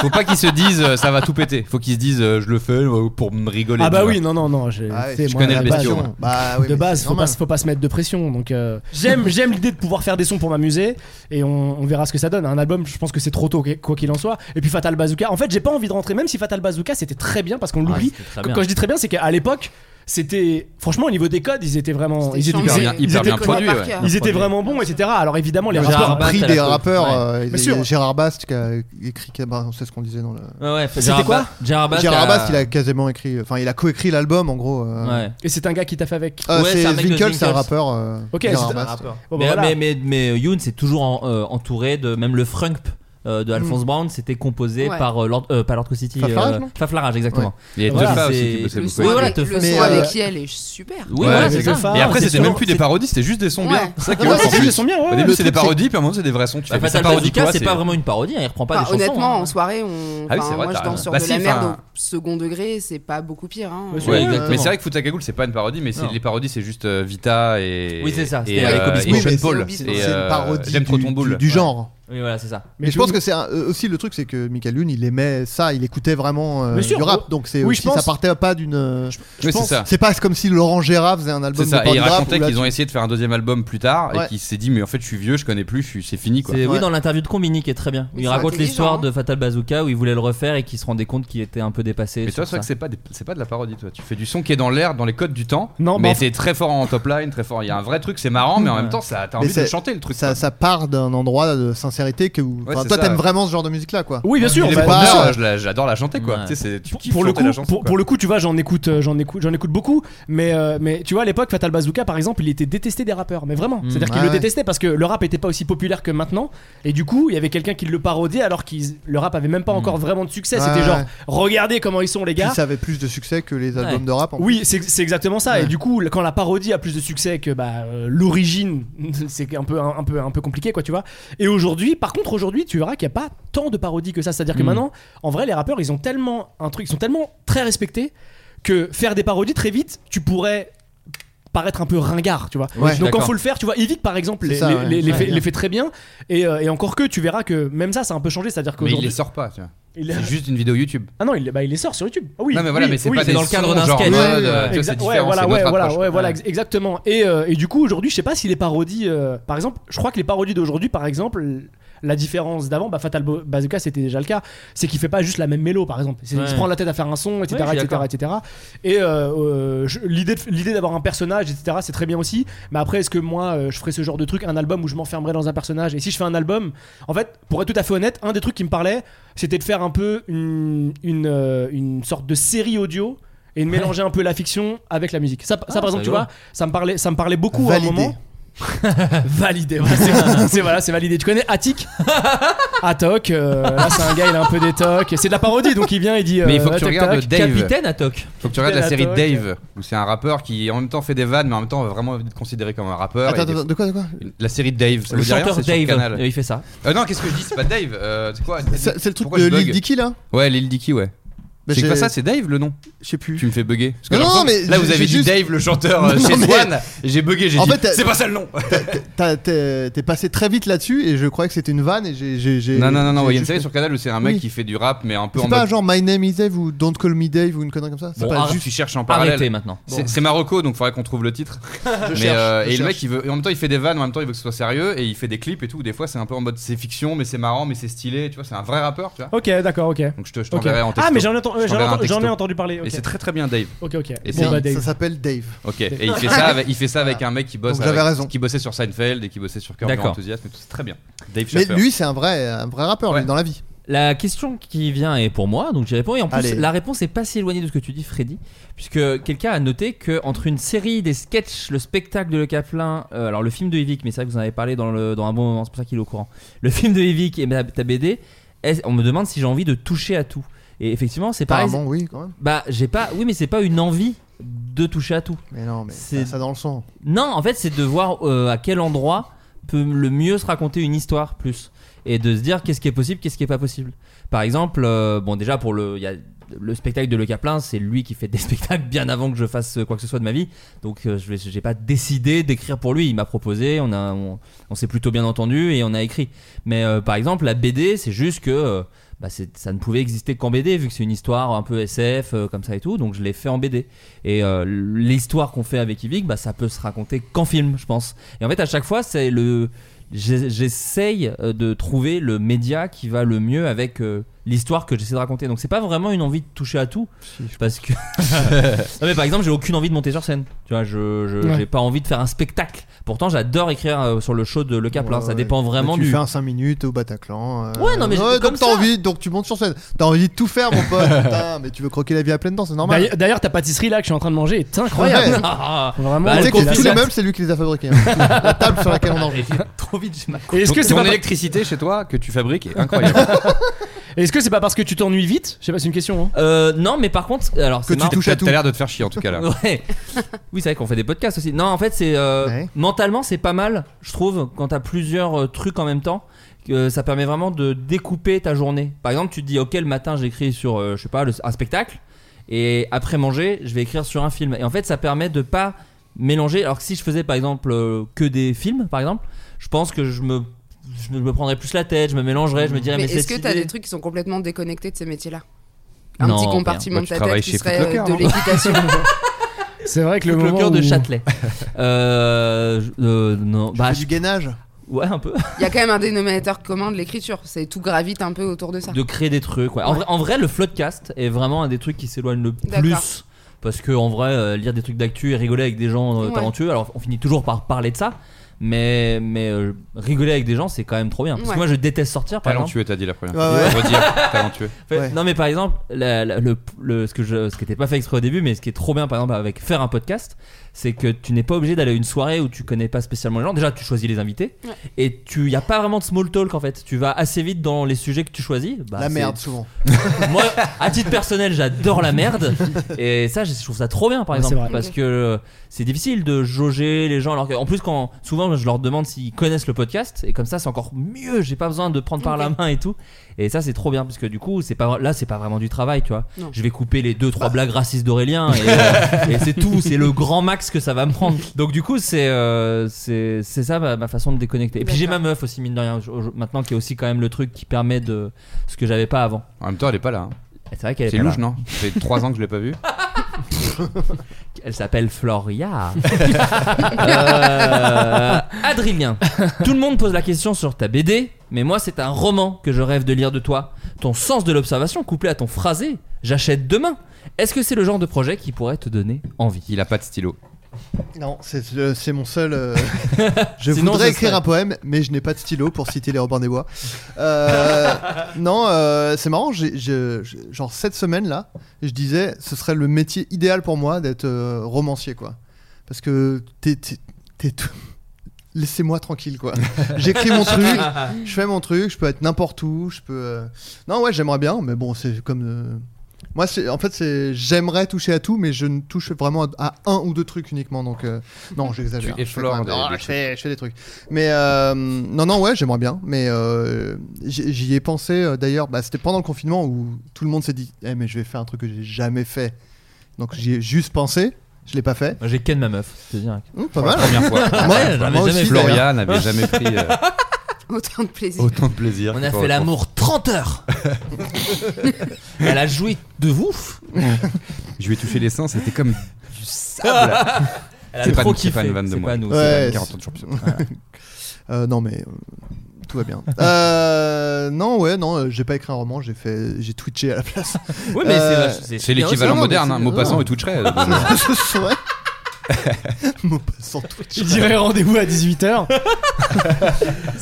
[SPEAKER 8] faut pas qu'il se dise euh, ça va tout péter. Faut qu'il se dise euh, je le fais euh, pour me rigoler.
[SPEAKER 7] Ah, bah
[SPEAKER 8] tu
[SPEAKER 7] oui, non, non, non. j'ai-
[SPEAKER 6] Ah ouais,
[SPEAKER 7] tu sais,
[SPEAKER 8] je
[SPEAKER 7] moi,
[SPEAKER 8] connais
[SPEAKER 7] à
[SPEAKER 8] le
[SPEAKER 7] la base,
[SPEAKER 8] bestiau,
[SPEAKER 7] hein.
[SPEAKER 8] moi.
[SPEAKER 6] Bah oui,
[SPEAKER 7] de
[SPEAKER 6] mais
[SPEAKER 7] base,
[SPEAKER 6] c'est
[SPEAKER 7] faut pas,
[SPEAKER 6] normal.
[SPEAKER 7] faut pas se mettre de pression. Donc euh, (laughs) j'aime, j'aime l'idée de pouvoir faire des sons pour m'amuser et on, on verra ce que ça donne. Un album, je pense que c'est trop tôt que- quoi qu'il en soit. Et puis Fatal Bazooka. En fait, j'ai pas envie de rentrer, même si Fatal Bazooka c'était très bien parce qu'on
[SPEAKER 1] Ouais,
[SPEAKER 7] l'oublie.
[SPEAKER 1] Ah, c'était très
[SPEAKER 7] Qu-
[SPEAKER 1] bien.
[SPEAKER 7] Quand je dis très bien, c'est qu'à l'époque c'était franchement au niveau des codes, ils étaient vraiment,
[SPEAKER 4] C'était
[SPEAKER 7] ils étaient,
[SPEAKER 4] chambé.
[SPEAKER 8] hyper bien-
[SPEAKER 4] Ils
[SPEAKER 8] hyper
[SPEAKER 4] étaient
[SPEAKER 8] bien
[SPEAKER 4] connus
[SPEAKER 8] produits,
[SPEAKER 4] par
[SPEAKER 8] ouais.
[SPEAKER 4] cœur.
[SPEAKER 7] ils étaient vraiment bons, etc. Alors évidemment les
[SPEAKER 1] Gérard
[SPEAKER 6] Ils ont
[SPEAKER 7] rappeurs.
[SPEAKER 1] Bass,
[SPEAKER 6] pris
[SPEAKER 1] à la
[SPEAKER 6] des
[SPEAKER 1] cause.
[SPEAKER 6] rappeurs.
[SPEAKER 1] Ouais.
[SPEAKER 6] euh, il
[SPEAKER 7] Bien
[SPEAKER 6] y a
[SPEAKER 7] sûr.
[SPEAKER 6] Gérard Bast qui a écrit. bah, on sait ce qu'on disait dans le.
[SPEAKER 1] Ouais, ouais,
[SPEAKER 7] C'était
[SPEAKER 1] Gérard
[SPEAKER 7] quoi
[SPEAKER 1] Ba- Gérard Bass,
[SPEAKER 6] Gérard
[SPEAKER 1] qui
[SPEAKER 6] Bast, il a quasiment écrit. Enfin, il a coécrit l'album en gros. euh.
[SPEAKER 1] Ouais.
[SPEAKER 7] Et c'est un gars qui t'a fait avec.
[SPEAKER 6] Euh,
[SPEAKER 1] Ouais, c'est
[SPEAKER 6] c'est
[SPEAKER 1] un mec de
[SPEAKER 6] Zwinkels, c'est un
[SPEAKER 1] Zwinkels.
[SPEAKER 6] rappeur. euh,
[SPEAKER 7] Ok,
[SPEAKER 6] Gérard
[SPEAKER 7] c'est un
[SPEAKER 6] Bast.
[SPEAKER 7] Bon, bah,
[SPEAKER 1] mais,
[SPEAKER 7] voilà.
[SPEAKER 1] mais, mais, mais Youn, c'est toujours en- euh, entouré de. Même le Frump euh,
[SPEAKER 8] Mhm.
[SPEAKER 1] de Alphonse Brown, c'était composé
[SPEAKER 4] Ouais.
[SPEAKER 1] par. euh, Lord, euh, pas Lord City.
[SPEAKER 6] Faflarage, non
[SPEAKER 1] Faflarage, exactement.
[SPEAKER 8] Il y a
[SPEAKER 1] Voilà,
[SPEAKER 8] Teufa
[SPEAKER 1] c'est-
[SPEAKER 8] aussi qui bossait
[SPEAKER 4] Le
[SPEAKER 8] beaucoup.
[SPEAKER 4] son,
[SPEAKER 1] Oui,
[SPEAKER 8] avec-
[SPEAKER 1] voilà,
[SPEAKER 4] avec,
[SPEAKER 1] te-
[SPEAKER 4] le
[SPEAKER 6] mais,
[SPEAKER 4] son
[SPEAKER 6] euh,
[SPEAKER 4] avec qui elle est super.
[SPEAKER 1] Oui,
[SPEAKER 8] Ouais,
[SPEAKER 1] voilà,
[SPEAKER 8] c'est
[SPEAKER 1] c'est
[SPEAKER 7] ça.
[SPEAKER 1] ça.
[SPEAKER 7] Faflarage,
[SPEAKER 8] Et après,
[SPEAKER 1] C'est
[SPEAKER 8] c'était
[SPEAKER 1] sûr,
[SPEAKER 8] même plus des
[SPEAKER 1] c'est-
[SPEAKER 8] parodies, c'était juste des sons
[SPEAKER 4] Ouais.
[SPEAKER 8] bien. C'est ça qui est
[SPEAKER 6] Ouais,
[SPEAKER 8] ouf en
[SPEAKER 6] c'est
[SPEAKER 8] plus.
[SPEAKER 7] Ils sont bien, ouais,
[SPEAKER 8] Au
[SPEAKER 7] ouais.
[SPEAKER 8] début,
[SPEAKER 6] Le
[SPEAKER 8] c'est des
[SPEAKER 6] truc, c'est-
[SPEAKER 8] parodies, puis à un moment, c'est des vrais sons. Tu
[SPEAKER 1] Bah,
[SPEAKER 8] fais, mais ça
[SPEAKER 1] Fatal
[SPEAKER 8] parodie
[SPEAKER 1] Bazooka,
[SPEAKER 8] quoi
[SPEAKER 1] c'est pas vraiment une parodie, hein, il reprend pas
[SPEAKER 4] Enfin,
[SPEAKER 1] des chansons.
[SPEAKER 4] honnêtement, en
[SPEAKER 1] hein.
[SPEAKER 4] soirée, on...
[SPEAKER 8] Ah oui,
[SPEAKER 4] enfin,
[SPEAKER 8] c'est vrai,
[SPEAKER 4] moi
[SPEAKER 8] t'as
[SPEAKER 4] je danse
[SPEAKER 8] raison.
[SPEAKER 4] sur
[SPEAKER 8] Bah
[SPEAKER 4] de
[SPEAKER 8] si,
[SPEAKER 4] la merde
[SPEAKER 8] enfin-
[SPEAKER 4] au second degré, c'est pas beaucoup pire. Hein.
[SPEAKER 7] Ouais,
[SPEAKER 8] Ouais,
[SPEAKER 7] Ouais,
[SPEAKER 8] exact. Mais
[SPEAKER 6] exactement.
[SPEAKER 8] c'est vrai que Futa Cagoule, c'est pas une parodie, mais c'est-
[SPEAKER 1] Non.
[SPEAKER 8] les parodies, c'est juste euh, Vita et.
[SPEAKER 1] Oui, c'est ça,
[SPEAKER 8] Et,
[SPEAKER 1] c'était avec Obispo.
[SPEAKER 8] et
[SPEAKER 6] Oui,
[SPEAKER 8] Sean
[SPEAKER 6] mais
[SPEAKER 8] Paul.
[SPEAKER 4] c'est-
[SPEAKER 6] C'est
[SPEAKER 8] Et,
[SPEAKER 6] c'est une
[SPEAKER 8] euh,
[SPEAKER 6] parodie
[SPEAKER 8] J'aime trop
[SPEAKER 6] du-
[SPEAKER 8] ton boule.
[SPEAKER 6] du- du genre.
[SPEAKER 1] Oui, voilà, c'est ça.
[SPEAKER 6] Mais, je pense que c'est un- euh, aussi le truc, c'est que Michael Youn, il aimait ça, il écoutait vraiment euh,
[SPEAKER 7] Bien sûr.
[SPEAKER 6] du
[SPEAKER 8] oh,
[SPEAKER 6] rap, donc c'est
[SPEAKER 7] Oui, je
[SPEAKER 6] aussi
[SPEAKER 7] pense.
[SPEAKER 6] ça partait pas d'une. euh,
[SPEAKER 8] Oui, c'est ça.
[SPEAKER 6] C'est pas comme si Laurent Gérard faisait un album
[SPEAKER 8] C'est
[SPEAKER 6] de
[SPEAKER 8] ça,
[SPEAKER 6] pas
[SPEAKER 8] et
[SPEAKER 6] de
[SPEAKER 8] il
[SPEAKER 6] rap
[SPEAKER 8] racontait
[SPEAKER 6] où là,
[SPEAKER 8] qu'ils ont essayé de faire un deuxième album plus tard
[SPEAKER 6] Ouais.
[SPEAKER 8] et qu'il s'est dit, mais en fait, je suis vieux, je connais plus, je suis- c'est fini quoi.
[SPEAKER 1] C'est- Oui,
[SPEAKER 6] Ouais.
[SPEAKER 1] dans l'interview de Combini qui est très bien.
[SPEAKER 4] Mais
[SPEAKER 1] il
[SPEAKER 4] c'est
[SPEAKER 1] raconte
[SPEAKER 4] intelligent,
[SPEAKER 1] l'histoire
[SPEAKER 4] hein.
[SPEAKER 1] de Fatal Bazooka où il voulait le refaire et qu'il se rendait compte qu'il était un peu dépassé.
[SPEAKER 8] Mais
[SPEAKER 1] sur
[SPEAKER 8] toi, c'est vrai que
[SPEAKER 1] ça.
[SPEAKER 8] c'est pas, des- c'est pas de la parodie, toi. Tu fais du son qui est dans l'air, dans les codes du temps.
[SPEAKER 7] Non,
[SPEAKER 8] mais
[SPEAKER 7] bah, en
[SPEAKER 8] t'es très fort en top line, très fort. Il y a un vrai truc, c'est marrant, mais en même temps, ça, t'as
[SPEAKER 6] Mais
[SPEAKER 8] envie de
[SPEAKER 6] c'est-
[SPEAKER 8] chanter le truc.
[SPEAKER 6] ça,
[SPEAKER 8] quoi.
[SPEAKER 6] ça part d'un endroit de sincérité que où-
[SPEAKER 8] Ouais,
[SPEAKER 6] enfin,
[SPEAKER 8] c'est
[SPEAKER 6] toi
[SPEAKER 8] ça.
[SPEAKER 6] t'aimes vraiment ce genre de musique là quoi.
[SPEAKER 7] Oui, bien sûr.
[SPEAKER 8] Et les
[SPEAKER 7] bah,
[SPEAKER 6] pas-
[SPEAKER 7] bien sûr.
[SPEAKER 8] premières, je la- j'adore la chanter quoi.
[SPEAKER 1] Ouais.
[SPEAKER 8] Tu sais, c'est- tu kiffes
[SPEAKER 7] pour le coup,
[SPEAKER 8] chanter la chanson,
[SPEAKER 7] pour,
[SPEAKER 8] quoi.
[SPEAKER 7] pour le coup, tu vois, j'en écoute, euh, j'en écoute, j'en écoute beaucoup. Mais, euh, mais tu vois, à l'époque, Fatal Bazooka, par exemple, il était détesté des rappeurs. Mais vraiment,
[SPEAKER 1] Mm.
[SPEAKER 7] c'est-à-dire qu'il
[SPEAKER 6] Ouais,
[SPEAKER 7] le
[SPEAKER 6] ouais.
[SPEAKER 7] détestait parce que le rap était pas aussi populaire que maintenant. Et du coup, il y avait quelqu'un qui le parodiait alors que le rap avait même pas encore vraiment de succès.
[SPEAKER 6] Mm. Ouais.
[SPEAKER 7] C'était genre, regardez comment ils sont les
[SPEAKER 6] Puis
[SPEAKER 7] gars.
[SPEAKER 6] ça avait plus de succès que les albums
[SPEAKER 1] Ouais.
[SPEAKER 6] de rap. en
[SPEAKER 7] Oui, c'est c'est exactement ça.
[SPEAKER 6] Ouais.
[SPEAKER 7] Et du coup, quand la parodie a plus de succès que bah, euh, l'origine, (laughs) c'est un peu, un, un peu, un peu compliqué, quoi, tu vois. Et aujourd'hui, par contre, aujourd'hui, tu verras qu'il n'y a pas tant de parodies que ça. C'est-à-dire que
[SPEAKER 1] Mm.
[SPEAKER 7] maintenant, en vrai, les rappeurs, ils ont tellement un truc, ils sont tellement très respectés que faire des parodies très vite, tu pourrais paraître un peu ringard, tu vois.
[SPEAKER 6] Ouais, je suis
[SPEAKER 7] Donc quand
[SPEAKER 8] d'accord.
[SPEAKER 7] faut le faire, tu vois, Evic par exemple,
[SPEAKER 6] C'est
[SPEAKER 7] les,
[SPEAKER 6] ça,
[SPEAKER 7] les-
[SPEAKER 6] ouais.
[SPEAKER 7] les- les
[SPEAKER 6] Ouais,
[SPEAKER 7] fait,
[SPEAKER 6] bien.
[SPEAKER 7] les fait très bien. Et, euh, et encore que, tu verras que même ça, ça a un peu changé. C'est-à-dire
[SPEAKER 8] Mais il les
[SPEAKER 7] qu'aujourd'hui,
[SPEAKER 8] sort pas, tu vois.
[SPEAKER 7] Il
[SPEAKER 8] C'est
[SPEAKER 7] a-
[SPEAKER 8] juste une vidéo YouTube.
[SPEAKER 7] Ah non, il, bah, il les sort sur YouTube. Ah oui.
[SPEAKER 8] Non, mais voilà,
[SPEAKER 7] oui,
[SPEAKER 8] mais c'est
[SPEAKER 7] oui.
[SPEAKER 8] pas C'est des dans le cadre sons, d'un genre, sketch.
[SPEAKER 7] Oui,
[SPEAKER 8] voilà,
[SPEAKER 7] oui,
[SPEAKER 8] de-
[SPEAKER 7] oui.
[SPEAKER 8] tu vois, c'est
[SPEAKER 7] Exact-
[SPEAKER 8] différent,
[SPEAKER 7] euh, ouais,
[SPEAKER 8] c'est
[SPEAKER 7] voilà,
[SPEAKER 8] une autre
[SPEAKER 7] ouais,
[SPEAKER 8] approche.
[SPEAKER 7] voilà, ouais, voilà,
[SPEAKER 8] Ouais.
[SPEAKER 7] ex- exactement. Et, euh, et du coup, aujourd'hui, je sais pas si les parodies, euh, par exemple, je crois que les parodies d'aujourd'hui, par exemple. La différence d'avant, bah Fatal Bo- Bazooka, c'était déjà le cas, c'est qu'il fait pas juste la même mélo, par exemple. C'est- Il se
[SPEAKER 1] Ouais.
[SPEAKER 7] prend la tête à faire un son, etc.,
[SPEAKER 1] Ouais, je suis
[SPEAKER 7] etc.,
[SPEAKER 1] d'accord.
[SPEAKER 7] etc. Et euh, euh, je- l'idée de- l'idée d'avoir un personnage, etc., c'est très bien aussi. Mais après, est-ce que moi, euh, je ferais ce genre de truc, un album où je m'enfermerais dans un personnage Et si je fais un album, en fait, pour être tout à fait honnête, un des trucs qui me parlait, c'était de faire un peu une, une, euh, une sorte de série audio et de mélanger un peu la fiction avec la musique. Ça, ça
[SPEAKER 1] Ah,
[SPEAKER 7] par exemple,
[SPEAKER 1] c'est
[SPEAKER 7] tu
[SPEAKER 1] drôle.
[SPEAKER 7] vois, ça me parlait, ça me parlait beaucoup à un
[SPEAKER 6] Validé.
[SPEAKER 7] moment. (laughs) validé, voilà, c'est- c'est voilà, c'est validé. Tu connais
[SPEAKER 8] (laughs)
[SPEAKER 7] Attic Atok, euh, là c'est un gars, il a un peu des tocs. C'est de la parodie, donc il vient, il dit.
[SPEAKER 8] Mais il
[SPEAKER 7] euh,
[SPEAKER 8] faut que tu
[SPEAKER 7] toc,
[SPEAKER 8] regardes
[SPEAKER 7] toc.
[SPEAKER 8] Dave.
[SPEAKER 1] Atok.
[SPEAKER 8] Faut que tu regardes la série
[SPEAKER 7] Capitaine Haddock.
[SPEAKER 8] Dave, où c'est un rappeur qui en même temps fait des vannes, mais en même temps vraiment être considéré comme un rappeur.
[SPEAKER 6] Attends,
[SPEAKER 8] Et des-
[SPEAKER 6] attends, de quoi, de quoi
[SPEAKER 8] La série Dave, ça
[SPEAKER 1] Le
[SPEAKER 8] vous dit rien,
[SPEAKER 1] chanteur
[SPEAKER 8] c'est sur
[SPEAKER 1] Dave,
[SPEAKER 8] Canal.
[SPEAKER 1] euh, il fait ça.
[SPEAKER 8] Euh, non, qu'est-ce que je dis C'est pas Dave. euh, c'est quoi
[SPEAKER 6] C'est c'est le truc
[SPEAKER 8] Pourquoi
[SPEAKER 6] de
[SPEAKER 8] je bug
[SPEAKER 6] Lil Dicky là
[SPEAKER 8] Ouais, Lil Dicky, ouais.
[SPEAKER 6] Bah,
[SPEAKER 8] c'est
[SPEAKER 6] j'ai-
[SPEAKER 8] pas ça, c'est Dave le nom
[SPEAKER 6] Je sais plus.
[SPEAKER 8] Tu me fais bugger. Parce que
[SPEAKER 6] Non,
[SPEAKER 8] j'ai
[SPEAKER 6] non,
[SPEAKER 8] l'impression-
[SPEAKER 6] mais
[SPEAKER 8] là,
[SPEAKER 6] j'ai-
[SPEAKER 8] vous avez
[SPEAKER 6] j'ai
[SPEAKER 8] dit
[SPEAKER 6] juste-
[SPEAKER 8] Dave le
[SPEAKER 6] (laughs)
[SPEAKER 8] chanteur
[SPEAKER 6] Non,
[SPEAKER 8] euh, chez
[SPEAKER 6] mais-
[SPEAKER 8] Swan. J'ai bugué, j'ai
[SPEAKER 6] En
[SPEAKER 8] dit.
[SPEAKER 6] fait, euh, t'as-
[SPEAKER 8] C'est pas ça le nom
[SPEAKER 6] T'as- T'es t'es passé très vite là-dessus et je croyais que c'était une vanne et j'ai- j'ai. j'ai-
[SPEAKER 8] Non, non, non, non,
[SPEAKER 6] j'ai
[SPEAKER 8] il y a une
[SPEAKER 6] juste-
[SPEAKER 8] série sur Canal où c'est un mec
[SPEAKER 6] Oui.
[SPEAKER 8] qui fait du rap, mais un peu en
[SPEAKER 6] C'est pas
[SPEAKER 8] mode.
[SPEAKER 6] genre My Name is Dave ou Don't Call Me Dave ou une connerie comme ça C'est
[SPEAKER 8] Bon,
[SPEAKER 6] pas
[SPEAKER 8] arrête,
[SPEAKER 6] juste.
[SPEAKER 8] tu cherches en
[SPEAKER 1] Arrêtez
[SPEAKER 8] parallèle.
[SPEAKER 1] maintenant.
[SPEAKER 8] C'est
[SPEAKER 1] Bon.
[SPEAKER 8] c'est Marocco, donc faudrait qu'on trouve le titre.
[SPEAKER 6] Je
[SPEAKER 8] Mais,
[SPEAKER 6] cherche,
[SPEAKER 8] euh,
[SPEAKER 6] je
[SPEAKER 8] et le
[SPEAKER 6] cherche.
[SPEAKER 8] mec, il veut, et en même temps, il fait des vannes, en même temps, il veut que ce soit sérieux, et il fait des clips et tout. où Des fois, c'est un peu en mode c'est fiction, mais c'est marrant, mais c'est stylé. Tu vois, c'est un vrai rappeur, tu vois.
[SPEAKER 7] Ok, d'accord, ok.
[SPEAKER 8] Donc je te- je
[SPEAKER 7] Ok.
[SPEAKER 8] t'enverrai en texto.
[SPEAKER 7] Ah, mais j'en ai, enten-
[SPEAKER 8] Je
[SPEAKER 7] euh, j'en ai
[SPEAKER 8] t'enverrai un
[SPEAKER 7] enten- j'en ai
[SPEAKER 8] texto.
[SPEAKER 7] entendu parler. ok.
[SPEAKER 8] Et c'est très très bien, Dave.
[SPEAKER 7] Ok, ok.
[SPEAKER 8] Et
[SPEAKER 7] Bon,
[SPEAKER 8] c'est-
[SPEAKER 7] bah,
[SPEAKER 6] Ça
[SPEAKER 7] Dave.
[SPEAKER 6] s'appelle Dave.
[SPEAKER 8] Ok. Et il fait ça, avec, il fait ça avec un mec qui bosse.
[SPEAKER 6] Donc j'avais
[SPEAKER 8] avec-
[SPEAKER 6] raison.
[SPEAKER 8] Qui bossait sur Seinfeld et qui bossait sur Curb Your
[SPEAKER 1] D'accord.
[SPEAKER 8] Enthusiasm et tout. C'est très bien. Dave
[SPEAKER 6] Mais
[SPEAKER 8] Schaffer.
[SPEAKER 1] (laughs)
[SPEAKER 6] lui, c'est un vrai, euh, un vrai rappeur, lui, dans la vie.
[SPEAKER 1] La question qui vient est pour moi, donc j'y réponds. Et en plus,
[SPEAKER 6] Allez.
[SPEAKER 1] la réponse est pas si éloignée de ce que tu dis, Freddy, puisque quelqu'un a noté que entre une série, des sketchs, le spectacle de Le Caplin, euh, alors le film de Evic, mais c'est vrai que vous en avez parlé dans, le, dans un bon moment, c'est pour ça qu'il est au courant. Le (laughs) film de Evic et ma- ta BD, est- on me demande si j'ai envie de toucher à tout. Et effectivement, c'est pareil.
[SPEAKER 6] Apparemment, oui, quand même.
[SPEAKER 1] Bah, j'ai pas. Oui, mais c'est pas une envie de toucher à tout.
[SPEAKER 6] Mais non, mais
[SPEAKER 1] C'est-
[SPEAKER 6] c'est ça dans le sang.
[SPEAKER 1] Non, en fait, c'est de voir euh, à quel endroit peut le mieux se raconter une histoire plus et de se dire qu'est-ce qui est possible, qu'est-ce qui est pas possible. Par exemple, euh, bon déjà pour le il y a le spectacle de Le Caplin, c'est lui qui fait des (laughs) spectacles bien avant que je fasse euh, quoi que ce soit de ma vie. Donc euh, je vais- j'ai pas décidé d'écrire pour lui, il m'a proposé, on a on, on s'est plutôt bien entendu et on a écrit. Mais euh, par exemple, la BD, c'est juste que euh, bah, c'est- ça ne pouvait exister qu'en BD vu que c'est une histoire un peu SF euh, comme ça et tout, donc je l'ai fait en BD. Et euh, l'histoire qu'on fait avec Yvick, bah, ça peut se raconter qu'en film, je pense. Et en fait, à chaque fois, c'est le j'ai- j'essaye euh, de trouver le média qui va le mieux avec euh, l'histoire que j'essaie de raconter. Donc c'est pas vraiment une envie de toucher à tout, parce que (laughs) non mais par exemple, j'ai aucune envie de monter sur scène. Tu vois, je je-
[SPEAKER 7] Ouais.
[SPEAKER 1] j'ai pas envie de faire un spectacle. Pourtant, j'adore écrire euh, sur le show de Le Caplin.
[SPEAKER 6] Ouais,
[SPEAKER 1] ça
[SPEAKER 6] Euh, ouais.
[SPEAKER 1] dépend vraiment
[SPEAKER 6] tu
[SPEAKER 1] du.
[SPEAKER 6] fais un 5 minutes au Bataclan. euh,
[SPEAKER 1] Ouais, non, mais je- comme
[SPEAKER 6] donc t'as
[SPEAKER 1] ça.
[SPEAKER 6] envie, donc tu montes sur scène. T'as envie de tout faire, mon
[SPEAKER 1] (laughs)
[SPEAKER 6] pote. Putain, mais tu veux croquer la vie à pleines dents, c'est
[SPEAKER 1] Bah,
[SPEAKER 6] normal.
[SPEAKER 7] D'ailleurs- D'ailleurs, ta pâtisserie là que je suis en train de manger est incroyable.
[SPEAKER 6] Ouais.
[SPEAKER 1] Ah,
[SPEAKER 7] Vraiment,
[SPEAKER 1] Bah,
[SPEAKER 6] Tu
[SPEAKER 7] elle
[SPEAKER 6] sais
[SPEAKER 7] confie
[SPEAKER 6] que tous
[SPEAKER 7] la-
[SPEAKER 6] les meubles, c'est lui qui les a fabriqués. hein. la table sur laquelle on
[SPEAKER 1] j'ai
[SPEAKER 6] mange.
[SPEAKER 1] été trop vite, j'ai ma-
[SPEAKER 7] Et Est-ce que c'est
[SPEAKER 8] ton
[SPEAKER 7] pas,
[SPEAKER 8] électricité chez toi que tu fabriques est incroyable.
[SPEAKER 7] est -ce pas parce que tu t'ennuies vite Je sais pas, c'est une question. hein.
[SPEAKER 1] (laughs)
[SPEAKER 7] (laughs)
[SPEAKER 1] Euh, non, mais par contre, alors
[SPEAKER 6] Que
[SPEAKER 1] c'est
[SPEAKER 6] tu
[SPEAKER 1] marrant.
[SPEAKER 6] touches à
[SPEAKER 8] T'as
[SPEAKER 6] tout.
[SPEAKER 8] t'as l'air de te faire chier en tout
[SPEAKER 1] (laughs)
[SPEAKER 8] cas là.
[SPEAKER 1] Ouais. Oui, c'est vrai qu'on fait des podcasts aussi. Non, en fait, c'est euh,
[SPEAKER 6] Ouais.
[SPEAKER 1] mentalement, c'est pas mal, je trouve, quand t'as plusieurs euh, trucs en même temps. Que ça permet vraiment de découper ta journée. Par exemple, tu te dis, ok, le matin, j'écris sur, euh, je sais pas, le- un spectacle, et après manger, je vais écrire sur un film. Et en fait, ça permet de pas mélanger. Alors que si je faisais, par exemple, euh, que des films, par exemple, je pense que je me, je me prendrais plus la tête, je me mélangerais, je me dirais,
[SPEAKER 4] Mais
[SPEAKER 1] mais,
[SPEAKER 4] est-ce
[SPEAKER 1] cette
[SPEAKER 4] que t'as
[SPEAKER 1] idée-
[SPEAKER 4] des trucs qui sont complètement déconnectés de ces métiers-là Un
[SPEAKER 1] Non,
[SPEAKER 4] petit
[SPEAKER 1] rien.
[SPEAKER 4] compartiment
[SPEAKER 8] Bah,
[SPEAKER 4] de
[SPEAKER 8] tu
[SPEAKER 4] ta
[SPEAKER 8] travailles
[SPEAKER 4] tête
[SPEAKER 8] chez
[SPEAKER 4] qui
[SPEAKER 8] hein.
[SPEAKER 4] serait
[SPEAKER 8] Foot Locker,
[SPEAKER 4] euh, de
[SPEAKER 8] non
[SPEAKER 4] l'équitation.
[SPEAKER 7] C'est vrai que le
[SPEAKER 1] Foutre
[SPEAKER 7] moment.
[SPEAKER 1] cœur de
[SPEAKER 7] où-
[SPEAKER 1] Châtelet. (laughs) euh, je- euh, non, bah,
[SPEAKER 6] Fais du gainage.
[SPEAKER 1] je- ouais, un
[SPEAKER 4] (laughs)
[SPEAKER 1] peu.
[SPEAKER 4] Il y a quand même un dénominateur commun de l'écriture. C'est tout gravite un peu autour de ça.
[SPEAKER 1] de créer des trucs. ouais. En, vrai, en vrai, le floodcast est vraiment un des trucs qui s'éloigne le
[SPEAKER 4] D'accord.
[SPEAKER 1] plus. Parce que en vrai, euh, lire des trucs d'actu et rigoler avec des gens euh,
[SPEAKER 4] Ouais.
[SPEAKER 1] talentueux, alors on finit toujours par parler de ça, mais, mais euh, rigoler avec des gens, c'est quand même trop bien. Parce
[SPEAKER 4] Ouais.
[SPEAKER 1] que moi, je déteste sortir, par exemple.
[SPEAKER 8] Talentueux, t'as dit la première
[SPEAKER 6] Ouais,
[SPEAKER 8] fois.
[SPEAKER 6] ouais.
[SPEAKER 8] Redire, talentueux.
[SPEAKER 1] Fait-
[SPEAKER 6] Ouais.
[SPEAKER 1] Non mais par exemple, la- la- le, le- ce que je, ce qui n'était pas fait exprès au début, mais ce qui est trop bien par exemple avec faire un podcast, c'est que tu n'es pas obligé d'aller à une soirée où tu connais pas spécialement les gens. Déjà, tu choisis les invités
[SPEAKER 4] Ouais.
[SPEAKER 1] et tu y a pas vraiment de small talk en fait. Tu vas assez vite dans les sujets que tu choisis. Bah,
[SPEAKER 6] la
[SPEAKER 1] c'est-
[SPEAKER 6] merde, souvent.
[SPEAKER 1] Moi, à titre personnel, j'adore la merde et ça, je trouve ça trop bien par
[SPEAKER 7] Ouais, c'est
[SPEAKER 1] exemple
[SPEAKER 7] vrai.
[SPEAKER 1] parce que euh, c'est difficile de jauger les gens. Alors que- en plus, quand souvent je leur demande s'ils connaissent le podcast et comme ça, c'est encore mieux. J'ai pas besoin de prendre par la main et tout. Et ça, c'est trop bien parce que du coup, c'est pas là, c'est pas vraiment du travail, tu vois.
[SPEAKER 4] Non.
[SPEAKER 1] Je vais couper les deux trois blagues racistes d'Aurélien et, euh, et c'est tout. C'est le grand max max que ça va me prendre. Donc du coup, c'est euh, c'est c'est ça ma, ma façon de déconnecter. Et puis j'ai ma meuf aussi mine de rien au- au- maintenant qui est aussi quand même le truc qui permet de ce que j'avais pas avant.
[SPEAKER 8] En même temps, elle est pas là. hein.
[SPEAKER 1] Ah, C'est vrai qu'elle est
[SPEAKER 8] C'est
[SPEAKER 1] pas
[SPEAKER 8] louche,
[SPEAKER 1] là.
[SPEAKER 8] non Ça fait 3 ans que je l'ai pas vue.
[SPEAKER 1] Elle s'appelle
[SPEAKER 8] (laughs)
[SPEAKER 1] Floria. Euh, Adrien, tout le monde pose la question sur ta BD, mais moi c'est un roman que je rêve de lire de toi. Ton sens de l'observation couplé à ton phrasé, j'achète demain. Est-ce que c'est le genre de projet qui pourrait te donner envie
[SPEAKER 8] Il a pas de stylo.
[SPEAKER 6] Non, c'est euh, c'est mon seul. euh, je
[SPEAKER 1] Sinon,
[SPEAKER 6] voudrais
[SPEAKER 1] ce
[SPEAKER 6] écrire
[SPEAKER 1] serait-
[SPEAKER 6] un poème, mais je n'ai pas de stylo pour citer les Robins des Bois. Euh, non, euh, c'est marrant. j'ai- je- je- genre cette semaine là, je disais, ce serait le métier idéal pour moi d'être euh, romancier, quoi. Parce que t'es t'es- t'es tout- Laissez-moi tranquille, quoi. (laughs) J'écris mon
[SPEAKER 8] (laughs)
[SPEAKER 6] truc, je fais mon truc, je peux être n'importe où, je peux. euh, Non, ouais, j'aimerais bien, mais bon, c'est comme. euh, Moi, c'est- en fait, c'est j'aimerais toucher à tout, mais je ne touche vraiment à, à un ou deux trucs uniquement. Donc, euh, non, j'exagère.
[SPEAKER 8] (laughs) Tu
[SPEAKER 6] Je fais quand
[SPEAKER 8] effleures
[SPEAKER 6] même-
[SPEAKER 8] des-
[SPEAKER 6] Ah,
[SPEAKER 8] des
[SPEAKER 6] je, fais, je fais des trucs. Mais euh, non, non, ouais, j'aimerais bien. Mais euh, j'y j'y ai pensé euh, d'ailleurs. Bah, C'était pendant le confinement où tout le monde s'est dit Eh, mais je vais faire un truc que j'ai jamais fait. Donc, j'y ai juste pensé. Je l'ai pas fait.
[SPEAKER 1] Moi, J'ai ken ma meuf, c'est direct.
[SPEAKER 6] Hum, pas
[SPEAKER 8] Pour la
[SPEAKER 6] mal.
[SPEAKER 8] première
[SPEAKER 6] (laughs)
[SPEAKER 8] fois.
[SPEAKER 6] Moi-
[SPEAKER 1] Ouais, j'en avais
[SPEAKER 6] moi
[SPEAKER 1] jamais
[SPEAKER 6] aussi,
[SPEAKER 1] fait.
[SPEAKER 6] d'ailleurs.
[SPEAKER 8] Florian n'avait jamais pris euh,
[SPEAKER 4] Autant de plaisir.
[SPEAKER 8] autant de plaisir.
[SPEAKER 1] On a fait l'amour 30
[SPEAKER 8] (laughs)
[SPEAKER 1] heures. Elle a joué de ouf.
[SPEAKER 8] Je lui ai touché les seins, c'était (laughs) comme du sable.
[SPEAKER 1] Elle a
[SPEAKER 8] Ah. C'est pas
[SPEAKER 1] trop
[SPEAKER 8] nous, c'est
[SPEAKER 1] kiffé.
[SPEAKER 8] pas une vanne de
[SPEAKER 1] C'est
[SPEAKER 8] moi.
[SPEAKER 1] pas nous,
[SPEAKER 6] Ouais,
[SPEAKER 8] c'est une quarantaine de champion.
[SPEAKER 6] Euh, non, mais euh, tout va bien. (laughs) Euh, non, ouais, non, euh, j'ai pas écrit un roman, j'ai fait, j'ai twitché à la place.
[SPEAKER 1] Ouais, mais c'est
[SPEAKER 6] Euh,
[SPEAKER 1] vach- c'est-
[SPEAKER 8] C'est
[SPEAKER 1] bien
[SPEAKER 8] l'équivalent
[SPEAKER 6] aussi.
[SPEAKER 8] moderne, hein.
[SPEAKER 6] Non, mais c'est-
[SPEAKER 8] Maupassant
[SPEAKER 6] non.
[SPEAKER 8] et Twitcheray.
[SPEAKER 6] (laughs) C'est vrai. Maupassant Twitch.
[SPEAKER 7] Il dirait rendez-vous à 18h.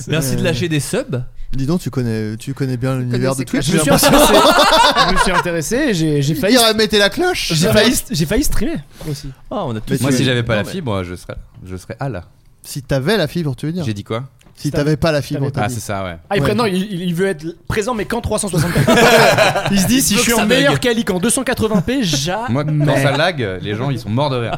[SPEAKER 1] Merci de lâcher des subs.
[SPEAKER 6] Dis donc, tu connais, tu connais bien l'univers de
[SPEAKER 4] ses
[SPEAKER 6] Twitch.
[SPEAKER 7] (laughs) Je me suis
[SPEAKER 6] j'ai l'impression.
[SPEAKER 7] intéressé, je me suis intéressé et j'ai j'ai
[SPEAKER 6] Il
[SPEAKER 7] failli,
[SPEAKER 6] dirait, mettez la cloche.
[SPEAKER 7] j'ai failli, j'ai failli streamer aussi.
[SPEAKER 1] Ah, on a tous
[SPEAKER 6] Mais
[SPEAKER 8] Moi,
[SPEAKER 6] tu-
[SPEAKER 8] si j'avais pas
[SPEAKER 6] non,
[SPEAKER 8] la
[SPEAKER 6] mais-
[SPEAKER 8] fibre, je serais, je serais à là.
[SPEAKER 6] Si t'avais la fibre, tu veux dire.
[SPEAKER 8] J'ai dit quoi
[SPEAKER 6] Si t'avais pas la fibre,
[SPEAKER 7] t'avais
[SPEAKER 6] t'as
[SPEAKER 8] Ah,
[SPEAKER 6] dit.
[SPEAKER 8] c'est ça, ouais.
[SPEAKER 7] Ah, il,
[SPEAKER 6] Ouais.
[SPEAKER 7] prend- non, il, il veut être présent, mais qu'en 364. (laughs) il se dit, si
[SPEAKER 1] Il
[SPEAKER 7] je
[SPEAKER 1] veut
[SPEAKER 7] suis
[SPEAKER 1] que ça
[SPEAKER 7] en
[SPEAKER 1] bug.
[SPEAKER 7] meilleur quali qu'en (laughs) 280p, jamais.
[SPEAKER 8] Moi, quand ça lag, les gens, ils sont morts de rire.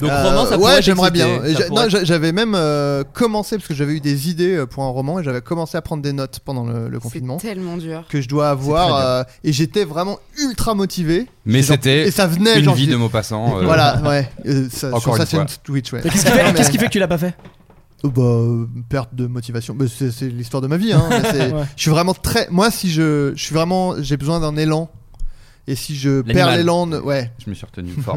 [SPEAKER 1] Donc
[SPEAKER 6] Euh,
[SPEAKER 1] roman, ça pourrait
[SPEAKER 6] ouais, j'aimerais bien.
[SPEAKER 1] t'exciter, ça
[SPEAKER 6] J'a-
[SPEAKER 1] pourrait-
[SPEAKER 6] non, j'a- j'avais même euh, commencé parce que j'avais eu des idées euh, pour un roman et j'avais commencé à prendre des notes pendant le, le
[SPEAKER 4] C'est
[SPEAKER 6] confinement
[SPEAKER 4] tellement dur.
[SPEAKER 6] que je dois
[SPEAKER 8] très
[SPEAKER 6] avoir
[SPEAKER 8] bien.
[SPEAKER 6] euh, et j'étais vraiment ultra motivé.
[SPEAKER 8] Mais
[SPEAKER 6] Et genre-
[SPEAKER 8] c'était
[SPEAKER 6] et ça venait
[SPEAKER 8] Une
[SPEAKER 6] genre,
[SPEAKER 8] vie
[SPEAKER 6] je-
[SPEAKER 8] de Maupassant. euh,
[SPEAKER 6] Voilà, ouais. euh, ça,
[SPEAKER 8] Encore
[SPEAKER 6] sur ça,
[SPEAKER 8] une
[SPEAKER 6] c'est
[SPEAKER 8] fois.
[SPEAKER 6] une Twitch, ouais.
[SPEAKER 7] Mais Qu'est-ce qui, fait- qu'est-ce qui fait que tu l'as pas fait
[SPEAKER 6] Oh, bah, euh, perte de motivation. Bah, c'est c'est l'histoire de ma vie. Hein. Mais
[SPEAKER 7] (laughs)
[SPEAKER 6] c'est-
[SPEAKER 7] Ouais.
[SPEAKER 6] Je suis vraiment très. Moi, si je, je suis vraiment, j'ai besoin d'un élan. Et si je perds
[SPEAKER 1] L'animal.
[SPEAKER 6] l'élan, de- ouais.
[SPEAKER 8] Je me suis retenu fort.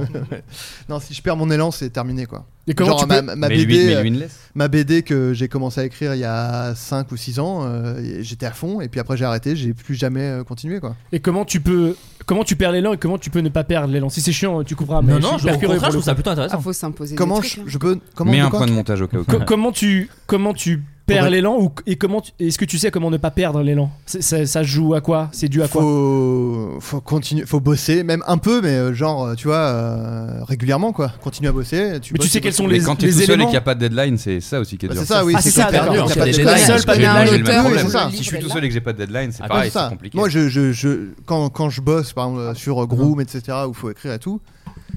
[SPEAKER 6] Non, si je perds mon élan, c'est terminé, quoi.
[SPEAKER 7] Et comment
[SPEAKER 6] Genre,
[SPEAKER 7] tu
[SPEAKER 6] ma,
[SPEAKER 7] peux-
[SPEAKER 6] ma- ma
[SPEAKER 8] mais,
[SPEAKER 6] BD,
[SPEAKER 8] lui, mais
[SPEAKER 6] euh,
[SPEAKER 8] lui, il laisse.
[SPEAKER 6] ma BD que j'ai commencé à écrire il y a 5 ou 6 ans, euh, j'étais à fond. Et puis après, j'ai arrêté. J'ai plus jamais euh, continué, quoi.
[SPEAKER 7] Et comment tu peux. Comment tu perds l'élan et comment tu peux ne pas perdre l'élan Si c'est chiant, tu couperas. mais
[SPEAKER 1] Non,
[SPEAKER 7] je suis
[SPEAKER 1] non, je-
[SPEAKER 7] hyper
[SPEAKER 1] au
[SPEAKER 7] curieux
[SPEAKER 1] contraire, je
[SPEAKER 7] pour
[SPEAKER 1] trouve
[SPEAKER 7] le
[SPEAKER 1] ça
[SPEAKER 7] coup.
[SPEAKER 1] plutôt
[SPEAKER 4] Ah,
[SPEAKER 1] intéressant.
[SPEAKER 4] faut s'imposer. des
[SPEAKER 6] Comment
[SPEAKER 4] trucs,
[SPEAKER 6] je,
[SPEAKER 4] hein.
[SPEAKER 6] je peux. Comment
[SPEAKER 8] Mets
[SPEAKER 6] de
[SPEAKER 8] un
[SPEAKER 6] quoi
[SPEAKER 8] point de montage au cas où.
[SPEAKER 7] Co- (laughs) comment tu comment tu perds
[SPEAKER 6] Faudrait-
[SPEAKER 7] l'élan ou et comment tu- est-ce que tu sais comment ne pas perdre l'élan C'est- ça, ça se joue à quoi C'est dû à quoi
[SPEAKER 6] faut, faut continuer, faut bosser, même un peu, mais euh, genre, euh, tu vois, euh, régulièrement quoi. Continue à bosser.
[SPEAKER 7] Mais tu
[SPEAKER 6] bosses,
[SPEAKER 7] sais
[SPEAKER 6] bosses,
[SPEAKER 7] quels sont
[SPEAKER 8] Mais
[SPEAKER 7] les,
[SPEAKER 8] quand t'es
[SPEAKER 7] les
[SPEAKER 8] tout seul et
[SPEAKER 7] éléments
[SPEAKER 8] qu'il n'y a pas de deadline, c'est ça aussi qui est
[SPEAKER 6] Bah,
[SPEAKER 8] dur.
[SPEAKER 6] c'est ça, oui.
[SPEAKER 7] Ah, c'est ça,
[SPEAKER 6] quand t'es
[SPEAKER 7] d'accord.
[SPEAKER 6] perdu,
[SPEAKER 7] Il y a
[SPEAKER 6] t'as
[SPEAKER 7] pas
[SPEAKER 6] pas
[SPEAKER 7] de
[SPEAKER 6] de
[SPEAKER 7] deadline.
[SPEAKER 6] deadline.
[SPEAKER 7] Seul,
[SPEAKER 8] J'ai
[SPEAKER 7] pas de
[SPEAKER 8] le-
[SPEAKER 7] deadline,
[SPEAKER 8] j'ai le
[SPEAKER 4] auteur,
[SPEAKER 8] même problème.
[SPEAKER 6] oui, c'est ça. Bah,
[SPEAKER 8] Si je suis tout seul et que j'ai pas de deadline, c'est
[SPEAKER 1] Ah,
[SPEAKER 8] pareil,
[SPEAKER 6] c'est ça.
[SPEAKER 8] c'est compliqué.
[SPEAKER 6] Moi, je, je, je- quand, quand je bosse, par exemple,
[SPEAKER 7] Ah.
[SPEAKER 6] sur euh, Groom, etc., où faut écrire et tout,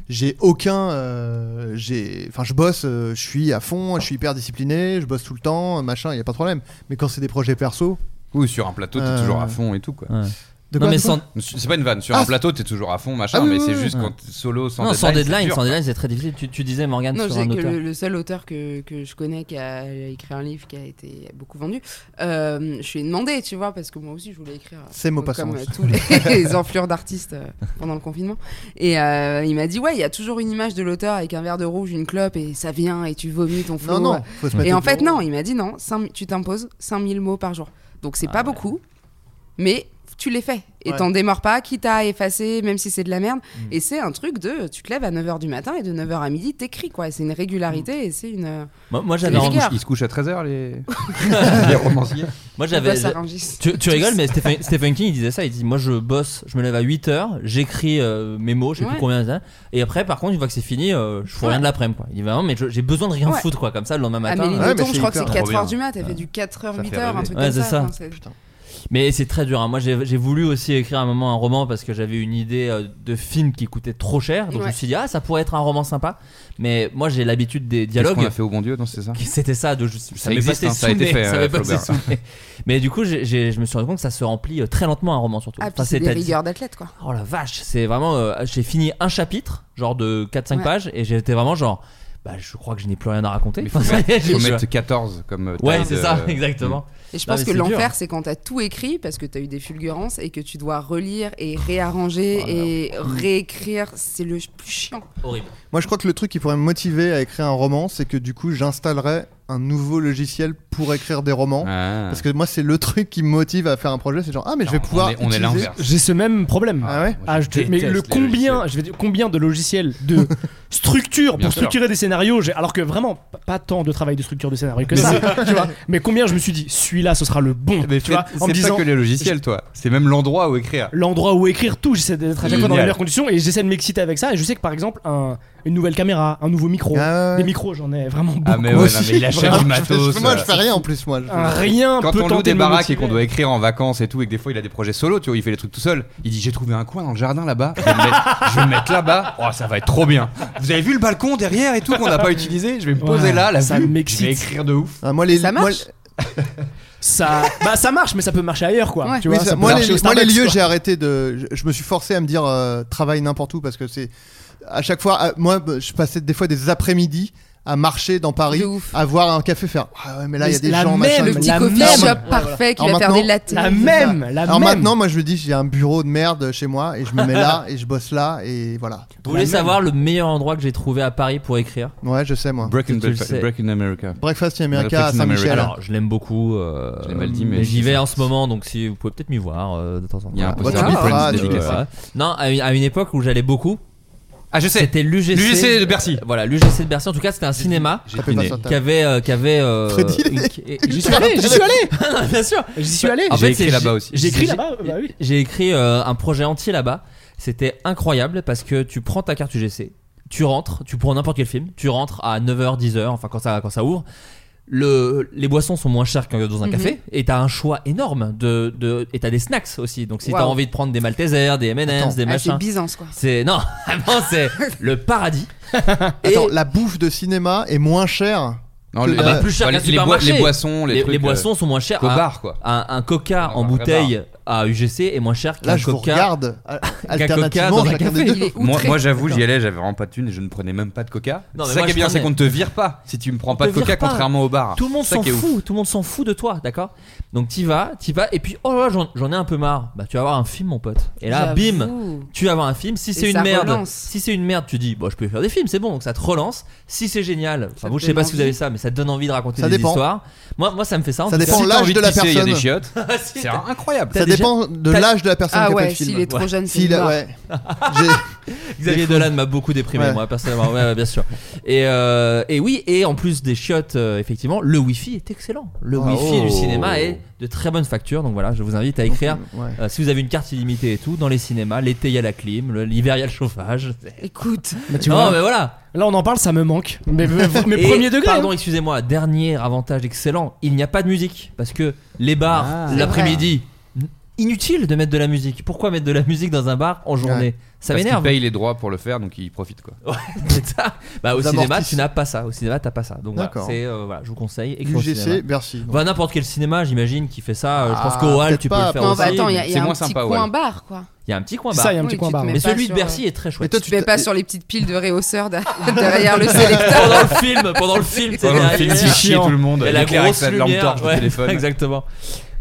[SPEAKER 6] j'ai aucun. euh, j'ai, enfin, je bosse, euh, je suis à fond, je suis hyper discipliné, je bosse tout le temps, machin, il y a pas de problème. Mais quand c'est des projets perso,
[SPEAKER 8] Ou sur un plateau, t'es
[SPEAKER 6] Euh,
[SPEAKER 8] toujours à fond et tout quoi.
[SPEAKER 6] de
[SPEAKER 1] non
[SPEAKER 6] quoi,
[SPEAKER 1] mais
[SPEAKER 6] de quoi
[SPEAKER 1] sans,
[SPEAKER 8] C'est pas une vanne. Sur
[SPEAKER 6] Ah,
[SPEAKER 8] un plateau, t'es toujours à fond, machin.
[SPEAKER 6] Ah oui,
[SPEAKER 8] mais
[SPEAKER 6] oui,
[SPEAKER 8] c'est
[SPEAKER 6] oui.
[SPEAKER 8] juste
[SPEAKER 1] Ouais.
[SPEAKER 8] quand t'es solo, sans
[SPEAKER 1] non,
[SPEAKER 8] deadline.
[SPEAKER 1] sans deadline,
[SPEAKER 8] c'est
[SPEAKER 1] sans
[SPEAKER 8] dur.
[SPEAKER 1] deadline, c'est très difficile. Tu, tu disais Morgane
[SPEAKER 4] Non, je
[SPEAKER 1] sur un
[SPEAKER 4] disais que
[SPEAKER 1] auteur.
[SPEAKER 4] le, le seul auteur que, que je connais qui a euh, écrit un livre qui a été beaucoup vendu, euh, je lui ai demandé, tu vois, parce que moi aussi je voulais écrire.
[SPEAKER 6] C'est
[SPEAKER 4] euh,
[SPEAKER 6] Maupassant
[SPEAKER 4] Comme euh,
[SPEAKER 6] (laughs) aussi.
[SPEAKER 4] tous les, les enflures d'artistes euh, pendant le confinement. Et euh, il m'a dit, ouais, il y a toujours une image de l'auteur avec un verre de rouge, une clope, et ça vient, et tu vomis ton flow.
[SPEAKER 6] Non, non, faut se mettre
[SPEAKER 4] Et
[SPEAKER 6] au
[SPEAKER 4] en fait,
[SPEAKER 6] bureau.
[SPEAKER 4] non, il m'a dit, non, cinq- tu t'imposes 5000 mots par jour. Donc c'est pas beaucoup, mais tu les fais. Et
[SPEAKER 6] Ouais.
[SPEAKER 4] t'en démords pas, quitte à effacer, même si c'est de la merde. Et c'est un truc de, tu te lèves à 9h du matin et de 9h à midi, t'écris, quoi. C'est une régularité et c'est une... euh,
[SPEAKER 1] Moi, moi,
[SPEAKER 8] Ils
[SPEAKER 1] j'avais,
[SPEAKER 8] se
[SPEAKER 4] Rigueur.
[SPEAKER 8] couchent- Ils se couchent à 13h, les
[SPEAKER 6] (laughs)
[SPEAKER 8] les romanciers.
[SPEAKER 1] moi
[SPEAKER 4] on
[SPEAKER 1] j'avais.
[SPEAKER 4] doit s'arranger.
[SPEAKER 1] Tu, tu rigoles, mais Stephen, Stephen King il disait ça. Il dit Moi je bosse, je me lève à 8 h j'écris euh, mes mots, je sais
[SPEAKER 4] Ouais.
[SPEAKER 1] plus combien. ça. Et après, par contre, une fois que c'est fini, euh, je fous rien de l'après-midi. Quoi. Il dit Vraiment, mais je- j'ai besoin de rien
[SPEAKER 4] Ouais. Ah,
[SPEAKER 1] foutre, quoi. Comme ça, le lendemain matin.
[SPEAKER 4] Amélie
[SPEAKER 1] euh,
[SPEAKER 6] Ouais,
[SPEAKER 4] Nothomb,
[SPEAKER 6] mais
[SPEAKER 4] je crois que
[SPEAKER 6] c'est
[SPEAKER 4] c'est
[SPEAKER 8] hyper.
[SPEAKER 4] 4h
[SPEAKER 8] Trop
[SPEAKER 4] du
[SPEAKER 8] bien.
[SPEAKER 4] mat, elle fait du 4h,
[SPEAKER 8] Ça fait
[SPEAKER 4] 8h, un
[SPEAKER 8] rêver.
[SPEAKER 4] truc
[SPEAKER 1] Ouais,
[SPEAKER 4] comme
[SPEAKER 1] c'est
[SPEAKER 4] ça.
[SPEAKER 1] ça.
[SPEAKER 4] Enfin, c'est-
[SPEAKER 6] Putain.
[SPEAKER 1] Mais c'est très dur. hein. Moi, j'ai j'ai voulu aussi écrire à un moment un roman parce que j'avais une idée euh, de film qui coûtait trop cher. Donc je
[SPEAKER 8] Ouais.
[SPEAKER 1] me suis dit, ah, ça pourrait être un roman sympa. Mais moi, j'ai l'habitude des dialogues.
[SPEAKER 8] qu'on a fait au bon Dieu, non, c'est ça
[SPEAKER 1] (laughs) C'était ça. de- je-
[SPEAKER 8] Ça
[SPEAKER 1] m'est
[SPEAKER 8] existe,
[SPEAKER 1] passé
[SPEAKER 8] hein, ça a
[SPEAKER 1] sous le
[SPEAKER 8] été
[SPEAKER 1] nez,
[SPEAKER 8] fait,
[SPEAKER 1] ça
[SPEAKER 8] euh,
[SPEAKER 1] m'est passé
[SPEAKER 8] Flaubert.
[SPEAKER 1] sous le nez. Mais du coup, j'ai- j'ai- je me suis rendu compte que ça se remplit euh, très lentement un roman surtout.
[SPEAKER 4] Ah, puis
[SPEAKER 1] Enfin,
[SPEAKER 4] c'est des
[SPEAKER 1] c'est-à-dire-
[SPEAKER 4] rigueurs d'athlète, quoi.
[SPEAKER 1] Oh la vache, c'est vraiment. euh, j'ai fini un chapitre, genre de 4-5
[SPEAKER 4] Ouais.
[SPEAKER 1] pages, et j'étais vraiment genre. Bah, je crois que je n'ai plus rien à raconter. (laughs)
[SPEAKER 8] faut
[SPEAKER 1] Enfin, ça y est,
[SPEAKER 8] mettre- faut
[SPEAKER 1] je-
[SPEAKER 8] mettre 14 comme, euh,
[SPEAKER 1] Ouais,
[SPEAKER 8] taille
[SPEAKER 1] c'est
[SPEAKER 8] de-
[SPEAKER 1] ça, (laughs) exactement.
[SPEAKER 4] Et je
[SPEAKER 1] Non,
[SPEAKER 4] pense
[SPEAKER 1] mais
[SPEAKER 4] que
[SPEAKER 1] c'est dur.
[SPEAKER 4] l'enfer, c'est quand t'as tout écrit parce que t'as eu des fulgurances et que tu dois relire et réarranger et réécrire. C'est le plus chiant.
[SPEAKER 1] Horrible.
[SPEAKER 6] Moi, je crois que le truc qui pourrait me motiver à écrire un roman, c'est que du coup, j'installerais un nouveau logiciel pour écrire des romans.
[SPEAKER 8] Ah.
[SPEAKER 6] Parce que moi, c'est le truc qui me motive à faire un projet. C'est genre, ah, mais je vais pouvoir. utiliser-
[SPEAKER 7] (laughs) J'ai ce même problème.
[SPEAKER 6] Ah ouais
[SPEAKER 7] Ah, je te- mais
[SPEAKER 6] déteste
[SPEAKER 7] le
[SPEAKER 6] les
[SPEAKER 7] combien, je vais dire, combien de logiciels,
[SPEAKER 8] (laughs)
[SPEAKER 7] de structures
[SPEAKER 6] Bien
[SPEAKER 7] pour
[SPEAKER 6] sûr.
[SPEAKER 7] structurer des scénarios, j'ai- alors que vraiment p- pas tant de travail de structure de scénario que
[SPEAKER 8] Mais
[SPEAKER 7] ça.
[SPEAKER 8] c'est-
[SPEAKER 7] (laughs) tu vois. Mais combien je me suis dit, celui-là, ce sera le bon. tu vois, en me
[SPEAKER 8] C'est
[SPEAKER 7] disant
[SPEAKER 8] pas que les logiciels, toi. C'est même l'endroit où écrire.
[SPEAKER 7] l'endroit où écrire tout, j'essaie d'être à chaque fois dans les
[SPEAKER 8] Génial.
[SPEAKER 7] meilleures conditions et j'essaie de m'exciter avec ça. Et je sais que par exemple, un- une nouvelle caméra, un nouveau
[SPEAKER 6] Ah
[SPEAKER 7] micro, Ah. des micros, j'en ai vraiment beaucoup.
[SPEAKER 8] Ah, mais ouais,
[SPEAKER 7] Moi
[SPEAKER 8] non,
[SPEAKER 7] aussi.
[SPEAKER 8] mais il achète
[SPEAKER 7] Vraiment.
[SPEAKER 8] du matos.
[SPEAKER 6] moi, je
[SPEAKER 8] euh,
[SPEAKER 6] fais rien en plus, moi. Je-
[SPEAKER 7] Un rien
[SPEAKER 8] Quand
[SPEAKER 7] peut
[SPEAKER 8] on loue
[SPEAKER 7] tenter
[SPEAKER 8] des
[SPEAKER 7] de me
[SPEAKER 8] baraques
[SPEAKER 7] motiver.
[SPEAKER 8] et qu'on doit écrire en vacances et tout, et que des fois il a des projets solo, tu vois, il fait les trucs tout seul. Il dit J'ai trouvé un coin dans le jardin là-bas, je vais me mettre, je vais me
[SPEAKER 1] (laughs)
[SPEAKER 8] mettre là-bas, oh ça va être trop bien. Vous avez vu le balcon derrière et tout qu'on n'a pas utilisé Je vais me poser là, la
[SPEAKER 7] ça
[SPEAKER 8] vue,
[SPEAKER 7] m'excite.
[SPEAKER 8] je vais écrire de ouf.
[SPEAKER 6] Ah, moi, les,
[SPEAKER 7] ça marche. ça, bah, ça marche, mais ça peut marcher ailleurs, quoi. Tu vois,
[SPEAKER 6] Oui, ça-
[SPEAKER 7] ça peut
[SPEAKER 6] moi,
[SPEAKER 7] marcher au
[SPEAKER 6] les, moi, les
[SPEAKER 7] Starbucks,
[SPEAKER 6] lieux,
[SPEAKER 7] quoi.
[SPEAKER 6] j'ai arrêté de. Je, je me suis forcé à me dire euh, travaille n'importe où parce que c'est à chaque fois. à- moi, bah, je passais des fois des après-midi à marcher dans Paris, à voir un café faire. Ah ouais, mais là, il y a des
[SPEAKER 7] La
[SPEAKER 6] gens.
[SPEAKER 7] même,
[SPEAKER 4] Eh,
[SPEAKER 6] machin,
[SPEAKER 7] le
[SPEAKER 6] mais-
[SPEAKER 7] petit
[SPEAKER 6] Alors,
[SPEAKER 7] coffee
[SPEAKER 6] moi-
[SPEAKER 7] shop
[SPEAKER 6] voilà.
[SPEAKER 4] parfait qui
[SPEAKER 6] Alors
[SPEAKER 4] va faire
[SPEAKER 6] maintenant-
[SPEAKER 4] des lattes. Ah,
[SPEAKER 7] La même, la
[SPEAKER 6] Alors
[SPEAKER 7] même.
[SPEAKER 6] maintenant, moi, je me dis, j'ai un bureau de merde chez moi et je me mets là et je bosse là et voilà.
[SPEAKER 1] Vous voulez savoir le meilleur endroit que j'ai trouvé à Paris pour écrire
[SPEAKER 6] Ouais, je sais, moi.
[SPEAKER 8] Breaking,
[SPEAKER 1] Tu le
[SPEAKER 8] Breakfast-
[SPEAKER 1] sais.
[SPEAKER 8] Breaking America.
[SPEAKER 6] Breakfast in America à
[SPEAKER 8] Breakfast in
[SPEAKER 6] Saint-Michel.
[SPEAKER 8] America.
[SPEAKER 1] Alors, je l'aime beaucoup. euh,
[SPEAKER 8] Je l'ai mal dit, mais
[SPEAKER 1] j'y
[SPEAKER 8] c'est
[SPEAKER 1] vais
[SPEAKER 8] ça.
[SPEAKER 1] en ce moment, donc si vous pouvez peut-être m'y voir euh, de temps en temps.
[SPEAKER 8] Il y a un
[SPEAKER 1] Voilà.
[SPEAKER 8] poster Ah, de Friends ah, dédicacé.
[SPEAKER 1] Voilà. Non, à une, à une époque où j'allais beaucoup.
[SPEAKER 8] Ah, je sais.
[SPEAKER 1] C'était l'UGC.
[SPEAKER 8] L'UGC de Bercy.
[SPEAKER 1] Voilà, l'UGC de Bercy. En tout cas, c'était un cinéma
[SPEAKER 8] j'ai tapé pas sur table.
[SPEAKER 1] qui avait. euh, qui avait euh,
[SPEAKER 8] Freddy,
[SPEAKER 1] une-
[SPEAKER 8] (laughs) il
[SPEAKER 7] (laughs) J'y suis allé, j'y suis allé.
[SPEAKER 1] Non, (laughs) Bien sûr.
[SPEAKER 7] J'y suis allé.
[SPEAKER 1] En fait,
[SPEAKER 8] écrit
[SPEAKER 1] c'est-
[SPEAKER 8] là-bas aussi.
[SPEAKER 7] J'ai écrit
[SPEAKER 1] j'ai-
[SPEAKER 7] là-bas, bah oui.
[SPEAKER 1] J'ai écrit euh, un projet entier là-bas. C'était incroyable parce que tu prends ta carte UGC, tu rentres, tu prends n'importe quel film, tu rentres à 9h, 10h, enfin quand ça, quand ça ouvre. Le, les boissons sont moins chères que dans un
[SPEAKER 8] Mhm.
[SPEAKER 1] café et t'as un choix énorme de, de et t'as des snacks aussi donc si t'as
[SPEAKER 4] Waouh.
[SPEAKER 1] envie de prendre des Maltesers des M&M's des
[SPEAKER 4] Ah, c'est
[SPEAKER 1] machins
[SPEAKER 4] Byzance, quoi.
[SPEAKER 1] c'est non (laughs) vraiment c'est le paradis
[SPEAKER 6] Attends, la bouffe de cinéma est moins chère.
[SPEAKER 8] Non,
[SPEAKER 6] que
[SPEAKER 8] les-
[SPEAKER 6] la-
[SPEAKER 1] Ah bah, plus cher
[SPEAKER 8] Bah,
[SPEAKER 1] qu'un
[SPEAKER 8] les- les
[SPEAKER 1] supermarché.
[SPEAKER 8] boi- les boissons, les trucs, euh,
[SPEAKER 1] boissons sont moins chères.
[SPEAKER 8] qu'au
[SPEAKER 1] Un-
[SPEAKER 8] bar, quoi.
[SPEAKER 1] Un, un coca en
[SPEAKER 8] un vrai
[SPEAKER 1] bouteille à UGC est moins cher qu'un
[SPEAKER 6] Là, je vous
[SPEAKER 1] coca.
[SPEAKER 6] regarde,
[SPEAKER 1] qu'un
[SPEAKER 6] a-
[SPEAKER 1] coca
[SPEAKER 6] alternativement,
[SPEAKER 1] dans un
[SPEAKER 6] chacun des
[SPEAKER 1] café.
[SPEAKER 6] deux.
[SPEAKER 8] Moi, moi, j'avoue, j'y allais, j'avais vraiment pas de thunes et je ne prenais même pas de coca.
[SPEAKER 1] Non, mais
[SPEAKER 8] C'est
[SPEAKER 1] moi,
[SPEAKER 8] ça qui est
[SPEAKER 1] je
[SPEAKER 8] bien, c'est
[SPEAKER 1] prenais.
[SPEAKER 8] qu'on ne te vire pas si tu ne prends pas
[SPEAKER 1] te
[SPEAKER 8] de coca,
[SPEAKER 1] vire pas.
[SPEAKER 8] contrairement au bar.
[SPEAKER 1] Tout le monde
[SPEAKER 8] C'est Ah, ça
[SPEAKER 1] s'en
[SPEAKER 8] qui est ouf.
[SPEAKER 1] fout, tout le monde s'en fout de toi, d'accord Donc t'y vas, t'y vas, et puis oh là là, j'en- j'en ai un peu marre. Bah tu vas avoir un film, mon pote. Et là, bim,
[SPEAKER 4] J'avoue.
[SPEAKER 1] tu vas avoir un film.
[SPEAKER 4] Et
[SPEAKER 1] Si c'est une
[SPEAKER 4] ça
[SPEAKER 1] merde,
[SPEAKER 4] relance.
[SPEAKER 1] si c'est une merde, tu dis, bon, je peux faire des films, c'est bon, donc ça te relance. Si c'est génial, enfin,
[SPEAKER 4] te
[SPEAKER 1] vous, je sais pas
[SPEAKER 4] donne
[SPEAKER 1] si vous
[SPEAKER 4] envie.
[SPEAKER 1] avez ça, mais ça te donne envie de raraconter
[SPEAKER 6] Ça
[SPEAKER 1] des
[SPEAKER 6] dépend.
[SPEAKER 1] histoires. Moi, moi, ça me fait ça. en
[SPEAKER 6] Ça
[SPEAKER 1] tout cas.
[SPEAKER 6] dépend
[SPEAKER 1] Si t'as
[SPEAKER 6] l'âge
[SPEAKER 1] envie
[SPEAKER 6] de la
[SPEAKER 1] pisser, il y a des
[SPEAKER 6] personne.
[SPEAKER 1] chiottes. (laughs) Si
[SPEAKER 8] C'est
[SPEAKER 1] t'as-
[SPEAKER 8] incroyable.
[SPEAKER 1] t'as
[SPEAKER 6] Ça
[SPEAKER 1] des
[SPEAKER 6] dépend
[SPEAKER 1] gens-
[SPEAKER 6] de
[SPEAKER 1] t'as-
[SPEAKER 6] l'âge de la personne
[SPEAKER 4] Ah
[SPEAKER 6] qui a
[SPEAKER 4] ouais,
[SPEAKER 6] fait le film.
[SPEAKER 4] s'il est trop jeune, c'est
[SPEAKER 6] S'il a-
[SPEAKER 4] mort.
[SPEAKER 6] ouais. J'ai-
[SPEAKER 1] Xavier Dolan m'a beaucoup déprimé,
[SPEAKER 6] Ouais.
[SPEAKER 1] moi, personnellement. Ouais, ouais, bien sûr. Et, euh, et oui, et en plus des chiottes, euh, effectivement, le Wi-Fi est excellent. Le
[SPEAKER 6] Ah,
[SPEAKER 1] Wi-Fi
[SPEAKER 6] oh.
[SPEAKER 1] du cinéma est de très bonne facture. Donc voilà, je vous invite à écrire.
[SPEAKER 6] Ouais.
[SPEAKER 1] euh, si vous avez une carte illimitée et tout, dans les cinémas, l'été, il y a la clim, le- l'hiver, il y a le chauffage.
[SPEAKER 4] Écoute.
[SPEAKER 7] Bah, tu
[SPEAKER 1] non,
[SPEAKER 7] vois.
[SPEAKER 1] (laughs) mais voilà.
[SPEAKER 7] Là, on en parle, ça me manque. Mais, mais, mais
[SPEAKER 1] Et,
[SPEAKER 7] premier degré.
[SPEAKER 1] Pardon,
[SPEAKER 7] hein.
[SPEAKER 1] excusez-moi. Dernier avantage excellent, il n'y a pas de musique. Parce que les bars,
[SPEAKER 7] Ah.
[SPEAKER 1] l'après-midi, inutile de mettre de la musique. Pourquoi mettre de la musique dans un bar en journée Ça
[SPEAKER 8] Parce qu'il
[SPEAKER 1] m'énerve.
[SPEAKER 8] paye les droits pour le faire, donc il profite quoi.
[SPEAKER 1] (laughs) C'est ça. Bah, au
[SPEAKER 6] Vous
[SPEAKER 1] cinéma,
[SPEAKER 6] amortissez.
[SPEAKER 1] tu n'as pas ça. Au cinéma, t'as pas ça. Donc voilà,
[SPEAKER 6] D'accord.
[SPEAKER 1] c'est, euh, voilà, je vous conseille. écrire au
[SPEAKER 6] UGC,
[SPEAKER 1] cinéma.
[SPEAKER 6] Bercy, donc.
[SPEAKER 1] Bah, n'importe quel cinéma, j'imagine, qui fait ça. Euh, Je pense
[SPEAKER 6] Ah,
[SPEAKER 1] qu'au Hall,
[SPEAKER 6] peut-être
[SPEAKER 1] tu peux
[SPEAKER 6] pas.
[SPEAKER 1] le faire
[SPEAKER 4] Non,
[SPEAKER 1] aussi.
[SPEAKER 4] bah, attends, il y a,
[SPEAKER 1] mais
[SPEAKER 4] il y
[SPEAKER 1] c'est
[SPEAKER 4] a un
[SPEAKER 1] moins
[SPEAKER 4] petit
[SPEAKER 1] sympa, au
[SPEAKER 4] coin
[SPEAKER 1] Hall.
[SPEAKER 4] bar, quoi.
[SPEAKER 1] Il y a un petit coin
[SPEAKER 7] C'est
[SPEAKER 1] bar.
[SPEAKER 7] ça, il y a un petit
[SPEAKER 4] Oui,
[SPEAKER 7] coin
[SPEAKER 4] tu te
[SPEAKER 7] bar.
[SPEAKER 4] mets
[SPEAKER 1] Mais
[SPEAKER 4] pas
[SPEAKER 1] celui de
[SPEAKER 4] sur,
[SPEAKER 1] Bercy
[SPEAKER 4] euh,
[SPEAKER 1] est très chouette.
[SPEAKER 4] Tu te mets pas sur les petites piles de réhausseur de- derrière le
[SPEAKER 1] (laughs) Pendant
[SPEAKER 4] sélecteur.
[SPEAKER 1] le film, pendant le film,
[SPEAKER 8] Pendant le
[SPEAKER 1] derrière,
[SPEAKER 8] film,
[SPEAKER 1] derrière.
[SPEAKER 8] il chie tout le monde,
[SPEAKER 1] Et
[SPEAKER 8] il
[SPEAKER 1] la
[SPEAKER 8] éclaire avec
[SPEAKER 1] grosse
[SPEAKER 8] sa lampe
[SPEAKER 1] lumière,
[SPEAKER 8] torche au
[SPEAKER 1] ouais, (laughs)
[SPEAKER 8] téléphone.
[SPEAKER 1] Exactement.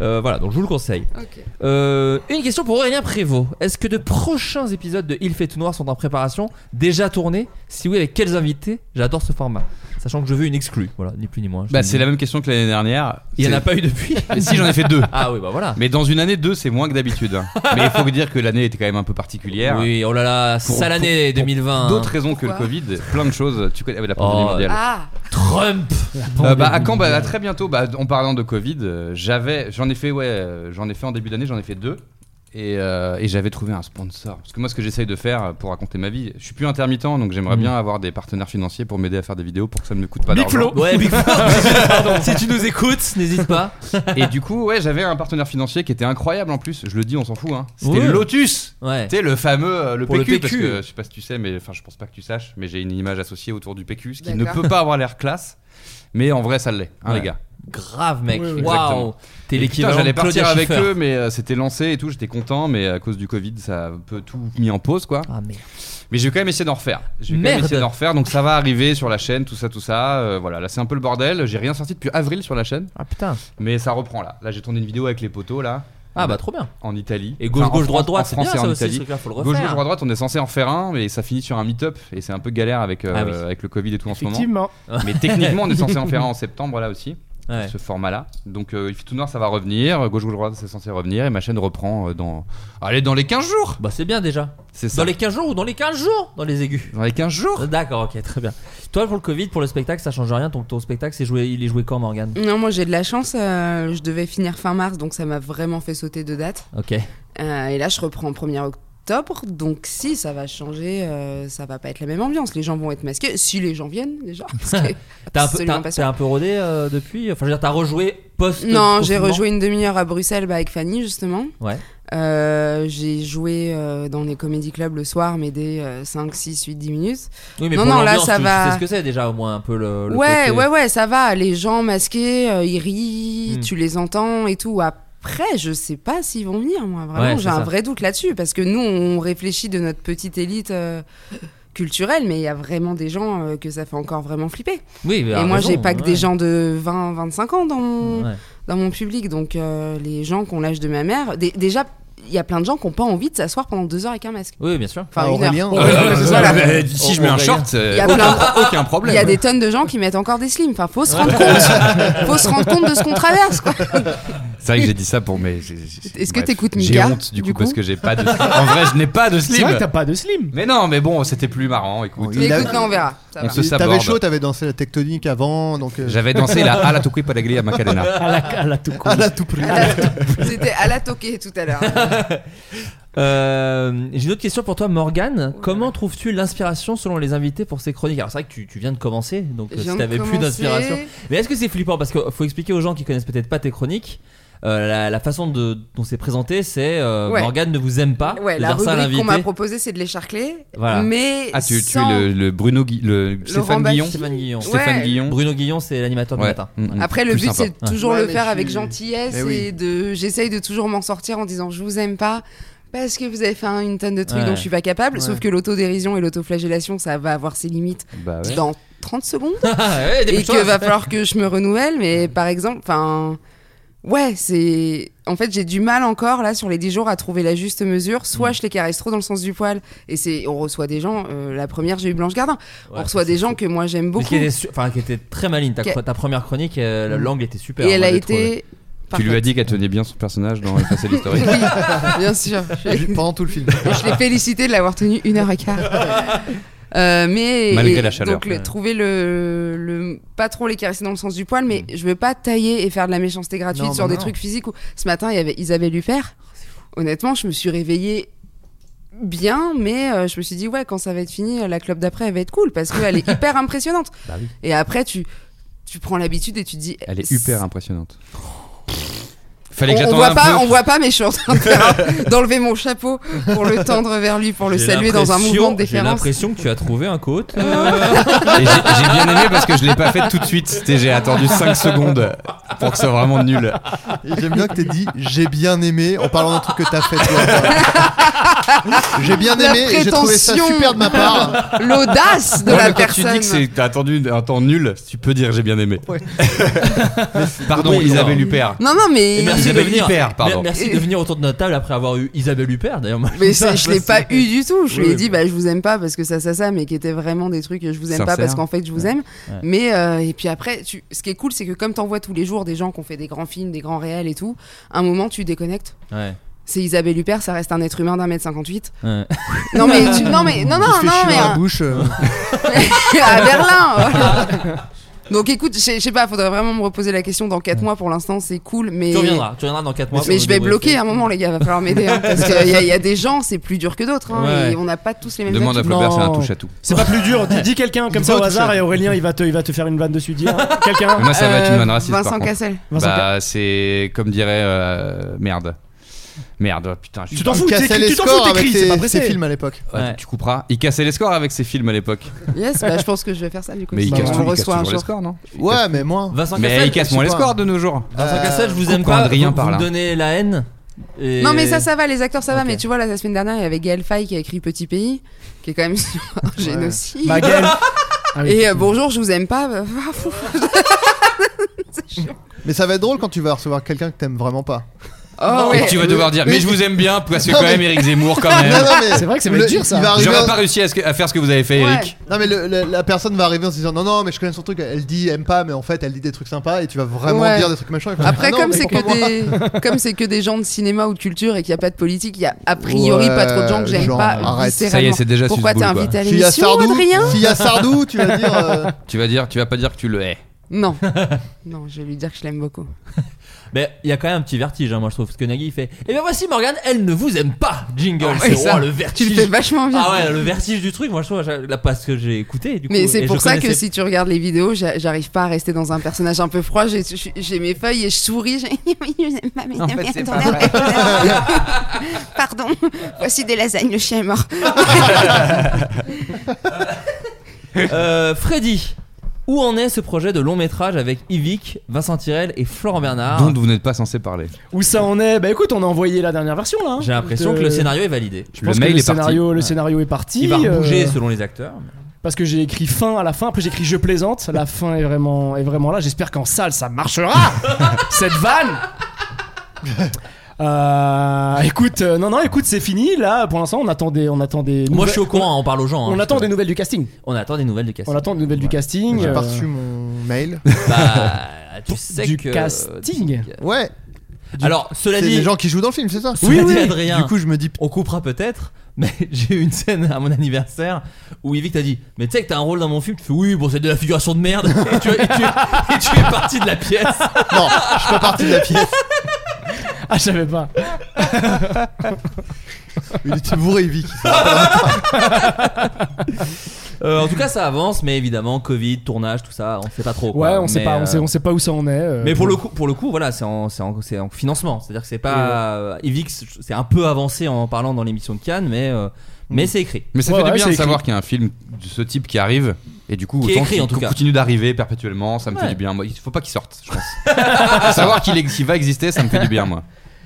[SPEAKER 1] Euh, voilà, donc je vous le conseille.
[SPEAKER 4] Ok.
[SPEAKER 1] Euh, une question pour Aurélien Prévost. Est-ce que de prochains épisodes de Il fait tout noir sont en préparation, déjà tournés Si oui, avec quels invités J'adore ce format, sachant que je veux une exclue. Voilà, ni plus ni moins. Je
[SPEAKER 8] Bah,
[SPEAKER 1] te
[SPEAKER 8] c'est
[SPEAKER 1] le
[SPEAKER 8] la même question que l'année dernière.
[SPEAKER 1] Il y en
[SPEAKER 8] C'est-
[SPEAKER 1] a pas eu depuis
[SPEAKER 8] (laughs) Mais si, j'en ai fait deux.
[SPEAKER 1] (laughs) Ah oui, bah voilà.
[SPEAKER 8] Mais dans une année, deux, c'est moins que
[SPEAKER 1] (laughs)
[SPEAKER 8] d'habitude. hein. Mais il faut dire que l'année était quand même un peu particulière.
[SPEAKER 1] Oui, oh là là,
[SPEAKER 8] Pour-
[SPEAKER 1] sale année
[SPEAKER 8] pour- pour
[SPEAKER 1] 2020.
[SPEAKER 8] D'autres raisons que le
[SPEAKER 1] Pourquoi
[SPEAKER 8] Covid, plein de choses. Tu connais la pandémie
[SPEAKER 1] Oh,
[SPEAKER 8] mondiale.
[SPEAKER 4] Ah
[SPEAKER 1] Trump
[SPEAKER 8] Euh, bah, à quand bah, à très bientôt. Bah, en parlant de Covid, euh, j'avais, j'en ai fait, ouais, euh, j'en ai fait en début d'année, j'en ai fait deux. Et, euh, et j'avais trouvé un sponsor. Parce que moi, ce que j'essaye de faire euh, pour raconter ma vie, je suis plus intermittent, donc j'aimerais
[SPEAKER 1] Mm.
[SPEAKER 8] bien avoir des partenaires financiers pour m'aider à faire des vidéos pour que ça ne me coûte pas
[SPEAKER 1] Big
[SPEAKER 8] d'argent.
[SPEAKER 1] Flo.
[SPEAKER 8] (laughs)
[SPEAKER 1] Ouais, Big Flo. Pardon. Si tu nous écoutes, n'hésite pas.
[SPEAKER 8] Et du coup, ouais, j'avais un partenaire financier qui était incroyable en plus. Je le dis, on s'en fout. Hein. C'était
[SPEAKER 1] Ouais.
[SPEAKER 8] Lotus.
[SPEAKER 1] Ouais.
[SPEAKER 8] Tu sais, le fameux euh, le,
[SPEAKER 1] Pour le
[SPEAKER 8] PQ, Parce
[SPEAKER 1] PQ.
[SPEAKER 8] que je sais pas si tu sais, mais enfin, je pense pas que tu saches, mais j'ai une image associée autour du PQ, ce qui ne
[SPEAKER 1] D'accord.
[SPEAKER 8] peut pas avoir l'air classe. Mais en vrai, ça l'est, hein,
[SPEAKER 1] Ouais.
[SPEAKER 8] les gars.
[SPEAKER 1] Grave, mec. Waouh.
[SPEAKER 8] Exactement.
[SPEAKER 1] T'es
[SPEAKER 8] Et
[SPEAKER 1] l'équivalent
[SPEAKER 8] putain, J'allais
[SPEAKER 1] de Claudia
[SPEAKER 8] partir avec
[SPEAKER 1] Schiffer.
[SPEAKER 8] eux, mais euh, c'était lancé et tout. J'étais content, mais à cause du Covid, ça a un peu tout mis en pause, quoi.
[SPEAKER 1] Ah,
[SPEAKER 8] Mais j'ai quand même essayé d'en refaire. J'ai quand même
[SPEAKER 1] Merde.
[SPEAKER 8] essayé d'en refaire, donc ça va arriver sur la chaîne, tout ça, tout ça. Euh, voilà, là c'est un peu le bordel. J'ai rien sorti depuis avril sur la chaîne.
[SPEAKER 1] Ah putain.
[SPEAKER 8] Mais ça reprend là. Là j'ai tourné une vidéo avec les poteaux là.
[SPEAKER 1] Ah, bah, trop bien.
[SPEAKER 8] En Italie.
[SPEAKER 1] Et gauche,
[SPEAKER 8] en
[SPEAKER 1] gauche,
[SPEAKER 8] France-
[SPEAKER 1] droite, droite,
[SPEAKER 8] en
[SPEAKER 1] c'est
[SPEAKER 8] France
[SPEAKER 1] bien,
[SPEAKER 8] et en
[SPEAKER 1] ça aussi, ce
[SPEAKER 8] Italie.
[SPEAKER 1] truc-là, faut le
[SPEAKER 8] Gauche,
[SPEAKER 1] refaire.
[SPEAKER 8] gauche, droite, droite, on est censé en faire un, mais ça finit sur un meet-up et c'est un peu galère avec, euh,
[SPEAKER 1] Ah oui.
[SPEAKER 8] avec le Covid et tout en ce moment.
[SPEAKER 7] Effectivement.
[SPEAKER 8] Mais techniquement on
[SPEAKER 1] (laughs)
[SPEAKER 8] est censé en faire un en septembre là aussi.
[SPEAKER 1] Ouais.
[SPEAKER 8] Ce format-là. Donc, euh, il fait tout noir, ça va revenir. Gauche, gauche, droite, c'est censé revenir. Et ma chaîne reprend euh, dans. Allez, dans les 15 jours
[SPEAKER 1] Bah, c'est bien déjà.
[SPEAKER 8] C'est ça.
[SPEAKER 1] Dans les 15 jours ou dans les 15 jours Dans les aigus.
[SPEAKER 8] Dans les 15
[SPEAKER 1] (laughs)
[SPEAKER 8] jours
[SPEAKER 1] D'accord, ok, très bien. Toi, pour le Covid, pour le spectacle, ça change rien. Ton, ton spectacle, c'est joué, il est joué quand, Morgane
[SPEAKER 4] Non, moi j'ai de la chance, euh, je devais finir fin mars, donc ça m'a vraiment fait sauter de date.
[SPEAKER 1] Ok.
[SPEAKER 4] Euh, et là, je reprends 1er octobre, donc si ça va changer, euh, ça va pas être la même ambiance. Les gens vont être masqués, si les gens viennent déjà. parce que
[SPEAKER 1] T'as un, peu-
[SPEAKER 4] absolument
[SPEAKER 1] t'as-
[SPEAKER 4] pas
[SPEAKER 1] t'as un peu rodé euh, depuis Enfin, je veux dire, t'as rejoué post.
[SPEAKER 4] Non, j'ai rejoué une demi-heure à Bruxelles bah, avec Fanny, justement.
[SPEAKER 1] Ouais.
[SPEAKER 4] Euh, j'ai joué euh, dans les comédie clubs le soir, mais des euh, 5, 6, 8, 10 minutes.
[SPEAKER 1] Oui, mais
[SPEAKER 4] non,
[SPEAKER 1] pour
[SPEAKER 4] non, là
[SPEAKER 1] l'ambiance,
[SPEAKER 4] ça
[SPEAKER 1] tu-
[SPEAKER 4] va.
[SPEAKER 1] Tu sais ce que c'est déjà, au moins un peu le. le
[SPEAKER 4] ouais,
[SPEAKER 1] côté-
[SPEAKER 4] ouais, ouais, ça va. Les gens masqués, euh, ils rient,
[SPEAKER 1] Hmm.
[SPEAKER 4] tu les entends et tout. Après, je sais pas s'ils vont venir, moi, vraiment.
[SPEAKER 1] Ouais, c'est
[SPEAKER 4] J'ai un
[SPEAKER 1] ça.
[SPEAKER 4] vrai doute là-dessus parce que nous, on réfléchit de notre petite élite. euh, culturelle, mais il y a vraiment des gens euh, que ça fait encore vraiment flipper.
[SPEAKER 1] Oui, bah,
[SPEAKER 4] et moi,
[SPEAKER 1] raison,
[SPEAKER 4] j'ai pas que
[SPEAKER 1] ouais.
[SPEAKER 4] des gens de 20, 25 ans dans mon,
[SPEAKER 1] Ouais.
[SPEAKER 4] dans mon public, donc euh, les gens qui ont l'âge de ma mère. dé- déjà, il y a plein de gens qui n'ont pas envie de s'asseoir pendant deux heures avec un masque.
[SPEAKER 1] Oui, bien sûr.
[SPEAKER 6] Ah,
[SPEAKER 4] Enfin, une heure.
[SPEAKER 6] (laughs)
[SPEAKER 8] Ouais, ouais, c'est ça. Mais D'ici, je mets un
[SPEAKER 1] Aurélien.
[SPEAKER 8] short, euh,
[SPEAKER 4] Il y a
[SPEAKER 8] aucun,
[SPEAKER 4] plein-
[SPEAKER 8] aucun problème.
[SPEAKER 4] Il y a des tonnes de gens qui mettent encore des slims. Enfin, faut se
[SPEAKER 8] Ouais.
[SPEAKER 4] rendre compte. faut se rendre compte de ce qu'on traverse. quoi.
[SPEAKER 8] C'est vrai que j'ai dit ça pour mes. j'ai- j'ai-
[SPEAKER 4] Est-ce que
[SPEAKER 8] bref.
[SPEAKER 4] t'écoutes
[SPEAKER 8] J'ai
[SPEAKER 4] Mika,
[SPEAKER 8] honte du,
[SPEAKER 4] du
[SPEAKER 8] coup, parce
[SPEAKER 4] coup
[SPEAKER 8] que j'ai pas de. slip. En vrai, je n'ai pas de slip.
[SPEAKER 7] C'est vrai que t'as pas de slim.
[SPEAKER 8] Mais non, mais bon, c'était plus marrant. Écoute,
[SPEAKER 6] Mais Il a- écoute,
[SPEAKER 4] non, on verra. Ça
[SPEAKER 8] On
[SPEAKER 4] va.
[SPEAKER 8] se
[SPEAKER 6] Et
[SPEAKER 8] saborde.
[SPEAKER 6] T'avais chaud, t'avais dansé la tectonique avant, donc. euh,
[SPEAKER 8] J'avais dansé la Ala Tukui Palaglia Macarena.
[SPEAKER 4] (laughs)
[SPEAKER 7] la, à la tout
[SPEAKER 6] À la tout prix.
[SPEAKER 4] C'était à la toquée tout à l'heure.
[SPEAKER 1] Euh, J'ai une autre question pour toi, Morgane. Comment trouves-tu l'inspiration selon les invités pour ces chroniques Alors, c'est vrai que tu, tu viens de commencer, donc euh,
[SPEAKER 4] Je viens
[SPEAKER 1] si
[SPEAKER 4] de
[SPEAKER 1] t'avais plus
[SPEAKER 4] commencer.
[SPEAKER 1] d'inspiration. Mais est-ce que c'est flippant Parce qu'il faut expliquer aux gens qui connaissent peut-être pas tes chroniques. euh, la, la façon de- dont c'est présenté, c'est euh,
[SPEAKER 4] Ouais.
[SPEAKER 1] Morgane ne vous aime pas.
[SPEAKER 4] Ouais,
[SPEAKER 1] de
[SPEAKER 4] la
[SPEAKER 1] dire ça à
[SPEAKER 4] rubrique qu'on m'a
[SPEAKER 1] l'invité.
[SPEAKER 4] proposée, c'est de l'écharcler.
[SPEAKER 1] Voilà.
[SPEAKER 4] Mais
[SPEAKER 8] Ah, tu, tu
[SPEAKER 4] sans...
[SPEAKER 8] es le, le Bruno Gui- le Stéphane
[SPEAKER 4] Baffy.
[SPEAKER 8] Guillon.
[SPEAKER 1] Stéphane Guillon.
[SPEAKER 8] Stéphane
[SPEAKER 4] Ouais.
[SPEAKER 8] Guillon.
[SPEAKER 1] Bruno Guillon, c'est l'animateur
[SPEAKER 8] Ouais.
[SPEAKER 1] du matin. (laughs)
[SPEAKER 8] Mm, mm.
[SPEAKER 4] Après, le
[SPEAKER 8] Plus
[SPEAKER 4] but,
[SPEAKER 8] sympa.
[SPEAKER 4] c'est toujours
[SPEAKER 6] Ouais,
[SPEAKER 4] le
[SPEAKER 6] mais
[SPEAKER 4] faire
[SPEAKER 6] je
[SPEAKER 4] avec
[SPEAKER 6] suis-
[SPEAKER 4] gentillesse
[SPEAKER 6] Eh oui.
[SPEAKER 4] et de. J'essaye de toujours m'en sortir en disant je vous aime pas parce que vous avez fait un- une tonne de trucs
[SPEAKER 1] Ouais.
[SPEAKER 4] dont je suis pas capable.
[SPEAKER 1] Ouais.
[SPEAKER 4] Sauf que l'autodérision et l'autoflagellation, ça va avoir ses limites
[SPEAKER 8] Bah
[SPEAKER 1] Ah
[SPEAKER 8] ouais.
[SPEAKER 4] dans 30 secondes
[SPEAKER 1] Ouais,
[SPEAKER 4] et
[SPEAKER 1] début de
[SPEAKER 4] que
[SPEAKER 1] soirée.
[SPEAKER 6] (laughs)
[SPEAKER 4] va falloir que je me renouvelle. Mais par exemple, enfin. Ouais, c'est. En fait, j'ai du mal encore, là, sur les 10 jours, à trouver la juste mesure. Soit
[SPEAKER 1] Mmh.
[SPEAKER 4] je les caresse trop dans le sens du poil, et c'est. On reçoit des gens. euh, la première, j'ai eu Blanche Gardin.
[SPEAKER 1] Ouais,
[SPEAKER 4] on reçoit
[SPEAKER 1] ça,
[SPEAKER 4] des
[SPEAKER 1] c'est
[SPEAKER 4] gens
[SPEAKER 1] fou.
[SPEAKER 4] que moi, j'aime
[SPEAKER 1] Mais
[SPEAKER 4] beaucoup.
[SPEAKER 1] qui était, su- enfin, qui était très maligne. Ta,
[SPEAKER 4] Qui-
[SPEAKER 1] ta première chronique, euh, la langue était super.
[SPEAKER 4] et elle
[SPEAKER 1] moi,
[SPEAKER 4] a
[SPEAKER 1] j'ai trouvé.
[SPEAKER 4] été.
[SPEAKER 8] Tu lui as
[SPEAKER 4] parfaite.
[SPEAKER 8] dit qu'elle tenait bien son personnage dans
[SPEAKER 4] (laughs)
[SPEAKER 8] Effacer l'historique.
[SPEAKER 4] Bien sûr.
[SPEAKER 1] (laughs)
[SPEAKER 4] Je,
[SPEAKER 6] Pendant tout le film.
[SPEAKER 4] je l'ai félicité de l'avoir tenu une heure et quart.
[SPEAKER 8] (laughs)
[SPEAKER 4] Euh, mais
[SPEAKER 8] Malgré
[SPEAKER 4] et
[SPEAKER 8] la chaleur.
[SPEAKER 4] donc le-
[SPEAKER 8] Ouais.
[SPEAKER 4] trouver le, le- pas trop les caresser dans le sens du poil mais
[SPEAKER 8] Mm.
[SPEAKER 4] je veux pas tailler et faire de la méchanceté gratuite
[SPEAKER 1] Non,
[SPEAKER 4] sur
[SPEAKER 1] non, Oh,
[SPEAKER 4] des
[SPEAKER 1] non.
[SPEAKER 4] trucs physiques où ce matin il y avait Isabelle Huppert honnêtement je me suis réveillée bien mais euh, je me suis dit ouais quand ça va être fini la club d'après elle va être cool parce qu'elle
[SPEAKER 8] (laughs)
[SPEAKER 4] est hyper impressionnante
[SPEAKER 1] Bah oui.
[SPEAKER 4] et après tu tu prends l'habitude et tu te dis
[SPEAKER 8] Elle est hyper impressionnante. Fallait que
[SPEAKER 4] on, on
[SPEAKER 8] j'attende
[SPEAKER 4] voit
[SPEAKER 8] un
[SPEAKER 4] pas,
[SPEAKER 8] peu.
[SPEAKER 4] on voit pas, mais je suis en train de
[SPEAKER 8] (laughs)
[SPEAKER 4] faire un- d'enlever mon chapeau pour le tendre vers lui, pour le
[SPEAKER 1] J'ai
[SPEAKER 4] saluer dans un
[SPEAKER 1] l'impression-
[SPEAKER 4] mouvement de Ah.
[SPEAKER 1] J'ai
[SPEAKER 4] déférence.
[SPEAKER 1] l'impression que tu as trouvé un côte.
[SPEAKER 8] Et j'ai j'ai bien aimé parce que je l'ai pas fait tout de suite. C'était- J'ai attendu 5 secondes pour que ce soit vraiment nul.
[SPEAKER 6] Et J'aime bien que t'aies dit j'ai bien aimé en parlant d'un truc que t'as fait. toi. j'ai bien
[SPEAKER 4] La
[SPEAKER 6] aimé et j'ai trouvé ça
[SPEAKER 4] prétention. Ah,
[SPEAKER 6] super de ma part.
[SPEAKER 4] L'audace de
[SPEAKER 8] Non,
[SPEAKER 4] la
[SPEAKER 8] mais quand
[SPEAKER 4] personne.
[SPEAKER 8] tu dis que c'est- t'as attendu un temps nul, tu peux dire j'ai bien aimé.
[SPEAKER 6] Ouais.
[SPEAKER 8] (laughs) Pardon,
[SPEAKER 1] Oui,
[SPEAKER 8] Isabelle
[SPEAKER 1] non.
[SPEAKER 8] Huppert.
[SPEAKER 4] Non, non, mais,
[SPEAKER 1] Et merci de
[SPEAKER 8] Isabelle
[SPEAKER 1] venir.
[SPEAKER 8] Huppert, pardon.
[SPEAKER 1] Me- Merci de venir autour de notre table après avoir eu Isabelle Huppert d'ailleurs. moi,
[SPEAKER 4] mais
[SPEAKER 1] ça,
[SPEAKER 4] c'est- je l'ai
[SPEAKER 1] ça,
[SPEAKER 4] pas
[SPEAKER 1] c'est-
[SPEAKER 4] eu du tout. Je
[SPEAKER 1] Oui,
[SPEAKER 4] lui ai
[SPEAKER 1] oui.
[SPEAKER 4] dit, bah, je vous aime pas parce que ça, ça, ça, mais qui était vraiment des trucs que je vous aime
[SPEAKER 8] Sincère.
[SPEAKER 4] pas parce qu'en fait, je vous aime.
[SPEAKER 1] Ouais.
[SPEAKER 4] Mais, euh, et puis après, tu, ce qui est cool, c'est que comme t'en vois tous les jours des gens qui ont fait des grands films, des grands réels et tout, à un moment, tu déconnectes.
[SPEAKER 1] Ouais.
[SPEAKER 4] C'est Isabelle Huppert, ça reste un être humain d'un mètre cinquante-huit.
[SPEAKER 1] Ouais.
[SPEAKER 4] Non, mais, tu- non, mais, euh, non, non,
[SPEAKER 6] Il se
[SPEAKER 4] (laughs)
[SPEAKER 6] fait
[SPEAKER 4] non,
[SPEAKER 6] chier
[SPEAKER 4] mais.
[SPEAKER 6] dans
[SPEAKER 4] euh,
[SPEAKER 6] la bouche. euh,
[SPEAKER 4] à Berlin. voilà. Donc écoute, je sais- je sais pas, faudrait vraiment me reposer la question dans 4 mois pour l'instant, c'est cool, mais.
[SPEAKER 1] Tu reviendras, tu reviendras dans 4 mois. pour
[SPEAKER 4] Mais
[SPEAKER 1] nous
[SPEAKER 4] je vais
[SPEAKER 1] débriefer.
[SPEAKER 4] bloquer hein. à un moment, les gars, va falloir m'aider. hein, parce qu'il y, a- y a des gens, c'est plus dur que d'autres. hein,
[SPEAKER 1] Ouais.
[SPEAKER 4] et on n'a pas tous les mêmes
[SPEAKER 8] Demande à
[SPEAKER 4] atouts.
[SPEAKER 8] Flaubert, c'est un
[SPEAKER 4] Non.
[SPEAKER 8] touche à tout.
[SPEAKER 7] C'est pas plus dur, dis, dis quelqu'un comme ça au
[SPEAKER 4] D'autres
[SPEAKER 7] hasard
[SPEAKER 4] choses.
[SPEAKER 7] et Aurélien il va te, il va te faire une vanne dessus. Dis hein, quelqu'un.
[SPEAKER 4] Ah,
[SPEAKER 8] Mais Moi, ça va
[SPEAKER 4] euh,
[SPEAKER 8] être une vanne raciste. par
[SPEAKER 7] Vincent
[SPEAKER 8] contre.
[SPEAKER 7] Cassel. Vincent
[SPEAKER 8] bah, c'est comme dirait. euh, merde. Merde, oh, putain. je-
[SPEAKER 7] Tu t'en fous, Cassel t'écris- tu t'en fous, Escort t'écris, avec c'est ses- pas pressé. ses films à l'époque.
[SPEAKER 8] Ouais, Tu couperas. Il cassait les scores avec ses films à l'époque.
[SPEAKER 4] Yes, bah, je pense que je vais faire ça du coup.
[SPEAKER 8] Mais il
[SPEAKER 4] si
[SPEAKER 8] casse
[SPEAKER 4] on
[SPEAKER 8] tout, il casse
[SPEAKER 4] reçoit un
[SPEAKER 8] toujours les
[SPEAKER 4] jour.
[SPEAKER 8] scores, non
[SPEAKER 6] Ouais, mais moi.
[SPEAKER 1] Vincent
[SPEAKER 8] Mais
[SPEAKER 1] Cassel,
[SPEAKER 8] il casse
[SPEAKER 1] je
[SPEAKER 8] moins
[SPEAKER 1] sais
[SPEAKER 8] les
[SPEAKER 1] pas.
[SPEAKER 8] scores de nos jours.
[SPEAKER 1] Vincent
[SPEAKER 8] Euh,
[SPEAKER 1] Cassel, je vous
[SPEAKER 8] coupe
[SPEAKER 1] aime pas.
[SPEAKER 8] Adrien
[SPEAKER 1] vous
[SPEAKER 8] par
[SPEAKER 1] me
[SPEAKER 8] là.
[SPEAKER 1] donnez la haine. et-
[SPEAKER 4] Non, mais ça, ça va, les acteurs, ça va. Mais tu vois, là, la semaine dernière, il y avait Gaël Faye qui a écrit Petit Pays, qui est quand même sur un génocide.
[SPEAKER 7] Bah, Gaël.
[SPEAKER 4] Et euh, bonjour, je vous aime pas. (laughs) bah, fou.
[SPEAKER 6] Mais ça va être drôle quand tu vas recevoir quelqu'un que t'aimes vraiment pas.
[SPEAKER 4] Oh, ouais.
[SPEAKER 8] Et tu vas devoir dire, mais je vous aime bien parce que quand même Eric Zemmour, quand même.
[SPEAKER 6] Le- il va arriver
[SPEAKER 8] J'aurais
[SPEAKER 6] en-
[SPEAKER 8] pas réussi à, ce que- à faire ce que vous avez fait, Eric.
[SPEAKER 6] Non mais le- le- la personne va arriver en se disant non non mais je connais son truc elle dit aime pas mais en fait elle dit des trucs sympas et tu vas vraiment
[SPEAKER 4] Ouais.
[SPEAKER 6] dire des trucs Ah machins
[SPEAKER 4] Après, comme c'est que des, comme c'est que des gens de cinéma ou de culture et qu'il n'y a pas de politique, il y a a priori
[SPEAKER 6] Ouais,
[SPEAKER 4] pas trop de gens que j'aime
[SPEAKER 6] genre,
[SPEAKER 4] pas.
[SPEAKER 6] arrête.
[SPEAKER 4] viscéralement.
[SPEAKER 8] Ça y est, c'est déjà
[SPEAKER 4] Pourquoi
[SPEAKER 8] Suze
[SPEAKER 4] t'es
[SPEAKER 8] Boule,
[SPEAKER 4] invité à
[SPEAKER 6] S'il y a
[SPEAKER 4] l'émission,
[SPEAKER 6] Sardou, (laughs)
[SPEAKER 4] Adrien
[SPEAKER 6] s'il y a Sardou, tu vas dire, euh,
[SPEAKER 8] Tu vas dire, tu vas pas dire que tu le hais.
[SPEAKER 4] Non, non, je vais lui dire que je l'aime beaucoup.
[SPEAKER 1] Mais il y a quand même un petit vertige, hein, moi je trouve. Parce que Nagui il fait Et bien voici Morgane, elle ne vous aime pas. Jingle,
[SPEAKER 4] Ah ouais,
[SPEAKER 1] c'est
[SPEAKER 4] ça,
[SPEAKER 1] oh, le vertige.
[SPEAKER 4] tu le fais vachement bien.
[SPEAKER 1] Ah ouais, le vertige du truc, moi je trouve, là, parce que j'ai écouté. Du coup,
[SPEAKER 4] Mais
[SPEAKER 1] et
[SPEAKER 4] c'est
[SPEAKER 1] je
[SPEAKER 4] pour ça que
[SPEAKER 1] connaissais-
[SPEAKER 4] si tu regardes les vidéos, j'a- j'arrive pas à rester dans un personnage un peu froid. J'ai- J'ai j'ai mes feuilles et je souris. (laughs) j'ai- Oui, je n'aime pas, mais
[SPEAKER 10] En
[SPEAKER 4] non,
[SPEAKER 10] fait,
[SPEAKER 4] mais
[SPEAKER 10] c'est
[SPEAKER 4] attendez,
[SPEAKER 10] pas vrai.
[SPEAKER 4] attendez. Pardon, voici des lasagnes, le chien est mort.
[SPEAKER 1] Euh, Freddy, où en est ce projet de long métrage avec Yvick, Vincent Tirel et Florent Bernard
[SPEAKER 8] Dont vous n'êtes pas censé parler.
[SPEAKER 7] Où ça en est Bah écoute, on a envoyé la dernière version là. hein.
[SPEAKER 1] J'ai l'impression
[SPEAKER 7] Donc,
[SPEAKER 1] que le
[SPEAKER 7] euh,
[SPEAKER 1] scénario est validé.
[SPEAKER 7] Je pense que le scénario, le
[SPEAKER 1] Ouais.
[SPEAKER 7] scénario est parti.
[SPEAKER 1] Il va
[SPEAKER 7] euh,
[SPEAKER 1] bouger selon les acteurs.
[SPEAKER 7] Parce que j'ai écrit fin à la fin, après j'ai écrit je plaisante. La fin est vraiment, est vraiment là. J'espère qu'en salle
[SPEAKER 1] (laughs)
[SPEAKER 7] ça marchera cette vanne. Euh, écoute, euh, non non, écoute, c'est fini là. Pour l'instant, on attend des, on attend des.
[SPEAKER 1] Moi
[SPEAKER 7] nouvelles-
[SPEAKER 1] je suis au courant, on parle aux gens. hein,
[SPEAKER 7] on attend
[SPEAKER 1] parce
[SPEAKER 7] des
[SPEAKER 1] que-
[SPEAKER 7] nouvelles du casting.
[SPEAKER 1] On attend des nouvelles du
[SPEAKER 7] On
[SPEAKER 1] casting.
[SPEAKER 7] attend des nouvelles du casting.
[SPEAKER 6] j'ai pas
[SPEAKER 7] euh,
[SPEAKER 6] reçu mon mail
[SPEAKER 1] Bah,
[SPEAKER 7] (laughs)
[SPEAKER 1] tu sais
[SPEAKER 7] du
[SPEAKER 1] que.
[SPEAKER 7] casting.
[SPEAKER 6] ouais
[SPEAKER 1] Alors, cela
[SPEAKER 6] C'est
[SPEAKER 1] dit.
[SPEAKER 6] les gens qui jouent dans le film c'est ça
[SPEAKER 1] Cela dit, Adrien,
[SPEAKER 6] du coup je me dis
[SPEAKER 1] on coupera peut-être, (laughs) mais j'ai eu une scène à mon anniversaire où Yvick t'a dit Mais tu sais que t'as un rôle dans mon film Tu fais Oui, bon, c'est de la figuration de merde. Et tu, et tu- et tu es parti de la pièce.
[SPEAKER 6] non je suis pas parti de la pièce
[SPEAKER 7] Ah, je savais pas.
[SPEAKER 6] il était bourré Vic
[SPEAKER 1] Euh, en tout cas, ça avance, mais évidemment, Covid, tournage, tout ça, on sait pas trop. quoi.
[SPEAKER 7] Ouais, on sait
[SPEAKER 1] Mais,
[SPEAKER 7] pas,
[SPEAKER 1] euh,
[SPEAKER 7] on sait, on sait pas où ça en est. euh,
[SPEAKER 1] Mais pour le coup, pour le coup, voilà, c'est en, c'est en- c'est en financement. C'est-à-dire que c'est pas euh, Evix, c'est un peu avancé en parlant dans l'émission de Cannes, mais
[SPEAKER 7] Mm.
[SPEAKER 1] euh, mais c'est écrit.
[SPEAKER 8] Mais ça fait du bien de savoir qu'il y a un film de ce type qui arrive. Et du coup,
[SPEAKER 1] Qui est
[SPEAKER 8] autant
[SPEAKER 1] écrit,
[SPEAKER 8] qu'il
[SPEAKER 1] en tout cas.
[SPEAKER 8] continue d'arriver perpétuellement, ça me
[SPEAKER 1] Ouais.
[SPEAKER 8] fait du bien. Moi, Il faut pas qu'il sorte, je pense. (laughs) savoir qu'il ex- qu'il va exister, ça me fait du bien, moi.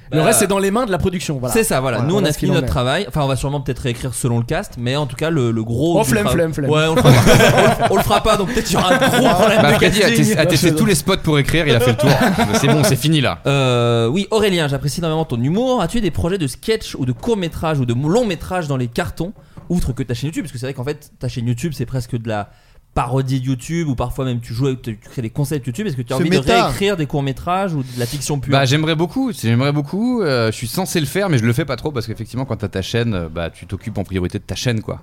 [SPEAKER 7] Le reste c'est dans les mains de la production. Voilà.
[SPEAKER 1] C'est ça, voilà. Nous, on
[SPEAKER 7] voilà
[SPEAKER 1] a
[SPEAKER 7] ce qu'il
[SPEAKER 1] fini
[SPEAKER 7] en
[SPEAKER 1] notre
[SPEAKER 7] est.
[SPEAKER 1] travail. Enfin, on va sûrement peut-être réécrire selon le cast, mais en tout cas, le, le gros.
[SPEAKER 7] Oh,
[SPEAKER 1] du
[SPEAKER 7] flemme,
[SPEAKER 1] travail-
[SPEAKER 7] flemme, flemme.
[SPEAKER 1] Ouais, on le fera pas. On- on le fera pas, donc peut-être il y aura
[SPEAKER 7] (laughs)
[SPEAKER 1] un gros problème
[SPEAKER 8] Bah,
[SPEAKER 1] de
[SPEAKER 8] Freddy a,
[SPEAKER 1] casting.
[SPEAKER 8] tes- a testé tous les spots pour écrire, il a fait le tour. C'est bon, c'est fini là.
[SPEAKER 1] Euh, oui, Aurélien, j'apprécie énormément ton humour. As-tu des projets de sketch ou de court métrage ou de long métrage dans les cartons, outre que ta chaîne YouTube Parce que c'est vrai qu'en fait, ta chaîne YouTube, c'est presque de la parodie de YouTube ou parfois même tu joues, avec- tu tu crées des concepts YouTube. Est-ce que tu as
[SPEAKER 8] C'est
[SPEAKER 1] envie de
[SPEAKER 8] méta.
[SPEAKER 1] réécrire des courts métrages ou de la fiction pure
[SPEAKER 8] Bah j'aimerais beaucoup, c'est- j'aimerais beaucoup. euh, je suis censé le faire, mais je le fais pas trop parce qu'effectivement, quand t'as ta chaîne, euh, bah tu t'occupes en priorité de ta chaîne, quoi.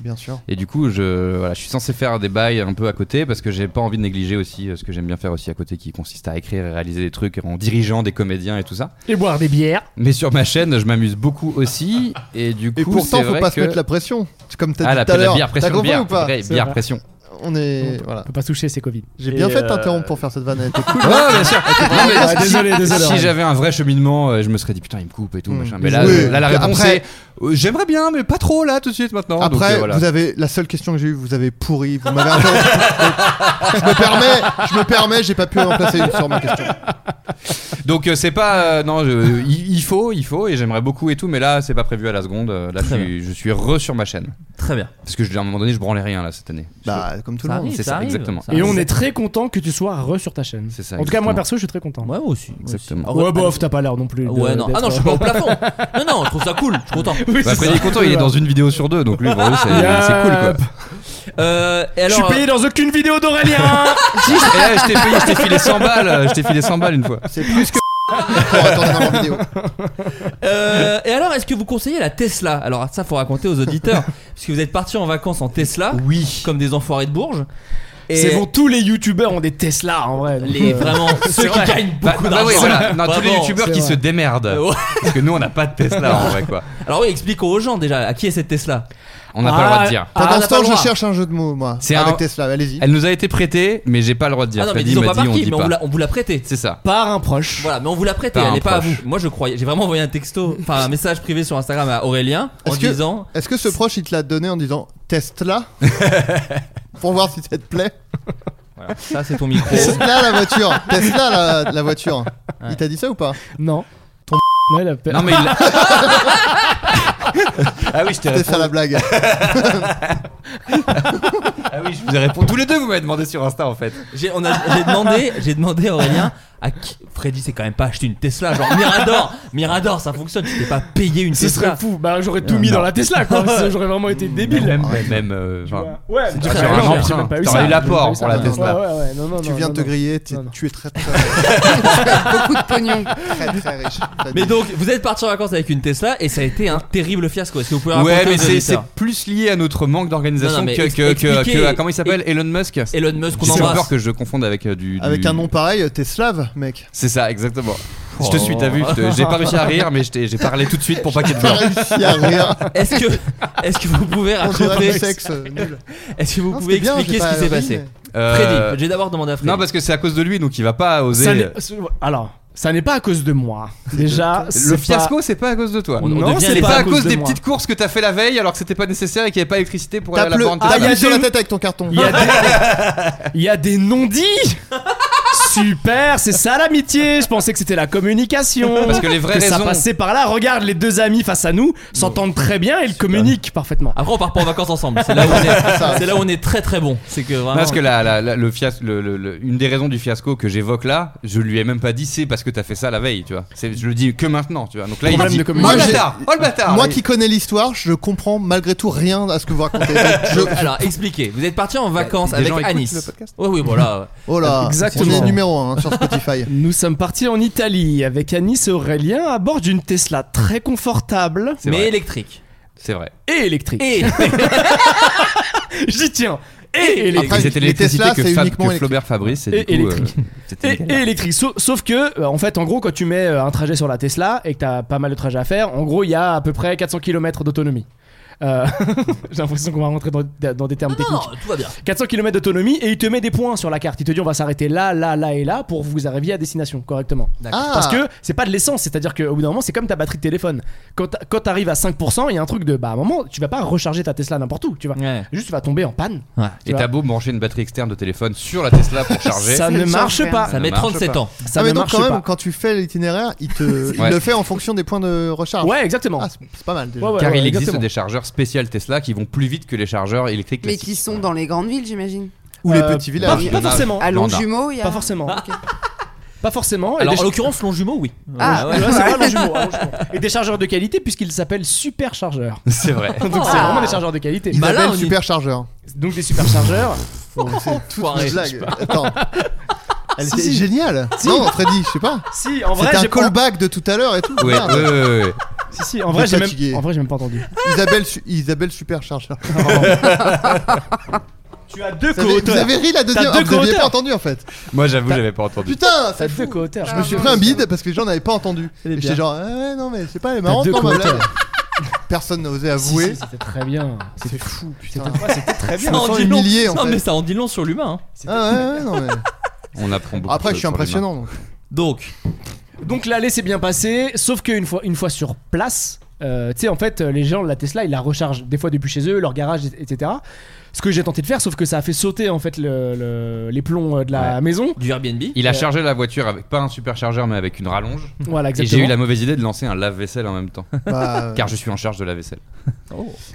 [SPEAKER 6] bien sûr
[SPEAKER 8] Et du coup, je, voilà, je suis censé faire des bails un peu à côté parce que j'ai pas envie de négliger aussi euh, ce que j'aime bien faire aussi à côté, qui consiste à écrire et réaliser des trucs en dirigeant des comédiens et tout ça.
[SPEAKER 7] Et boire des bières.
[SPEAKER 8] Mais sur ma chaîne, je m'amuse beaucoup aussi. Et du coup,
[SPEAKER 6] et pourtant
[SPEAKER 8] c'est
[SPEAKER 6] faut
[SPEAKER 8] vrai
[SPEAKER 6] pas se
[SPEAKER 8] que-
[SPEAKER 6] mettre la pression C'est comme t'as
[SPEAKER 8] Ah, la-
[SPEAKER 6] dit tout à
[SPEAKER 8] la
[SPEAKER 6] l'heure
[SPEAKER 8] bière pression,
[SPEAKER 6] t'as compris
[SPEAKER 8] bière,
[SPEAKER 6] ou pas
[SPEAKER 8] vraie
[SPEAKER 6] C'est
[SPEAKER 8] bière
[SPEAKER 6] vrai.
[SPEAKER 8] pression.
[SPEAKER 6] on est
[SPEAKER 7] On
[SPEAKER 6] voilà
[SPEAKER 7] peut pas se toucher, c'est Covid.
[SPEAKER 6] j'ai bien
[SPEAKER 8] euh,
[SPEAKER 6] fait de t'interrompre pour faire cette vanne elle était
[SPEAKER 8] (laughs)
[SPEAKER 6] cool
[SPEAKER 8] Ouais, bien sûr. Non, mais
[SPEAKER 7] Ouais,
[SPEAKER 8] si-
[SPEAKER 7] désolé, désolé.
[SPEAKER 8] Si j'avais un vrai cheminement, euh, je me serais dit putain, il me coupe et tout machin. Mais là,
[SPEAKER 6] Oui.
[SPEAKER 8] euh, là, la réponse
[SPEAKER 6] Après-
[SPEAKER 8] est euh, j'aimerais bien, mais pas trop là tout de suite maintenant. Donc,
[SPEAKER 6] Après,
[SPEAKER 8] euh, voilà.
[SPEAKER 6] vous avez la seule question que j'ai eue, vous avez pourri, vous m'avez
[SPEAKER 8] (laughs)
[SPEAKER 6] interrompu. Donc, je me permets, je me permets, j'ai pas pu en placer une sur ma question.
[SPEAKER 8] Donc euh, c'est pas euh, non, je- il il faut, il faut et j'aimerais beaucoup et tout, mais là c'est pas prévu à la seconde. Euh, Là je
[SPEAKER 1] Très
[SPEAKER 8] suis, je suis re sur ma chaîne
[SPEAKER 1] Très bien.
[SPEAKER 8] parce que je, à un moment donné je branlais rien là cette année.
[SPEAKER 6] Bah, comme tout le
[SPEAKER 1] Ça
[SPEAKER 6] monde.
[SPEAKER 1] arrive,
[SPEAKER 8] c'est ça,
[SPEAKER 1] arrive,
[SPEAKER 8] exactement.
[SPEAKER 1] Ah, ça
[SPEAKER 7] Et
[SPEAKER 1] arrive.
[SPEAKER 7] on est très content que tu sois re sur ta chaîne.
[SPEAKER 8] C'est ça,
[SPEAKER 7] En tout cas, moi
[SPEAKER 8] exactement.
[SPEAKER 7] perso, je suis très content.
[SPEAKER 1] Ouais, moi aussi. moi aussi.
[SPEAKER 8] Exactement.
[SPEAKER 1] Alors,
[SPEAKER 7] Ouais, bof, t'as pas l'air non plus. de-
[SPEAKER 1] Ouais, non. Ah
[SPEAKER 7] d'être- euh,
[SPEAKER 1] non, je suis pas au plafond. Non, non, je trouve ça cool. Je suis content.
[SPEAKER 7] (laughs) Oui,
[SPEAKER 8] Bah,
[SPEAKER 7] c'est
[SPEAKER 8] Freddy
[SPEAKER 7] ça.
[SPEAKER 8] est content, il est dans une vidéo sur deux, donc lui pour lui, c'est c'est cool quoi.
[SPEAKER 1] Euh, et
[SPEAKER 7] Je
[SPEAKER 1] alors,
[SPEAKER 7] suis payé dans aucune vidéo (laughs) d'Aurélien.
[SPEAKER 8] Et là, Eh, je t'ai payé- je t'ai filé 100 balles, euh, je t'ai filé 100 balles une fois.
[SPEAKER 6] C'est plus que. Pour attendre dans leur vidéo.
[SPEAKER 1] euh, et alors, est-ce que vous conseillez la Tesla Alors
[SPEAKER 8] (laughs)
[SPEAKER 1] ça, faut raconter aux auditeurs, puisque vous êtes partis en vacances en Tesla,
[SPEAKER 8] Oui.
[SPEAKER 1] comme des enfoirés de Bourges. Et-
[SPEAKER 7] C'est bon, tous les youtubeurs ont des Tesla en vrai. donc,
[SPEAKER 1] Les-
[SPEAKER 7] euh,
[SPEAKER 8] (laughs)
[SPEAKER 1] vraiment,
[SPEAKER 7] c'est
[SPEAKER 1] ceux qui
[SPEAKER 7] vrai.
[SPEAKER 1] gagnent beaucoup
[SPEAKER 8] Bah,
[SPEAKER 1] d'argent.
[SPEAKER 8] oui, voilà. Non, tous les
[SPEAKER 1] Vraiment,
[SPEAKER 8] youtubeurs
[SPEAKER 1] c'est
[SPEAKER 8] qui
[SPEAKER 1] vrai.
[SPEAKER 8] se démerdent.
[SPEAKER 1] Ouais.
[SPEAKER 8] Parce que nous, on n'a pas de Tesla en vrai, quoi.
[SPEAKER 1] Alors oui, expliquons aux gens déjà, à qui est cette Tesla
[SPEAKER 8] Ah, On n'a pas le
[SPEAKER 1] Ah.
[SPEAKER 8] droit de dire.
[SPEAKER 6] Pendant ce temps, je cherche un jeu de mots, moi.
[SPEAKER 8] C'est
[SPEAKER 6] avec
[SPEAKER 8] un-
[SPEAKER 6] Tesla, allez-y.
[SPEAKER 8] Elle nous a été prêtée, mais j'ai pas le droit de dire.
[SPEAKER 1] Ah non, mais
[SPEAKER 8] Freddy
[SPEAKER 1] disons
[SPEAKER 8] m'a
[SPEAKER 1] pas par
[SPEAKER 8] dit, on
[SPEAKER 1] qui,
[SPEAKER 8] dit
[SPEAKER 1] mais
[SPEAKER 8] pas.
[SPEAKER 1] on vous l'a- on vous l'a prêtée.
[SPEAKER 8] C'est ça.
[SPEAKER 7] Par un proche.
[SPEAKER 1] Voilà, mais on vous l'a prêtée,
[SPEAKER 8] Par
[SPEAKER 1] elle
[SPEAKER 8] un
[SPEAKER 1] n'est pas à vous.
[SPEAKER 8] proche.
[SPEAKER 1] Moi je croyais, j'ai vraiment envoyé un texto, enfin un message privé sur Instagram à Aurélien en
[SPEAKER 6] Est-ce que,
[SPEAKER 8] (laughs)
[SPEAKER 1] disant
[SPEAKER 6] est-ce que ce proche, il te l'a donné en disant Tesla Pour voir si ça te plaît
[SPEAKER 1] ça c'est ton micro.
[SPEAKER 6] Tesla la voiture Tesla la, la voiture Il t'a dit ça ou pas
[SPEAKER 7] Non. Ton (laughs) ouais, la paix.
[SPEAKER 8] Non, mais il l'a- (laughs) Ah oui, je t'ai
[SPEAKER 6] C'était ça la
[SPEAKER 8] répondu.
[SPEAKER 6] blague.
[SPEAKER 8] Ah oui, je vous ai répondu. Tous les deux, vous m'avez demandé sur Insta en fait.
[SPEAKER 1] J'ai on a- j'ai demandé, j'ai demandé à Aurélien à qui Freddy s'est quand même pas acheté une Tesla, genre Mirador, Mirador ça fonctionne, tu t'es pas payé une
[SPEAKER 7] Ce serait
[SPEAKER 1] Tesla.
[SPEAKER 7] fou. Bah, j'aurais
[SPEAKER 8] Euh,
[SPEAKER 7] tout mis dans la Tesla, quoi. Ça, J'aurais vraiment été débile.
[SPEAKER 8] Même, même, euh,
[SPEAKER 7] Tu
[SPEAKER 8] genre,
[SPEAKER 7] vois. Ouais, mais
[SPEAKER 8] sur
[SPEAKER 7] j'aurais-
[SPEAKER 8] un
[SPEAKER 7] j'aurais
[SPEAKER 8] emprunt.
[SPEAKER 7] même pas eu
[SPEAKER 8] T'aurais
[SPEAKER 7] ça.
[SPEAKER 8] eu l'apport
[SPEAKER 7] J'aurais pas eu
[SPEAKER 8] pour
[SPEAKER 7] ça.
[SPEAKER 8] la Tesla.
[SPEAKER 7] Ouais, ouais, ouais. Non, non,
[SPEAKER 6] tu
[SPEAKER 7] non,
[SPEAKER 6] viens
[SPEAKER 7] non,
[SPEAKER 6] de te
[SPEAKER 7] non.
[SPEAKER 6] griller, t'es-
[SPEAKER 7] Non, non.
[SPEAKER 6] tu es très très,
[SPEAKER 4] Beaucoup de pognon.
[SPEAKER 6] très, très riche. T'as dit.
[SPEAKER 1] Mais donc, vous êtes parti en vacances avec une Tesla et ça a été un terrible fiasco. Est-ce que vous pouvez raconter
[SPEAKER 8] Ouais, mais
[SPEAKER 1] aux
[SPEAKER 8] c'est c'est
[SPEAKER 1] auditeurs
[SPEAKER 8] plus lié à notre manque
[SPEAKER 1] Non,
[SPEAKER 8] d'organisation
[SPEAKER 1] non, mais
[SPEAKER 8] que,
[SPEAKER 1] ex-
[SPEAKER 8] que, que-
[SPEAKER 1] expliquez-
[SPEAKER 8] que- à- Comment il s'appelle Elon Musk
[SPEAKER 1] Elon Musk qu'on
[SPEAKER 8] J'ai toujours peur
[SPEAKER 1] embrasse.
[SPEAKER 8] que je confonde avec euh, du, du-
[SPEAKER 6] Avec un nom pareil, t'es slave, mec.
[SPEAKER 8] C'est ça, exactement. Je te suis, t'as vu je te- J'ai pas réussi à rire, mais je t'ai- j'ai parlé tout de suite pour pas qu'il y ait de
[SPEAKER 6] Pas
[SPEAKER 8] gens.
[SPEAKER 6] réussi à rire.
[SPEAKER 1] Est-ce que est-ce que vous pouvez
[SPEAKER 6] On dirait
[SPEAKER 1] raconter
[SPEAKER 6] du sexe euh, nul.
[SPEAKER 1] Est-ce que vous
[SPEAKER 6] Non,
[SPEAKER 1] pouvez
[SPEAKER 6] c'était bien,
[SPEAKER 1] expliquer
[SPEAKER 6] j'ai
[SPEAKER 1] ce
[SPEAKER 6] pas
[SPEAKER 1] qui s'est
[SPEAKER 6] ri,
[SPEAKER 1] passé
[SPEAKER 6] mais-
[SPEAKER 8] Euh,
[SPEAKER 1] Freddy, j'ai d'abord demandé à Freddy.
[SPEAKER 8] Non, parce que c'est à cause de lui, donc il va pas
[SPEAKER 7] Ça
[SPEAKER 8] oser.
[SPEAKER 7] n'est- Alors, ça n'est pas à cause de
[SPEAKER 8] (laughs)
[SPEAKER 7] moi. Déjà,
[SPEAKER 8] Le fiasco, c'est pas à cause de toi.
[SPEAKER 1] On- on
[SPEAKER 7] Non,
[SPEAKER 1] devient
[SPEAKER 7] c'est
[SPEAKER 1] les-
[SPEAKER 8] C'est
[SPEAKER 7] pas
[SPEAKER 8] pas à
[SPEAKER 7] à
[SPEAKER 8] cause
[SPEAKER 7] de
[SPEAKER 8] des
[SPEAKER 7] moi.
[SPEAKER 8] petites courses que t'as fait la veille alors que c'était pas nécessaire et qu'il y avait pas d'électricité pour aller à
[SPEAKER 6] Tape
[SPEAKER 8] la
[SPEAKER 6] le.
[SPEAKER 8] borne.
[SPEAKER 6] Ah,
[SPEAKER 8] Tesla.
[SPEAKER 6] il y a sur
[SPEAKER 7] des-
[SPEAKER 6] la tête avec ton carton.
[SPEAKER 7] Il y a
[SPEAKER 8] (laughs)
[SPEAKER 7] des, il y a des non-dits. Super, c'est ça l'amitié. Je pensais que c'était la communication.
[SPEAKER 8] Parce que les vraies
[SPEAKER 7] ça
[SPEAKER 8] raisons-
[SPEAKER 7] passait par là. Regarde, les deux amis face à nous s'entendent très bien et ils communiquent parfaitement.
[SPEAKER 1] Après, on part pas en vacances ensemble. C'est là où on est, c'est là où on est très très bon. C'est que vraiment.
[SPEAKER 8] Non, parce que la- la- la- le fias- le- le- le- une des raisons du fiasco que j'évoque là, je lui ai même pas dit c'est parce que t'as fait ça la veille, tu vois. C'est- Je le dis que maintenant, tu vois. Donc là, il
[SPEAKER 7] Problème
[SPEAKER 8] dit,
[SPEAKER 7] de
[SPEAKER 8] oh le
[SPEAKER 7] communication.
[SPEAKER 8] bâtard, oh le bâtard.
[SPEAKER 6] Ah, Moi qui connais l'histoire, je comprends malgré tout rien à ce que vous racontez. Je-
[SPEAKER 1] Alors, expliquez. Vous êtes parti en vacances
[SPEAKER 8] Des
[SPEAKER 1] avec
[SPEAKER 8] gens écoutent le
[SPEAKER 1] Anis.
[SPEAKER 8] podcast
[SPEAKER 1] Oui, oui, voilà.
[SPEAKER 6] Oh là,
[SPEAKER 7] Exactement.
[SPEAKER 6] on est numéro 1 sur Spotify.
[SPEAKER 7] Nous sommes partis en Italie avec Anis et Aurélien à bord d'une Tesla très confortable
[SPEAKER 8] C'est
[SPEAKER 1] Mais
[SPEAKER 8] vrai.
[SPEAKER 1] électrique.
[SPEAKER 8] C'est vrai.
[SPEAKER 7] et électrique.
[SPEAKER 1] Et
[SPEAKER 7] J'y tiens. Et électrique.
[SPEAKER 6] Après,
[SPEAKER 8] C'était
[SPEAKER 6] les
[SPEAKER 8] l'électricité
[SPEAKER 6] Tesla,
[SPEAKER 8] que,
[SPEAKER 6] c'est
[SPEAKER 8] Fab-
[SPEAKER 6] uniquement
[SPEAKER 8] que Flaubert fabrice.
[SPEAKER 7] Et
[SPEAKER 8] Et, du coup, euh,
[SPEAKER 7] électrique.
[SPEAKER 8] (laughs)
[SPEAKER 1] Ah,
[SPEAKER 8] c'était
[SPEAKER 7] Et,
[SPEAKER 8] nickel.
[SPEAKER 7] et électrique. Sauf, sauf que, euh, en fait, en gros, quand tu mets euh, un trajet sur la Tesla et que t'as pas mal de trajets à faire, en gros, il y a à peu près 400 km d'autonomie. Euh, (laughs) J'ai l'impression qu'on va rentrer dans, dans des termes
[SPEAKER 1] non, non,
[SPEAKER 7] techniques.
[SPEAKER 1] Oh, tout va bien.
[SPEAKER 7] 400 km d'autonomie et il te met des points sur la carte. Il te dit on va s'arrêter là, là, là et là pour vous arriver à destination correctement.
[SPEAKER 6] Ah,
[SPEAKER 7] Parce que c'est pas de l'essence, c'est-à-dire qu'au bout d'un moment, c'est comme ta batterie de téléphone. Quand t'a- quand t'arrives à 5%, il y a un truc de bah à un moment, tu vas pas recharger ta Tesla n'importe où, tu vas.
[SPEAKER 1] Ouais.
[SPEAKER 7] Juste tu vas tomber en panne.
[SPEAKER 1] Ouais.
[SPEAKER 7] tu
[SPEAKER 8] Et
[SPEAKER 7] vois.
[SPEAKER 8] t'as beau brancher une batterie externe de téléphone sur la Tesla pour charger.
[SPEAKER 7] Ça ne
[SPEAKER 4] le
[SPEAKER 7] marche
[SPEAKER 4] chargeur.
[SPEAKER 7] pas.
[SPEAKER 1] Ça
[SPEAKER 8] ne
[SPEAKER 1] met
[SPEAKER 8] marche
[SPEAKER 1] 37
[SPEAKER 8] pas.
[SPEAKER 1] ans.
[SPEAKER 7] Ça
[SPEAKER 6] Ah,
[SPEAKER 7] ne
[SPEAKER 6] mais donc
[SPEAKER 7] marche
[SPEAKER 6] quand même,
[SPEAKER 7] pas.
[SPEAKER 6] quand tu fais l'itinéraire, il, te...
[SPEAKER 7] (laughs)
[SPEAKER 6] il
[SPEAKER 8] Ouais.
[SPEAKER 6] le fait en fonction des points de recharge.
[SPEAKER 7] Ouais, exactement.
[SPEAKER 6] Ah, c'est c'est pas mal déjà.
[SPEAKER 7] Ouais, ouais,
[SPEAKER 8] Car
[SPEAKER 7] ouais,
[SPEAKER 8] il existe
[SPEAKER 7] exactement.
[SPEAKER 8] des chargeurs spécial Tesla qui vont plus vite que les chargeurs électriques
[SPEAKER 4] Mais qui
[SPEAKER 8] classiques.
[SPEAKER 4] sont dans les grandes villes, j'imagine.
[SPEAKER 6] Ou
[SPEAKER 7] Euh,
[SPEAKER 6] les petits villages.
[SPEAKER 8] Il y
[SPEAKER 7] Pas
[SPEAKER 8] en a-
[SPEAKER 7] forcément.
[SPEAKER 4] À
[SPEAKER 8] Il y en a.
[SPEAKER 4] Longjumeau, il y a.
[SPEAKER 7] Pas forcément.
[SPEAKER 4] Ah, ok.
[SPEAKER 7] (laughs) Pas forcément. Et
[SPEAKER 1] Alors,
[SPEAKER 7] des-
[SPEAKER 1] en l'occurrence, long jumeau, oui. Euh,
[SPEAKER 4] Ah,
[SPEAKER 7] Ouais, ouais, c'est
[SPEAKER 6] (laughs)
[SPEAKER 7] vrai, long jumeau, long jumeau. Et des chargeurs de qualité puisqu'ils s'appellent superchargeurs.
[SPEAKER 8] (laughs) C'est vrai.
[SPEAKER 7] Donc c'est
[SPEAKER 4] Ah.
[SPEAKER 7] vraiment des chargeurs de qualité.
[SPEAKER 6] Ils
[SPEAKER 1] Bah là, on
[SPEAKER 6] appellent
[SPEAKER 1] y-
[SPEAKER 7] (laughs)
[SPEAKER 6] superchargeur.
[SPEAKER 7] Donc des superchargeurs.
[SPEAKER 6] Donc, C'est toute
[SPEAKER 1] Foiré.
[SPEAKER 6] une blague. Attends. (laughs) Elle
[SPEAKER 7] Si,
[SPEAKER 6] était
[SPEAKER 7] si.
[SPEAKER 6] géniale. Non, Freddy, je sais pas.
[SPEAKER 7] si, en vrai,
[SPEAKER 6] C'était un
[SPEAKER 7] j'ai pas-
[SPEAKER 6] callback de tout à l'heure et tout.
[SPEAKER 8] Ouais,
[SPEAKER 6] Merde.
[SPEAKER 8] ouais, ouais, ouais.
[SPEAKER 7] Si, si, en
[SPEAKER 6] Je
[SPEAKER 7] vrai,
[SPEAKER 6] suis
[SPEAKER 7] j'ai
[SPEAKER 6] fatigué.
[SPEAKER 7] même... en vrai, j'ai même pas entendu.
[SPEAKER 6] Isabelle, su- Isabelle
[SPEAKER 7] (laughs)
[SPEAKER 6] superchargeur.
[SPEAKER 7] tu as deux
[SPEAKER 6] Vous avez, vous
[SPEAKER 7] co-auteurs.
[SPEAKER 6] avez ri la deuxième.
[SPEAKER 7] T'as
[SPEAKER 6] Ah,
[SPEAKER 7] deux
[SPEAKER 6] vous aviez
[SPEAKER 7] co-auteurs.
[SPEAKER 6] pas entendu en fait.
[SPEAKER 8] Moi j'avoue, j'avais pas entendu.
[SPEAKER 6] Putain,
[SPEAKER 7] T'as
[SPEAKER 6] c'est
[SPEAKER 7] deux
[SPEAKER 6] fou.
[SPEAKER 7] co-auteurs. Ah,
[SPEAKER 6] Je me suis pris un bide parce que les gens n'avaient pas entendu.
[SPEAKER 7] Elle est
[SPEAKER 6] Et
[SPEAKER 7] bien.
[SPEAKER 6] j'étais genre, ah ouais, non, mais c'est pas, elle est marrante,
[SPEAKER 7] deux
[SPEAKER 6] non, ma
[SPEAKER 7] commentaires.
[SPEAKER 6] blague. Personne n'a osé
[SPEAKER 7] Si, si,
[SPEAKER 6] avouer.
[SPEAKER 7] C'était très bien. C'était fou, putain. C'était très
[SPEAKER 6] Je
[SPEAKER 7] bien.
[SPEAKER 6] me
[SPEAKER 1] Ça en
[SPEAKER 6] sens
[SPEAKER 1] dit long.
[SPEAKER 6] humilié, en
[SPEAKER 1] Non,
[SPEAKER 6] fait.
[SPEAKER 1] mais ça en dit long sur l'humain. hein.
[SPEAKER 6] Ah ouais, ouais, non, mais.
[SPEAKER 8] On apprend beaucoup.
[SPEAKER 6] Après, je suis
[SPEAKER 8] sur- sur l'humain.
[SPEAKER 6] impressionnant. donc.
[SPEAKER 1] Donc,
[SPEAKER 7] Donc l'allée s'est bien passée, sauf qu'une fois, une fois sur place, euh, tu sais, en fait, euh, les gens, la Tesla, ils la rechargent des fois depuis chez eux, leur garage, et- etc. Ce que j'ai tenté de faire, sauf que ça a fait sauter en fait le- le- les plombs euh, de la (laughs) maison.
[SPEAKER 1] du Airbnb.
[SPEAKER 8] Il a chargé la voiture avec pas un superchargeur mais avec une rallonge.
[SPEAKER 7] Voilà,
[SPEAKER 8] Et j'ai
[SPEAKER 7] exactement.
[SPEAKER 8] eu la mauvaise idée de lancer un lave-vaisselle en même temps.
[SPEAKER 6] Bah,
[SPEAKER 8] Car je suis en charge de la vaisselle.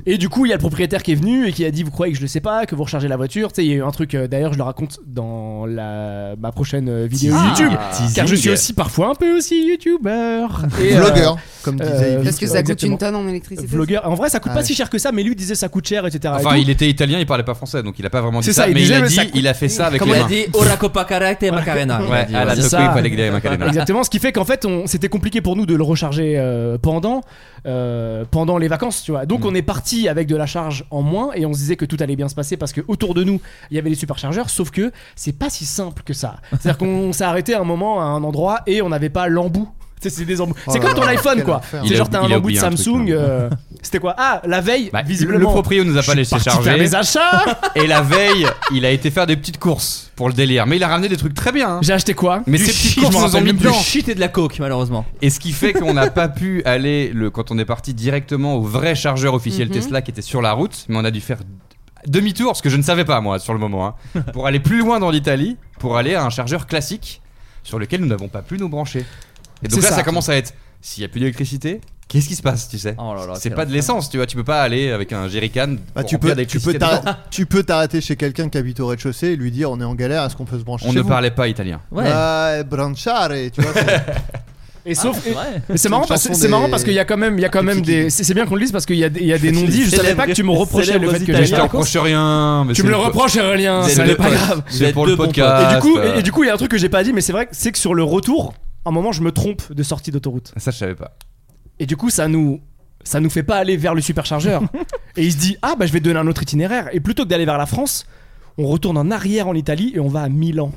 [SPEAKER 7] Et du coup, il y a le propriétaire qui est venu et qui a dit Vous croyez que je le sais pas, que vous rechargez la voiture Tu sais, il y a eu un truc, euh, d'ailleurs, je le raconte dans la, ma prochaine euh, vidéo YouTube.
[SPEAKER 6] Ah,
[SPEAKER 7] Car je suis aussi parfois un peu aussi youtubeur. Et, euh,
[SPEAKER 6] Vlogueur, comme disait
[SPEAKER 7] euh,
[SPEAKER 6] Yves.
[SPEAKER 4] Parce que ça coûte
[SPEAKER 7] Exactement.
[SPEAKER 4] une tonne en électricité.
[SPEAKER 7] Vlogueur. En vrai, ça coûte
[SPEAKER 6] Ah
[SPEAKER 7] pas
[SPEAKER 6] ouais.
[SPEAKER 7] si cher que ça, mais lui disait ça coûte cher, etc. Ah, et
[SPEAKER 8] Enfin,
[SPEAKER 7] tout.
[SPEAKER 8] il était italien, il parlait pas français, donc il a pas vraiment dit
[SPEAKER 1] C'est
[SPEAKER 8] ça,
[SPEAKER 1] ça, il
[SPEAKER 8] mais
[SPEAKER 1] disait,
[SPEAKER 8] il a
[SPEAKER 1] mais
[SPEAKER 8] dit,
[SPEAKER 1] ça-
[SPEAKER 8] il a fait ça avec
[SPEAKER 1] Comment
[SPEAKER 8] les
[SPEAKER 1] il a
[SPEAKER 8] mains.
[SPEAKER 1] dit oh, Ora Copacarate et Macarena.
[SPEAKER 8] Ouais, à la
[SPEAKER 7] C'est
[SPEAKER 8] Tokyo,
[SPEAKER 7] ça.
[SPEAKER 8] il fallait que les
[SPEAKER 7] (laughs)
[SPEAKER 8] Macarena.
[SPEAKER 7] Exactement, ce qui fait qu'en fait, on, c'était compliqué pour nous de le recharger euh, pendant, euh, pendant les vacances, tu vois. Donc
[SPEAKER 8] Hmm.
[SPEAKER 7] on est parti avec de la charge en moins et on se disait que tout allait bien se passer parce que autour de nous, il y avait les superchargeurs, sauf que c'est pas si simple que ça. C'est-à-dire
[SPEAKER 8] (laughs)
[SPEAKER 7] qu'on s'est arrêté à un moment, à un endroit, et on n'avait pas l'embout. Tu sais, C'est des embouts.
[SPEAKER 8] Oh
[SPEAKER 7] c'est
[SPEAKER 8] là
[SPEAKER 7] comme ton
[SPEAKER 8] là,
[SPEAKER 7] iPhone
[SPEAKER 8] quelle
[SPEAKER 7] quoi.
[SPEAKER 8] affaire. Il
[SPEAKER 7] C'est
[SPEAKER 8] a-
[SPEAKER 7] genre t'as un
[SPEAKER 8] il a
[SPEAKER 7] embout de
[SPEAKER 8] oublié un truc,
[SPEAKER 7] Samsung.
[SPEAKER 8] là.
[SPEAKER 7] euh, C'était quoi Ah, la veille,
[SPEAKER 8] Bah,
[SPEAKER 7] visiblement.
[SPEAKER 8] Le proprio nous a pas
[SPEAKER 7] je suis
[SPEAKER 8] laissé
[SPEAKER 7] parti
[SPEAKER 8] charger.
[SPEAKER 7] faire mes achats.
[SPEAKER 8] (laughs) Et la veille, il a été faire des petites courses pour le délire. Mais il a ramené des trucs très bien. hein.
[SPEAKER 7] J'ai acheté quoi
[SPEAKER 8] Mais
[SPEAKER 1] Du
[SPEAKER 8] ces petites
[SPEAKER 1] shit, je
[SPEAKER 8] courses
[SPEAKER 1] me
[SPEAKER 8] nous ont
[SPEAKER 1] rappelle
[SPEAKER 8] mis
[SPEAKER 1] même plus.
[SPEAKER 8] dedans.
[SPEAKER 1] Du shit et de la coke, malheureusement.
[SPEAKER 8] Et ce qui fait qu'on n'a pas pu aller, le, quand on est parti directement au vrai chargeur officiel
[SPEAKER 1] Mhm.
[SPEAKER 8] Tesla qui était sur la route, mais on a dû faire demi-tour, ce que je ne savais pas moi sur le moment, hein, pour aller plus loin dans l'Italie, pour aller à un chargeur classique sur lequel nous n'avons pas pu nous brancher. Et donc
[SPEAKER 7] C'est
[SPEAKER 8] là, ça,
[SPEAKER 7] ça.
[SPEAKER 8] commence à être, s'il n'y a plus d'électricité, qu'est-ce qui se passe, tu sais C'est
[SPEAKER 1] quel
[SPEAKER 8] pas de l'essence, tu vois, tu peux pas aller avec un jerrycan.
[SPEAKER 6] Bah,
[SPEAKER 8] pour
[SPEAKER 6] tu,
[SPEAKER 8] remplir
[SPEAKER 6] peux, tu,
[SPEAKER 8] d'électricité
[SPEAKER 6] peux t'arr-
[SPEAKER 8] dedans.
[SPEAKER 6] tu peux t'arrêter chez quelqu'un qui habite au rez-de-chaussée et lui dire on est en galère, est-ce qu'on peut se brancher
[SPEAKER 8] On
[SPEAKER 6] chez
[SPEAKER 8] ne
[SPEAKER 6] vous
[SPEAKER 8] parlait pas italien.
[SPEAKER 1] Ouais.
[SPEAKER 6] Bah, branchare, tu vois.
[SPEAKER 8] (laughs)
[SPEAKER 7] Et
[SPEAKER 8] ah,
[SPEAKER 7] sauf,
[SPEAKER 6] c'est
[SPEAKER 7] et-
[SPEAKER 1] euh,
[SPEAKER 6] vrai.
[SPEAKER 7] mais c'est
[SPEAKER 6] C'est
[SPEAKER 7] marrant
[SPEAKER 6] une
[SPEAKER 7] parce
[SPEAKER 6] chanson
[SPEAKER 7] c'est
[SPEAKER 6] des-
[SPEAKER 7] marrant parce qu'il y a quand même, il y a quand même des, c'est c'est bien qu'on le dise parce qu'il y a, des- il y a des non-dits. Je savais
[SPEAKER 1] Célèbre-
[SPEAKER 7] pas que tu me reprochais le
[SPEAKER 1] célèbre
[SPEAKER 7] fait que
[SPEAKER 1] Italien.
[SPEAKER 7] j'ai
[SPEAKER 8] Je te reproche rien. mais
[SPEAKER 7] Tu
[SPEAKER 8] c'est
[SPEAKER 7] me le
[SPEAKER 8] po-
[SPEAKER 7] reproches, Aurélien,
[SPEAKER 8] C'est
[SPEAKER 7] ça
[SPEAKER 8] le
[SPEAKER 7] n'est pas
[SPEAKER 8] po-
[SPEAKER 7] grave.
[SPEAKER 1] Vous
[SPEAKER 8] C'est
[SPEAKER 1] êtes
[SPEAKER 8] pour
[SPEAKER 1] deux
[SPEAKER 8] le
[SPEAKER 1] bons potes.
[SPEAKER 8] podcast.
[SPEAKER 7] Et du coup, et,
[SPEAKER 8] euh,
[SPEAKER 7] et du coup, il y a un truc que j'ai pas dit, mais c'est vrai, que c'est que sur le retour, à un moment, je me trompe de sortie d'autoroute.
[SPEAKER 8] Ça, je savais pas.
[SPEAKER 7] Et du coup, ça nous, ça nous fait pas aller vers le (laughs) superchargeur. et il se dit, ah bah je vais donner un autre itinéraire. Et plutôt que d'aller vers la France, on retourne en arrière en Italie et on va à Milan.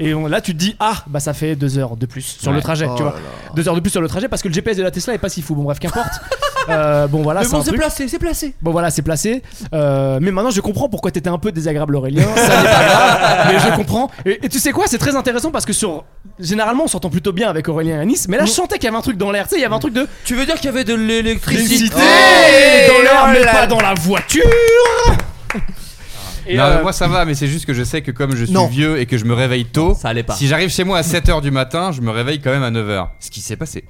[SPEAKER 7] Et on- là, tu te dis, ah bah ça fait deux heures de plus sur
[SPEAKER 1] Ouais.
[SPEAKER 7] le trajet,
[SPEAKER 1] Oh
[SPEAKER 7] tu vois.
[SPEAKER 1] là
[SPEAKER 7] Deux heures de plus sur le trajet parce que le GPS de la Tesla est pas si fou. Bon bref,
[SPEAKER 8] (laughs)
[SPEAKER 7] qu'importe. Euh, bon voilà,
[SPEAKER 1] Mais
[SPEAKER 7] un
[SPEAKER 1] bon, c'est
[SPEAKER 7] truc.
[SPEAKER 1] placé, c'est placé.
[SPEAKER 7] Bon voilà, c'est placé. Euh, mais maintenant, je comprends pourquoi t'étais un peu désagréable, Aurélien. Ça n'est pas
[SPEAKER 8] (laughs)
[SPEAKER 7] grave, mais je comprends. Et, et tu sais quoi, c'est très intéressant parce que sur généralement, on s'entend plutôt bien avec Aurélien et Nice. Mais
[SPEAKER 8] Mm.
[SPEAKER 7] là, je sentais qu'il y avait un truc dans l'air. Tu sais, il y avait un truc de
[SPEAKER 1] Tu veux dire qu'il y avait de l'électricité
[SPEAKER 7] Électricité dans l'air, mais
[SPEAKER 1] Oh là
[SPEAKER 7] pas dans la voiture. Et,
[SPEAKER 8] non,
[SPEAKER 7] euh,
[SPEAKER 8] mais moi ça va, mais c'est juste que je sais que comme je suis
[SPEAKER 7] Non.
[SPEAKER 8] vieux et que je me réveille tôt,
[SPEAKER 1] Ça allait pas.
[SPEAKER 8] si j'arrive chez moi à 7h du matin, je me réveille quand même à 9h. Ce qui s'est passé.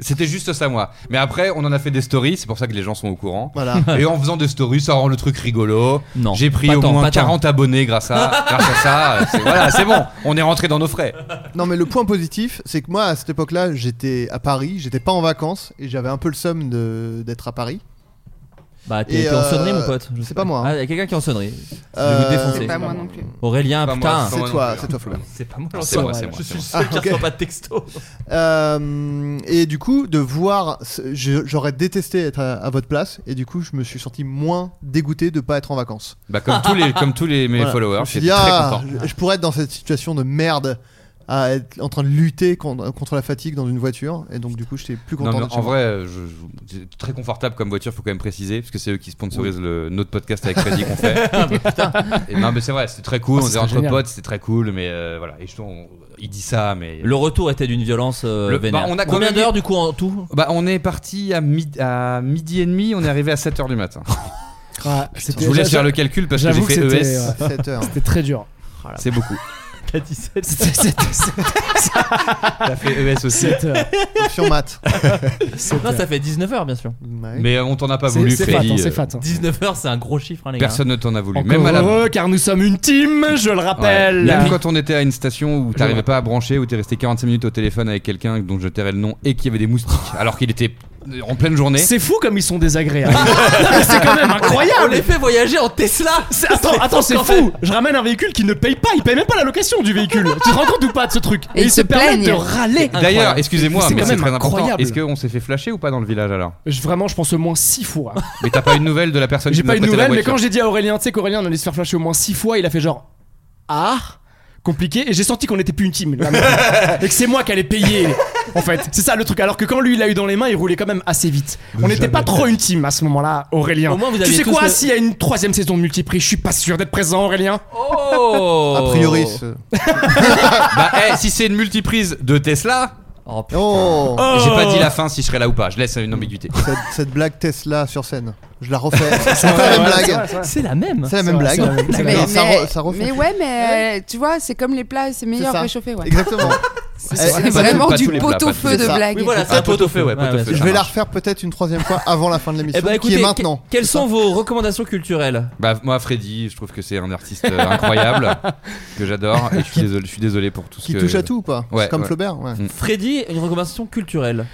[SPEAKER 8] C'était juste ça, moi. Mais après, on en a fait des stories, c'est pour ça que les gens sont au courant.
[SPEAKER 6] Voilà.
[SPEAKER 8] Et en faisant des stories, ça rend le truc rigolo.
[SPEAKER 1] Non,
[SPEAKER 8] J'ai pris
[SPEAKER 1] pas
[SPEAKER 8] au
[SPEAKER 1] tant,
[SPEAKER 8] moins
[SPEAKER 1] pas tant.
[SPEAKER 8] 40 abonnés
[SPEAKER 1] (laughs)
[SPEAKER 8] grâce à, grâce à ça. Euh, C'est- Voilà, c'est bon, on est rentré dans nos frais.
[SPEAKER 6] Non mais le point positif, c'est que moi à cette époque-là, j'étais à Paris, j'étais pas en vacances et j'avais un peu le seum de- d'être à Paris.
[SPEAKER 1] Bah, t'es
[SPEAKER 6] Et,
[SPEAKER 1] t'es en
[SPEAKER 6] euh,
[SPEAKER 1] sonnerie, mon pote. Je
[SPEAKER 6] c'est
[SPEAKER 1] sais
[SPEAKER 6] pas moi, hein.
[SPEAKER 1] Ah, y a quelqu'un qui est en sonnerie. Je vais
[SPEAKER 6] Euh,
[SPEAKER 1] vous défoncer.
[SPEAKER 6] c'est pas
[SPEAKER 4] moi non plus.
[SPEAKER 1] Aurélien,
[SPEAKER 8] Pas moi,
[SPEAKER 1] putain.
[SPEAKER 8] pas moi
[SPEAKER 6] C'est toi,
[SPEAKER 8] non plus,
[SPEAKER 6] c'est
[SPEAKER 8] hein.
[SPEAKER 6] toi, Florian.
[SPEAKER 8] C'est pas moi,
[SPEAKER 1] Non,
[SPEAKER 8] c'est moi,
[SPEAKER 1] c'est
[SPEAKER 8] c'est
[SPEAKER 1] moi.
[SPEAKER 8] moi.
[SPEAKER 1] Je
[SPEAKER 8] (laughs) c'est
[SPEAKER 1] suis
[SPEAKER 8] moi.
[SPEAKER 1] sûr
[SPEAKER 6] Ah,
[SPEAKER 1] qu'il
[SPEAKER 6] ok.
[SPEAKER 1] reçoit pas de texto.
[SPEAKER 6] Euh, et du coup, de voir, ce- je- j'aurais détesté être à, à votre place et du coup, je me suis senti moins dégoûté de pas être en vacances.
[SPEAKER 8] Bah, comme tous les, comme tous les mes
[SPEAKER 6] Voilà. Je
[SPEAKER 8] followers,
[SPEAKER 6] me suis
[SPEAKER 8] j'étais
[SPEAKER 6] dit,
[SPEAKER 8] très
[SPEAKER 6] ah,
[SPEAKER 8] content.
[SPEAKER 6] je- Je pourrais être dans cette situation de merde à être en train de lutter contre, contre la fatigue dans une voiture et donc du coup, j'étais plus
[SPEAKER 8] Non,
[SPEAKER 6] content.
[SPEAKER 8] mais
[SPEAKER 6] d'être chez
[SPEAKER 8] en
[SPEAKER 6] moi.
[SPEAKER 8] vrai, euh, je, je- c'est très confortable comme voiture, faut quand même préciser, parce que c'est eux qui sponsorisent le, notre podcast avec Freddy qu'on fait. Et non, mais c'est vrai, c'était très
[SPEAKER 7] Ah,
[SPEAKER 8] cool, on
[SPEAKER 7] ce
[SPEAKER 8] était
[SPEAKER 7] serait
[SPEAKER 8] entre
[SPEAKER 7] génial.
[SPEAKER 8] potes, c'était très cool, mais euh, voilà. Et je, on- il dit ça, mais.
[SPEAKER 1] Le retour était d'une violence euh,
[SPEAKER 8] Le-
[SPEAKER 1] vénère.
[SPEAKER 8] bah, on a quand
[SPEAKER 1] Combien
[SPEAKER 8] même-
[SPEAKER 1] d'heures du coup en
[SPEAKER 8] (laughs)
[SPEAKER 1] tout
[SPEAKER 8] Bah, on est parti à, mid- à midi et demi, on est arrivé à 7h
[SPEAKER 7] (laughs)
[SPEAKER 8] du matin.
[SPEAKER 7] ouais, c'était-
[SPEAKER 8] Ah, je vous laisse
[SPEAKER 7] j'a-
[SPEAKER 8] faire le calcul parce que j'ai
[SPEAKER 7] j'avoue
[SPEAKER 8] fait
[SPEAKER 7] c'était, euh,
[SPEAKER 8] ES,
[SPEAKER 7] ouais,
[SPEAKER 6] 7 heures. (laughs)
[SPEAKER 7] C'était très dur.
[SPEAKER 8] c'est beaucoup.
[SPEAKER 1] T'as 17
[SPEAKER 7] C'était-
[SPEAKER 8] (laughs)
[SPEAKER 7] c'était- c'était-
[SPEAKER 8] T'as
[SPEAKER 7] E
[SPEAKER 8] fait ES aussi.
[SPEAKER 7] sept heures.
[SPEAKER 6] Option maths.
[SPEAKER 7] Sept
[SPEAKER 1] Non,
[SPEAKER 7] heures.
[SPEAKER 1] Ah, ça fait 19 heures, bien sûr.
[SPEAKER 6] Ouais.
[SPEAKER 8] Mais euh, on t'en a pas
[SPEAKER 7] C'est-
[SPEAKER 8] voulu,
[SPEAKER 7] C'est fat, hein,
[SPEAKER 8] Freddy.
[SPEAKER 7] c'est
[SPEAKER 8] euh,
[SPEAKER 7] fat. hein.
[SPEAKER 1] 19 heures, c'est un gros chiffre, hein, les gars.
[SPEAKER 8] Personne ne t'en a voulu,
[SPEAKER 7] Encore
[SPEAKER 8] même à la
[SPEAKER 7] heureux, car nous sommes une team, je le rappelle.
[SPEAKER 8] Ouais. Même quand on était à une station où
[SPEAKER 7] Je-
[SPEAKER 8] t'arrivais pas à brancher, où t'es resté 45 minutes au téléphone avec quelqu'un dont je tairais le nom et qui avait des moustiques, alors qu'il était en pleine journée.
[SPEAKER 7] Oh. C'est fou comme ils sont désagréables. c'est quand même
[SPEAKER 1] On
[SPEAKER 7] incroyable.
[SPEAKER 1] les fait voyager en Tesla
[SPEAKER 7] C'est- Attends, attends, c'est fou. Je ramène un véhicule qui ne paye pas. Il paye même pas la location du véhicule. Tu te rends compte ou pas de ce truc
[SPEAKER 4] Et ils se
[SPEAKER 7] permettent de
[SPEAKER 4] plaignent.
[SPEAKER 7] râler.
[SPEAKER 8] D'ailleurs, excusez-moi,
[SPEAKER 7] C'est
[SPEAKER 8] mais
[SPEAKER 7] quand
[SPEAKER 8] c'est
[SPEAKER 7] même
[SPEAKER 8] très important.
[SPEAKER 7] incroyable.
[SPEAKER 8] Est-ce qu'on s'est fait flasher ou pas dans le village alors
[SPEAKER 7] Je- vraiment, je pense au moins 6 fois.
[SPEAKER 8] Mais t'as pas une nouvelle de la personne
[SPEAKER 7] J'ai
[SPEAKER 8] qui nous a
[SPEAKER 7] pas une
[SPEAKER 8] prêté la
[SPEAKER 7] nouvelle, mais
[SPEAKER 8] voiture
[SPEAKER 7] quand j'ai dit à Aurélien, tu sais qu'Aurélien on allait se faire flasher au moins 6 fois, il a fait genre Ah Compliqué, et j'ai senti qu'on était plus une team. là, maintenant. et que c'est moi qui allais payer. En fait, c'est ça le truc. Alors que quand lui il l'a eu dans les mains, il roulait quand même assez vite. On n'était pas trop une team à ce moment-là, Aurélien.
[SPEAKER 1] Au moins, vous
[SPEAKER 7] tu
[SPEAKER 1] aviez
[SPEAKER 7] sais
[SPEAKER 1] tous
[SPEAKER 7] quoi,
[SPEAKER 1] le-
[SPEAKER 7] s'il y a une troisième saison de multiprix, je suis pas sûr d'être présent, Aurélien.
[SPEAKER 1] Oh
[SPEAKER 6] A priori. ce-
[SPEAKER 8] Bah, eh, si c'est une multiprise de Tesla,
[SPEAKER 1] Oh, putain.
[SPEAKER 6] Oh,
[SPEAKER 8] j'ai pas dit la fin si je serais là ou pas. Je laisse une ambiguïté.
[SPEAKER 6] cette, cette blague Tesla sur scène. Je
[SPEAKER 1] (laughs)
[SPEAKER 6] la refais. C'est pas la même blague.
[SPEAKER 1] C'est la même.
[SPEAKER 6] C'est la même
[SPEAKER 7] vrai,
[SPEAKER 6] blague.
[SPEAKER 7] c'est vrai, c'est
[SPEAKER 4] Mais,
[SPEAKER 7] vrai.
[SPEAKER 6] Non, ça
[SPEAKER 4] mais-
[SPEAKER 6] re- ça refait.
[SPEAKER 4] mais ouais, mais euh, tu vois, c'est comme les plats, c'est meilleur
[SPEAKER 6] ça.
[SPEAKER 4] réchauffé. Ouais.
[SPEAKER 6] Exactement.
[SPEAKER 4] C'est
[SPEAKER 6] vrai.
[SPEAKER 8] Pas
[SPEAKER 4] vraiment
[SPEAKER 8] tous- pas
[SPEAKER 4] du
[SPEAKER 8] tous les plats,
[SPEAKER 4] pot au
[SPEAKER 8] pas tous
[SPEAKER 4] feu
[SPEAKER 8] les
[SPEAKER 4] de
[SPEAKER 6] plats.
[SPEAKER 4] blague.
[SPEAKER 1] Oui, voilà,
[SPEAKER 8] Ah,
[SPEAKER 1] c'est
[SPEAKER 8] pot au feu, ouais, pot
[SPEAKER 1] Ouais,
[SPEAKER 8] au
[SPEAKER 1] ouais,
[SPEAKER 8] feu,
[SPEAKER 1] c'est
[SPEAKER 6] Je
[SPEAKER 8] ça
[SPEAKER 6] vais la
[SPEAKER 8] marche.
[SPEAKER 6] refaire peut-être une troisième fois avant la fin de l'émission,
[SPEAKER 1] Eh ben, écoutez,
[SPEAKER 6] qui est
[SPEAKER 1] que-
[SPEAKER 6] maintenant.
[SPEAKER 1] quelles sont vos recommandations culturelles
[SPEAKER 8] Bah, moi, Freddy, je trouve que c'est un artiste euh,
[SPEAKER 7] (laughs)
[SPEAKER 8] incroyable que j'adore et je suis désolé, je suis désolé pour tout ce
[SPEAKER 6] Qui
[SPEAKER 8] que.
[SPEAKER 6] touche à tout ou pas
[SPEAKER 8] Ouais,
[SPEAKER 6] C'est comme
[SPEAKER 8] ouais.
[SPEAKER 6] Flaubert. ouais.
[SPEAKER 1] Freddy, une recommandation culturelle.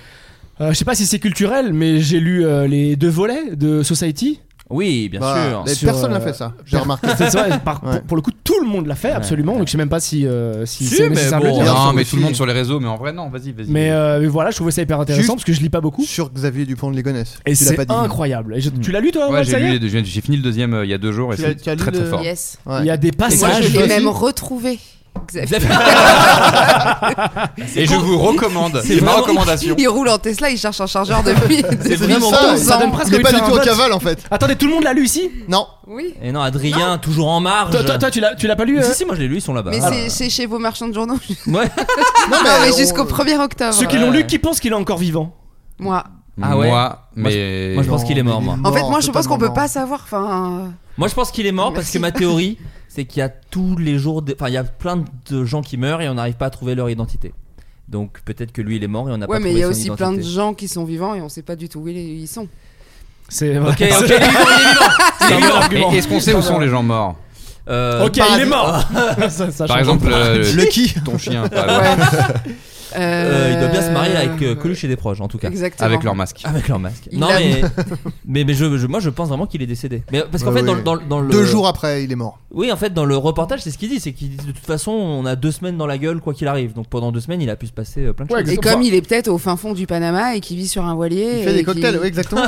[SPEAKER 7] Euh, je sais pas si c'est culturel, mais j'ai lu euh, les deux volets de Society.
[SPEAKER 1] Oui, bien
[SPEAKER 6] Voilà.
[SPEAKER 1] sûr.
[SPEAKER 6] Bah, Mais personne l'a fait, ça, j'ai remarqué.
[SPEAKER 7] C'est vrai, par-
[SPEAKER 6] Ouais.
[SPEAKER 7] pour, pour le coup, tout le monde l'a fait, absolument. Donc je sais même pas si, euh, si
[SPEAKER 8] Si,
[SPEAKER 7] c'est
[SPEAKER 8] mais
[SPEAKER 7] nécessaire de
[SPEAKER 8] bon,
[SPEAKER 7] le dire.
[SPEAKER 8] non, mais tout le monde sur les réseaux, mais en vrai, non, vas-y, vas-y.
[SPEAKER 7] Mais euh, mais voilà, je trouvais ça hyper intéressant parce que je lis pas beaucoup.
[SPEAKER 6] Sur Xavier Dupont de Ligonnès.
[SPEAKER 7] Et
[SPEAKER 6] Tu l'as
[SPEAKER 7] c'est
[SPEAKER 6] pas dit.
[SPEAKER 7] incroyable. Et je- tu l'as lu toi
[SPEAKER 8] Ouais,
[SPEAKER 7] Walt,
[SPEAKER 8] j'ai
[SPEAKER 7] ça y
[SPEAKER 8] lu
[SPEAKER 7] est
[SPEAKER 8] les deux- j'ai j'ai fini le deuxième euh, il y a deux jours et
[SPEAKER 7] Tu l'as-
[SPEAKER 8] c'est
[SPEAKER 7] tu as
[SPEAKER 8] très
[SPEAKER 7] lu
[SPEAKER 8] très
[SPEAKER 7] le-
[SPEAKER 8] fort.
[SPEAKER 4] Yes.
[SPEAKER 6] Ouais.
[SPEAKER 7] Il y a des
[SPEAKER 4] Moi,
[SPEAKER 7] passages.
[SPEAKER 4] je l'ai
[SPEAKER 7] vas-y.
[SPEAKER 4] même retrouvé.
[SPEAKER 1] (laughs)
[SPEAKER 4] Xavier.
[SPEAKER 8] Et je vous recommande,
[SPEAKER 1] C'est
[SPEAKER 8] c'est ma
[SPEAKER 1] vraiment-
[SPEAKER 8] recommandation.
[SPEAKER 4] Il roule en Tesla, il cherche un chargeur depuis.
[SPEAKER 1] C'est vraiment
[SPEAKER 6] Ça,
[SPEAKER 1] bon.
[SPEAKER 6] ouais.
[SPEAKER 7] Ça donne presque
[SPEAKER 6] Il est
[SPEAKER 7] envie
[SPEAKER 6] pas
[SPEAKER 7] de
[SPEAKER 6] du
[SPEAKER 7] faire un
[SPEAKER 6] tout en
[SPEAKER 7] vote.
[SPEAKER 6] cavale en fait.
[SPEAKER 7] Attendez, tout le monde l'a lu ici
[SPEAKER 6] Non.
[SPEAKER 4] Oui.
[SPEAKER 1] Et non, Adrien, toujours en marge.
[SPEAKER 7] Toi, toi, toi, tu l'as tu l'as pas lu euh
[SPEAKER 1] Si, si, moi je l'ai lu, ils sont là-bas.
[SPEAKER 4] Mais
[SPEAKER 1] Voilà.
[SPEAKER 4] c'est- c'est chez vos marchands de journaux.
[SPEAKER 1] Ouais.
[SPEAKER 6] Non
[SPEAKER 4] Ah, mais
[SPEAKER 6] on-
[SPEAKER 4] jusqu'au 1er octobre.
[SPEAKER 7] Ceux qui l'ont lu, qui pensent qu'il est encore vivant
[SPEAKER 4] Moi.
[SPEAKER 1] Ah ouais.
[SPEAKER 8] Moi, mais.
[SPEAKER 6] oh,
[SPEAKER 1] Moi, je pense qu'il est mort, moi.
[SPEAKER 4] En fait, moi, je pense
[SPEAKER 6] totalement
[SPEAKER 4] qu'on peut
[SPEAKER 6] mort.
[SPEAKER 4] pas savoir. Enfin,
[SPEAKER 1] Moi, je pense qu'il est mort parce
[SPEAKER 4] Merci.
[SPEAKER 1] que ma théorie, c'est qu'il y a tous les jours, des- enfin, il y a plein de gens qui meurent et on n'arrive pas à trouver leur identité. Donc peut-être que lui, il est mort et on n'a pas
[SPEAKER 4] ouais, mais
[SPEAKER 1] trouvé
[SPEAKER 4] il y a
[SPEAKER 1] son
[SPEAKER 4] aussi plein de
[SPEAKER 1] identité.
[SPEAKER 4] gens qui sont vivants et on sait pas du tout où ils- ils sont.
[SPEAKER 7] C'est
[SPEAKER 1] Ok, ok, il est vivant, il est vivant.
[SPEAKER 7] C'est un
[SPEAKER 8] Et-
[SPEAKER 7] bon argument.
[SPEAKER 8] Est-ce qu'on sait où sont les gens morts
[SPEAKER 1] Euh,
[SPEAKER 7] Ok, il est mort Ça- ça
[SPEAKER 8] Par
[SPEAKER 7] change.
[SPEAKER 8] exemple, euh,
[SPEAKER 6] Le qui
[SPEAKER 8] ton chien, par exemple,
[SPEAKER 4] Ouais.
[SPEAKER 1] euh, il doit bien se marier avec euh,
[SPEAKER 4] Euh,
[SPEAKER 1] Coluche et des proches, en tout cas.
[SPEAKER 4] Exactement.
[SPEAKER 8] avec leur masque.
[SPEAKER 1] Avec leur masque.
[SPEAKER 4] Il
[SPEAKER 1] non,
[SPEAKER 4] a-
[SPEAKER 1] mais, mais, mais je, je- moi je pense vraiment qu'il est décédé. Mais, parce qu'en
[SPEAKER 6] Ouais,
[SPEAKER 1] fait, dans,
[SPEAKER 6] ouais.
[SPEAKER 1] le- dans le- dans le.
[SPEAKER 6] Deux jours après, il est mort.
[SPEAKER 1] Oui, en fait, dans le reportage, c'est ce qu'il dit. C'est qu'il dit de toute façon, on a deux semaines dans la gueule, quoi qu'il arrive. Donc pendant deux semaines, il a pu se passer euh, plein de
[SPEAKER 7] Ouais,
[SPEAKER 1] choses.
[SPEAKER 4] Et
[SPEAKER 7] Exactement.
[SPEAKER 4] comme il est peut-être au fin fond du Panama et qui vit sur un voilier. et
[SPEAKER 6] Il fait des
[SPEAKER 4] Eh, qui-
[SPEAKER 6] cocktails,
[SPEAKER 4] (laughs)
[SPEAKER 6] oui, exactement.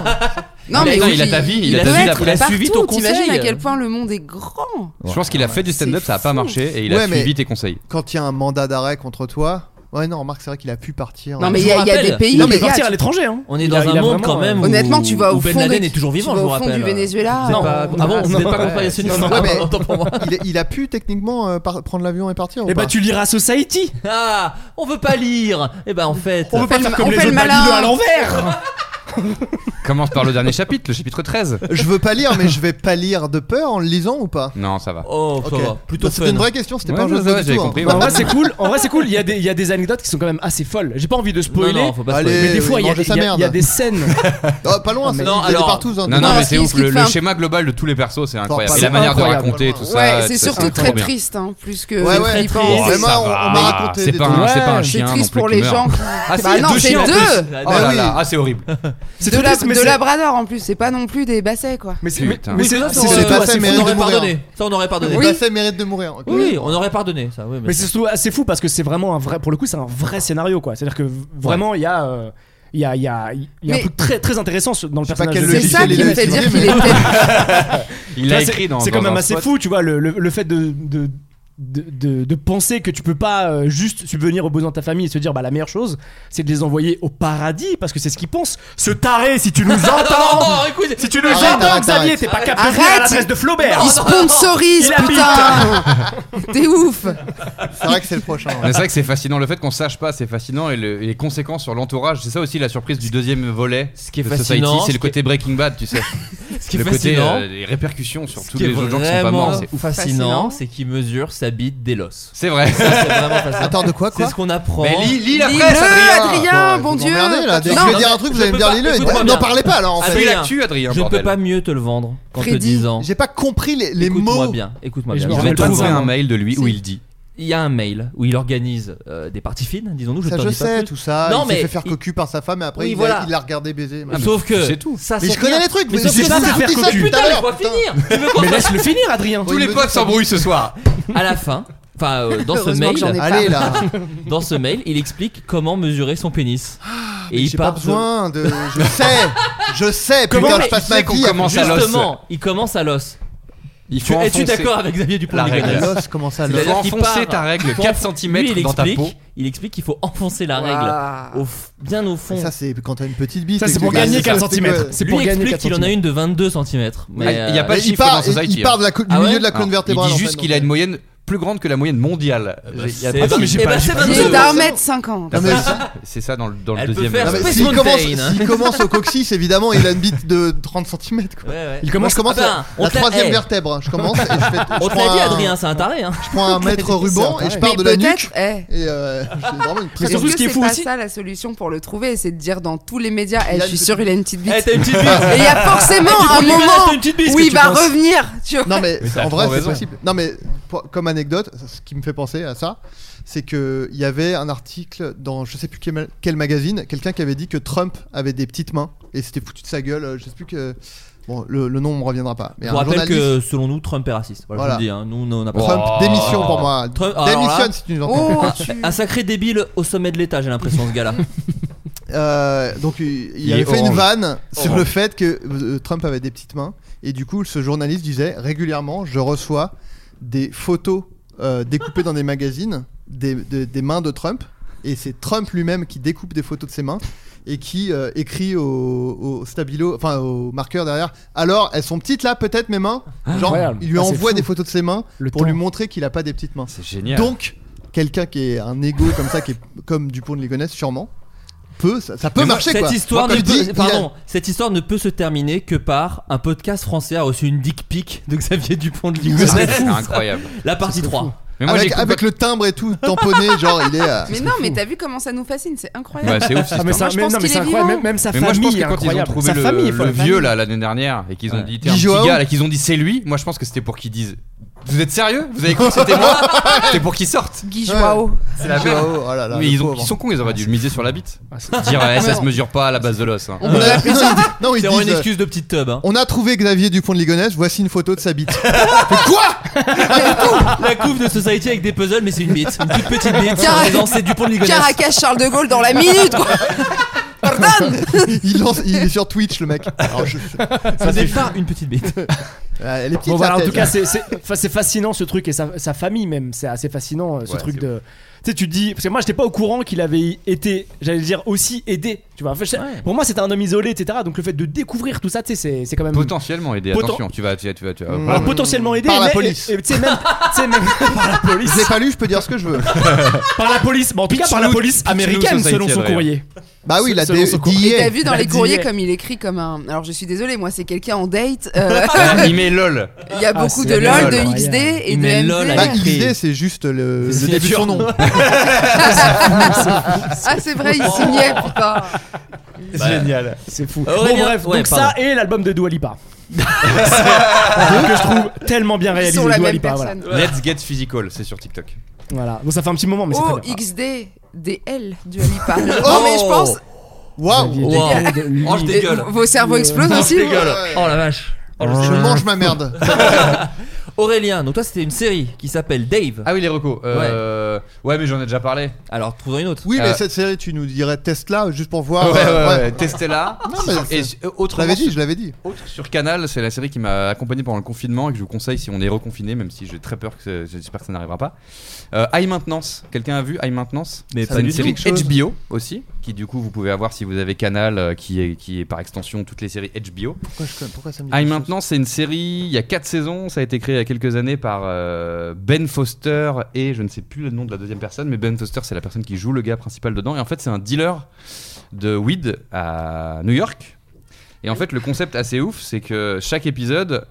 [SPEAKER 4] Non, mais
[SPEAKER 8] Non,
[SPEAKER 4] oui,
[SPEAKER 8] il a ta vie, il a
[SPEAKER 4] doit
[SPEAKER 8] ta vie,
[SPEAKER 4] être
[SPEAKER 8] la-
[SPEAKER 1] il a suivi
[SPEAKER 4] partout,
[SPEAKER 1] ton
[SPEAKER 4] T'imagines
[SPEAKER 1] conseil.
[SPEAKER 4] à quel point le monde est grand.
[SPEAKER 8] Je pense qu'il a fait du stand-up,
[SPEAKER 4] C'est
[SPEAKER 8] ça a pas
[SPEAKER 4] fou.
[SPEAKER 8] marché et il a
[SPEAKER 6] Ouais, mais-
[SPEAKER 8] suivi tes conseils.
[SPEAKER 6] Quand il y a un mandat d'arrêt contre toi. Ouais, non, remarque, c'est vrai qu'il a pu partir. hein.
[SPEAKER 4] Non, mais
[SPEAKER 1] je
[SPEAKER 4] il y a,
[SPEAKER 1] vous
[SPEAKER 4] il y a des
[SPEAKER 1] rappelle-
[SPEAKER 4] pays.
[SPEAKER 7] Non, mais
[SPEAKER 4] les gars,
[SPEAKER 7] partir à l'étranger. Hein.
[SPEAKER 1] On est
[SPEAKER 7] Il
[SPEAKER 1] dans
[SPEAKER 7] a-
[SPEAKER 1] un
[SPEAKER 7] il a
[SPEAKER 1] monde
[SPEAKER 7] vraiment,
[SPEAKER 1] quand même
[SPEAKER 7] euh,
[SPEAKER 1] où-
[SPEAKER 4] Honnêtement, tu vas au
[SPEAKER 1] où Ben
[SPEAKER 4] fond
[SPEAKER 1] Laden
[SPEAKER 4] des-
[SPEAKER 1] est toujours
[SPEAKER 4] tu
[SPEAKER 1] vivant,
[SPEAKER 4] vas
[SPEAKER 1] je vous
[SPEAKER 4] au fond
[SPEAKER 1] rappelle.
[SPEAKER 4] du Venezuela,
[SPEAKER 1] Vous êtes
[SPEAKER 4] on-
[SPEAKER 1] pas-
[SPEAKER 4] on
[SPEAKER 1] Ah bon,
[SPEAKER 4] passe.
[SPEAKER 1] vous n'êtes pas
[SPEAKER 8] Ouais.
[SPEAKER 1] conspirationniste
[SPEAKER 6] Non, non, mais-
[SPEAKER 1] Autant pour moi.
[SPEAKER 6] Il, est- il a pu techniquement euh, par- prendre l'avion et partir. ou
[SPEAKER 7] Eh ben,
[SPEAKER 6] pas
[SPEAKER 7] tu liras Society
[SPEAKER 1] Ah, on veut pas lire. Et ben en fait,
[SPEAKER 7] On veut pas
[SPEAKER 4] fait
[SPEAKER 7] faire
[SPEAKER 4] le-
[SPEAKER 7] comme
[SPEAKER 4] on
[SPEAKER 7] les
[SPEAKER 4] fait
[SPEAKER 7] autres
[SPEAKER 4] le malin.
[SPEAKER 7] Babylone à l'envers
[SPEAKER 8] Commence par le dernier chapitre, le chapitre 13.
[SPEAKER 6] Je veux pas lire, mais je vais pas lire de peur en le lisant ou pas
[SPEAKER 8] Non, ça va.
[SPEAKER 1] oh, ça
[SPEAKER 6] Ok.
[SPEAKER 1] va, plutôt
[SPEAKER 6] Bah, C'était
[SPEAKER 1] fun.
[SPEAKER 6] une vraie question, c'était
[SPEAKER 8] Ouais,
[SPEAKER 6] pas un jeu
[SPEAKER 8] ouais,
[SPEAKER 6] de mots
[SPEAKER 8] ouais,
[SPEAKER 6] du
[SPEAKER 8] j'avais
[SPEAKER 6] tout, hein.
[SPEAKER 8] compris, ouais.
[SPEAKER 7] En vrai, c'est cool. En vrai, c'est cool. Il y, a des- il y a des anecdotes qui sont quand même assez folles. J'ai pas envie de
[SPEAKER 1] Non,
[SPEAKER 7] spoiler.
[SPEAKER 1] non, faut pas
[SPEAKER 6] Allez.
[SPEAKER 1] spoiler.
[SPEAKER 7] mais des fois, il y, a
[SPEAKER 6] mangez
[SPEAKER 7] des-
[SPEAKER 6] sa
[SPEAKER 7] il y a-
[SPEAKER 6] merde.
[SPEAKER 7] il y a des scènes.
[SPEAKER 6] Ah, pas loin, c'est
[SPEAKER 1] Non,
[SPEAKER 6] il y a des
[SPEAKER 1] alors-
[SPEAKER 6] partout. hein.
[SPEAKER 8] Non, non,
[SPEAKER 4] Non,
[SPEAKER 8] mais
[SPEAKER 4] ce
[SPEAKER 8] c'est
[SPEAKER 4] qui-
[SPEAKER 8] ouf,
[SPEAKER 4] ce qui
[SPEAKER 8] le,
[SPEAKER 4] fait
[SPEAKER 8] le
[SPEAKER 4] un-
[SPEAKER 8] schéma global de tous les persos, c'est incroyable.
[SPEAKER 6] pas-
[SPEAKER 8] Et la
[SPEAKER 6] c'est
[SPEAKER 8] manière de
[SPEAKER 7] incroyable.
[SPEAKER 8] raconter tout ça.
[SPEAKER 4] Ouais, c'est
[SPEAKER 8] ça,
[SPEAKER 4] surtout
[SPEAKER 8] trop
[SPEAKER 4] très
[SPEAKER 8] bien.
[SPEAKER 4] triste, hein, plus que.
[SPEAKER 6] Ouais, ouais,
[SPEAKER 1] très
[SPEAKER 4] flippant.
[SPEAKER 1] triste.
[SPEAKER 8] Ça
[SPEAKER 6] vraiment, on
[SPEAKER 8] va,
[SPEAKER 6] on m'a raconté.
[SPEAKER 8] C'est
[SPEAKER 6] des
[SPEAKER 8] pas,
[SPEAKER 6] trucs.
[SPEAKER 8] un- c'est pas un
[SPEAKER 7] Ouais,
[SPEAKER 4] C'est
[SPEAKER 8] chien. non
[SPEAKER 4] triste
[SPEAKER 8] plus
[SPEAKER 4] pour
[SPEAKER 8] qui
[SPEAKER 4] les
[SPEAKER 8] meurt.
[SPEAKER 4] gens.
[SPEAKER 8] Ah, c'est
[SPEAKER 4] Bah non,
[SPEAKER 8] deux
[SPEAKER 4] c'est
[SPEAKER 8] chiens en
[SPEAKER 4] deux.
[SPEAKER 8] plus. Oh
[SPEAKER 6] Ah
[SPEAKER 8] là
[SPEAKER 6] oui.
[SPEAKER 8] là, ah, c'est horrible.
[SPEAKER 7] C'est
[SPEAKER 4] De,
[SPEAKER 7] tout
[SPEAKER 4] la,
[SPEAKER 7] triste, mais
[SPEAKER 4] de
[SPEAKER 7] c'est-
[SPEAKER 4] Labrador en plus, c'est pas non plus des bassets quoi.
[SPEAKER 7] Mais c'est mais-
[SPEAKER 8] Putain.
[SPEAKER 7] mais
[SPEAKER 8] Oui,
[SPEAKER 7] c'est-
[SPEAKER 1] Ça,
[SPEAKER 7] c'est
[SPEAKER 1] c'est-
[SPEAKER 6] c'est
[SPEAKER 7] surtout
[SPEAKER 6] pas
[SPEAKER 1] ça,
[SPEAKER 6] assez
[SPEAKER 7] assez
[SPEAKER 6] mérite
[SPEAKER 1] on
[SPEAKER 6] de
[SPEAKER 1] aurait
[SPEAKER 6] mourir.
[SPEAKER 1] pardonné. Ça, on aurait pardonné.
[SPEAKER 6] Les
[SPEAKER 1] Oui,
[SPEAKER 6] bassets méritent de mourir. ok.
[SPEAKER 1] oui, on aurait pardonné ça. Oui, mais
[SPEAKER 7] Mais c'est surtout assez fou parce que c'est vraiment un vrai. Pour le coup, c'est un vrai scénario, quoi. C'est-à-dire que v- vraiment, il y a. euh, Il y a, il y a- il y a un
[SPEAKER 4] Mais-
[SPEAKER 7] truc très, très intéressant sur- dans le
[SPEAKER 6] Je sais pas
[SPEAKER 7] personnage.
[SPEAKER 6] quel
[SPEAKER 7] de-
[SPEAKER 4] C'est
[SPEAKER 6] logiciel
[SPEAKER 4] ça qui
[SPEAKER 6] il a
[SPEAKER 4] me fait
[SPEAKER 6] utilisé,
[SPEAKER 4] dire qu'il
[SPEAKER 6] mais-
[SPEAKER 4] est peut-être.
[SPEAKER 8] Il
[SPEAKER 7] Tu vois,
[SPEAKER 8] a
[SPEAKER 7] c'est-
[SPEAKER 8] écrit dans.
[SPEAKER 7] C'est quand
[SPEAKER 8] dans
[SPEAKER 7] même
[SPEAKER 8] un
[SPEAKER 7] assez
[SPEAKER 8] spot.
[SPEAKER 7] fou, tu vois, le, le- le fait de. de de, de- de penser que tu peux pas euh, juste subvenir aux besoins de ta famille et se dire bah la meilleure chose c'est de les envoyer au paradis parce que c'est ce qu'ils pensent ce taré si
[SPEAKER 4] (laughs)
[SPEAKER 7] tu nous entends
[SPEAKER 1] écoute,
[SPEAKER 7] si tu nous
[SPEAKER 8] Ah
[SPEAKER 6] Arrête,
[SPEAKER 7] entends
[SPEAKER 6] arrête,
[SPEAKER 7] Xavier
[SPEAKER 6] arrête.
[SPEAKER 7] t'es pas capable de
[SPEAKER 4] Arrête.
[SPEAKER 7] venir à l'adresse de Flaubert
[SPEAKER 4] Il sponsorise,
[SPEAKER 7] Il habite.
[SPEAKER 4] putain T'es ouf
[SPEAKER 6] C'est vrai que c'est le prochain. ouais.
[SPEAKER 8] Mais c'est vrai que c'est fascinant le fait qu'on sache pas, c'est fascinant et, le- et les conséquences sur l'entourage. C'est ça aussi la surprise du deuxième volet.
[SPEAKER 1] Ce qui est
[SPEAKER 8] de
[SPEAKER 1] fascinant,
[SPEAKER 8] Society,
[SPEAKER 1] ce
[SPEAKER 8] c'est le
[SPEAKER 1] qui est-
[SPEAKER 8] côté Breaking Bad, tu sais.
[SPEAKER 1] (laughs) ce qui est
[SPEAKER 8] le côté
[SPEAKER 1] fascinant,
[SPEAKER 8] euh, les répercussions sur
[SPEAKER 1] ce
[SPEAKER 8] tous
[SPEAKER 1] qui est
[SPEAKER 8] les autres gens qui sont pas
[SPEAKER 1] vraiment
[SPEAKER 8] morts. c'est-
[SPEAKER 1] fascinant,
[SPEAKER 4] Fascinant.
[SPEAKER 1] c'est qu'il mesure sa bite des los. (laughs)
[SPEAKER 8] C'est vrai.
[SPEAKER 1] Ça, c'est vraiment fascinant.
[SPEAKER 6] Attends, de (laughs) quoi,
[SPEAKER 1] C'est
[SPEAKER 6] quoi
[SPEAKER 1] ce qu'on apprend.
[SPEAKER 8] Mais lis, lis la
[SPEAKER 4] Lis-le,
[SPEAKER 8] presse, Adrien.
[SPEAKER 4] Adrien, bon
[SPEAKER 6] Vous
[SPEAKER 4] Dieu
[SPEAKER 6] m'emmerdez, là. Dès que
[SPEAKER 4] Non,
[SPEAKER 6] je vais dire un truc,
[SPEAKER 1] je
[SPEAKER 6] vous allez me
[SPEAKER 1] peux
[SPEAKER 6] dire
[SPEAKER 1] pas- écoute-moi
[SPEAKER 6] les
[SPEAKER 1] bien.
[SPEAKER 6] N'en parlez pas alors en
[SPEAKER 8] Fais
[SPEAKER 6] fait.
[SPEAKER 1] Adrien,
[SPEAKER 8] l'actu, Adrien.
[SPEAKER 1] Je ne
[SPEAKER 8] bordel.
[SPEAKER 1] peux pas mieux te le vendre qu'en te
[SPEAKER 4] Freddy,
[SPEAKER 1] disant.
[SPEAKER 6] J'ai pas compris les les
[SPEAKER 1] Écoute-moi
[SPEAKER 6] mots.
[SPEAKER 1] bien, écoute-moi
[SPEAKER 7] Et je
[SPEAKER 1] bien.
[SPEAKER 7] me
[SPEAKER 1] vais
[SPEAKER 8] Je vais
[SPEAKER 7] rappelle pas
[SPEAKER 1] trouver
[SPEAKER 8] trouver
[SPEAKER 7] ça,
[SPEAKER 8] un
[SPEAKER 7] moi.
[SPEAKER 8] mail de lui où
[SPEAKER 4] Si.
[SPEAKER 8] il dit.
[SPEAKER 1] Il y a un mail où il organise euh, des parties fines, disons-nous. Je
[SPEAKER 6] Ça
[SPEAKER 1] t'en
[SPEAKER 6] je
[SPEAKER 1] dis pas
[SPEAKER 6] sais
[SPEAKER 1] plus.
[SPEAKER 6] tout ça.
[SPEAKER 1] Non,
[SPEAKER 6] il s'est
[SPEAKER 1] mais
[SPEAKER 6] fait faire
[SPEAKER 1] il-
[SPEAKER 6] cocu par sa femme et après
[SPEAKER 1] Oui,
[SPEAKER 6] il a-
[SPEAKER 1] voilà.
[SPEAKER 6] il l'a regardé baiser.
[SPEAKER 8] Ah,
[SPEAKER 6] machin.
[SPEAKER 1] Sauf que
[SPEAKER 8] c'est tout.
[SPEAKER 1] Ça,
[SPEAKER 6] Mais
[SPEAKER 1] c'est
[SPEAKER 6] je connais
[SPEAKER 1] rien.
[SPEAKER 6] les trucs.
[SPEAKER 1] Mais
[SPEAKER 6] vous-
[SPEAKER 1] sauf
[SPEAKER 6] j'ai
[SPEAKER 1] que ça,
[SPEAKER 6] pas fait
[SPEAKER 7] faire
[SPEAKER 6] tout
[SPEAKER 7] cocu.
[SPEAKER 6] ça depuis tout
[SPEAKER 1] Putain,
[SPEAKER 6] à
[SPEAKER 1] laisse
[SPEAKER 6] l'heure,
[SPEAKER 1] moi
[SPEAKER 6] putain.
[SPEAKER 1] finir. Tu veux qu'on
[SPEAKER 7] mais laisse le finir Adrien
[SPEAKER 8] Tous
[SPEAKER 6] Oui,
[SPEAKER 8] les
[SPEAKER 6] mais-
[SPEAKER 8] potes s'embrouillent ce soir.
[SPEAKER 1] à la fin, enfin euh, dans ce
[SPEAKER 4] Heureusement que j'en ai
[SPEAKER 1] mail,
[SPEAKER 4] pas.
[SPEAKER 6] Allez là.
[SPEAKER 1] dans ce mail, il explique comment mesurer son pénis.
[SPEAKER 8] Ah,
[SPEAKER 1] Et il
[SPEAKER 6] J'ai pas
[SPEAKER 1] part de-
[SPEAKER 6] besoin de. Je sais. Je sais.
[SPEAKER 1] Comment
[SPEAKER 6] Putain,
[SPEAKER 1] mais
[SPEAKER 6] je passe
[SPEAKER 8] tu
[SPEAKER 6] ma
[SPEAKER 8] sais qu'on
[SPEAKER 6] vie. à-
[SPEAKER 8] commence à l'os.
[SPEAKER 1] Justement, il commence à l'os.
[SPEAKER 8] Il
[SPEAKER 1] Tu-
[SPEAKER 8] faut
[SPEAKER 1] Es-tu
[SPEAKER 8] enfoncer-
[SPEAKER 1] d'accord avec Xavier Dupont
[SPEAKER 8] La
[SPEAKER 1] de
[SPEAKER 8] règle.
[SPEAKER 1] Ligonnès
[SPEAKER 6] L'os, comment ça l'os
[SPEAKER 8] Il faut
[SPEAKER 1] C'est-à-dire qu'il
[SPEAKER 8] enfoncer
[SPEAKER 1] part-
[SPEAKER 8] ta règle
[SPEAKER 1] Faut
[SPEAKER 8] 4
[SPEAKER 1] enfoncer- (laughs) lui,
[SPEAKER 8] cm
[SPEAKER 1] il
[SPEAKER 8] dans ta peau.
[SPEAKER 1] explique- Il explique qu'il faut enfoncer la règle
[SPEAKER 4] Waouh.
[SPEAKER 1] au f- bien au fond.
[SPEAKER 6] Ça c'est quand t'as une petite bite.
[SPEAKER 7] ça
[SPEAKER 6] et
[SPEAKER 7] c'est
[SPEAKER 6] que
[SPEAKER 7] pour
[SPEAKER 6] tu-
[SPEAKER 7] gagner
[SPEAKER 6] ça,
[SPEAKER 7] 4
[SPEAKER 6] c'est
[SPEAKER 7] cm
[SPEAKER 6] que-
[SPEAKER 7] c'est
[SPEAKER 1] Lui
[SPEAKER 7] pour gagner
[SPEAKER 1] explique
[SPEAKER 7] 4
[SPEAKER 1] qu'il en a une de 22 cm. Mais
[SPEAKER 8] Ah, il y
[SPEAKER 1] euh,
[SPEAKER 8] a pas de
[SPEAKER 6] Mais il
[SPEAKER 8] chiffre
[SPEAKER 6] part,
[SPEAKER 8] dans
[SPEAKER 6] il,
[SPEAKER 8] Society, hein.
[SPEAKER 6] il part de la cou- du
[SPEAKER 1] Ah ouais
[SPEAKER 6] milieu de la colonne
[SPEAKER 8] Il
[SPEAKER 6] vertébrale.
[SPEAKER 8] dit
[SPEAKER 6] en
[SPEAKER 8] juste
[SPEAKER 6] fait,
[SPEAKER 8] qu'il
[SPEAKER 6] donc,
[SPEAKER 8] a une moyenne plus grande que la moyenne mondiale.
[SPEAKER 1] bah,
[SPEAKER 8] J'ai- il y a
[SPEAKER 1] c'est
[SPEAKER 8] pas de
[SPEAKER 1] vingt-
[SPEAKER 8] chiffre.
[SPEAKER 1] eh ben, c'est
[SPEAKER 4] C'est
[SPEAKER 1] 22.
[SPEAKER 4] d'un mètre cinquante.
[SPEAKER 6] Non, mais-
[SPEAKER 8] C'est ça dans le, dans le
[SPEAKER 1] Elle peut
[SPEAKER 8] deuxième.
[SPEAKER 1] faire-
[SPEAKER 6] Non, mais
[SPEAKER 1] Space
[SPEAKER 6] s'il commence,
[SPEAKER 1] Mountain, hein.
[SPEAKER 6] s'il commence au coccyx, évidemment, il a une bite de 30 cm. Quoi.
[SPEAKER 1] Ouais, ouais.
[SPEAKER 7] il
[SPEAKER 6] Moi,
[SPEAKER 7] commence
[SPEAKER 6] je commence
[SPEAKER 1] Ah ben,
[SPEAKER 6] la-
[SPEAKER 1] on
[SPEAKER 6] la
[SPEAKER 1] te l'a-
[SPEAKER 6] troisième
[SPEAKER 1] eh.
[SPEAKER 6] vertèbre. Je commence et je fais. je
[SPEAKER 1] On te
[SPEAKER 6] prends
[SPEAKER 1] l'a dit,
[SPEAKER 6] un-
[SPEAKER 1] Adrien, c'est un taré. Hein.
[SPEAKER 6] Je prends
[SPEAKER 1] (laughs)
[SPEAKER 6] un mètre ruban et je pars
[SPEAKER 4] Mais
[SPEAKER 6] de la nuque.
[SPEAKER 4] peut-être, eh,
[SPEAKER 6] Et euh, j'ai vraiment une
[SPEAKER 7] Mais
[SPEAKER 6] pression.
[SPEAKER 4] Est-ce
[SPEAKER 7] surtout,
[SPEAKER 4] que
[SPEAKER 7] ce qui est
[SPEAKER 4] c'est
[SPEAKER 7] fou
[SPEAKER 4] pas
[SPEAKER 7] aussi-
[SPEAKER 4] ça la solution pour le trouver C'est de dire dans tous les médias eh,
[SPEAKER 6] Il a
[SPEAKER 4] Je suis
[SPEAKER 6] une petite-
[SPEAKER 4] sûr, il a une petite bite.
[SPEAKER 1] Eh, t'as une petite
[SPEAKER 4] Et il y a forcément
[SPEAKER 7] Ah,
[SPEAKER 4] un
[SPEAKER 1] prends l'image, t'as une
[SPEAKER 4] moment
[SPEAKER 1] petite bise
[SPEAKER 4] où
[SPEAKER 1] que
[SPEAKER 4] il
[SPEAKER 7] bah,
[SPEAKER 1] tu
[SPEAKER 4] va
[SPEAKER 1] penses.
[SPEAKER 4] revenir. Tu vois
[SPEAKER 6] Non mais,
[SPEAKER 8] Mais t'as
[SPEAKER 6] en
[SPEAKER 8] trop
[SPEAKER 6] vrai c'est
[SPEAKER 8] raison.
[SPEAKER 6] possible. Non mais pour- comme anecdote, ce qui me fait penser à ça, c'est que il y avait un article dans je sais plus quel, ma- quel magazine, quelqu'un qui avait dit que Trump avait des petites mains et c'était foutu de sa gueule. euh, Je sais plus que bon, le, le nom me reviendra pas. Mais
[SPEAKER 1] Je vous
[SPEAKER 6] un
[SPEAKER 1] rappelle que
[SPEAKER 6] journaliste-
[SPEAKER 1] selon nous, Trump est raciste. Voilà,
[SPEAKER 6] Voilà.
[SPEAKER 1] Je vous le dis, hein. nous, on n'a pas.
[SPEAKER 6] Trump, démission pour moi. Démissionne si tu nous entends.
[SPEAKER 4] Oh,
[SPEAKER 1] un, un sacré débile au sommet de l'État, j'ai l'impression, ce gars-là.
[SPEAKER 6] Euh, donc il, il
[SPEAKER 1] Il
[SPEAKER 6] avait
[SPEAKER 1] est
[SPEAKER 6] fait une
[SPEAKER 1] orange.
[SPEAKER 6] vanne sur
[SPEAKER 1] Orange.
[SPEAKER 6] le fait que euh, Trump avait des petites mains et du coup ce journaliste disait régulièrement je reçois des photos euh, découpées dans des magazines des, de- des mains de Trump et c'est Trump lui-même qui découpe des photos de ses mains et qui euh, écrit au, au stabilo enfin au marqueur derrière alors elles sont petites là peut-être mes mains genre
[SPEAKER 8] Incroyable.
[SPEAKER 6] il lui
[SPEAKER 8] Ah, c'est
[SPEAKER 6] envoie
[SPEAKER 8] fou.
[SPEAKER 6] des photos de ses mains
[SPEAKER 8] Le
[SPEAKER 6] pour
[SPEAKER 8] temps.
[SPEAKER 6] lui
[SPEAKER 7] Ah,
[SPEAKER 6] montrer qu'il a pas des petites mains c'est
[SPEAKER 8] génial.
[SPEAKER 6] donc quelqu'un qui est un ego comme ça qui est comme Dupont de Ligonnès sûrement peut, ça, ça peut
[SPEAKER 1] Mais moi,
[SPEAKER 6] marcher
[SPEAKER 1] cette
[SPEAKER 6] quoi.
[SPEAKER 1] Histoire
[SPEAKER 6] Moi,
[SPEAKER 1] ne
[SPEAKER 6] quand tu
[SPEAKER 1] peut-
[SPEAKER 6] dis,
[SPEAKER 1] pardon, cette histoire ne peut se terminer que par un podcast français a reçu une dick pic de Xavier Dupont de Ligonnès.
[SPEAKER 8] C'est fou, ça. Incroyable.
[SPEAKER 1] La partie 3.
[SPEAKER 8] Mais
[SPEAKER 6] il a- avec, avec le timbre et tout tamponné, genre il est. euh,
[SPEAKER 4] Mais non, mais t'as vu comment ça nous fascine, c'est incroyable.
[SPEAKER 8] Ouais, c'est ouf, cette
[SPEAKER 7] Ah, mais ça-
[SPEAKER 8] histoire.
[SPEAKER 7] mais- non, mais c'est incroyable, même- même sa
[SPEAKER 8] Mais moi, je pense que
[SPEAKER 7] famille est
[SPEAKER 8] hein, quand ils ont
[SPEAKER 7] incroyable.
[SPEAKER 8] trouvé
[SPEAKER 7] Sa
[SPEAKER 8] le,
[SPEAKER 7] famille est folle.
[SPEAKER 8] le
[SPEAKER 7] Sa
[SPEAKER 8] vieux
[SPEAKER 7] famille.
[SPEAKER 8] là l'année dernière et qu'ils ont dit t'es un
[SPEAKER 7] Guy
[SPEAKER 8] petit
[SPEAKER 7] Joao.
[SPEAKER 8] gars là qu'ils ont dit c'est lui. Moi, je pense que c'était pour qu'ils disent. Vous êtes sérieux Vous avez cru que c'était (laughs) moi C'était pour qu'ils sortent.
[SPEAKER 4] Guy
[SPEAKER 6] Joao.
[SPEAKER 8] C'est la
[SPEAKER 6] Guy
[SPEAKER 8] même.
[SPEAKER 6] Joao, oh là là,
[SPEAKER 8] Mais
[SPEAKER 6] le
[SPEAKER 8] ils, ont,
[SPEAKER 6] pauvre.
[SPEAKER 8] ils sont cons, ils auraient dû miser sur la bite.
[SPEAKER 6] c'est-
[SPEAKER 8] Dire eh, ça
[SPEAKER 6] Mais
[SPEAKER 8] se
[SPEAKER 6] on-
[SPEAKER 8] mesure pas à la base de l'os. hein.
[SPEAKER 6] on a- non, ils disent- non, ils
[SPEAKER 1] C'est vraiment une
[SPEAKER 6] disent, euh,
[SPEAKER 1] excuse de petite tub. hein.
[SPEAKER 6] On a trouvé Xavier Dupont de Ligonnès, voici une photo de sa bite. Mais quoi Oh.
[SPEAKER 1] La coupe de Society avec des puzzles, mais c'est une bite. Une toute petite bite.
[SPEAKER 4] Car-
[SPEAKER 1] Mais non, c'est Dupont de Ligonnès.
[SPEAKER 4] Caracas Charles de Gaulle dans la minute, quoi. Pardon
[SPEAKER 6] il, lance- il est sur Twitch le mec. Alors, je-
[SPEAKER 1] Ça n'est pas une petite bite.
[SPEAKER 6] Euh, elle est petite, sa
[SPEAKER 7] Bon, voilà, en
[SPEAKER 6] tête.
[SPEAKER 7] tout cas, c'est- c'est enfin, c'est fascinant ce truc et sa, sa famille même, c'est assez fascinant euh, ce
[SPEAKER 8] Ouais,
[SPEAKER 7] truc
[SPEAKER 8] c'est
[SPEAKER 7] de. Tu sais, tu te dis, parce que moi j'étais pas au courant qu'il avait été, j'allais dire aussi aidé, tu vois. Enfin, je sais-
[SPEAKER 1] Ouais.
[SPEAKER 7] Pour moi c'était un homme isolé, etc. Donc le fait de découvrir tout ça, tu sais, c'est- c'est quand même.
[SPEAKER 8] Potentiellement aider,
[SPEAKER 7] Poten-
[SPEAKER 8] attention, tu vas. Tu vas, tu vas, tu vas- (laughs)
[SPEAKER 7] Alors potentiellement aidé.
[SPEAKER 6] Par la
[SPEAKER 7] mais-
[SPEAKER 6] police.
[SPEAKER 7] et- et Tu sais, même. tu sais, même- (laughs) par la police.
[SPEAKER 6] Je l'ai pas lu, je peux dire ce que je veux.
[SPEAKER 7] Par la police, bon, en tout cas par la
[SPEAKER 8] Pitch-nous-
[SPEAKER 7] police
[SPEAKER 8] pitch-nous
[SPEAKER 7] américaine
[SPEAKER 8] Society,
[SPEAKER 7] selon son
[SPEAKER 8] d'ailleurs.
[SPEAKER 7] courrier.
[SPEAKER 6] Bah oui, la
[SPEAKER 7] Selon
[SPEAKER 6] D-
[SPEAKER 7] son courrier.
[SPEAKER 6] DIA.
[SPEAKER 4] T'as vu dans
[SPEAKER 7] La
[SPEAKER 4] les courriers
[SPEAKER 7] DIA.
[SPEAKER 4] comme il écrit comme un. Alors je suis désolée, moi c'est quelqu'un en date.
[SPEAKER 8] (laughs)
[SPEAKER 4] euh,
[SPEAKER 8] Il met Ah, lol.
[SPEAKER 4] Il y a
[SPEAKER 7] Ah,
[SPEAKER 4] beaucoup
[SPEAKER 7] c'est
[SPEAKER 4] de
[SPEAKER 7] bien,
[SPEAKER 4] LOL,
[SPEAKER 7] lol.
[SPEAKER 4] de XD et
[SPEAKER 1] Il met
[SPEAKER 4] de
[SPEAKER 1] lol
[SPEAKER 4] MD.
[SPEAKER 6] Bah,
[SPEAKER 1] avec-
[SPEAKER 6] XD, c'est juste le, le début de
[SPEAKER 1] (laughs)
[SPEAKER 6] son nom.
[SPEAKER 4] Ah c'est vrai, il signait, putain.
[SPEAKER 7] Génial, c'est fou.
[SPEAKER 1] Bah, Aurélien-
[SPEAKER 7] bon, bref,
[SPEAKER 1] ouais,
[SPEAKER 7] donc
[SPEAKER 1] pardon.
[SPEAKER 7] ça et l'album de
[SPEAKER 4] (laughs)
[SPEAKER 7] Dua Lipa. que je trouve tellement bien
[SPEAKER 4] Ils
[SPEAKER 7] réalisé.
[SPEAKER 4] sont la
[SPEAKER 7] Dua
[SPEAKER 4] même
[SPEAKER 7] Lipa, voilà.
[SPEAKER 4] personne.
[SPEAKER 8] Let's get physical, c'est sur TikTok.
[SPEAKER 7] Voilà. Bon, ça fait un petit moment, mais c'est
[SPEAKER 4] Oh,
[SPEAKER 7] très bien.
[SPEAKER 4] XD, DL,
[SPEAKER 1] (laughs)
[SPEAKER 4] du Alipa.
[SPEAKER 1] Oh,
[SPEAKER 6] Oh,
[SPEAKER 4] Non Oh, mais je pense.
[SPEAKER 6] Waouh
[SPEAKER 7] Xavier
[SPEAKER 1] Wow.
[SPEAKER 7] Dupont de-
[SPEAKER 1] Oh, je
[SPEAKER 4] et
[SPEAKER 1] dégueule.
[SPEAKER 4] vos cerveaux explosent
[SPEAKER 1] Oh,
[SPEAKER 4] aussi.
[SPEAKER 1] je dégueule. Oh la vache.
[SPEAKER 6] Je mange ma merde.
[SPEAKER 1] Aurélien, donc toi c'était une série qui s'appelle Dave.
[SPEAKER 8] Ah oui, les recos. Euh, ouais, mais j'en ai déjà parlé.
[SPEAKER 1] Alors trouve une autre.
[SPEAKER 6] Oui, mais
[SPEAKER 8] Euh.
[SPEAKER 6] cette série, tu nous dirais Tesla juste pour voir.
[SPEAKER 8] Ouais, ouais,
[SPEAKER 6] euh,
[SPEAKER 8] ouais,
[SPEAKER 6] ouais.
[SPEAKER 8] Testez-la.
[SPEAKER 6] Non, mais c'est-
[SPEAKER 8] Et euh,
[SPEAKER 6] Je
[SPEAKER 8] autrement,
[SPEAKER 6] l'avais dit, je l'avais dit.
[SPEAKER 8] Autre sur Canal, c'est la série qui m'a accompagné pendant le confinement et que je vous conseille si on est reconfiné, même si j'ai très peur que ça- j'espère que ça n'arrivera pas. Euh, High Maintenance, quelqu'un a vu High Maintenance
[SPEAKER 1] Mais
[SPEAKER 8] C'est
[SPEAKER 1] pas
[SPEAKER 8] une
[SPEAKER 1] du
[SPEAKER 8] série
[SPEAKER 6] tout. Quelque chose.
[SPEAKER 8] HBO aussi, qui du coup vous pouvez avoir si vous avez Canal, euh, qui est qui est par extension toutes les séries HBO.
[SPEAKER 6] Pourquoi, je, pourquoi ça me
[SPEAKER 8] High Maintenance, c'est une série, il y a 4 saisons, ça a été créé il y a quelques années par euh, Ben Foster et je ne sais plus le nom de la deuxième personne, mais Ben Foster, c'est la personne qui joue le gars principal dedans. Et en fait, c'est un dealer de weed à New York. Et en fait, le concept assez ouf, c'est que chaque épisode,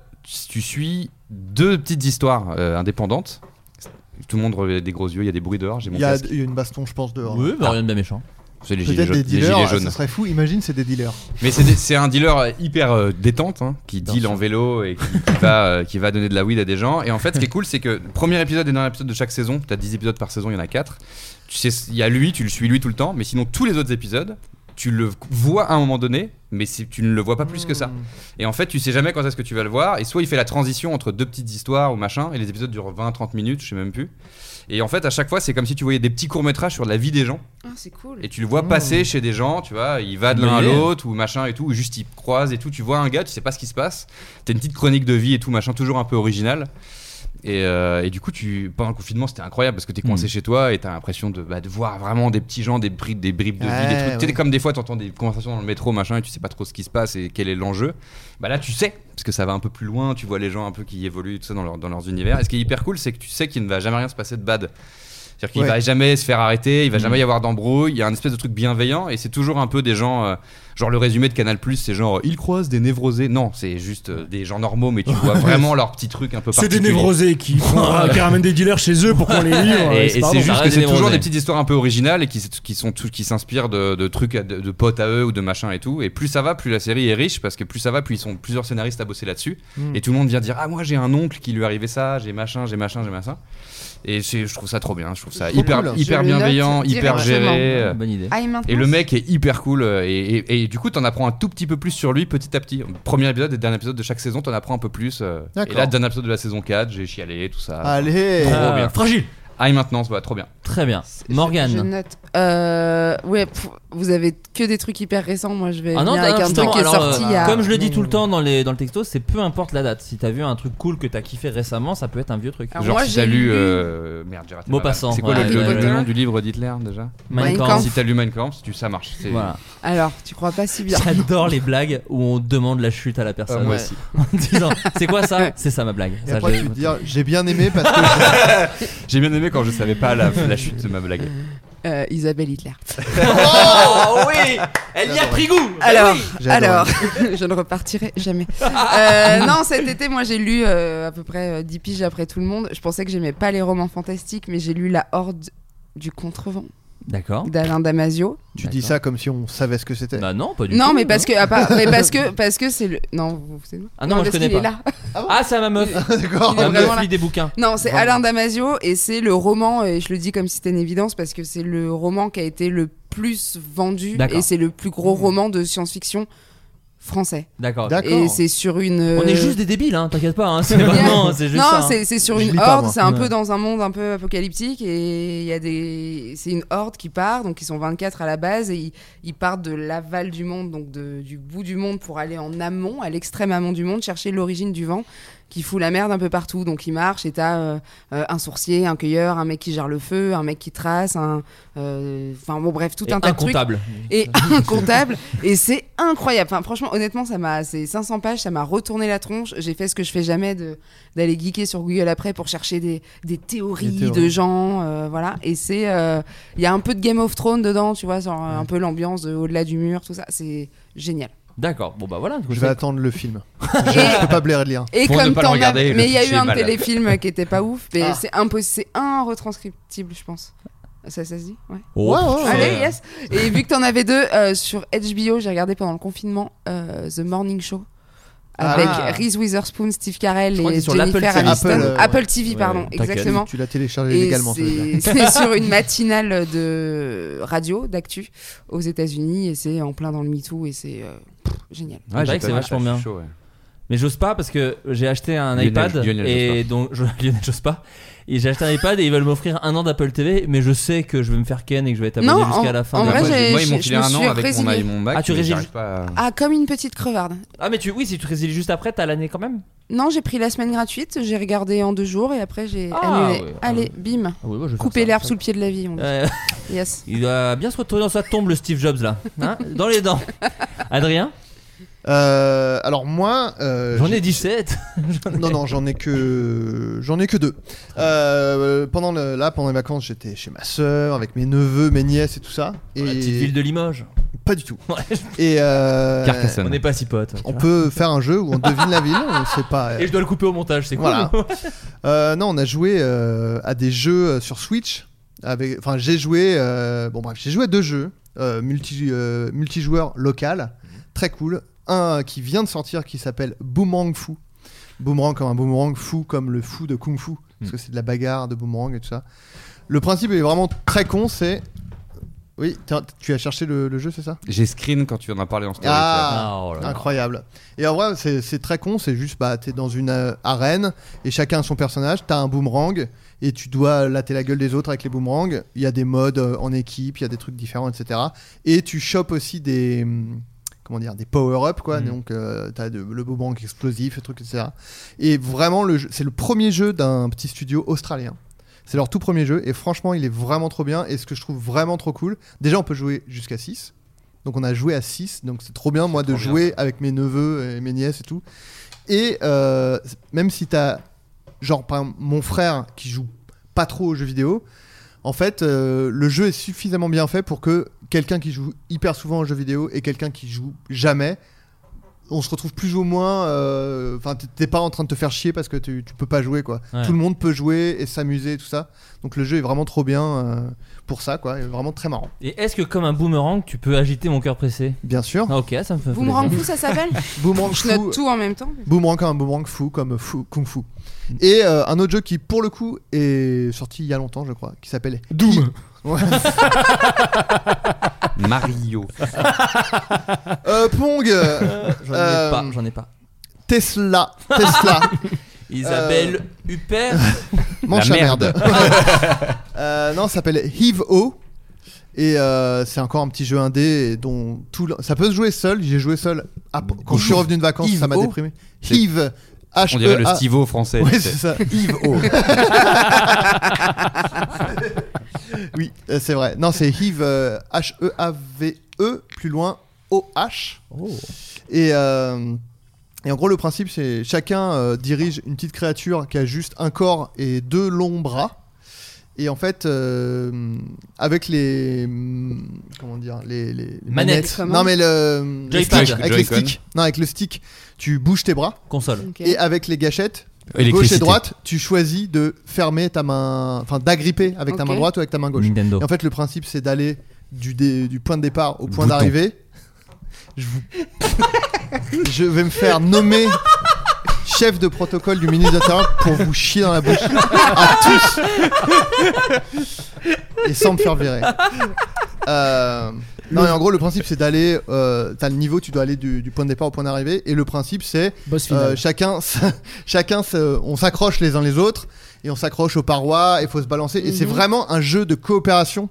[SPEAKER 8] tu suis deux petites histoires euh, indépendantes. Tout le monde a des gros yeux, il y a des bruits dehors, j'ai mon
[SPEAKER 6] Il y, a,
[SPEAKER 8] casque.
[SPEAKER 6] il y a une baston, je pense, dehors.
[SPEAKER 1] Oui, bah, rien de bien méchant.
[SPEAKER 8] C'est les gilets
[SPEAKER 6] Peut-être
[SPEAKER 8] jaunes.
[SPEAKER 6] des
[SPEAKER 8] les
[SPEAKER 6] dealers,
[SPEAKER 8] gilets
[SPEAKER 6] ah,
[SPEAKER 8] jaunes.
[SPEAKER 6] ce serait fou. Imagine, c'est des dealers.
[SPEAKER 8] Mais c'est des- c'est un dealer hyper euh, détente hein, qui
[SPEAKER 1] Bien
[SPEAKER 8] deal
[SPEAKER 1] sûr.
[SPEAKER 8] en vélo et qui, qui va, euh, qui va donner de la weed à des gens. Et en fait, ce qui est cool, c'est que le premier épisode et dernier épisode de chaque saison, tu as 10 épisodes par saison, il y en a 4. Tu sais, il y a lui, tu le suis lui tout le temps, mais sinon, tous les autres épisodes, tu le vois à un moment donné, mais c'est- tu ne le vois pas plus que ça.
[SPEAKER 1] Hmm.
[SPEAKER 8] Et en fait, tu sais jamais quand est-ce que tu vas le voir. Et soit il fait la transition entre deux petites histoires ou machin, et les épisodes durent 20-30 minutes, je sais même plus. Et en fait, à chaque fois, c'est comme si tu voyais des petits courts-métrages sur la vie des gens.
[SPEAKER 4] Ah c'est cool.
[SPEAKER 8] Et tu le vois
[SPEAKER 6] Oh.
[SPEAKER 8] passer chez des gens, tu vois, il va de l'un à
[SPEAKER 1] Mais-
[SPEAKER 8] l'autre ou machin et tout, ou juste il croise et tout, tu vois un gars, tu sais pas ce qui se passe, t'as une petite chronique de vie et tout, machin, toujours un peu original. Et, euh, et du coup, tu, pendant le confinement, c'était incroyable parce que t'es
[SPEAKER 6] Hmm.
[SPEAKER 8] coincé chez toi et t'as l'impression de, bah, de voir vraiment des petits gens, des bribes, des bribes de vie, des
[SPEAKER 6] Ouais,
[SPEAKER 8] trucs. Tu sais,
[SPEAKER 6] ouais.
[SPEAKER 8] comme des fois, t'entends des conversations dans le métro, machin, et tu sais pas trop ce qui se passe et quel est l'enjeu. Bah là, tu sais, parce que ça va un peu plus loin, tu vois les gens un peu qui évoluent, tout ça, dans, leur- dans leurs univers. Et ce qui est hyper cool, c'est que tu sais qu'il ne va jamais rien se passer de bad. C'est-à-dire qu'il
[SPEAKER 6] Ouais.
[SPEAKER 10] Mhm.
[SPEAKER 8] va jamais se faire arrêter, il va jamais y avoir d'embrouille, il y a un espèce de truc bienveillant et c'est toujours un peu des gens euh, Genre le résumé de Canal Plus, c'est genre euh, ils croisent des névrosés. Non, c'est juste euh, des gens
[SPEAKER 10] (laughs)
[SPEAKER 8] normaux, mais tu vois vraiment leur petit truc un peu
[SPEAKER 10] C'est des
[SPEAKER 8] particulier.
[SPEAKER 10] névrosés qui, font,
[SPEAKER 4] (laughs)
[SPEAKER 10] euh, qui ramènent des dealers chez eux pour qu'on les livre.
[SPEAKER 8] Et, et c'est
[SPEAKER 10] pardon.
[SPEAKER 8] juste que c'est toujours des petites histoires un peu originales et qui, qui sont tout- qui s'inspirent de, de trucs à- de, de potes à eux ou de machin et tout. Et plus ça va, plus la série est riche parce que plus ça va, plus ils sont plusieurs scénaristes à bosser là-dessus.
[SPEAKER 10] Mm.
[SPEAKER 6] Hmm.
[SPEAKER 8] Et tout le monde vient dire ah moi j'ai un oncle qui lui arrivait ça, j'ai machin, j'ai machin, j'ai machin. Et c'est- je trouve ça trop bien. Je trouve ça
[SPEAKER 10] Trop
[SPEAKER 8] hyper
[SPEAKER 10] cool.
[SPEAKER 8] hyper
[SPEAKER 10] Je le
[SPEAKER 8] bienveillant,
[SPEAKER 10] note
[SPEAKER 8] hyper géré.
[SPEAKER 10] directement.
[SPEAKER 6] bah,
[SPEAKER 10] Bonne idée. Ah, et maintenant,
[SPEAKER 8] Et le mec est hyper cool. euh, Et, et- et du coup t'en apprends un tout petit peu plus sur lui petit à petit. Premier épisode et dernier épisode de chaque saison t'en apprends un peu plus. euh. Et
[SPEAKER 6] D'accord.
[SPEAKER 8] là dernier épisode de la saison 4 j'ai chialé tout ça.
[SPEAKER 6] Allez.
[SPEAKER 8] Trop
[SPEAKER 6] Ah,
[SPEAKER 8] bien.
[SPEAKER 1] Euh, fragile.
[SPEAKER 8] High maintenance, voilà, trop bien.
[SPEAKER 1] Très bien.
[SPEAKER 4] Je
[SPEAKER 1] Morgane.
[SPEAKER 4] note. Euh, ouais, pff, vous avez que des trucs hyper récents. Moi, je vais
[SPEAKER 1] Ah non,
[SPEAKER 4] venir
[SPEAKER 1] t'as-
[SPEAKER 4] avec un
[SPEAKER 1] justement,
[SPEAKER 4] truc qui est
[SPEAKER 1] alors,
[SPEAKER 4] sorti
[SPEAKER 1] euh,
[SPEAKER 4] il y a-
[SPEAKER 1] Comme je le dis
[SPEAKER 4] Mais-
[SPEAKER 1] tout le temps dans, les, dans le texto, c'est peu importe la date. Si t'as vu un truc cool que t'as kiffé récemment, ça peut être un vieux truc.
[SPEAKER 8] Genre si t'as lu, euh, merde, j'ai raté ma
[SPEAKER 1] Maupassant,
[SPEAKER 8] vanne. C'est quoi
[SPEAKER 1] ouais,
[SPEAKER 8] le, le-
[SPEAKER 1] ouais,
[SPEAKER 8] le
[SPEAKER 1] ouais.
[SPEAKER 8] nom du livre d'Hitler déjà
[SPEAKER 1] Mein Mein Kampf. Kampf.
[SPEAKER 8] Si t'as lu Mein Kampf, tu, ça marche. c'est-
[SPEAKER 1] Voilà.
[SPEAKER 4] Alors, tu crois pas si bien.
[SPEAKER 1] J'adore les blagues où on demande la chute à la personne.
[SPEAKER 8] Ah, moi aussi.
[SPEAKER 1] (laughs) En disant, c'est quoi ça C'est ça ma blague.
[SPEAKER 6] Et
[SPEAKER 1] Ça,
[SPEAKER 6] après,
[SPEAKER 1] j'ai-
[SPEAKER 6] tu te dis, j'ai bien aimé parce que.
[SPEAKER 8] J'ai bien aimé quand je savais pas la, la chute de ma blague.
[SPEAKER 4] Euh, Isabelle Hitler.
[SPEAKER 1] (laughs) Oh, oui Elle y a pris goût Bah
[SPEAKER 4] Alors,
[SPEAKER 1] oui
[SPEAKER 8] J'ai adoré.
[SPEAKER 4] alors je ne repartirai jamais. Euh, non, cet été, moi, j'ai lu euh, à peu près euh, 10 piges après tout le monde. Je pensais que j'aimais pas les romans fantastiques, mais j'ai lu La Horde du Contrevent
[SPEAKER 1] D'accord.
[SPEAKER 4] d'Alain Damasio.
[SPEAKER 6] Tu dis ça comme si on savait ce que c'était. (laughs)
[SPEAKER 1] Bah non, pas
[SPEAKER 4] Non, mais parce que, à part- mais parce
[SPEAKER 1] (laughs)
[SPEAKER 4] que, parce que c'est le. Non, vous savez pas.
[SPEAKER 1] Ah non, moi, je
[SPEAKER 4] parce
[SPEAKER 1] connais
[SPEAKER 4] qu'il est
[SPEAKER 1] pas.
[SPEAKER 4] là.
[SPEAKER 1] Ah, c'est à ma meuf
[SPEAKER 4] Il est
[SPEAKER 1] Ma
[SPEAKER 4] Oh, vraiment
[SPEAKER 1] meuf
[SPEAKER 4] là.
[SPEAKER 1] lit des bouquins.
[SPEAKER 4] Non, c'est
[SPEAKER 1] Vraiment.
[SPEAKER 4] Alain Damasio et c'est le roman, et je le dis comme si c'était une évidence, parce que c'est le roman qui a été le plus vendu
[SPEAKER 1] D'accord. Mmh.
[SPEAKER 4] et c'est le plus gros roman de science-fiction français.
[SPEAKER 1] D'accord.
[SPEAKER 4] Et c'est sur une. euh,
[SPEAKER 1] On est juste des débiles, hein, t'inquiète pas, hein, c'est (laughs) vraiment. c'est juste
[SPEAKER 4] non,
[SPEAKER 1] ça, hein.
[SPEAKER 4] c'est c'est sur
[SPEAKER 1] Je
[SPEAKER 4] une
[SPEAKER 1] lis pas,
[SPEAKER 4] horde,
[SPEAKER 1] moi.
[SPEAKER 4] c'est un
[SPEAKER 1] Ouais.
[SPEAKER 4] peu dans un monde un peu apocalyptique et il y a des c'est une horde qui part donc ils sont 24 à la base et ils, ils partent de l'aval du monde donc de- du bout du monde pour aller en amont, à l'extrême amont du monde chercher l'origine du vent qui fout la merde un peu partout. Donc ils marchent et t'as euh, euh, un sourcier, un cueilleur, un mec qui gère le feu, un mec qui trace, un euh, enfin bon bref, tout
[SPEAKER 1] Et
[SPEAKER 4] un tas
[SPEAKER 1] un
[SPEAKER 4] de trucs.
[SPEAKER 1] comptable.
[SPEAKER 6] (laughs)
[SPEAKER 4] Et un comptable et c'est incroyable. Enfin franchement honnêtement, ça m'a c'est 500 pages, ça m'a retourné la tronche. J'ai fait ce que je fais jamais de d'aller geeker sur Google après pour chercher des, des théories,
[SPEAKER 6] Des théories.
[SPEAKER 4] de gens, euh, voilà. Et c'est, euh, il y a un peu de Game of Thrones dedans, tu vois, genre un peu l'ambiance de au-delà du mur, tout ça, c'est génial.
[SPEAKER 1] D'accord, bon bah voilà.
[SPEAKER 6] Je vais attendre le film. je, je peux pas blairer le lien.
[SPEAKER 4] Et comme tant mais il y a eu un téléfilm qui était pas ouf, mais
[SPEAKER 6] Ah.
[SPEAKER 4] c'est impossible, c'est un retranscriptible, je pense. Ça, ça se dit ouais.
[SPEAKER 6] Oh, Ouais, ouais, ouais.
[SPEAKER 4] Allez, yes. Et vu que t'en avais deux euh, sur HBO, j'ai regardé pendant le confinement euh, The Morning Show avec
[SPEAKER 6] Ah.
[SPEAKER 4] Reese Witherspoon, Steve Carell
[SPEAKER 6] Je crois que
[SPEAKER 4] et
[SPEAKER 6] c'est sur l'Apple
[SPEAKER 4] Jennifer
[SPEAKER 6] TV.
[SPEAKER 4] Aniston.
[SPEAKER 6] Apple, euh, ouais.
[SPEAKER 4] TV,
[SPEAKER 6] Ouais,
[SPEAKER 4] pardon,
[SPEAKER 6] ouais. T'inquiète.
[SPEAKER 4] exactement.
[SPEAKER 6] Tu l'as téléchargé
[SPEAKER 4] Et
[SPEAKER 6] légalement, ça veut
[SPEAKER 4] C'est
[SPEAKER 6] dire.
[SPEAKER 4] (laughs) c'est sur une matinale de radio d'actu aux États-Unis et c'est en plein dans le MeToo et c'est euh, pff, génial.
[SPEAKER 1] Ouais, Il paraît que c'est vachement bien. Mais j'ose pas parce que j'ai acheté un
[SPEAKER 8] Lionel-
[SPEAKER 1] iPad
[SPEAKER 8] Lionel
[SPEAKER 1] et
[SPEAKER 8] Jospin.
[SPEAKER 1] donc je, (laughs) Lionel Jospin. et j'ai acheté un iPad et ils veulent m'offrir un an d'Apple TV mais je sais que je vais me faire ken et que je vais être abonné
[SPEAKER 4] Non,
[SPEAKER 1] jusqu'à
[SPEAKER 4] en-
[SPEAKER 1] la fin.
[SPEAKER 4] en
[SPEAKER 1] de
[SPEAKER 4] vrai,
[SPEAKER 1] la-
[SPEAKER 4] j'ai-
[SPEAKER 8] Moi, ils m'ont
[SPEAKER 4] je-
[SPEAKER 8] filé
[SPEAKER 4] je me
[SPEAKER 8] un an
[SPEAKER 4] suis
[SPEAKER 8] avec mon,
[SPEAKER 4] résignée.
[SPEAKER 8] mon Mac.
[SPEAKER 1] Ah, tu
[SPEAKER 8] mais
[SPEAKER 1] résignes-
[SPEAKER 8] j'arrive pas à-
[SPEAKER 4] Ah, comme une petite crevarde.
[SPEAKER 1] Ah mais tu oui si tu te résilies juste après t'as l'année quand même.
[SPEAKER 4] Non, j'ai pris la semaine gratuite, j'ai regardé en deux jours et après j'ai
[SPEAKER 1] Ah,
[SPEAKER 4] annulé.
[SPEAKER 1] ouais, ah,
[SPEAKER 4] Allez,
[SPEAKER 1] ouais.
[SPEAKER 4] bim.
[SPEAKER 1] Ah ouais, moi, je vais faire
[SPEAKER 4] Couper
[SPEAKER 1] ça,
[SPEAKER 4] l'herbe
[SPEAKER 1] ça.
[SPEAKER 4] sous le pied de la vie. On dit.
[SPEAKER 1] Euh,
[SPEAKER 4] Yes.
[SPEAKER 1] Il doit bien se retourner dans sa tombe le Steve Jobs là, hein dans les dents. Adrien,
[SPEAKER 6] Euh, alors moi, euh,
[SPEAKER 1] J'en ai 17.
[SPEAKER 6] Non non, j'en ai que j'en ai que deux. Euh, pendant le- là pendant les vacances, j'étais chez ma sœur avec mes neveux, mes nièces et tout ça. Et
[SPEAKER 1] la Ah, petite ville de Limoges.
[SPEAKER 6] Pas du tout. Et euh,
[SPEAKER 1] On n'est pas si potes.
[SPEAKER 6] On peut faire un jeu où on devine la ville, on sait pas. euh,
[SPEAKER 1] Et je dois le couper au montage, c'est cool.
[SPEAKER 6] Voilà.
[SPEAKER 1] (laughs)
[SPEAKER 6] Euh, non, on a joué euh, à des jeux euh, sur Switch. Avec, enfin, j'ai joué. euh, bon bref, j'ai joué à deux jeux euh, multi, euh, multijoueur local, très cool. Un euh, qui vient de sortir qui s'appelle Boomerang Fou. Boomerang comme un boomerang, fou comme le fou de kung fu, parce que c'est de la bagarre de boomerang et tout ça. Le principe est vraiment très con, c'est. Oui, t'as- tu as cherché le- le jeu, c'est ça
[SPEAKER 8] J'ai screen quand tu en as parlé en story.
[SPEAKER 6] ah,
[SPEAKER 1] oh
[SPEAKER 8] tu vois.
[SPEAKER 6] incroyable. Et en vrai, c'est c'est très con, c'est juste, bah, t'es dans une euh, arène et chacun a son personnage, t'as un boomerang et tu dois latter la gueule des autres avec les boomerangs. Il y a des modes euh, en équipe, il y a des trucs différents, etc. Et tu chopes aussi des. hum, Comment dire, des power-up, quoi.
[SPEAKER 1] Mm.
[SPEAKER 6] Donc, euh, t'as de- le boomerang explosif, et trucs, etc. Et vraiment, le jeu- c'est le premier jeu d'un petit studio australien. C'est leur tout premier jeu et franchement, il est vraiment trop bien. Et ce que je trouve vraiment trop cool, déjà, on peut jouer jusqu'à 6. Donc, on a joué à 6. Donc, c'est trop bien, moi, de
[SPEAKER 8] trop bien,
[SPEAKER 6] jouer avec mes neveux et mes nièces et tout. Et euh, même si t'as, genre, par exemple, mon frère qui joue pas trop aux jeux vidéo, en fait, euh, le jeu est suffisamment bien fait pour que quelqu'un qui joue hyper souvent aux jeux vidéo et quelqu'un qui joue jamais, on se retrouve plus ou moins. euh, Enfin, t'es- t'es pas en train de te faire chier parce que tu, tu peux pas jouer, quoi.
[SPEAKER 11] Ouais.
[SPEAKER 6] Tout le monde peut jouer et s'amuser et tout ça. Donc le jeu est vraiment trop bien euh, pour ça, quoi. Il est vraiment très marrant.
[SPEAKER 1] Et est-ce que comme un boomerang, tu peux agiter mon cœur pressé Ah,
[SPEAKER 6] Bien sûr.
[SPEAKER 1] ok, ça me fait
[SPEAKER 4] Vous me
[SPEAKER 1] plaisir.
[SPEAKER 4] rendez
[SPEAKER 1] (laughs)
[SPEAKER 4] ça s'appelle
[SPEAKER 6] Boomerang
[SPEAKER 4] Je
[SPEAKER 6] Fou.
[SPEAKER 4] note tout en même temps.
[SPEAKER 6] Boomerang comme un boomerang fou, comme fou, Kung Fu. Et euh, un autre jeu qui, pour le coup, est sorti il y a longtemps, je crois, qui s'appelle Doom.
[SPEAKER 8] Mario.
[SPEAKER 6] Euh,
[SPEAKER 8] (laughs)
[SPEAKER 6] Pong. euh,
[SPEAKER 1] J'en ai
[SPEAKER 6] euh,
[SPEAKER 1] pas, j'en ai pas.
[SPEAKER 6] Tesla.
[SPEAKER 8] (laughs)
[SPEAKER 6] Tesla.
[SPEAKER 1] Isabelle
[SPEAKER 6] Euh.
[SPEAKER 1] Huppert.
[SPEAKER 6] (laughs) Manche
[SPEAKER 1] La
[SPEAKER 6] à merde.
[SPEAKER 1] merde.
[SPEAKER 6] Euh, non, ça s'appelle Heave O. Et euh, c'est encore un petit jeu indé et dont tout le- ça peut se jouer seul. J'ai joué seul ap- quand je suis revenu de vacances,
[SPEAKER 8] Heave
[SPEAKER 6] ça m'a
[SPEAKER 8] O
[SPEAKER 6] déprimé.
[SPEAKER 8] C'est-
[SPEAKER 6] Heave. H E
[SPEAKER 8] On dirait le Steve-O français,
[SPEAKER 6] Oui,
[SPEAKER 8] tu
[SPEAKER 6] Ah. c'est
[SPEAKER 8] sais.
[SPEAKER 6] ça. Heave O. (laughs) oui, euh, c'est vrai. Non, c'est Heave euh, H E A V E plus loin O H. Et euh, et en gros, le principe, c'est chacun euh, dirige une petite créature qui a juste un corps et deux longs bras. Et en fait, euh, avec les hum, comment dire les, les- les
[SPEAKER 1] Manettes.
[SPEAKER 6] non mais le le
[SPEAKER 1] Joypad.
[SPEAKER 6] stick, avec le
[SPEAKER 1] Joy-Con.
[SPEAKER 6] stick, non avec le stick, tu bouges tes bras.
[SPEAKER 1] Console.
[SPEAKER 4] Ok.
[SPEAKER 6] Et avec les gâchettes, gauche
[SPEAKER 8] Électricité.
[SPEAKER 6] et droite, tu choisis de fermer ta main, enfin d'agripper avec ta
[SPEAKER 4] Ok.
[SPEAKER 6] main droite ou avec ta main gauche.
[SPEAKER 1] Nintendo.
[SPEAKER 6] Et en fait, le principe, c'est d'aller du, dé- du point de départ au point
[SPEAKER 1] Bouton.
[SPEAKER 6] d'arrivée. Je vous (laughs) je vais me faire nommer chef de protocole du ministre de l'Intérieur pour vous chier dans la bouche à tous et sans me faire virer. Euh, non, mais en gros, le principe c'est d'aller. euh, T'as le niveau, tu dois aller du, du point de départ au point d'arrivée. Et le principe c'est.
[SPEAKER 7] hein. Boss final.
[SPEAKER 6] Euh,
[SPEAKER 4] Euh,
[SPEAKER 6] chacun, s- (laughs) chacun s- on s'accroche les uns les autres. Et on s'accroche aux parois. Et faut se balancer. Et c'est
[SPEAKER 4] Mhm.
[SPEAKER 6] vraiment un jeu de coopération.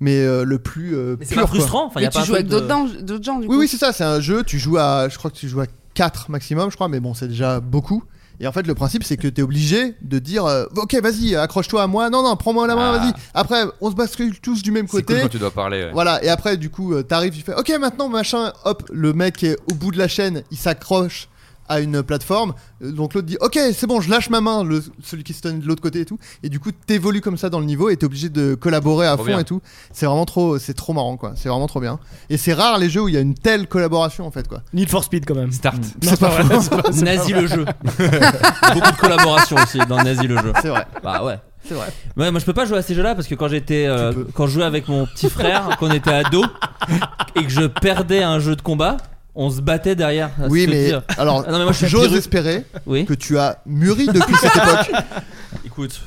[SPEAKER 6] Mais euh, le plus. euh,
[SPEAKER 1] Mais c'est
[SPEAKER 6] pur,
[SPEAKER 1] pas
[SPEAKER 6] quoi.
[SPEAKER 1] frustrant, enfin, y a pas
[SPEAKER 4] Mais tu
[SPEAKER 1] un
[SPEAKER 4] joues
[SPEAKER 1] truc
[SPEAKER 4] avec
[SPEAKER 1] de-
[SPEAKER 4] d'autres gens- d'autres gens du
[SPEAKER 6] Oui,
[SPEAKER 4] coup.
[SPEAKER 6] oui, c'est ça, c'est un jeu, tu joues à. Je crois que tu joues à 4 maximum, je crois, mais bon, c'est déjà beaucoup. Et en fait, le principe, c'est que t'es obligé de dire euh, Ok, vas-y, accroche-toi à moi, non, non, prends-moi la main,
[SPEAKER 8] Ah.
[SPEAKER 6] vas-y. Après, on se bascule tous du même
[SPEAKER 8] C'est
[SPEAKER 6] côté.
[SPEAKER 8] cool quand tu dois parler, ouais.
[SPEAKER 6] Voilà, et après, du coup, euh, t'arrives, tu fais Ok, maintenant, machin, hop, le mec qui est au bout de la chaîne, il s'accroche à une plateforme. Euh, Donc l'autre dit Ok, c'est bon, je lâche ma main, le, celui qui se tenait de l'autre côté et tout. Et du coup, t'évolues comme ça dans le niveau et t'es obligé de collaborer à
[SPEAKER 8] Trop
[SPEAKER 6] fond
[SPEAKER 8] bien.
[SPEAKER 6] et tout. C'est vraiment trop, c'est trop marrant, quoi. C'est vraiment trop bien. Et c'est rare les jeux où il y a une telle collaboration, en fait, quoi.
[SPEAKER 7] Need for Speed quand même.
[SPEAKER 8] Start.
[SPEAKER 6] C'est
[SPEAKER 7] (laughs)
[SPEAKER 6] pas
[SPEAKER 10] (laughs)
[SPEAKER 6] faux.
[SPEAKER 1] Nazi le (laughs) jeu. Beaucoup de collaboration aussi dans Nazi le jeu.
[SPEAKER 6] C'est vrai.
[SPEAKER 1] Bah ouais.
[SPEAKER 6] C'est vrai.
[SPEAKER 1] Ouais, moi je peux pas jouer à ces jeux-là parce que quand j'étais, euh, quand je jouais avec mon petit frère, (laughs) qu'on était ado et que je perdais un jeu de combat, on se battait derrière. à
[SPEAKER 6] Oui,
[SPEAKER 1] se
[SPEAKER 6] mais
[SPEAKER 1] dire.
[SPEAKER 6] alors,
[SPEAKER 1] Ah non, mais moi, je suis un
[SPEAKER 6] j'ose
[SPEAKER 1] petit-
[SPEAKER 6] espérer
[SPEAKER 1] Oui.
[SPEAKER 6] que tu as mûri depuis
[SPEAKER 1] (laughs)
[SPEAKER 6] cette époque.
[SPEAKER 1] Écoute,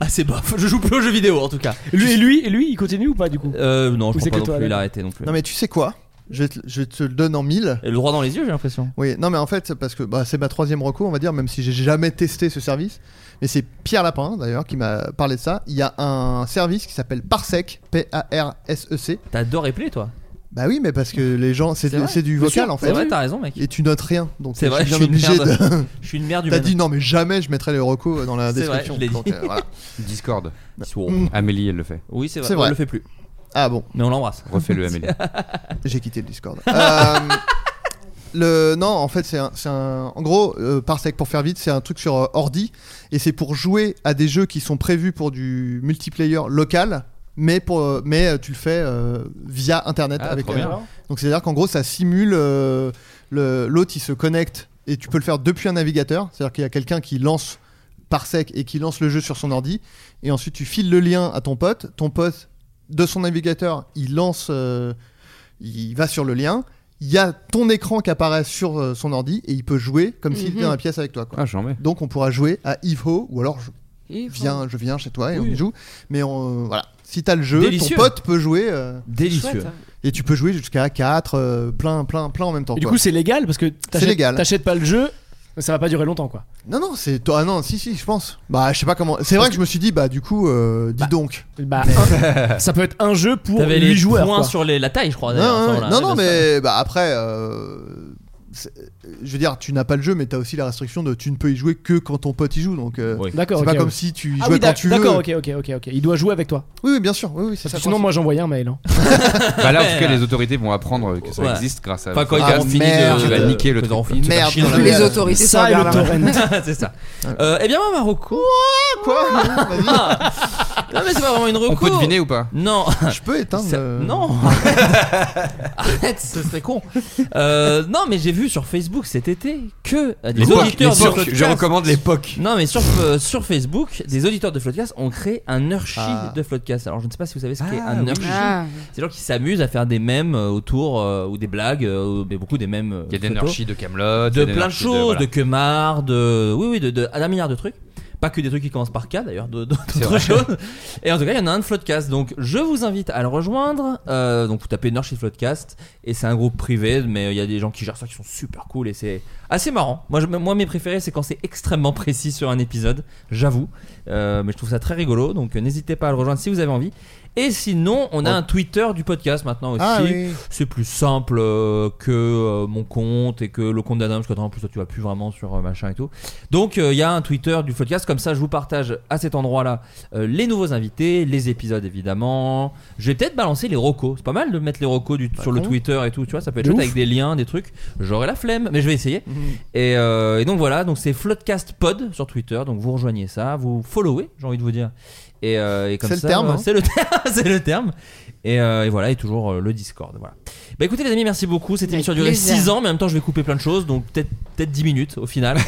[SPEAKER 1] assez bof. Je joue plus aux jeux vidéo en tout cas.
[SPEAKER 7] Lui, et lui, et lui, il continue ou pas du coup
[SPEAKER 1] Euh, non, je
[SPEAKER 7] Ou c'est
[SPEAKER 1] crois pas non
[SPEAKER 7] que toi,
[SPEAKER 1] plus. Il
[SPEAKER 7] Alain
[SPEAKER 1] a arrêté non plus.
[SPEAKER 6] Non, mais tu sais quoi je vais, te, je te le donne en mille.
[SPEAKER 1] Et le droit dans les yeux, j'ai l'impression.
[SPEAKER 6] Oui, non, mais en fait, parce que bah, c'est ma troisième recours, on va dire, même si j'ai jamais testé ce service. Mais c'est Pierre Lapin, d'ailleurs, qui m'a parlé de ça. Il y a un service qui s'appelle Parsec, P-A-R-S-E-C.
[SPEAKER 1] T'adores Ripley, toi
[SPEAKER 6] E Bah oui, mais parce que les gens, c'est
[SPEAKER 1] C'est
[SPEAKER 6] du,
[SPEAKER 1] vrai.
[SPEAKER 6] c'est du
[SPEAKER 1] Bien
[SPEAKER 6] vocal
[SPEAKER 1] sûr,
[SPEAKER 6] en fait.
[SPEAKER 1] c'est vrai, t'as raison, mec.
[SPEAKER 6] Et tu notes rien, donc
[SPEAKER 1] C'est vrai,
[SPEAKER 6] je suis
[SPEAKER 1] je
[SPEAKER 6] bien
[SPEAKER 1] suis une
[SPEAKER 6] obligé
[SPEAKER 1] merde.
[SPEAKER 6] de.
[SPEAKER 1] (laughs) Je suis une merde
[SPEAKER 6] (laughs) T'as
[SPEAKER 1] humaine.
[SPEAKER 6] dit non, mais jamais je mettrai les recos dans la
[SPEAKER 1] C'est vrai,
[SPEAKER 6] description.
[SPEAKER 1] je l'ai dit.
[SPEAKER 6] Donc, euh, voilà.
[SPEAKER 8] Discord.
[SPEAKER 1] Discord.
[SPEAKER 6] Mm.
[SPEAKER 8] Amélie, elle le fait.
[SPEAKER 1] Oui, c'est vrai.
[SPEAKER 6] C'est
[SPEAKER 1] On
[SPEAKER 6] vrai.
[SPEAKER 1] le fait plus.
[SPEAKER 6] Ah bon.
[SPEAKER 1] Mais on l'embrasse.
[SPEAKER 8] Refais-le, Amélie.
[SPEAKER 6] J'ai quitté le Discord. (laughs) Euh, le non, en fait, c'est un, c'est un- en gros euh, Parsec pour faire vite, c'est un truc sur euh, ordi et c'est pour jouer à des jeux qui sont prévus pour du multiplayer local. Mais, pour, euh, mais euh, tu le fais euh, via internet
[SPEAKER 8] Ah,
[SPEAKER 6] avec
[SPEAKER 8] trop
[SPEAKER 6] la-
[SPEAKER 8] bien.
[SPEAKER 6] Donc c'est à dire qu'en gros ça simule euh, le- l'autre il se connecte et tu peux le faire depuis un navigateur. C'est à dire qu'il y a quelqu'un qui lance Parsec et qui lance le jeu sur son ordi et ensuite tu files le lien à ton pote. Ton pote de son navigateur il lance euh, il va sur le lien, il y a ton écran qui apparaît sur euh, son ordi et il peut jouer comme s'il
[SPEAKER 4] Mhm.
[SPEAKER 6] était dans la pièce avec toi. quoi.
[SPEAKER 8] Ah, j'en mets.
[SPEAKER 6] Donc on pourra jouer à Ivo ou alors je
[SPEAKER 4] Ivo.
[SPEAKER 6] viens, je viens chez toi et on
[SPEAKER 1] Oui.
[SPEAKER 6] y joue. Mais on- euh, voilà, si t'as le jeu,
[SPEAKER 1] Délicieux.
[SPEAKER 6] ton pote peut jouer. euh,
[SPEAKER 1] Délicieux.
[SPEAKER 4] Chouette, hein.
[SPEAKER 6] et tu peux jouer jusqu'à 4, plein, plein, plein en même temps.
[SPEAKER 7] Et du
[SPEAKER 6] quoi.
[SPEAKER 7] coup, c'est légal parce que t'achètes-
[SPEAKER 6] légal.
[SPEAKER 7] t'achètes pas le jeu, mais ça va pas durer longtemps quoi.
[SPEAKER 6] Non, non, c'est toi. Ah non, si, si, je pense. Bah, je sais pas comment. C'est vrai que je me suis dit, bah, du coup, euh, dis donc.
[SPEAKER 7] Bah, un- ça peut être un jeu pour
[SPEAKER 1] T'avais
[SPEAKER 7] 8
[SPEAKER 1] les
[SPEAKER 7] joueurs.
[SPEAKER 1] points
[SPEAKER 7] quoi.
[SPEAKER 1] sur les- la taille, je crois.
[SPEAKER 6] Non,
[SPEAKER 1] d'ailleurs, à ce
[SPEAKER 6] non,
[SPEAKER 1] moment-là.
[SPEAKER 6] non, non,
[SPEAKER 1] Ouais, parce
[SPEAKER 6] mais bah, après, euh, c'est- je veux dire, tu n'as pas le jeu, mais tu as aussi la restriction de tu ne peux y jouer que quand ton pote y joue. Donc, euh,
[SPEAKER 1] Oui.
[SPEAKER 6] c'est
[SPEAKER 7] D'accord.
[SPEAKER 6] pas
[SPEAKER 7] ok,
[SPEAKER 6] comme
[SPEAKER 7] ouais.
[SPEAKER 6] si tu
[SPEAKER 7] Ah
[SPEAKER 6] jouais
[SPEAKER 7] oui,
[SPEAKER 6] quand
[SPEAKER 7] d'ac-
[SPEAKER 6] tu veux.
[SPEAKER 7] D'accord, ok, ok, ok, ok. Il doit jouer avec toi.
[SPEAKER 6] Oui, oui, bien sûr. Oui, oui, c'est
[SPEAKER 7] Parce
[SPEAKER 6] ça.
[SPEAKER 7] que sinon, moi, j'envoyais un mail. hein.
[SPEAKER 8] Bah là, en tout
[SPEAKER 1] Ouais.
[SPEAKER 8] cas, les autorités vont apprendre que ça
[SPEAKER 1] Ouais.
[SPEAKER 8] existe grâce à.
[SPEAKER 1] Enfin, quand
[SPEAKER 8] Ah,
[SPEAKER 1] ils auront
[SPEAKER 8] bon,
[SPEAKER 1] fini
[SPEAKER 8] merde.
[SPEAKER 1] de-
[SPEAKER 8] Tu vas
[SPEAKER 1] de-
[SPEAKER 8] niquer le
[SPEAKER 1] quand ils auront
[SPEAKER 8] truc.
[SPEAKER 1] fini de faire
[SPEAKER 6] Merde.
[SPEAKER 1] chier dans la
[SPEAKER 6] Les
[SPEAKER 1] gueule. (laughs)
[SPEAKER 4] autorités. Autorité
[SPEAKER 7] Ça et
[SPEAKER 4] sur
[SPEAKER 7] le
[SPEAKER 4] Berlin.
[SPEAKER 7] torrent.
[SPEAKER 1] c'est ça. Euh, eh bien, moi, Marocco.
[SPEAKER 6] Quoi (laughs) Vas-y.
[SPEAKER 1] (laughs) Non, mais c'est pas vraiment une
[SPEAKER 8] On
[SPEAKER 1] recours.
[SPEAKER 8] peut deviner ou pas
[SPEAKER 1] Non.
[SPEAKER 6] Je peux éteindre. euh, le- (laughs)
[SPEAKER 1] Non Arrête, ce serait con. Euh, non, mais j'ai vu sur Facebook cet été que euh, des
[SPEAKER 8] Les pocs,
[SPEAKER 1] auditeurs
[SPEAKER 8] les
[SPEAKER 1] de
[SPEAKER 8] pocs,
[SPEAKER 1] Floodcast-
[SPEAKER 8] je recommande les pocs.
[SPEAKER 1] Non, mais sur, euh, sur Facebook, des auditeurs de Floodcast ont créé un archi
[SPEAKER 8] Ah.
[SPEAKER 1] de Floodcast. Alors, je ne sais pas si vous savez ce qu'est
[SPEAKER 8] Ah,
[SPEAKER 1] un
[SPEAKER 8] oui.
[SPEAKER 1] archi.
[SPEAKER 8] Ah.
[SPEAKER 1] C'est des gens qui s'amusent à faire des mèmes euh, autour euh, ou des blagues, euh, mais beaucoup des mèmes. euh,
[SPEAKER 8] Il y a des
[SPEAKER 1] photos.
[SPEAKER 8] narchis de Kaamelott, il
[SPEAKER 1] Euh,
[SPEAKER 8] y
[SPEAKER 1] de
[SPEAKER 8] a des
[SPEAKER 1] plein de
[SPEAKER 8] narchis de-
[SPEAKER 1] choses,
[SPEAKER 8] voilà.
[SPEAKER 1] de Kemar, de oui oui, de, de- un milliard de trucs. Pas que des trucs qui commencent par K d'ailleurs, de- de- d'autres
[SPEAKER 8] vrai.
[SPEAKER 1] choses. Et en tout cas, il y en a un de Floodcast. Donc, je vous invite à le rejoindre. Euh, donc, vous tapez Narchi Floodcast. Et c'est un groupe privé, mais il y a des gens qui gèrent ça qui sont super cool. Et c'est assez marrant. Moi, je- moi mes préférés, c'est quand c'est extrêmement précis sur un épisode. J'avoue. Euh, mais je trouve ça très rigolo. Donc, euh, n'hésitez pas à le rejoindre si vous avez envie. Et sinon, on a
[SPEAKER 8] Oh.
[SPEAKER 1] un Twitter du podcast maintenant aussi.
[SPEAKER 6] Ah oui.
[SPEAKER 1] C'est plus simple euh, que euh, mon compte et que le compte d'Adam, parce qu'attends, en plus, toi, tu vas plus vraiment sur euh, machin et tout. Donc, euh, il y a un Twitter du podcast, comme ça, je vous partage à cet endroit-là euh, les nouveaux invités, les épisodes évidemment. Je vais peut-être balancer les rocos. C'est pas mal de mettre les rocos du- sur le
[SPEAKER 8] con.
[SPEAKER 1] Twitter et tout, tu vois, ça peut être
[SPEAKER 8] De
[SPEAKER 1] chouette
[SPEAKER 8] ouf.
[SPEAKER 1] avec des liens, des trucs. J'aurai la flemme, mais je vais essayer. Et, euh, et donc voilà, donc c'est Floodcast Pod sur Twitter, donc vous rejoignez ça, vous followez, j'ai envie de vous dire. Et, euh, et comme
[SPEAKER 6] C'est le
[SPEAKER 1] ça,
[SPEAKER 6] terme,
[SPEAKER 1] euh,
[SPEAKER 6] hein.
[SPEAKER 1] c'est le (laughs) terme, c'est le terme. Et, euh, et voilà, et toujours euh, le Discord. Voilà. Bah écoutez les amis, merci beaucoup. Cette émission a duré
[SPEAKER 8] plaisir.
[SPEAKER 1] 6 ans, mais en même temps je vais couper plein de choses, donc peut-être peut-être 10 minutes au final.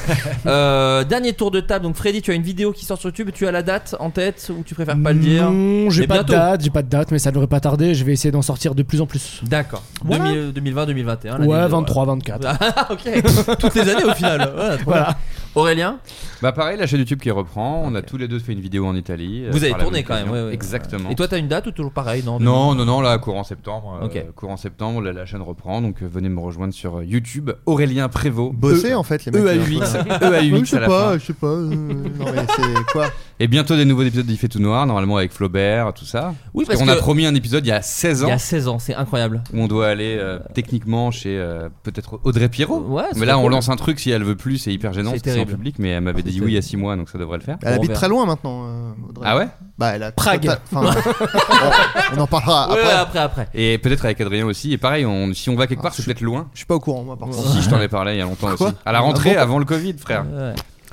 [SPEAKER 1] Euh, dernier tour de table, donc Freddy, tu as une vidéo qui sort sur YouTube, tu as la date en tête ou tu préfères pas le dire
[SPEAKER 7] Non, Hmm, j'ai
[SPEAKER 1] Mais
[SPEAKER 7] pas
[SPEAKER 1] bientôt.
[SPEAKER 7] de date, j'ai pas de date, mais ça devrait pas tarder. Je vais essayer d'en sortir de plus en plus.
[SPEAKER 1] D'accord.
[SPEAKER 7] Voilà.
[SPEAKER 1] 2000 2020-2021. l'année
[SPEAKER 7] Ouais,
[SPEAKER 1] de-
[SPEAKER 7] 23, 24.
[SPEAKER 1] Ah, ok. (laughs) Toutes les années au final. Voilà. trop bien. Aurélien
[SPEAKER 8] Bah pareil, la chaîne YouTube qui reprend. On a tous les deux fait une vidéo en Italie. euh,
[SPEAKER 1] Vous avez
[SPEAKER 8] par la
[SPEAKER 1] tourné
[SPEAKER 8] même
[SPEAKER 1] quand même.
[SPEAKER 8] occasion.
[SPEAKER 1] ouais, ouais.
[SPEAKER 8] Exactement.
[SPEAKER 1] Et toi, t'as une date ou toujours pareil Non,
[SPEAKER 8] Non, non, non, là, courant septembre. euh,
[SPEAKER 1] Ok.
[SPEAKER 8] courant septembre, la, la chaîne reprend. Donc euh, venez me rejoindre sur euh, YouTube. Aurélien Prévost.
[SPEAKER 6] Bosser
[SPEAKER 8] E-
[SPEAKER 6] en fait les mecs. euh,
[SPEAKER 8] EAUX.
[SPEAKER 6] Ouais,
[SPEAKER 8] (laughs) EAUX.
[SPEAKER 6] Je sais
[SPEAKER 8] à la
[SPEAKER 6] pas,
[SPEAKER 8] fin.
[SPEAKER 6] je sais pas. euh, Non mais c'est quoi
[SPEAKER 8] Et bientôt des nouveaux épisodes d'Il fait tout noir, normalement avec Flaubert, tout ça.
[SPEAKER 1] Oui, parce
[SPEAKER 8] qu'on
[SPEAKER 1] que-
[SPEAKER 8] a promis un épisode il y a 16 ans.
[SPEAKER 1] Il y a 16 ans, c'est incroyable.
[SPEAKER 8] Où on doit aller euh, techniquement chez euh, peut-être Audrey Pierrot.
[SPEAKER 1] Ouais, c'est
[SPEAKER 8] mais là,
[SPEAKER 1] pas
[SPEAKER 8] on
[SPEAKER 1] cool.
[SPEAKER 8] lance un truc si elle veut plus, c'est hyper gênant,
[SPEAKER 1] C'est
[SPEAKER 8] parce que c'est en
[SPEAKER 1] terrible.
[SPEAKER 8] public, mais elle m'avait dit oui il y a 6 mois, donc ça devrait le faire.
[SPEAKER 6] Elle habite très loin maintenant. euh, Audrey.
[SPEAKER 8] Ah ouais
[SPEAKER 6] Bah elle a
[SPEAKER 7] Prague.
[SPEAKER 6] total-
[SPEAKER 1] (laughs)
[SPEAKER 6] enfin, on, on en parlera Ah, après.
[SPEAKER 1] après.
[SPEAKER 8] Et peut-être avec Adrien aussi. Et pareil, on- si on va quelque part, c'est peut-être loin.
[SPEAKER 6] Je suis pas au courant moi par contre.
[SPEAKER 8] Si je t'en ai parlé il y a longtemps
[SPEAKER 6] Quoi
[SPEAKER 8] aussi. À la rentrée,
[SPEAKER 6] Ah bon
[SPEAKER 8] avant le Covid, frère.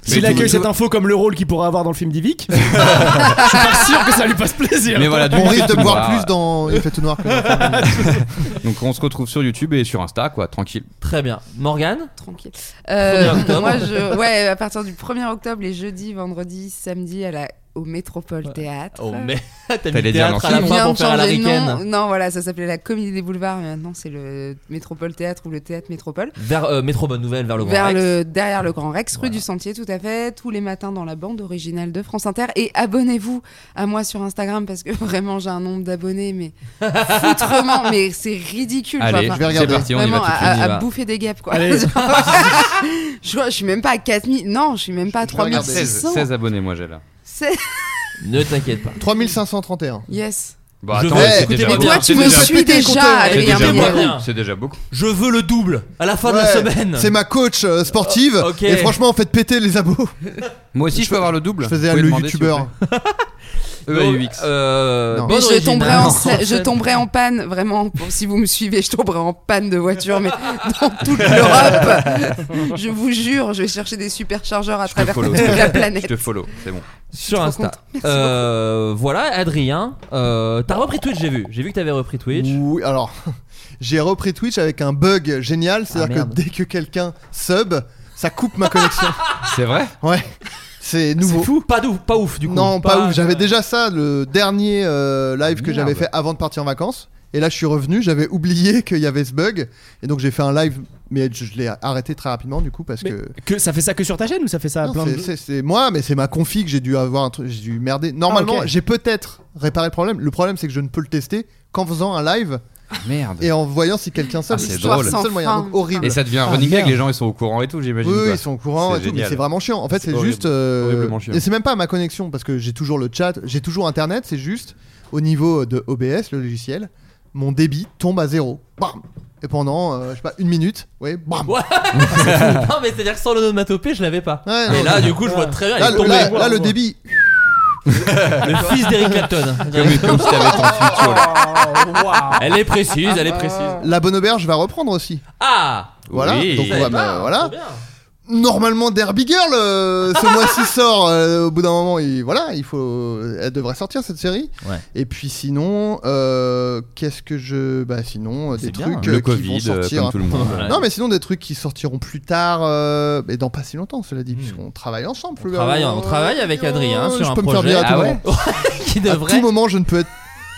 [SPEAKER 8] Mais
[SPEAKER 7] S'il
[SPEAKER 8] tout-
[SPEAKER 7] accueille
[SPEAKER 8] tout-
[SPEAKER 7] cette info comme le rôle qu'il pourrait avoir dans le film
[SPEAKER 1] (laughs)
[SPEAKER 7] d'Ivic, je suis pas sûr que ça lui passe plaisir.
[SPEAKER 8] Mais voilà, du
[SPEAKER 6] On
[SPEAKER 8] coup,
[SPEAKER 6] risque de
[SPEAKER 8] tout
[SPEAKER 6] boire
[SPEAKER 8] noir.
[SPEAKER 6] plus dans Il fait tout noir que dans Flamme.
[SPEAKER 1] (laughs)
[SPEAKER 8] Donc on se retrouve sur YouTube et sur Insta, quoi, tranquille.
[SPEAKER 1] Très bien. Morgane
[SPEAKER 4] Tranquille. Euh,
[SPEAKER 1] 1er octobre.
[SPEAKER 4] (laughs) moi, je, ouais, à partir du 1er octobre, les jeudis, vendredis, samedis, à la, au Métropole Théâtre.
[SPEAKER 1] Oh, mais (laughs) t'as mis
[SPEAKER 8] T'allais
[SPEAKER 1] le
[SPEAKER 8] dire
[SPEAKER 1] théâtre à la
[SPEAKER 8] l'ancien.
[SPEAKER 1] fin
[SPEAKER 4] Bien
[SPEAKER 1] pour faire à la
[SPEAKER 4] changé de nom.
[SPEAKER 1] week-end.
[SPEAKER 4] Non, voilà, ça s'appelait la Comédie des Boulevards, mais maintenant c'est le Métropole Théâtre ou le Théâtre Métropole.
[SPEAKER 1] Vers euh, Métro Bonne Nouvelle, vers le Grand
[SPEAKER 4] Vers
[SPEAKER 1] Rex.
[SPEAKER 4] le, derrière le Grand Rex, rue du Sentier, tout à fait, tous les matins dans la bande originale de France Inter. Et abonnez-vous à moi sur Instagram parce que (laughs) vraiment j'ai un nombre d'abonnés, mais
[SPEAKER 8] (laughs)
[SPEAKER 4] foutrement, mais c'est ridicule. quoi.
[SPEAKER 8] Allez,
[SPEAKER 4] Enfin,
[SPEAKER 8] je vais regarder. C'est parti, on y va
[SPEAKER 4] vraiment,
[SPEAKER 8] tout de
[SPEAKER 4] à-
[SPEAKER 8] suite, on y
[SPEAKER 4] à, à
[SPEAKER 8] va.
[SPEAKER 4] bouffer des guêpes, quoi.
[SPEAKER 8] Allez.
[SPEAKER 4] (laughs) Genre, je, je suis même pas à 4000, non, je suis même pas à
[SPEAKER 8] 16,
[SPEAKER 4] 3600.
[SPEAKER 8] 16 abonnés, moi j'ai là.
[SPEAKER 4] C'est-
[SPEAKER 1] Ne t'inquiète pas.
[SPEAKER 6] 3531.
[SPEAKER 4] Yes.
[SPEAKER 8] Bah
[SPEAKER 1] Je
[SPEAKER 8] attends,
[SPEAKER 1] vais-
[SPEAKER 8] c'est
[SPEAKER 1] écoutez,
[SPEAKER 8] déjà
[SPEAKER 1] mais
[SPEAKER 8] beaucoup.
[SPEAKER 1] toi, tu
[SPEAKER 8] C'est
[SPEAKER 1] me
[SPEAKER 8] déjà-
[SPEAKER 1] suis déjà,
[SPEAKER 8] C'est
[SPEAKER 1] Adrien
[SPEAKER 8] déjà
[SPEAKER 1] Méniel.
[SPEAKER 8] beaucoup. C'est déjà beaucoup.
[SPEAKER 1] Je veux le double à la fin de la
[SPEAKER 6] Ouais,
[SPEAKER 1] semaine.
[SPEAKER 6] C'est ma coach euh, sportive.
[SPEAKER 1] Euh, ok.
[SPEAKER 6] Et franchement, faites péter les abos.
[SPEAKER 8] Moi aussi, je peux avoir le double.
[SPEAKER 6] Je faisais
[SPEAKER 8] Vous
[SPEAKER 6] le
[SPEAKER 8] pouvez demander,
[SPEAKER 6] youtubeur.
[SPEAKER 8] s'il vous plaît. EAUX.
[SPEAKER 1] Euh,
[SPEAKER 6] Non.
[SPEAKER 1] bonne
[SPEAKER 4] Mais je
[SPEAKER 1] origine,
[SPEAKER 4] tomberai,
[SPEAKER 1] hein. (laughs)
[SPEAKER 4] en, scè- je tomberai en panne, vraiment. Pour- si vous me suivez, je tomberai en panne de voiture, mais dans toute
[SPEAKER 8] (laughs)
[SPEAKER 4] l'Europe. je vous jure, je vais chercher des superchargeurs à
[SPEAKER 8] Je te
[SPEAKER 4] travers
[SPEAKER 8] follow.
[SPEAKER 4] toute
[SPEAKER 6] (laughs)
[SPEAKER 4] la planète.
[SPEAKER 8] Je te follow, c'est bon.
[SPEAKER 1] sur Insta. Euh, voilà, Adrien, euh, t'as repris Twitch, j'ai vu. J'ai vu que t'avais repris Twitch.
[SPEAKER 6] Oui, alors (laughs) j'ai repris Twitch avec un bug génial, c'est-à-dire
[SPEAKER 1] Ah, merde.
[SPEAKER 6] que dès que quelqu'un sub, ça coupe
[SPEAKER 1] (laughs)
[SPEAKER 6] ma connexion.
[SPEAKER 8] C'est vrai
[SPEAKER 6] Ouais, c'est nouveau.
[SPEAKER 1] Fou. Pas ouf, pas ouf du coup.
[SPEAKER 6] Non, pas, ouf.
[SPEAKER 1] (laughs)
[SPEAKER 6] J'avais déjà ça le dernier euh, live que
[SPEAKER 8] Merde.
[SPEAKER 6] j'avais fait avant de partir en vacances. Et là, je suis revenu. J'avais oublié (laughs) qu'il y avait ce bug. Et donc, j'ai fait un live, mais je, je l'ai arrêté très rapidement du coup parce que.
[SPEAKER 7] Que ça fait ça que sur ta chaîne ou ça fait ça à
[SPEAKER 6] Non,
[SPEAKER 7] plein
[SPEAKER 6] c'est-
[SPEAKER 7] de
[SPEAKER 6] c'est- c'est moi, mais c'est ma config. J'ai dû avoir un truc, j'ai dû merder. Normalement,
[SPEAKER 7] Ah, ok.
[SPEAKER 6] j'ai peut-être réparé le problème. Le problème, c'est que je ne peux le tester qu'en faisant un live
[SPEAKER 8] Merde.
[SPEAKER 6] et en voyant si quelqu'un sub.
[SPEAKER 8] Ah, c'est
[SPEAKER 6] le
[SPEAKER 8] drôle.
[SPEAKER 6] seul moyen. Donc, horrible.
[SPEAKER 8] Et ça devient un
[SPEAKER 7] Ah,
[SPEAKER 8] running gag,
[SPEAKER 7] merde.
[SPEAKER 8] les gens ils sont au courant et tout, j'imagine.
[SPEAKER 6] Oui, oui,
[SPEAKER 8] quoi. (laughs)
[SPEAKER 6] ils sont au courant et
[SPEAKER 8] C'est
[SPEAKER 6] tout, mais
[SPEAKER 8] génial.
[SPEAKER 6] c'est vraiment chiant. En fait,
[SPEAKER 8] C'est
[SPEAKER 6] c'est
[SPEAKER 8] horrible.
[SPEAKER 6] juste. euh,
[SPEAKER 8] Horriblement chiant.
[SPEAKER 6] Et c'est même pas à ma connexion parce que j'ai toujours le chat, j'ai toujours internet, c'est juste au niveau euh, de OBS, le logiciel, mon débit tombe à zéro. Bam Et pendant, euh, je sais pas, une minute, ouais, bam
[SPEAKER 1] Ouais. non, mais c'est-à-dire que sans l'onomatopée, je l'avais pas.
[SPEAKER 6] Ah, Ouais,
[SPEAKER 1] mais
[SPEAKER 6] non,
[SPEAKER 1] là,
[SPEAKER 6] c'est-
[SPEAKER 1] du coup, je vois très bien.
[SPEAKER 6] Là,
[SPEAKER 1] il est
[SPEAKER 6] le,
[SPEAKER 1] tombé.
[SPEAKER 6] là- là, le débit.
[SPEAKER 1] Le fils d'Eric (laughs) Clapton.
[SPEAKER 8] Comme, comme si t'avais ton
[SPEAKER 6] Ah,
[SPEAKER 8] futur là.
[SPEAKER 1] Elle est précise, elle est précise.
[SPEAKER 6] La bonne auberge va reprendre aussi.
[SPEAKER 1] Ah
[SPEAKER 6] Voilà.
[SPEAKER 8] Oui.
[SPEAKER 6] Donc, on va- bah, voilà. normalement Derby Girl euh,
[SPEAKER 1] (laughs)
[SPEAKER 6] ce mois-ci sort euh, au bout d'un moment il, voilà il faut euh, elle devrait sortir cette série
[SPEAKER 1] Ouais.
[SPEAKER 6] et puis sinon euh, qu'est-ce que je bah sinon euh, des
[SPEAKER 8] C'est bien,
[SPEAKER 6] trucs
[SPEAKER 8] le
[SPEAKER 6] euh, qui
[SPEAKER 8] Covid,
[SPEAKER 6] vont sortir
[SPEAKER 8] euh, comme tout le monde. Ouais.
[SPEAKER 6] non mais sinon des trucs qui sortiront plus tard euh, et dans pas si longtemps cela dit puisqu'on travaille ensemble
[SPEAKER 1] Hmm.
[SPEAKER 6] Euh,
[SPEAKER 1] On travaille, on travaille avec Adrien hein, sur un projet.
[SPEAKER 6] à tout
[SPEAKER 1] Ah
[SPEAKER 6] moment.
[SPEAKER 1] ouais (laughs) Qui devrait.
[SPEAKER 6] à tout moment je ne peux être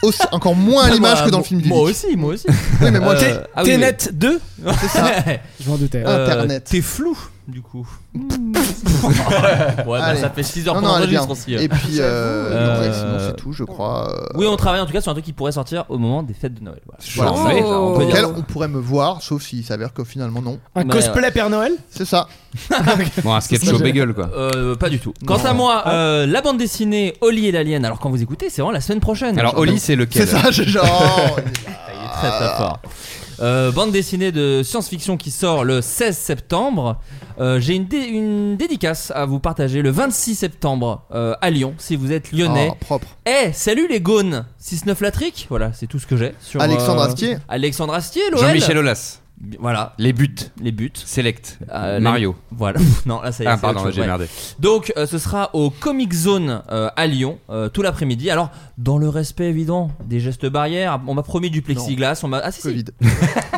[SPEAKER 6] aussi-
[SPEAKER 1] (laughs)
[SPEAKER 6] encore moins à
[SPEAKER 1] Bah,
[SPEAKER 6] l'image
[SPEAKER 1] moi,
[SPEAKER 6] que dans le
[SPEAKER 1] moi-
[SPEAKER 6] film
[SPEAKER 1] Moi
[SPEAKER 6] d'Illich.
[SPEAKER 1] aussi,
[SPEAKER 6] (laughs)
[SPEAKER 1] moi aussi.
[SPEAKER 6] Oui,
[SPEAKER 1] (laughs)
[SPEAKER 6] mais moi,
[SPEAKER 1] Euh,
[SPEAKER 6] je-
[SPEAKER 1] ah oui,
[SPEAKER 6] Tenet
[SPEAKER 1] oui. (laughs) 2
[SPEAKER 6] C'est ça.
[SPEAKER 7] Je m'en doutais.
[SPEAKER 1] Euh,
[SPEAKER 6] Internet.
[SPEAKER 1] T'es flou, du
[SPEAKER 6] (laughs)
[SPEAKER 1] coup. (laughs) ouais, bah,
[SPEAKER 6] Allez.
[SPEAKER 1] ça fait 6 heures
[SPEAKER 6] Non,
[SPEAKER 1] qu'on
[SPEAKER 6] non, elle est bien.
[SPEAKER 1] enregistre aussi.
[SPEAKER 6] Et puis, euh,
[SPEAKER 1] J'avoue.
[SPEAKER 6] non, ouais, sinon, c'est tout, je crois. euh,
[SPEAKER 1] euh. Oui, on travaille en tout cas sur un truc qui pourrait sortir au moment des fêtes de Noël. Voilà.
[SPEAKER 6] (laughs) Voilà. Oh.
[SPEAKER 1] Genre, mais, genre, on peut
[SPEAKER 6] Dans
[SPEAKER 1] dire ça.
[SPEAKER 6] lequel on pourrait me voir, sauf s'il s'avère que finalement non.
[SPEAKER 1] Un Ouais. cosplay
[SPEAKER 7] Père Noël
[SPEAKER 6] C'est ça.
[SPEAKER 8] Bon, un sketch
[SPEAKER 6] Ça,
[SPEAKER 8] show
[SPEAKER 6] j'ai-
[SPEAKER 8] bagel quoi.
[SPEAKER 1] Euh, pas du tout. Quant à moi,
[SPEAKER 8] Ah.
[SPEAKER 1] euh, la bande dessinée Oli et l'Alien. Alors quand vous écoutez, c'est vraiment la semaine prochaine.
[SPEAKER 8] Alors,
[SPEAKER 1] Oli
[SPEAKER 8] Oli, c'est lequel C'est
[SPEAKER 1] (laughs)
[SPEAKER 8] ça, j'ai genre-
[SPEAKER 6] Ah,
[SPEAKER 1] Il est très très fort. Euh, bande dessinée de science-fiction qui sort le 16 septembre. Euh, J'ai une, dé- une dédicace à vous partager le 26 septembre euh, à Lyon, si vous êtes lyonnais.
[SPEAKER 8] Oh.
[SPEAKER 6] Ah, propre.
[SPEAKER 1] Eh, salut les Gaunes 6-9 Latric Voilà, c'est tout ce que j'ai. sur,
[SPEAKER 6] Alexandre
[SPEAKER 1] euh,
[SPEAKER 6] Astier.
[SPEAKER 1] Alexandre Astier, l'OL.
[SPEAKER 8] Jean-Michel Aulas.
[SPEAKER 1] Voilà.
[SPEAKER 8] Les buts.
[SPEAKER 1] Les buts.
[SPEAKER 8] Select.
[SPEAKER 1] Euh,
[SPEAKER 8] Mario.
[SPEAKER 1] la- Voilà. (laughs) non, là ça y est.
[SPEAKER 8] Ah,
[SPEAKER 1] c'est
[SPEAKER 8] pardon,
[SPEAKER 1] autre chose,
[SPEAKER 8] j'ai
[SPEAKER 1] ouais.
[SPEAKER 8] merdé.
[SPEAKER 1] Donc euh, ce sera au Comic Zone euh, à Lyon euh, tout l'après-midi. Alors dans le respect évident des gestes barrières, on m'a promis du plexiglas, on m'a ah si si.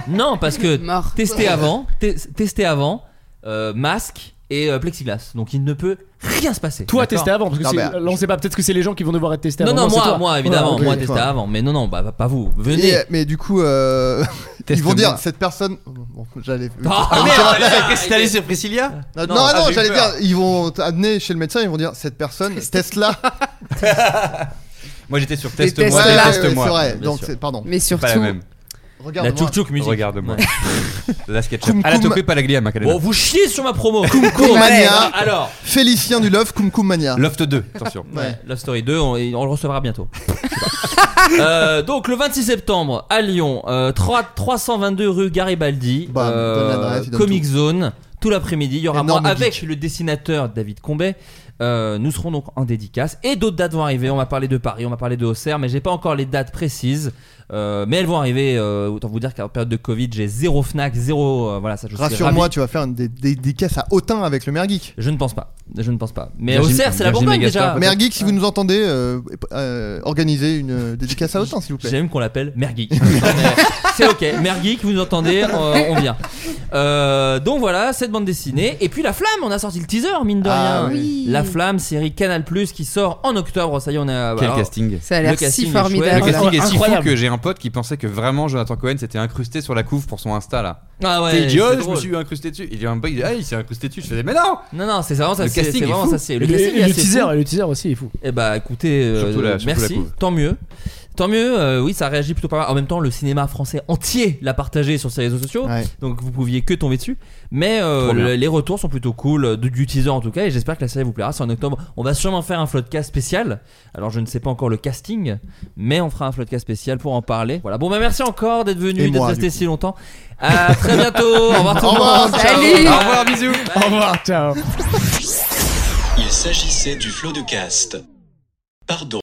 [SPEAKER 1] non parce
[SPEAKER 4] (laughs)
[SPEAKER 1] que
[SPEAKER 4] Mort.
[SPEAKER 1] testé avant, te- testé avant, euh, masque et euh, plexiglas. Donc il ne peut rien se passer.
[SPEAKER 7] Toi,
[SPEAKER 1] D'accord
[SPEAKER 7] testé avant, parce que
[SPEAKER 1] Non,
[SPEAKER 7] c'est-
[SPEAKER 1] bah,
[SPEAKER 7] là,
[SPEAKER 6] euh,
[SPEAKER 7] on sait pas, peut-être que c'est les gens qui vont devoir être testés
[SPEAKER 1] non,
[SPEAKER 7] avant.
[SPEAKER 1] non,
[SPEAKER 7] c'est
[SPEAKER 1] moi,
[SPEAKER 7] toi. Ah,
[SPEAKER 1] moi, évidemment,
[SPEAKER 7] Ouais,
[SPEAKER 1] moi
[SPEAKER 7] oui,
[SPEAKER 1] testé
[SPEAKER 7] toi.
[SPEAKER 1] avant, mais non, non, bah, bah, pas vous, venez.
[SPEAKER 6] Et, euh, mais du coup, euh, ils vont
[SPEAKER 1] Teste-moi.
[SPEAKER 6] dire cette personne. oh, Bon, j'allais.
[SPEAKER 1] (laughs) Ah,
[SPEAKER 6] j'allais-
[SPEAKER 1] merde,
[SPEAKER 6] j'allais-
[SPEAKER 1] qu'est-ce que t'allais sur
[SPEAKER 8] Priscilla
[SPEAKER 6] Non,
[SPEAKER 1] Non,
[SPEAKER 6] non,
[SPEAKER 1] ah,
[SPEAKER 6] non,
[SPEAKER 1] j'ai eu
[SPEAKER 6] j'allais
[SPEAKER 1] peur.
[SPEAKER 6] dire, ils vont t'amener chez le médecin, ils vont dire cette personne, Tesla.
[SPEAKER 8] Moi j'étais sur
[SPEAKER 6] Les
[SPEAKER 8] teste-moi,
[SPEAKER 6] Tesla. Ouais,
[SPEAKER 8] teste-moi.
[SPEAKER 6] ouais, c'est vrai.
[SPEAKER 8] Bien
[SPEAKER 6] Donc,
[SPEAKER 8] sûr.
[SPEAKER 6] c'est- pardon.
[SPEAKER 4] Mais
[SPEAKER 8] C'est pas la
[SPEAKER 4] surtout-
[SPEAKER 8] même.
[SPEAKER 6] Regarde-moi.
[SPEAKER 1] La tchouk-tchouk musique.
[SPEAKER 8] Regarde-moi.
[SPEAKER 1] Ouais.
[SPEAKER 8] (laughs) La sketch.
[SPEAKER 6] Koum
[SPEAKER 8] À la
[SPEAKER 6] Koum.
[SPEAKER 8] topée, pas la glia, Macarena.
[SPEAKER 1] Bon, vous chiez sur ma promo. hein.
[SPEAKER 6] Kumkum Mania.
[SPEAKER 1] Alors,
[SPEAKER 6] Félicien du Love, Kumkum Mania.
[SPEAKER 8] Loft 2, attention.
[SPEAKER 1] Ouais. Love Story 2, on, et on le recevra bientôt. (laughs) Je sais pas. Euh, donc le 26 septembre à Lyon, euh, 3, 322 rue Garibaldi,
[SPEAKER 6] Bam,
[SPEAKER 1] euh,
[SPEAKER 6] donne l'adresse, il donne
[SPEAKER 1] Comic Zone, tout l'après-midi. Il y aura
[SPEAKER 6] Énorme
[SPEAKER 1] moi avec le dessinateur David Combet. Euh, nous serons donc en dédicace et d'autres dates vont arriver. On m'a parlé de Paris, on m'a parlé de Auxerre, mais j'ai pas encore les dates précises. Euh, mais elles vont arriver. euh, autant vous dire qu'en période de Covid, j'ai zéro Fnac, zéro. euh, voilà, ça je suis
[SPEAKER 6] Rassure-moi,
[SPEAKER 1] ravi.
[SPEAKER 6] tu vas faire une dé- dé- dédicace à Autun avec le Maire Geek.
[SPEAKER 1] Je ne pense pas. Je ne pense pas. Mais
[SPEAKER 8] Virgin-
[SPEAKER 1] Auxerre, c'est la
[SPEAKER 8] Virgin
[SPEAKER 1] Bourgogne
[SPEAKER 8] Megastar,
[SPEAKER 1] déjà.
[SPEAKER 8] peut-être.
[SPEAKER 6] Maire Geek, si
[SPEAKER 1] Ah.
[SPEAKER 6] vous nous entendez, euh, euh, organisez une euh, dédicace à Autun, s'il vous plaît.
[SPEAKER 1] J'aime qu'on l'appelle
[SPEAKER 8] (laughs)
[SPEAKER 1] Mergeek. c'est ok, Mergeek, vous nous entendez, euh, on vient. Euh, donc voilà, cette bande dessinée. Et puis La Flamme, on a sorti le teaser, mine de
[SPEAKER 6] Ah
[SPEAKER 1] rien.
[SPEAKER 6] oui.
[SPEAKER 1] La Flamme, série Canal Plus qui sort en octobre. Ça y est, on a.
[SPEAKER 8] Quel
[SPEAKER 1] alors,
[SPEAKER 8] casting
[SPEAKER 4] Ça a l'air
[SPEAKER 1] le casting
[SPEAKER 4] si
[SPEAKER 1] est chouette.
[SPEAKER 4] formidable.
[SPEAKER 8] Le casting est si fou
[SPEAKER 1] Incroyable.
[SPEAKER 8] que j'ai un pote qui pensait que vraiment Jonathan Cohen s'était incrusté sur la couve pour son Insta là.
[SPEAKER 1] Ah ouais,
[SPEAKER 8] Tu sais, il dit,
[SPEAKER 1] c'est
[SPEAKER 8] oh, je
[SPEAKER 1] drôle.
[SPEAKER 8] me suis incrusté dessus. Il dit un peu, il dit, ah, il s'est incrusté dessus. Je faisais, mais non
[SPEAKER 1] Non, non, c'est vraiment ça.
[SPEAKER 8] Le
[SPEAKER 1] c'est-
[SPEAKER 8] casting
[SPEAKER 1] c'est
[SPEAKER 8] est
[SPEAKER 1] vraiment
[SPEAKER 8] fou.
[SPEAKER 1] ça. c'est-
[SPEAKER 7] Et
[SPEAKER 1] Le
[SPEAKER 7] le,
[SPEAKER 1] casting
[SPEAKER 7] et
[SPEAKER 1] est
[SPEAKER 7] le
[SPEAKER 1] assez
[SPEAKER 7] teaser,
[SPEAKER 1] fou.
[SPEAKER 7] et le teaser aussi est fou.
[SPEAKER 1] Eh bah écoutez, euh,
[SPEAKER 8] Surtout la- surtout la
[SPEAKER 1] merci,
[SPEAKER 8] couve.
[SPEAKER 1] tant mieux. Tant mieux, euh, oui, ça réagit plutôt pas mal. En même temps, le cinéma français entier l'a partagé sur ses réseaux sociaux,
[SPEAKER 6] Ouais.
[SPEAKER 1] donc vous pouviez que tomber dessus. Mais euh,
[SPEAKER 8] Trop bien.
[SPEAKER 1] le- les retours sont plutôt cool, euh, de- du teaser en tout cas, et j'espère que la série vous plaira. C'est en octobre. On va sûrement faire un floodcast spécial. Alors je ne sais pas encore le casting, mais on fera un floodcast spécial pour en parler. Voilà, bon bah merci encore d'être
[SPEAKER 6] Et
[SPEAKER 1] venu, d'être
[SPEAKER 6] moi,
[SPEAKER 1] resté
[SPEAKER 6] du
[SPEAKER 1] si longtemps. À très bientôt, au revoir tout
[SPEAKER 6] Au
[SPEAKER 1] le
[SPEAKER 6] revoir,
[SPEAKER 1] monde.
[SPEAKER 6] ciao.
[SPEAKER 1] Bye.
[SPEAKER 8] Au revoir, bisous
[SPEAKER 7] Au revoir, ciao.
[SPEAKER 2] Il s'agissait du flot de caste. Pardon.